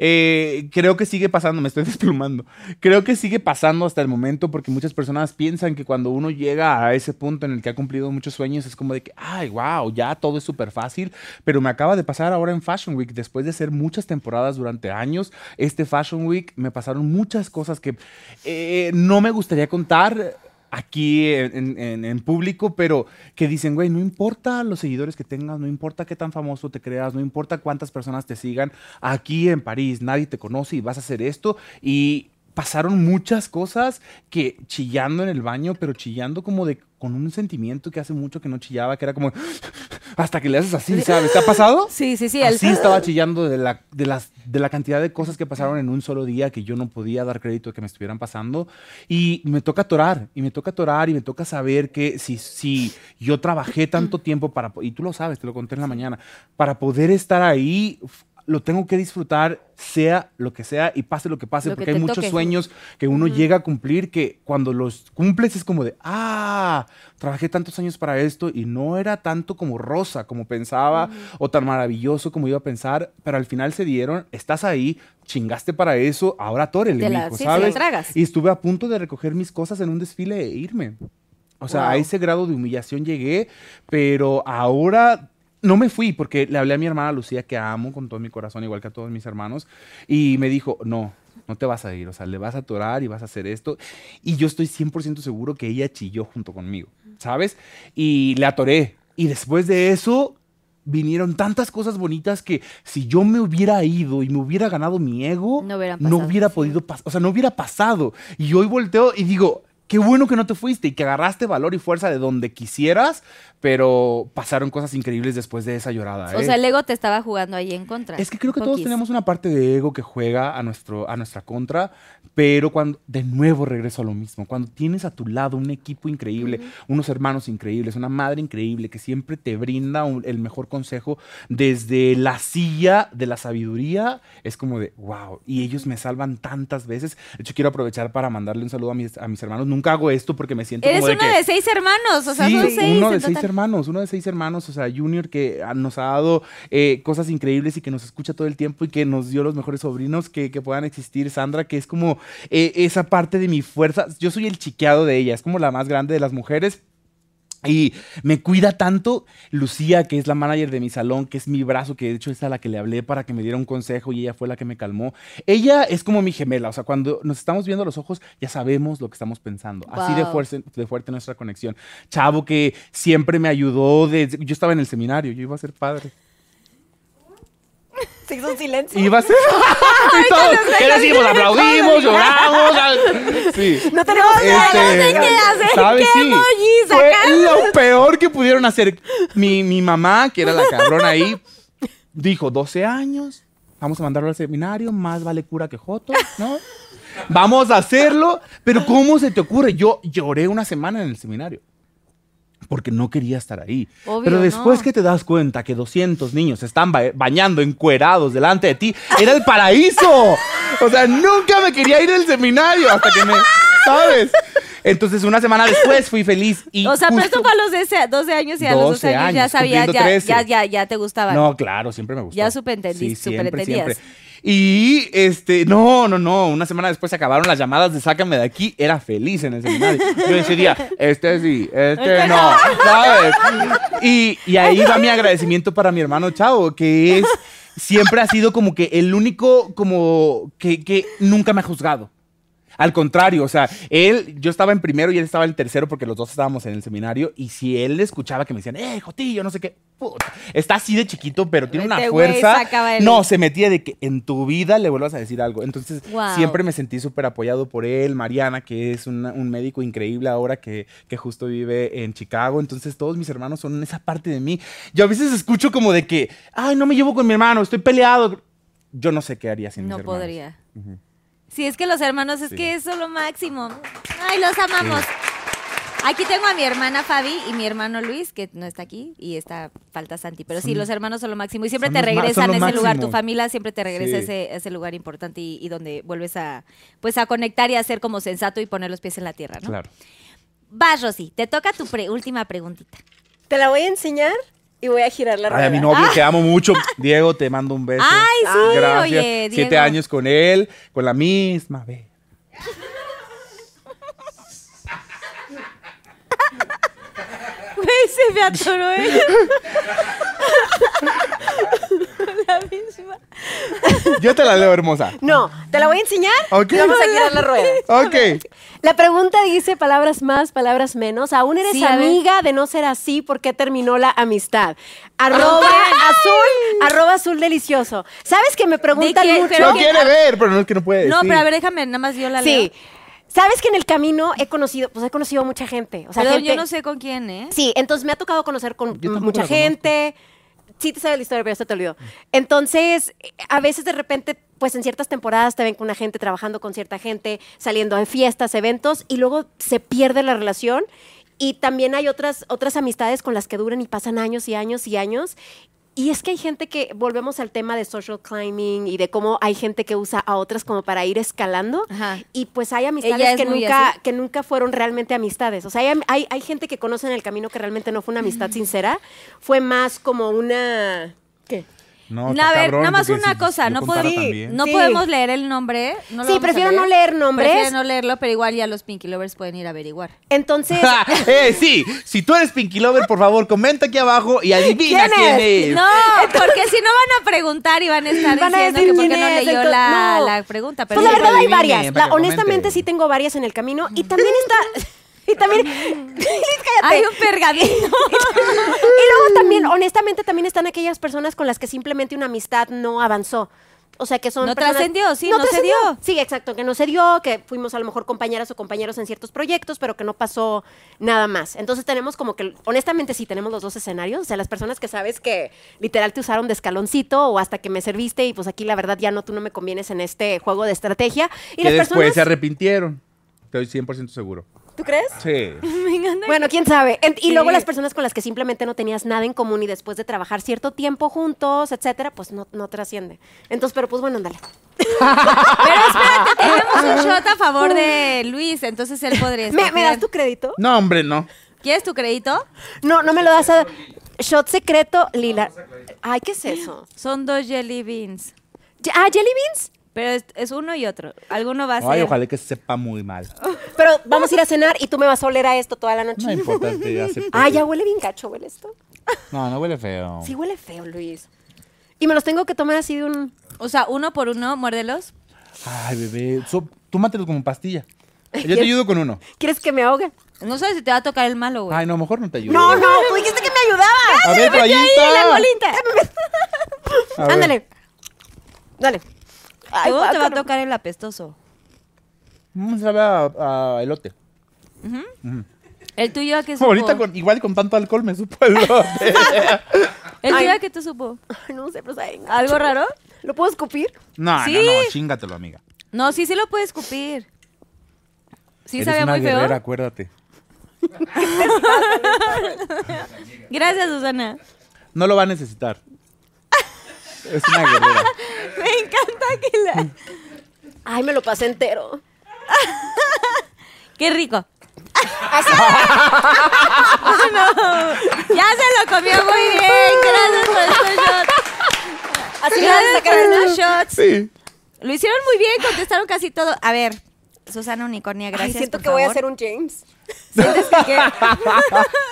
S4: Eh, creo que sigue pasando, me estoy desplumando. Creo que sigue pasando hasta el momento porque muchas personas piensan que cuando uno llega a ese punto en el que ha cumplido muchos sueños es como de que, ay, wow, ya todo es súper fácil. Pero me acaba de pasar ahora en Fashion Week, después de hacer muchas temporadas durante años, este Fashion Week me pasaron muchas cosas que eh, no me gustaría contar aquí en, en- en- en público, pero que dicen, güey, no importa los seguidores que tengas, no importa qué tan famoso te creas, no importa cuántas personas te sigan, aquí en París nadie te conoce y vas a hacer esto y pasaron muchas cosas que chillando en el baño, pero chillando como de con un sentimiento que hace mucho que no chillaba, que era como hasta que le haces así, ¿sabes? ¿Te ha pasado?
S2: Sí, sí, sí.
S4: Así estaba chillando de la, de, las, de la cantidad de cosas que pasaron en un solo día que yo no podía dar crédito de que me estuvieran pasando. Y me toca atorar, y me toca atorar, y me toca saber que si, si yo trabajé
S2: Mm.
S4: tanto tiempo para, po- y tú lo sabes, te lo conté en la mañana, para poder estar ahí, f- lo tengo que disfrutar, sea lo que sea, y pase lo que pase,
S2: Lo que
S4: porque
S2: te
S4: hay muchos
S2: toque.
S4: sueños que uno llega a cumplir que cuando los cumples es como de, ah, trabajé tantos años para esto y no era tanto como rosa, como pensaba, o tan maravilloso como iba a pensar, pero al final se dieron, estás ahí, chingaste para eso, ahora tórele,
S2: Te la-
S4: mijo,
S2: sí, te la
S4: ¿sabes?
S2: tragas.
S4: Y estuve a punto de recoger mis cosas en un desfile e irme. O sea, a ese grado de humillación llegué, pero ahora no me fui porque le hablé a mi hermana Lucía, que amo con todo mi corazón, igual que a todos mis hermanos, y me dijo, no. No te vas a ir, o sea, le vas a atorar y vas a hacer esto. Y yo estoy 100% seguro que ella chilló junto conmigo, ¿sabes? Y le atoré. Y después de eso, vinieron tantas cosas bonitas que si yo me hubiera ido y me hubiera ganado mi ego,
S2: No hubieran
S4: no
S2: pasado.
S4: hubiera podido pasar, o sea, no hubiera pasado. Y hoy volteo y digo, Qué bueno que no te fuiste y que agarraste valor y fuerza de donde quisieras, pero pasaron cosas increíbles después de esa llorada.
S2: O
S4: ¿eh?
S2: sea, el ego te estaba jugando ahí en contra.
S4: Es que creo que todos
S2: Poquis.
S4: tenemos una parte de ego que juega a, nuestro, a nuestra contra, pero cuando, de nuevo regreso a lo mismo, cuando tienes a tu lado un equipo increíble, unos hermanos increíbles, una madre increíble que siempre te brinda un- el mejor consejo desde la silla de la sabiduría, es como de, wow, y ellos me salvan tantas veces. De hecho, quiero aprovechar para mandarle un saludo a mis, a mis hermanos. Nunca hago esto porque me siento
S2: Eres
S4: como de
S2: uno
S4: que...
S2: de seis hermanos, o sea,
S4: Sí,
S2: son seis.
S4: uno de
S2: en
S4: seis
S2: total.
S4: hermanos, uno de seis hermanos, o sea, Junior que ah, nos ha dado eh, cosas increíbles y que nos escucha todo el tiempo y que nos dio los mejores sobrinos que, que puedan existir, Sandra, que es como eh, esa parte de mi fuerza, yo soy el chiqueado de ella, es como la más grande de las mujeres. Y me cuida tanto Lucía, que es la manager de mi salón, que es mi brazo, que de hecho es a la que le hablé para que me diera un consejo y ella fue la que me calmó. Ella es como mi gemela, o sea, cuando nos estamos viendo a los ojos ya sabemos lo que estamos pensando. Así de
S2: Guau.
S4: fuerte fuerza- de fuerte nuestra conexión. Chavo que siempre me ayudó. desde- yo estaba en el seminario, yo iba a ser padre.
S3: Se hizo un silencio.
S4: Iba a ser. y todos, ¿Qué decimos? pues, Aplaudimos, lloramos. ¿sabes? Sí.
S3: No tenemos
S4: Este, ¿sabes? Sí. Fue lo peor que pudieron hacer. Mi, mi mamá, que era la cabrona ahí, dijo: 12 años, vamos a mandarlo al seminario, más vale cura que joto, ¿no? Vamos a hacerlo, pero ¿cómo se te ocurre? Yo lloré una semana en el seminario. Porque no quería estar ahí.
S2: Obvio,
S4: Pero después
S2: no.
S4: que te das cuenta que 200 niños se están ba- bañando encuerados delante de ti, era el paraíso. O sea, nunca me quería ir del seminario hasta que me. ¿Sabes? Entonces, una semana después fui feliz. Y
S2: O sea, pero
S4: justo-
S2: esto fue a los 12 12 años y a los 12
S4: 12
S2: años, ya
S4: años,
S2: sabía,
S4: cumpliendo
S2: ya,
S4: 13.
S2: ya, ya, ya te gustaba.
S4: No, claro, siempre me gustó.
S2: Ya superentendí- superentendías.
S4: Y este, no, no, no. Una semana después se acabaron las llamadas de sácame de aquí. Era feliz en el seminario. Yo decidía, este sí, este no, ¿sabes? Y, y ahí va mi agradecimiento para mi hermano Chavo, que es siempre ha sido como que el único como que, que nunca me ha juzgado. Al contrario, o sea, él, yo estaba en primero y él estaba en tercero porque los dos estábamos en el seminario y si él escuchaba que me decían, eh, Jotillo, no sé qué, puta, está así de chiquito, pero tiene una
S2: Vete, Este güey,
S4: fuerza.
S2: sacaba el-
S4: No, se metía de que en tu vida le vuelvas a decir algo. Entonces,
S2: Wow.
S4: siempre me sentí súper apoyado por él, Mariana, que es una- un médico increíble ahora que, que justo vive en Chicago. Entonces, todos mis hermanos son esa parte de mí. Yo a veces escucho como de que, ay, no me llevo con mi hermano, estoy peleado. Yo no sé qué haría sin mis
S2: No
S4: hermanos.
S2: podría. Sí, es que los hermanos es
S4: Sí.
S2: que es lo máximo. Ay, los amamos. Aquí tengo a mi hermana Fabi y mi hermano Luis, que no está aquí y está falta Santi. Pero sí, los hermanos son lo máximo y siempre
S4: son
S2: te
S4: los ma- son
S2: regresan a
S4: lo
S2: ese lugar. Tu
S4: máximo.
S2: familia siempre te regresa a,
S4: Sí.
S2: ese, a ese lugar importante y, y donde vuelves a, pues, a conectar y a ser como sensato y poner los pies en la tierra, ¿no?
S4: Claro.
S2: Vas, Rosy, te toca tu pre- última preguntita.
S3: Te la voy a enseñar y voy a girar la
S4: Ay, a mi novio que amo mucho. Diego, te mando un beso.
S2: Ay, sí,
S4: Gracias.
S2: oye,
S4: Siete
S2: Diego.
S4: años con él, con la misma vez.
S2: Güey, se me atoró ¿eh? ella. La misma.
S4: Yo te la leo, hermosa.
S3: No, te la voy a enseñar
S4: Ok.
S3: y vamos a girar la rueda.
S4: Ok.
S3: La pregunta dice palabras más, palabras menos. Aún eres
S2: Sí, a ver.
S3: amiga de no ser así, ¿por qué terminó la amistad? Arroba azul, arroba azul delicioso. ¿Sabes que me preguntan
S2: qué?
S3: mucho?
S2: Pero
S4: No
S2: que-
S4: quiere ver, pero no es que no puede
S2: No,
S4: decir.
S2: pero a ver, déjame, nada más yo la
S3: Sí.
S2: leo.
S3: ¿Sabes que en el camino he conocido, pues he conocido mucha gente? O sea,
S2: Perdón,
S3: gente-
S2: yo no sé con quién, ¿eh?
S3: Sí, entonces me ha tocado conocer con
S4: Yo tampoco
S3: mucha
S4: la
S3: gente. Sí te sabes la historia, pero esto te olvidó. Entonces, eh, a veces de repente, pues en ciertas temporadas te ven con una gente trabajando con cierta gente, saliendo a fiestas, eventos, y luego se pierde la relación. Y también hay otras, otras amistades con las que duran y pasan años y años y años. Y es que hay gente que, volvemos al tema de social climbing y de cómo hay gente que usa a otras como para ir escalando.
S2: Ajá.
S3: Y pues hay
S2: Ella
S3: amistades
S2: es
S3: que
S2: muy
S3: nunca,
S2: así.
S3: que nunca fueron realmente amistades. O sea, hay, hay, hay gente que conoce en el camino que realmente no fue una amistad sincera. Fue más como una. ¿Qué?
S4: No,
S2: No, a ver, nada más
S4: porque
S2: una
S4: si
S2: cosa,
S4: yo
S2: no,
S4: contara
S2: podemos-
S4: también.
S2: no
S3: Sí.
S2: podemos leer el nombre. No lo
S3: Sí,
S2: vamos a
S3: prefiero no leer nombres.
S2: Prefiero no leerlo, pero igual ya los Pinky Lovers pueden ir a averiguar.
S3: Entonces. pues,
S4: Ja, eh, sí, si tú eres Pinky Lover, por favor, comenta aquí abajo y adivina
S3: ¿Quién
S4: quién es.
S2: No, porque si no van a preguntar y van a estar
S3: Van a
S2: diciendo
S3: decir
S2: que por qué
S3: quién
S2: no
S3: es,
S2: leyó
S3: entonces,
S2: la,
S3: no.
S2: la pregunta. Pero
S3: pues la
S2: sí,
S3: verdad hay
S4: adivine,
S3: varias.
S4: para
S3: La-
S4: que comente.
S3: honestamente sí tengo varias en el camino. Y también está. Y también. Cállate.
S2: hay un pergamino.
S3: y luego también, honestamente, también están aquellas personas con las que simplemente una amistad no avanzó. o sea, que son
S2: No
S3: personas-
S2: trascendió, sí, no se
S3: trascendió.
S2: dio.
S3: Sí, exacto, que no se dio, que fuimos a lo mejor compañeras o compañeros en ciertos proyectos, pero que no pasó nada más. Entonces tenemos como que, honestamente sí, tenemos los dos escenarios, o sea, las personas que sabes que literal te usaron de escaloncito o hasta que me serviste y pues aquí la verdad ya no, tú no me convienes en este juego de estrategia. Y
S4: que
S3: las
S4: después
S3: personas...
S4: se arrepintieron. Estoy 100% seguro.
S3: ¿Tú crees?
S4: Sí.
S2: Me encanta.
S3: Bueno, quién sabe. En- y
S2: Sí.
S3: luego las personas con las que simplemente no tenías nada en común y después de trabajar cierto tiempo juntos, etcétera, pues no, no trasciende. Entonces, pero pues bueno, ándale.
S2: Pero espérate, tenemos un shot a favor de Luis, entonces él podría
S3: ah. ¿Me, me das
S2: escoger.
S3: tu crédito?
S4: No, hombre, no.
S2: ¿Quieres tu crédito?
S3: No, no me lo das a. Shot secreto, Lila. Ay, ¿qué es eso?
S2: Son dos jelly beans.
S3: Ye- Ah, jelly beans.
S2: Pero es, es uno y otro. Alguno va a ser.
S4: Ay, ojalá que sepa muy mal.
S3: Pero vamos a ir a cenar y tú me vas a oler a esto toda la noche.
S4: No importa que ya se
S3: Ah, ya huele bien cacho, huele esto.
S4: No, no huele feo.
S3: Sí, huele feo, Luis. Y me los tengo que tomar así de un.
S2: O sea, uno por uno, muérdelos.
S4: Ay, bebé. So- tómatelo como pastilla. Yo te ayudo con uno.
S3: ¿Quieres que me ahogue?
S2: No sabes si te va a tocar el malo, güey.
S4: Ay, no, mejor no te ayudo.
S3: No, no, tú dijiste que me ayudabas.
S4: A ver, pero ahí
S2: ¡Ay, la
S4: está.
S2: colita!
S4: A ver.
S3: Ándale. Dale. Ay,
S2: Luego te va a
S3: guácala.
S2: tocar el apestoso.
S4: Mm, sabe a, a elote.
S2: El tuyo a qué supo.
S4: Ahorita con- igual con tanto alcohol me supo elote.
S2: El tuyo
S3: Ay.
S2: a qué te supo.
S3: Ay, No sé, pero saben.
S2: ¿Algo raro?
S3: ¿Lo puedo escupir?
S4: No,
S2: ¿Sí?
S4: no, no, chingatelo, amiga.
S2: No, sí, sí lo puedes escupir. Sí,
S4: Eres
S2: sabía
S4: una
S2: muy feo.
S4: guerrera, acuérdate.
S2: Gracias, Susana.
S4: No lo va a necesitar. es una guerrera.
S2: Me encanta que la.
S3: Ay, me lo pasé entero.
S2: Qué rico.
S3: Así.
S2: Ya se lo comió muy bien. Gracias por estos shots.
S3: Así me vas a
S2: Gracias por
S3: sacar una-
S2: estos shots.
S4: Sí.
S2: Lo hicieron muy bien, contestaron casi todo. A ver, Susana Unicornia,
S3: Ay,
S2: gracias.
S3: siento
S2: por
S3: que voy a
S2: favor.
S3: hacer un James.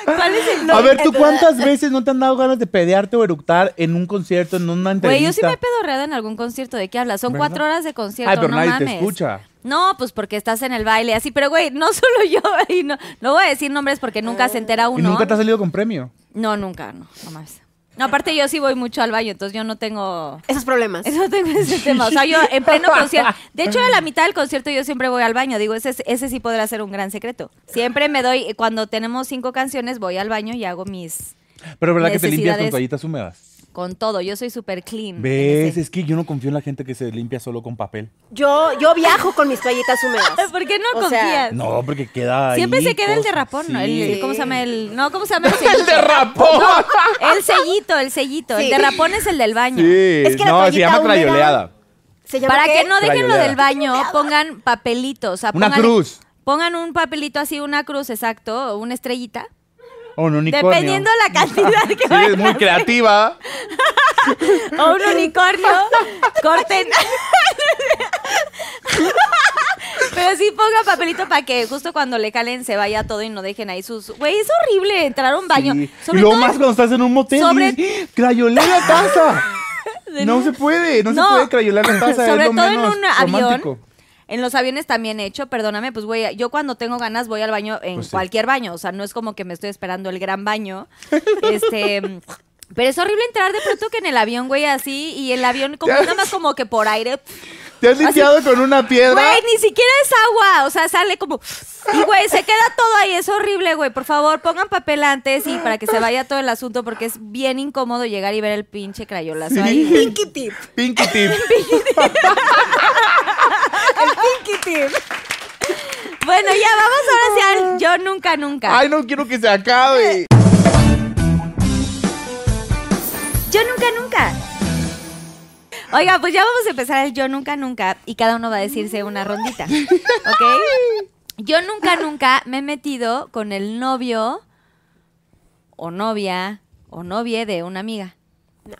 S2: ¿Cuál es el
S4: A ver, ¿tú cuántas veces no te han dado ganas de pelearte o eructar en un concierto, en una entrevista?
S2: Güey, yo sí me he pedorreado en algún concierto. ¿De qué hablas? Son cuatro horas de concierto.
S4: Ay, pero
S2: no
S4: nadie te
S2: mames.
S4: escucha.
S2: No, pues porque estás en el baile así. Pero, güey, no solo yo ahí. No, no voy a decir nombres porque nunca se entera
S4: ¿Y
S2: uno.
S4: nunca te has salido con premio?
S2: No, nunca, no. No mames. No, aparte yo sí voy mucho al baño, entonces yo no tengo...
S3: Esos problemas.
S2: Eso no tengo ese tema. O sea, yo en pleno concierto. De hecho, a la mitad del concierto yo siempre voy al baño. Digo, ese, ese sí podrá ser un gran secreto. Siempre me doy, cuando tenemos cinco canciones, voy al baño y hago mis.
S4: Pero verdad que te limpias con
S2: Necesidades.
S4: toallitas húmedas.
S2: con todo. Yo soy súper clean. en
S4: ¿Ves?
S2: ese.
S4: Es que yo no confío en la gente que se limpia solo con papel.
S3: Yo, yo viajo con mis toallitas húmedas.
S2: ¿Por qué no
S3: O sea,
S2: confías?
S4: No, porque queda ahí
S2: Siempre se queda el
S4: cosas.
S2: derrapón, ¿no?
S4: Sí.
S2: El, ¿Cómo se llama el.? No, ¿cómo se llama el sellito?
S4: ¡El derrapón!
S2: El sellito, el sellito. El
S3: Sí.
S2: derrapón es el del baño.
S4: Sí.
S3: Es que la
S4: no, se llama
S3: toallita húmeda-
S4: crayoleada.
S3: ¿Se llama
S2: Para
S3: qué?
S2: que no dejen lo
S4: Crayolera.
S2: del baño, pongan papelitos. o sea,
S4: Una
S2: pónganle-
S4: cruz.
S2: Pongan un papelito así, una cruz, exacto, o una estrellita.
S4: O un unicornio.
S2: Dependiendo la cantidad que
S4: Sí, eres muy
S2: vayan
S4: creativa.
S2: a- O un unicornio, corten. Pero sí pongan papelito para que justo cuando le calen se vaya todo y no dejen ahí sus... Güey, es horrible entrar a un baño.
S4: Sí.
S2: Sobre
S4: y lo
S2: todo-
S4: más cuando estás en un motel
S2: sobre-
S4: y dices, ¡Crayolea la taza! no se puede, no,
S2: No.
S4: se puede crayolear la taza.
S2: Sobre
S4: es lo
S2: todo en
S4: menos
S2: un avión.
S4: romántico.
S2: En los aviones también he hecho, perdóname, pues voy, a- yo cuando tengo ganas voy al baño en
S4: Pues sí.
S2: cualquier baño, o sea, no es como que me estoy esperando el gran baño. Este, pero es horrible entrar de pronto que en el avión, güey, así y el avión como nada más como que por aire.
S4: ¿Te has limpiado con una piedra?
S2: Güey, ni siquiera es agua, o sea, sale como y güey, se queda todo ahí, es horrible, güey. Por favor, pongan papel antes y para que se vaya todo el asunto porque es bien incómodo llegar y ver el pinche crayolazo
S4: Sí.
S2: ahí.
S3: Pinky tip.
S4: Pinky tip.
S3: Pinky tip.
S2: Bueno, ya vamos ahora sí al yo nunca nunca.
S4: Ay, no quiero que se acabe.
S2: Yo nunca, nunca. Oiga, pues ya vamos a empezar el yo nunca, nunca y cada uno va a decirse una rondita. ¿Ok? Yo nunca, nunca me he metido con el novio o novia o novie de una amiga. No.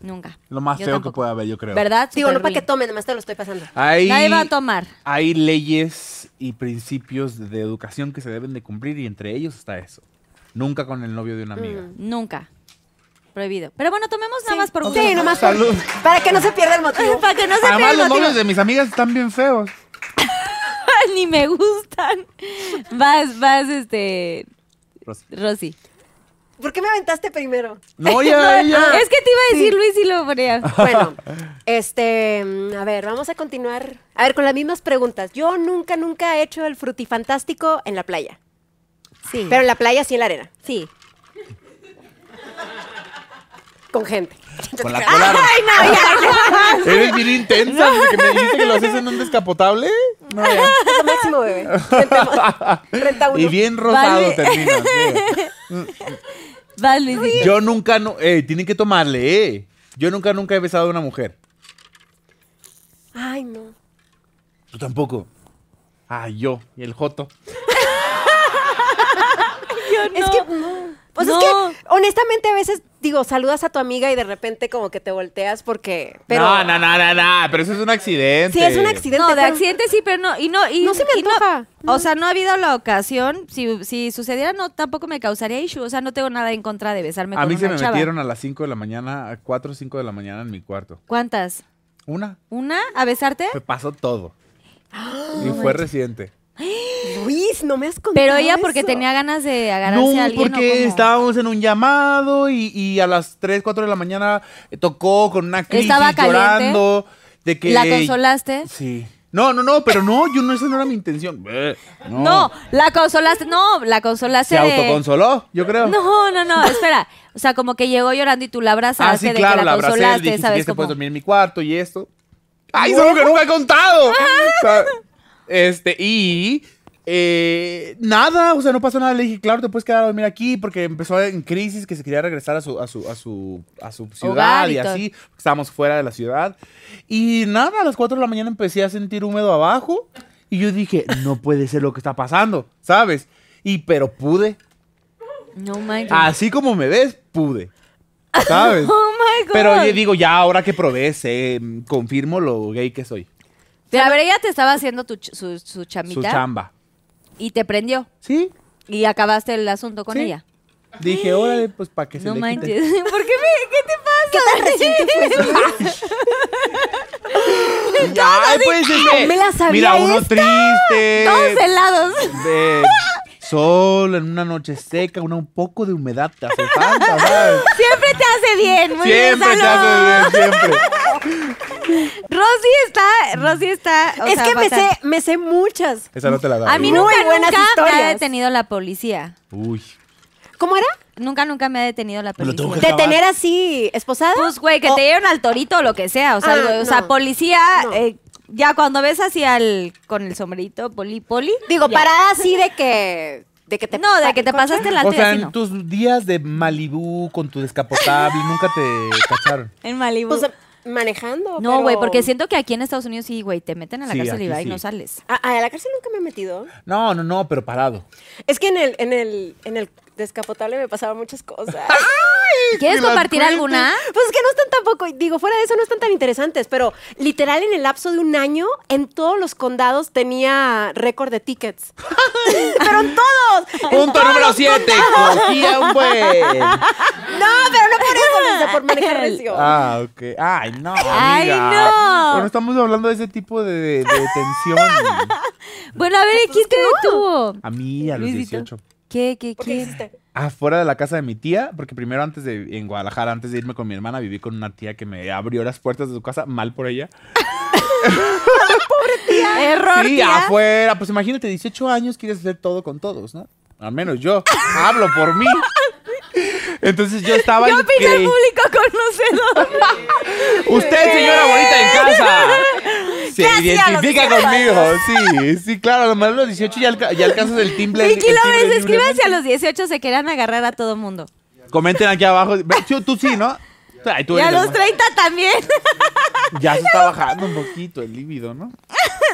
S2: Nunca.
S4: Lo más
S2: Yo
S4: feo
S2: tampoco.
S4: que pueda haber, yo creo.
S2: ¿Verdad?
S3: Digo, no
S2: Súper
S3: para que
S2: ruin.
S3: tomen, además te lo estoy pasando.
S4: Hay,
S2: Nadie va a tomar.
S4: Hay leyes y principios de educación que se deben de cumplir y entre ellos está eso. Nunca con el novio de una amiga.
S2: Mm. Nunca. Prohibido. Pero bueno, tomemos nada más por gusto.
S3: Sí, nomás por-
S4: Salud.
S3: para que no se pierda el motivo.
S2: Para que no se pierda
S4: Además,
S2: el
S4: los
S2: motivo.
S4: novios de mis amigas están bien feos.
S2: Ni me gustan. Vas, vas, este.
S3: Pues,
S4: Rosy.
S2: Rosy.
S3: ¿Por qué me aventaste primero?
S4: No, ya, ya.
S2: Es que te iba a decir Luis y lo ponía.
S3: Bueno, este, mm, a ver, vamos a continuar. A ver, con las mismas preguntas. Yo nunca, nunca he hecho el frutifantástico en la playa.
S2: Sí.
S3: Pero en la playa sí en la arena,
S2: sí.
S3: con gente.
S4: Con la
S3: Ah,
S4: cola. Eres bien intensa. porque me dijiste que lo haces en un descapotable. No, ya.
S3: Es lo máximo, bebé. Renta- Renta uno.
S4: Y bien rosado
S2: Vale.
S4: terminas. mira.
S2: Va, Luis. y-
S4: Yo nunca, no, eh, tienen que tomarle, eh. Yo nunca, nunca he besado a una mujer.
S3: Ay, no.
S4: Tú tampoco. Ah, yo. Y el Joto.
S3: Es que, no. Pues es
S2: No.
S3: que, honestamente, a veces, digo, saludas a tu amiga y de repente como que te volteas porque... Pero
S4: No, no, no, no, no. Pero eso es un accidente.
S3: Sí, es un accidente.
S2: No, de
S3: pero-
S2: accidente sí, pero no. Y no, y,
S3: No se me
S2: y
S3: antoja.
S2: O sea, no ha habido la ocasión. Si, si sucediera, no, tampoco me causaría issue. O sea, no tengo nada en contra de besarme
S4: A
S2: con
S4: mí
S2: una
S4: se me
S2: chava.
S4: metieron a las 5 de la mañana, a 4 o 5 de la mañana en mi cuarto.
S2: ¿Cuántas?
S4: Una.
S2: ¿Una? ¿A besarte?
S4: Me pasó todo.
S2: Ah,
S4: Y fue reciente.
S3: Luis, no me has contado
S2: Pero ella porque
S3: eso.
S2: tenía ganas de agarrarse a alguien. ¿o
S4: porque
S2: cómo?
S4: estábamos en un llamado y, y a las 3, 4 de la mañana eh, tocó con una crisis
S2: Estaba caliente.
S4: llorando. De que,
S2: ¿La consolaste?
S4: Sí. No, no, no, pero no, yo no, esa no era mi intención. Eh, No.
S2: No, la consolaste. No, la consolaste.
S4: Se
S2: de-
S4: autoconsoló, yo creo.
S2: No, no, no, espera. O sea, como que llegó llorando y tú la abrazaste
S4: Ah, sí,
S2: de
S4: claro,
S2: que
S4: la
S2: la,
S4: abracé, le
S2: consolaste,
S4: dije, si
S2: ¿sabes?
S4: quieres te
S2: Como-
S4: puedes dormir en mi cuarto y esto. ¡Ay, solo que nunca he contado! O sea, este, y... eh, nada, o sea, no pasó nada. Le dije, claro, te puedes quedar a dormir aquí porque empezó en crisis que se quería regresar a su, a su, a su, a su ciudad
S2: Hogar y
S4: y
S2: todo.
S4: así. porque Estábamos fuera de la ciudad. Y nada, a las 4 de la mañana empecé a sentir húmedo abajo y yo dije, no puede ser lo que está pasando, ¿sabes? Y pero pude.
S2: No, my God.
S4: Así como me ves, pude. Ah, ¿Sabes?
S2: Oh my God.
S4: Pero yo digo, ya ahora que probé, sé, mm, confirmo lo gay que soy.
S2: Pero a ver, ella te estaba haciendo tu ch- su, su chamita
S4: Su chamba.
S2: y te prendió.
S4: ¿Sí?
S2: Y acabaste el asunto con
S4: Sí.
S2: ella.
S4: Dije, órale, pues para que se
S2: no
S4: le
S2: manches.
S4: quite.
S2: ¿Por qué me, qué te pasa?
S4: Ay, pues es que-
S3: me la sabía
S4: Mira, uno
S3: esta.
S4: triste.
S2: Todos helados.
S4: de sol en una noche seca, una, un poco de humedad te hace falta, ¿sabes?
S2: Siempre te hace bien. Muy
S4: Siempre
S2: bien,
S4: te hace bien, siempre.
S2: Rosy está, Rosy está. o
S3: Es
S2: sea,
S3: que me
S2: fatal.
S3: sé, me sé muchas.
S4: Esa no te la da.
S2: A mí
S3: Muy
S2: nunca,
S3: buenas
S2: nunca me ha
S3: historias.
S2: detenido la policía.
S4: Uy.
S3: ¿Cómo era?
S2: Nunca, nunca me ha detenido la policía.
S4: Pues
S1: tengo que-
S3: De
S1: Acabar.
S3: tener así esposada.
S2: Pues, güey, que te lleven al torito o lo que sea. O sea,
S3: Ah,
S2: güey, o sea,
S3: no.
S2: policía,
S3: No.
S2: eh, ya cuando ves así al, con el sombrerito, poli, poli.
S3: Digo,
S2: ya.
S3: parada así de que. De que te
S2: No, de que te
S3: coche.
S2: pasaste la
S4: O sea,
S2: así
S4: en
S2: no.
S4: tus días de Malibú con tu descapotable, nunca te cacharon.
S2: En Malibu.
S3: Pues manejando.
S2: no, güey,
S3: pero-
S2: porque siento que aquí en Estados Unidos sí, güey, te meten a la
S4: Sí,
S2: cárcel y
S4: aquí
S2: va y
S4: sí.
S2: no sales.
S3: A, a la cárcel nunca me he metido.
S4: No, no, no, pero parado.
S3: Es que en el, en el, en el descapotable me pasaban muchas cosas.
S2: ¿Quieres
S4: que la
S2: compartir
S4: cuente.
S2: alguna?
S3: Pues es que no están tampoco, digo, fuera de eso no están tan interesantes, pero literal en el lapso de un año, en todos los condados tenía récord de tickets. pero en todos. En
S4: Punto número 7. Cogía un buen.
S3: No, pero no por eso, o sea, por manejar recio.
S4: Ah, ok. Ay, no.
S2: Ay,
S4: amiga.
S2: no.
S4: Pero no estamos hablando de ese tipo de, de- de tensión.
S2: Bueno, a ver,
S3: Pues,
S2: ¿quién te detuvo?
S4: A mí, a los
S2: Luisito.
S4: 18.
S2: ¿Qué, qué,
S3: ¿Por qué
S2: qué?
S3: hiciste?
S4: Afuera de la casa de mi tía, porque primero antes de en Guadalajara, antes de irme con mi hermana, viví con una tía que me abrió las puertas de su casa, mal por ella.
S2: Error,
S4: sí,
S2: tía.
S4: afuera. Pues imagínate, 18 años quieres hacer todo con todos, ¿no? Al menos yo hablo por mí. Entonces yo estaba
S2: ¿Qué
S4: y
S2: opina el
S4: creí-
S2: público conocedor?
S4: Usted, señora bonita en casa. Se identifica conmigo. Sí, sí, claro. A lo mejor a los 18 ya, alca- ya alcanzas el timbre. el
S2: Vicky
S4: timbre
S2: López,
S4: libremente.
S2: escríbanse a los 18, se querían agarrar a todo mundo.
S4: Comenten aquí abajo. Ve, Tú, tú sí, ¿no? Ay, tú
S2: Y a
S4: eres el
S2: los
S4: más-
S2: 30 también.
S4: Ya se está bajando un poquito el líbido, ¿no?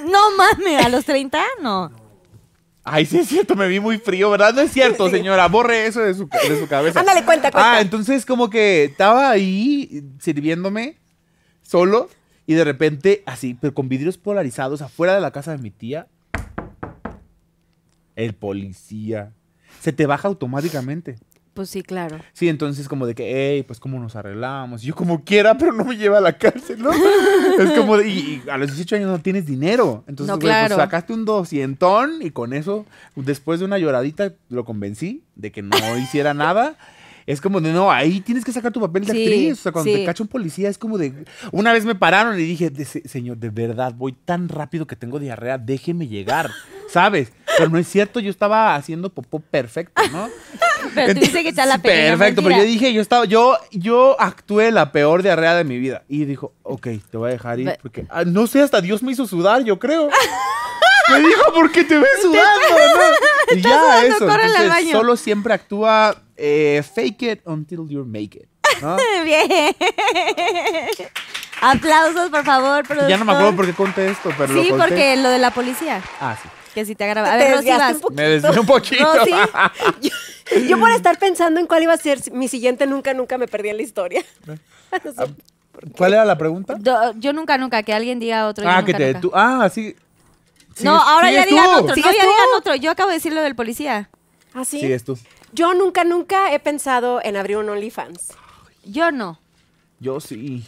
S2: No mames, a los 30 no.
S4: Ay, sí es cierto, me vi muy frío, ¿verdad? No es cierto, señora. Borre eso de su, de su cabeza.
S3: Ándale, cuenta, cuenta.
S4: Ah, entonces como que estaba ahí sirviéndome solo y de repente así, pero con vidrios polarizados afuera de la casa de mi tía. El policía. Se te baja automáticamente.
S2: Pues sí, claro.
S4: Sí, entonces como de que, hey, pues cómo nos arreglamos. Yo como quiera, pero no me lleva a la cárcel, ¿no? es como, de, y, y a los 18 años no tienes dinero. Entonces,
S2: No,
S4: güey, pues,
S2: claro.
S4: sacaste un doscientón y con eso, después de una lloradita, lo convencí de que no hiciera nada. Es como de, no, ahí tienes que sacar tu papel de
S2: Sí,
S4: actriz. O sea, cuando
S2: sí.
S4: te cacha un policía, es como de. Una vez me pararon y dije, "De- se- señor, de verdad, voy tan rápido que tengo diarrea, déjeme llegar. ¿Sabes? Pero no es cierto, yo estaba haciendo popó perfecto, ¿no?
S2: Pero tuviste que echar la pequeña
S4: Perfecto, pero
S2: mentira.
S4: yo dije, yo estaba, yo, yo actué la peor diarrea de mi vida. Y dijo, ok, te voy a dejar ir
S2: Ve-
S4: porque, ah, no sé, hasta Dios me hizo sudar, yo creo. Me dijo, ¿por qué te ves sudando? ¿no? Y ya
S2: sudando,
S4: eso,
S2: corre al
S4: entonces,
S2: baño.
S4: solo siempre actúa eh, fake it until you make it. ¿no?
S2: Bien. Aplausos, por favor, productor.
S4: Ya no me acuerdo por qué conté esto, pero
S2: Sí,
S4: lo conté.
S2: porque lo de la policía,
S4: Ah, sí.
S2: que si te agrava. A ver, Rosy,
S3: desgaste
S2: vas.
S3: un poquito.
S4: Me desvié un poquito.
S2: Rosy,
S3: Yo por estar pensando en cuál iba a ser mi siguiente nunca, nunca me perdí en la historia.
S4: Eh. ¿Cuál era la pregunta?
S2: do- yo nunca, nunca, que alguien diga otro. yo
S4: Ah,
S2: nunca,
S4: que te...
S2: nunca.
S4: tú- ah, sí.
S2: No,
S4: Sigues-
S2: ahora ya
S4: sigues
S2: digan
S4: tú.
S2: otro. No, ya
S3: Sigues tú.
S2: digan otro. Yo acabo de decir lo del policía.
S3: ¿Así?
S4: Sigues tú.
S3: Yo nunca, nunca he pensado en abrir un OnlyFans.
S2: Yo no.
S4: Yo sí.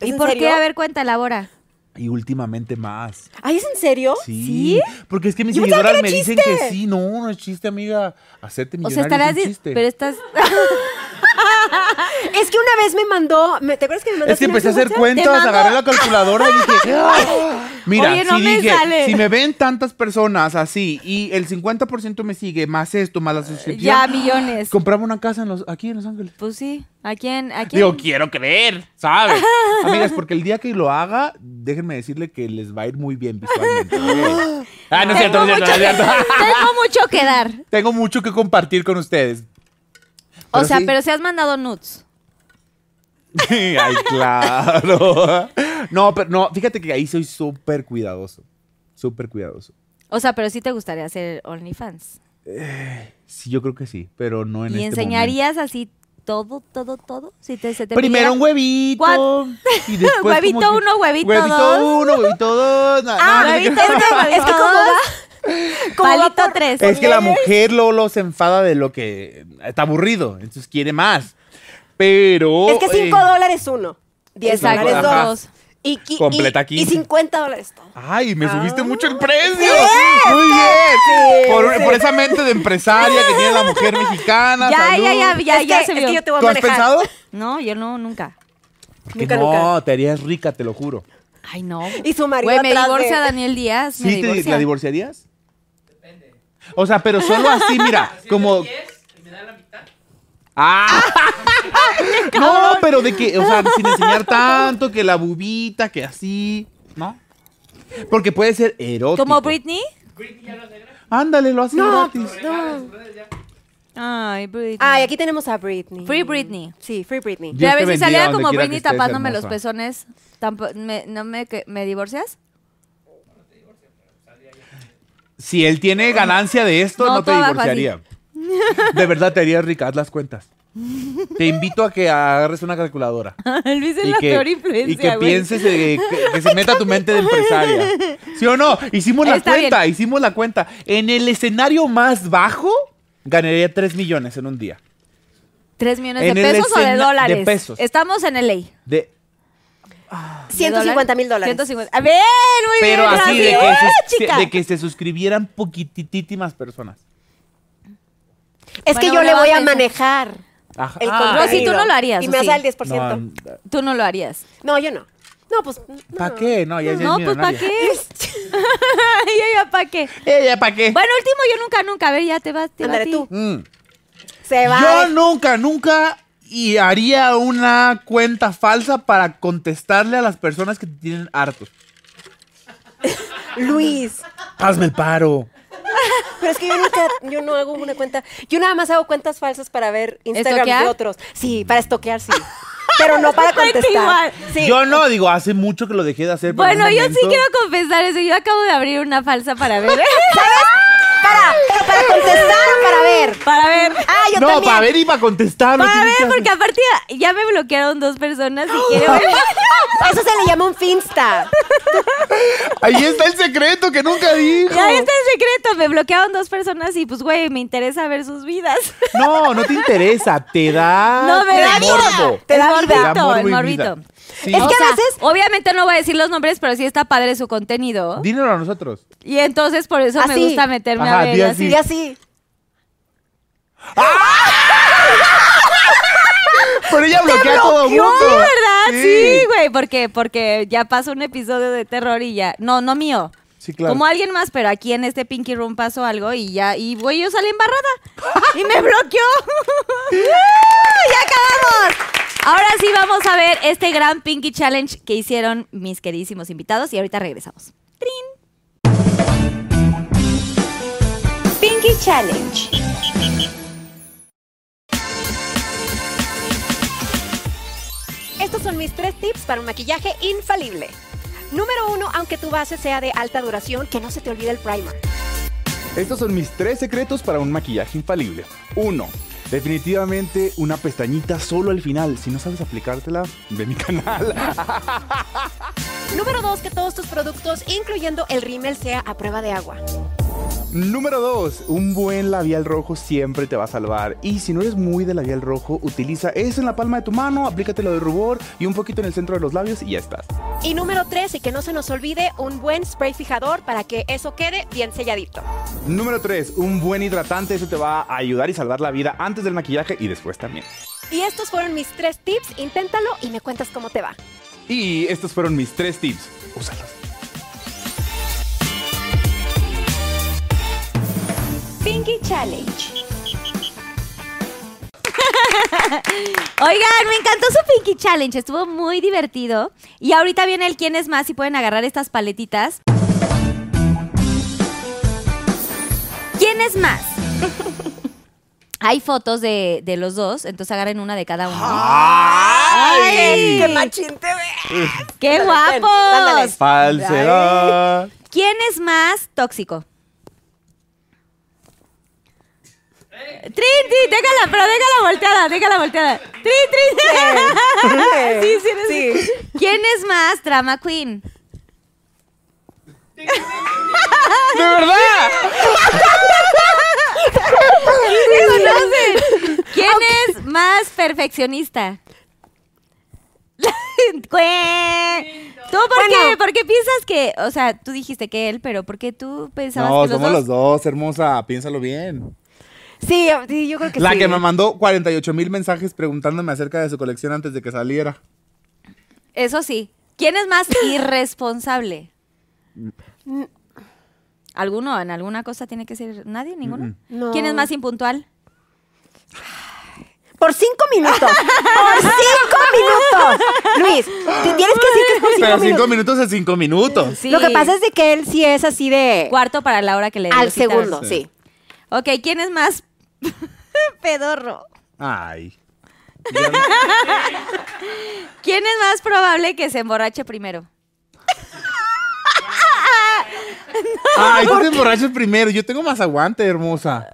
S3: ¿Es
S2: ¿Y
S3: en
S2: por qué?
S3: serio?
S2: A ver, cuenta, elabora.
S4: Y últimamente más.
S3: ¿Ay, es en serio?
S4: Sí, porque es que mis
S3: Yo pensaba que era
S4: seguidoras me dicen
S3: chiste.
S4: que sí, no, no es chiste, amiga. Hacerte
S2: O sea,
S4: millonario
S2: estarás.
S4: es un
S2: di-
S4: chiste.
S2: Pero estás.
S3: Es que una vez me mandó, me- ¿te acuerdas que me mandaste
S4: es que
S3: una
S4: empecé a
S3: vez un
S4: hacer
S3: WhatsApp?
S4: cuentas,
S2: Te mando-
S4: agarré la calculadora y dije, "Ah". mira,
S2: Oye, no
S4: si
S2: me
S4: dije,
S2: sale.
S4: si me ven tantas personas así y el 50% me sigue, más esto, más la suscripción,
S2: ya, millones.
S4: compraba una casa en los, aquí en Los Ángeles.
S2: Pues sí. ¿A quién? ¿A quién?
S4: Digo, quiero creer, ¿sabes? Amigas, porque el día que lo haga, déjenme decirle que les va a ir muy bien visualmente. ah, no es cierto, no es cierto, no es cierto.
S2: Tengo mucho que dar.
S4: Tengo mucho que compartir con ustedes.
S2: O
S4: Pero
S2: sea,
S4: sí.
S2: pero si has mandado nudes.
S4: Ay, claro. No, pero no, fíjate que ahí soy súper cuidadoso. Súper cuidadoso.
S2: O sea, pero sí te gustaría hacer OnlyFans.
S4: Sí, yo creo que sí, pero no en
S2: y
S4: este
S2: enseñarías así todo, todo, todo. Si te, se te
S4: momento. Primero un
S2: pidiera-
S4: huevito.
S2: ¿Cuál?
S4: Y después como
S2: Huevito
S4: que-
S2: uno, huevito
S4: Huevito
S2: dos.
S4: uno, huevito dos. No,
S2: Ah,
S4: no, no,
S2: huevito
S4: no.
S2: uno, huevito dos. Palito tres.
S4: Es que la mujer luego luego se enfada de lo que está aburrido, entonces quiere más. Pero.
S3: Es que 5
S4: eh,
S3: dólares uno, 10
S2: Exacto,
S3: dólares
S4: ajá.
S3: dos. Y, qui-
S4: Completa
S3: y, y
S4: 15.
S3: 50 dólares todo.
S4: Ay, me subiste mucho el precio. Muy bien. por, por esa mente de empresaria que tiene la mujer mexicana.
S2: Ya,
S4: salud.
S2: ya, ya, ya,
S3: es
S2: ya
S3: que,
S2: se
S3: es
S2: vio.
S3: que yo te voy a
S4: ¿Tú has
S3: manejar.
S4: pensado?
S2: No, yo no, nunca.
S4: Porque
S3: Nunca,
S4: no,
S3: nunca.
S4: te harías rica, te lo juro.
S2: Ay, no.
S3: Y su marido
S2: Güey, me
S3: atrás
S2: divorcia
S3: de-
S2: Daniel Díaz. me
S4: ¿Sí te,
S2: divorcia.
S4: la divorciarías? Depende. O sea, pero solo así, mira, como... ¡Ah! no, pero de que, o sea, sin enseñar tanto, que la bubita, que así, ¿no? Porque puede ser erótico.
S2: ¿Como Britney?
S4: Ándale, lo hace
S3: No,
S4: gratis.
S3: no.
S2: Ay, Britney.
S3: Ay, aquí tenemos a Britney.
S2: Free Britney.
S3: Sí, Free Britney.
S4: Dios
S2: Pero a
S4: te
S2: ver si
S4: bendiga
S2: salía
S4: donde
S2: como
S4: quiera que
S2: Britney
S4: estés,
S2: tapándome los
S4: hermosa.
S2: pezones. tampo- me- ¿No me, que- me divorcias?
S4: Si él tiene ganancia de esto,
S2: No,
S4: no, te
S2: todo abajo
S4: divorciaría. De verdad te harías rica, haz las cuentas. Te invito a que agarres una calculadora.
S2: Ah, Luis es
S4: y
S2: la
S4: que,
S2: peor
S4: y
S2: influencia,
S4: que
S2: güey.
S4: pienses, eh, que, que se meta tu mente de empresaria. ¿Sí o no? Hicimos la
S2: Está
S4: cuenta, hicimos la cuenta. En el escenario más bajo, ganaría 3 millones en un día.
S2: ¿Tres millones
S4: en
S2: de
S4: el
S2: pesos o de
S4: escena- de
S2: dólares?
S4: pesos.
S2: Estamos en el ley.
S4: De,
S3: 150 mil dólares.
S2: 150. A ver, muy
S4: pero
S2: bien.
S4: así, de
S2: gracias.
S4: que,
S2: ¡Eh,
S4: se,
S2: chica!
S4: de que se suscribieran poquititísimas personas.
S3: Es que
S2: Bueno,
S3: yo le
S2: bueno,
S3: voy a
S2: vamos a
S3: manejar
S4: Ajá.
S3: el
S4: Ah,
S3: contenido.
S2: Rosy, tú no lo harías,
S3: Y
S2: ¿o
S3: me
S2: sí?
S3: vas al 10%.
S4: no,
S2: Tú no lo harías.
S3: No, yo no. No, pues. no.
S4: ¿Para qué? No, ya, ya es
S2: no, pues ¿para
S4: millonaria.
S2: qué? Ay, ya, ¿para qué?
S4: Ella, ¿para Eh, qué?
S2: Bueno, último, yo nunca, nunca. A ver, ya te vas. Te va a
S3: Ándale
S2: ti.
S3: tú.
S4: Mm.
S3: Se va.
S4: Yo nunca, nunca y haría una cuenta falsa para contestarle a las personas que te tienen hartos.
S3: Luis.
S4: Hazme el paro.
S3: Pero es que yo nunca, yo no hago una cuenta. Yo nada más hago cuentas falsas para ver Instagram
S2: ¿Estoquear?
S3: de otros. Sí, para estoquear, sí. Pero no para contestar.
S2: igual.
S3: Sí.
S4: Yo no, digo, hace mucho que lo dejé de hacer. pero en
S2: Bueno,
S4: un
S2: yo sí
S4: momento-
S2: quiero confesar eso. Yo acabo de abrir una falsa para ver.
S3: Para, pero para contestar o para ver.
S2: para ver.
S3: Ah, yo
S4: No,
S3: también.
S4: para ver y para contestar. no
S2: Para
S4: tienes
S2: ver,
S4: que
S2: porque
S4: hacer-
S2: aparte ya- ya me bloquearon dos personas y quiero ver.
S3: Eso se le llama un finsta.
S4: Ahí está el secreto que nunca dijo.
S2: Ya está el secreto, me bloquearon dos personas y pues güey, me interesa ver sus vidas.
S4: No, no te interesa. Te da.
S3: Ah,
S2: No, me da
S4: morbo.
S2: Te da
S4: Te da
S2: morbito, el
S4: morbo y
S2: morbito.
S4: vida. Sí.
S2: Es que
S3: O sea,
S2: a veces, obviamente no voy a decir los nombres, pero sí está padre su contenido.
S4: Dínoslo a nosotros.
S2: Y entonces por eso me
S3: Así.
S2: gusta meterme
S4: Ajá,
S2: a ver
S4: di
S2: así.
S3: Y así.
S4: Pero ella bloquea a todo mundo.
S2: Sí, ¿verdad? Sí, güey. porque Porque ya pasó un episodio de terror y ya. No, no mío.
S4: Sí, claro.
S2: Como alguien más, pero aquí en este Pinky Room pasó algo y ya, y güey, yo salí embarrada. y me bloqueó. ¡Ya acabamos! Ahora sí vamos a ver este gran Pinky Challenge que hicieron mis queridísimos invitados y ahorita regresamos.
S9: Pinky Challenge.
S3: Estos son mis tres tips para un maquillaje infalible. Número uno, aunque tu base sea de alta duración, que no se te olvide el primer.
S4: Estos son mis tres secretos para un maquillaje infalible. 1. Definitivamente una pestañita solo al final. Si no sabes aplicártela, ve mi canal.
S3: Número dos, que todos tus productos, incluyendo el rímel, sea a prueba de agua.
S4: Número 2. Un buen labial rojo siempre te va a salvar. Y si no eres muy de labial rojo, utiliza eso en la palma de tu mano, aplícatelo de rubor y un poquito en el centro de los labios y ya estás.
S3: Y número tres, y que no se nos olvide, un buen spray fijador para que eso quede bien selladito.
S4: Número 3. Un buen hidratante. Eso te va a ayudar y salvar la vida antes del maquillaje y después también.
S3: Y estos fueron mis tres tips. Inténtalo y me cuentas cómo te va.
S4: Y estos fueron mis tres tips. Úsalos.
S9: Pinky Challenge.
S2: Oigan, me encantó su Pinky Challenge, estuvo muy divertido. Y ahorita viene el quién es más y pueden agarrar estas paletitas. ¿Quién es más? Hay fotos de, de los dos, entonces agarren una de cada uno.
S3: Ah,
S2: ¡Ay!
S3: ¡Qué machín te ve!
S2: ¡Qué
S3: Ándale, ven, ándale.
S2: guapos!
S10: Falsedad.
S2: ¿Quién es más tóxico? Trin, Trin, déjala, pero déjala volteada, déjala volteada. Trin, Trin. Sí, Eh, sí, eres- ¿Quién es más drama queen?
S10: ¡De verdad!
S2: ¿Quién es más perfeccionista? Cue- ¿Tú por qué? ¿Por qué piensas que, o sea, tú dijiste que él, pero ¿por qué tú pensabas
S4: No,
S2: que los
S4: somos
S2: dos?
S4: los dos, hermosa. Piénsalo bien.
S3: Sí, sí, yo creo que
S4: La
S3: sí.
S4: que me mandó 48 mil mensajes preguntándome acerca de su colección antes de que saliera.
S2: Eso sí. ¿Quién es más irresponsable?
S3: Mm.
S2: ¿Alguno? ¿En alguna cosa tiene que ser nadie? ¿Ninguno?
S3: No.
S2: ¿Quién es más impuntual?
S3: Por cinco minutos. Por cinco minutos. Luis, te tienes que decir que es por cinco
S4: Pero
S3: minutos.
S4: cinco minutos es cinco minutos.
S2: Sí.
S3: Lo que pasa es de que él sí es así de
S2: Cuarto para la hora que le
S3: al
S2: depositaron.
S3: segundo, sí.
S2: Ok, ¿quién es más pedorro?
S4: Ay.
S2: ¿Quién es más probable que se emborrache primero?
S4: Ay, tú te emborrachas primero. Yo tengo más aguante, hermosa.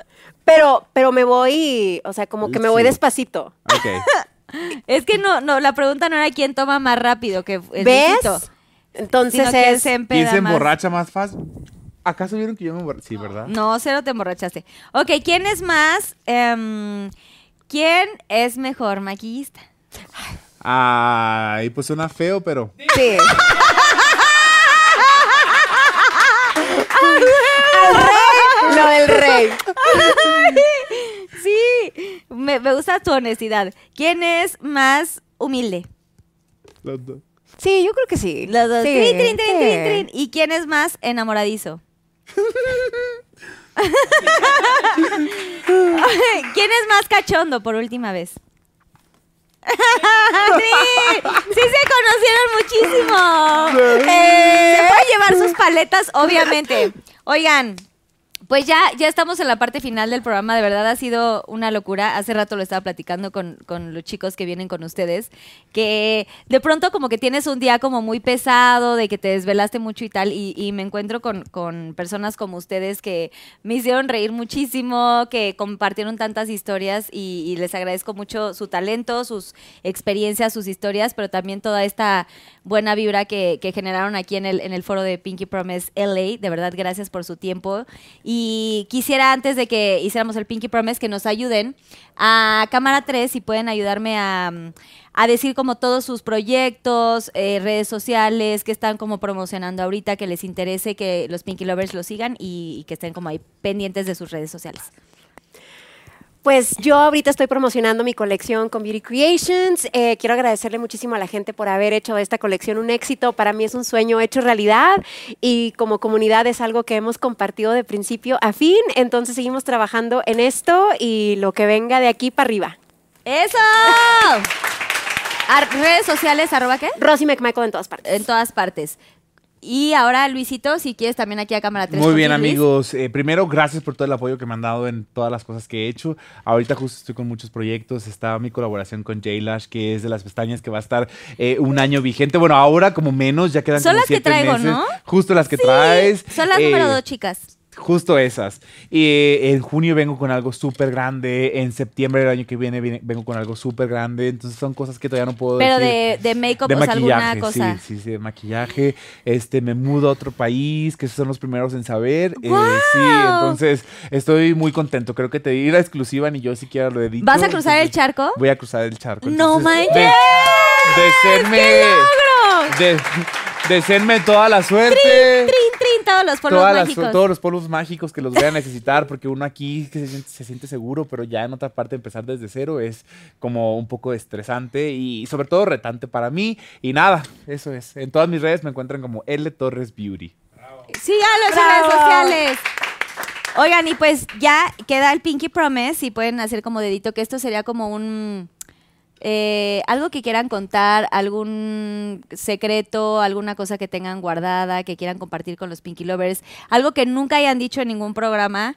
S3: Pero, pero me voy, o sea, como que me voy
S4: Sí.
S3: despacito.
S4: Ok.
S2: Es que no, no, la pregunta no era quién toma más rápido que el
S3: ¿Ves?
S2: Luisito,
S3: Entonces
S2: sino quién
S3: es.
S2: se
S4: ¿Quién
S2: empeda
S4: se
S2: más.
S4: emborracha más fácil? ¿Acaso vieron que yo me emborraché? Sí, ¿verdad?
S2: No, cero te emborrachaste. Ok, ¿quién es más? em, ¿Quién es mejor maquillista?
S4: Ay, pues suena feo, pero.
S3: Sí. Al rey, no el rey.
S2: Sí, me, me gusta tu honestidad. ¿Quién es más humilde?
S4: Los dos.
S3: Sí, yo creo que sí.
S2: Los dos.
S3: Sí,
S2: Trin, trin, trin,
S3: sí.
S2: trin, trin. ¿Y quién es más enamoradizo? ¿Quién es más cachondo por última vez? ¡Sí! ¡Sí se conocieron muchísimo! Eh, se puede llevar sus paletas, obviamente. Oigan, pues ya, ya estamos en la parte final del programa. De verdad ha sido una locura. Hace rato lo estaba platicando con, con los chicos que vienen con ustedes. Que de pronto como que tienes un día como muy pesado, de que te desvelaste mucho y tal. Y, y me encuentro con, con personas como ustedes que me hicieron reír muchísimo, que compartieron tantas historias y, y les agradezco mucho su talento, sus experiencias, sus historias, pero también toda esta buena vibra que, que generaron aquí en el, en el foro de Pinky Promise LA. De verdad, gracias por su tiempo. Y quisiera, antes de que hiciéramos el Pinky Promise, que nos ayuden a Cámara 3, si pueden ayudarme a, mm, a decir como todos sus proyectos, eh, redes sociales, que están como promocionando ahorita, que les interese que los Pinky Lovers lo sigan y, y que estén como ahí pendientes de sus redes sociales.
S3: Pues yo ahorita estoy promocionando mi colección con Beauty Creations. Eh, quiero agradecerle muchísimo a la gente por haber hecho de esta colección un éxito. Para mí es un sueño hecho realidad y como comunidad es algo que hemos compartido de principio a fin. Entonces seguimos trabajando en esto y lo que venga de aquí para arriba.
S2: ¡Eso! Ar- redes sociales, arroba qué?
S3: Rosy McMichael en todas partes.
S2: En todas partes. Y ahora, Luisito, si quieres también aquí a cámara 3.
S4: Muy bien, amigos. Eh, primero, gracias por todo el apoyo que me han dado en todas las cosas que he hecho. Ahorita justo estoy con muchos proyectos. Está mi colaboración con Jaylash, que es de las pestañas que va a estar eh, un año vigente. Bueno, ahora como menos, ya quedan
S2: Son
S4: como
S2: las que
S4: siete
S2: traigo,
S4: meses.
S2: ¿no?
S4: Justo las que traes.
S2: Son las
S4: Eh,
S2: número dos, chicas.
S4: Justo esas. Y eh, en junio vengo con algo súper grande. En septiembre del año que viene, viene- vengo con algo súper grande. Entonces son cosas que todavía no puedo
S2: Pero de,
S4: decir
S2: de make-up, o sea, alguna cosa.
S4: sí, sí, sí, de maquillaje. Este, me mudo a otro país, que son los primeros en saber. Eh, sí,
S2: ¡Guau!
S4: entonces estoy muy contento. Creo que te di la exclusiva, ni yo siquiera lo he dicho.
S2: ¿Vas a cruzar el
S4: entonces
S2: charco?
S4: Voy a cruzar el charco.
S2: ¡No
S4: pues entonces,
S2: manches!
S4: De, deséenme- de- deséenme toda la suerte.
S2: Trin, trin, todos los polvos
S4: Todas las-
S2: mágicos.
S4: todos los polvos mágicos que los voy a necesitar, porque uno aquí que se, siente- se siente seguro, pero ya en otra parte empezar desde cero es como un poco estresante y sobre todo retante para mí. Y nada, eso es. En todas mis redes me encuentran como L Torres Beauty.
S2: Síganlos en redes sociales. Oigan, y pues ya queda el Pinky Promise y pueden hacer como dedito que esto sería como un... eh, algo que quieran contar, algún secreto, alguna cosa que tengan guardada, que quieran compartir con los Pinky Lovers, algo que nunca hayan dicho en ningún programa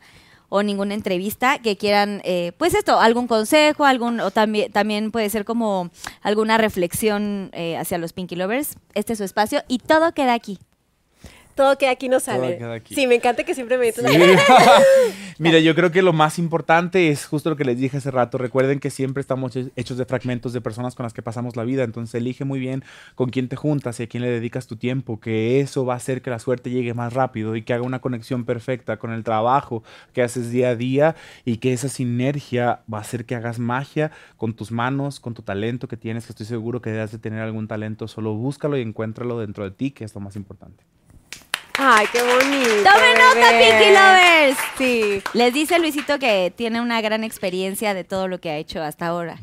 S2: o ninguna entrevista, que quieran, eh, pues esto, algún consejo, algún, o también, también puede ser como alguna reflexión eh, hacia los Pinky Lovers. Este es su espacio y todo queda aquí.
S3: Eh, Todo queda aquí no sale.
S4: queda aquí.
S3: Sí, me encanta que siempre me dices.
S4: Mira, yo creo que lo más importante es justo lo que les dije hace rato. Recuerden que siempre estamos he- hechos de fragmentos de personas con las que pasamos la vida. Entonces elige muy bien con quién te juntas y a quién le dedicas tu tiempo, que eso va a hacer que la suerte llegue más rápido y que haga una conexión perfecta con el trabajo que haces día a día y que esa sinergia va a hacer que hagas magia con tus manos, con tu talento que tienes, que estoy seguro que debes de tener algún talento. Solo búscalo y encuéntralo dentro de ti, que es lo más importante.
S3: Ay, qué bonito.
S2: ¡Tomen nota,
S3: bebé.
S2: Pinky Lovers!
S3: Sí.
S2: Les dice Luisito que tiene una gran experiencia de todo lo que ha hecho hasta ahora.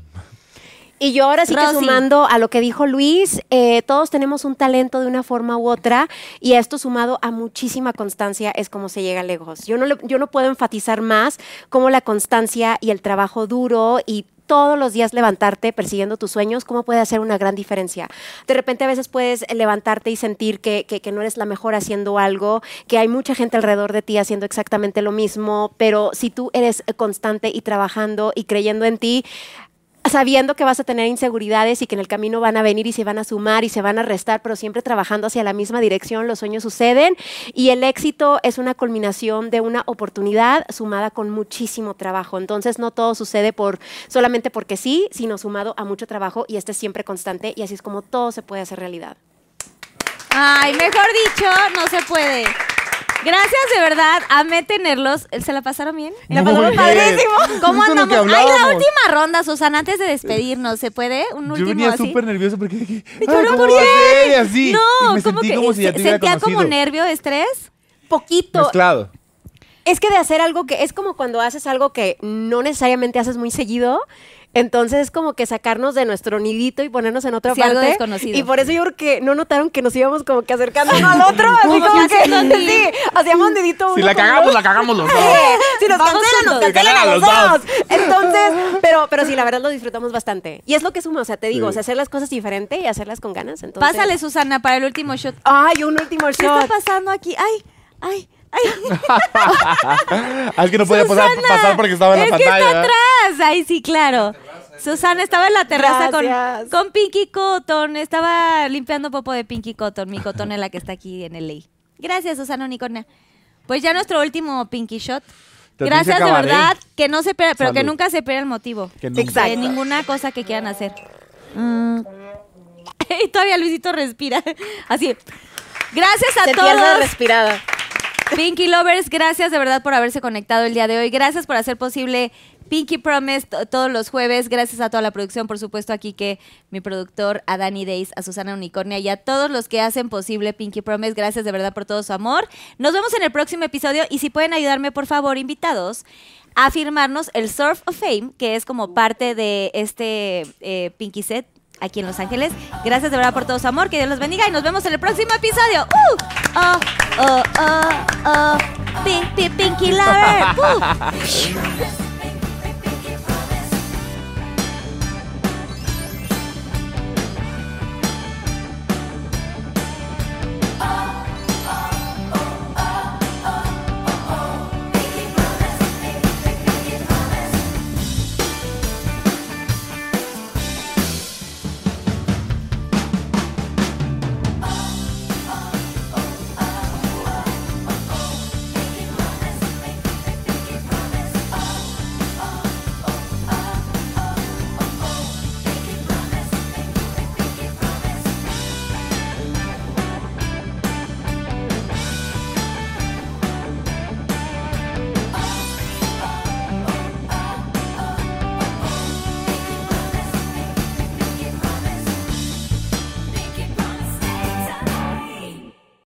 S3: Y yo ahora sí que
S2: Rosy.
S3: sumando a lo que dijo Luis, eh, todos tenemos un talento de una forma u otra y esto sumado a muchísima constancia es como se llega lejos. Yo no, le- yo no puedo enfatizar más cómo la constancia y el trabajo duro y todos los días levantarte persiguiendo tus sueños, cómo puede hacer una gran diferencia. De repente a veces puedes levantarte y sentir que, que- que no eres la mejor haciendo algo, que hay mucha gente alrededor de ti haciendo exactamente lo mismo, pero si tú eres constante y trabajando y creyendo en ti, sabiendo que vas a tener inseguridades y que en el camino van a venir y se van a sumar y se van a restar, pero siempre trabajando hacia la misma dirección, los sueños suceden y el éxito es una culminación de una oportunidad sumada con muchísimo trabajo. Entonces no todo sucede por solamente porque sí, sino sumado a mucho trabajo y este es siempre constante y así es como todo se puede hacer realidad.
S2: Ay, mejor dicho, no se puede. Gracias de verdad, amé tenerlos. ¿Se la pasaron bien?
S7: La Muy pasaron bien. padrísimo.
S2: ¿Cómo
S7: Justo lo que
S2: andamos? Ay, la
S7: hablábamos.
S2: última ronda, Susana, antes de despedirnos, ¿se puede? Un
S4: Yo
S2: último
S4: venía
S2: así.
S4: súper nervioso porque dije, "Ay,
S2: Yo no
S4: ¿cómo
S2: podía.
S4: va a ser?" Y así.
S2: No,
S4: y me
S2: como
S4: sentí
S2: que
S4: como si ya
S2: se-
S4: te hubiera
S2: sentía como
S4: conocido.
S2: nervio, estrés.
S3: Poquito,
S4: Mezclado.
S3: Es que de hacer algo que es como cuando haces algo que no necesariamente haces muy seguido, entonces es como que sacarnos de nuestro nidito y ponernos en otra
S2: Sí,
S3: parte.
S2: algo desconocido.
S3: Y por eso yo creo que no notaron que nos íbamos como que acercando uno al otro, así
S2: Como
S3: como
S2: que haciendo
S3: que
S2: así.
S3: sí, hacíamos nidito uno
S7: Si la
S3: con
S7: cagamos,
S3: dos.
S7: la cagamos los
S3: Sí,
S7: dos.
S3: Si nos
S2: Vamos
S3: cancelan, nos
S2: juntos.
S3: cancelan a los
S7: Cancelan a
S3: dos. Entonces, pero, pero sí, la verdad lo disfrutamos bastante. Y es lo que suma, o sea, te digo, o sea, hacer las cosas diferente y hacerlas con ganas. Entonces,
S2: Pásale, Susana, para el último shot.
S3: Ay, un último
S2: ¿Qué está
S3: shot.
S2: pasando aquí? Ay, ay, ay.
S7: Ah, es que no podía pasar,
S2: Susana,
S7: pasar porque estaba en la
S2: es
S7: pantalla.
S2: Que está
S7: ¿verdad?
S2: atrás. Ay, sí, claro. Susana estaba en la terraza con,
S3: Gracias.
S2: con Pinky Cotton. Estaba limpiando popo de Pinky Cotton, mi cotonela que está aquí en el ley. Gracias, Susana Unicornia. Pues ya nuestro último Pinky Shot.
S4: También se
S2: Gracias, de
S4: acabará, ¿eh?
S2: verdad. Que no se pierda, pero que
S4: Salud.
S2: nunca se pierda el motivo.
S4: Que nunca.
S2: De ninguna cosa que quieran hacer. Mm. y todavía Luisito respira. Así. Gracias a
S3: Se
S2: todos.
S3: pierde la respirada.
S2: Pinky Lovers, gracias de verdad por haberse conectado el día de hoy. Gracias por hacer posible Pinky Promise to- todos los jueves. Gracias a toda la producción, por supuesto, aquí que mi productor, a Danny Days, a Susana Unicornia y a todos los que hacen posible Pinky Promise. Gracias de verdad por todo su amor. Nos vemos en el próximo episodio y si pueden ayudarme, por favor, invitados a firmarnos el Surf of Fame, que es como parte de este eh, Pinky Set aquí en Los Ángeles. Gracias de verdad por todo su amor, que Dios los bendiga y nos vemos en el próximo episodio. ¡Uh! ¡Oh, oh, oh, oh! Pin- pin- Pinky Lover! ¡Uh!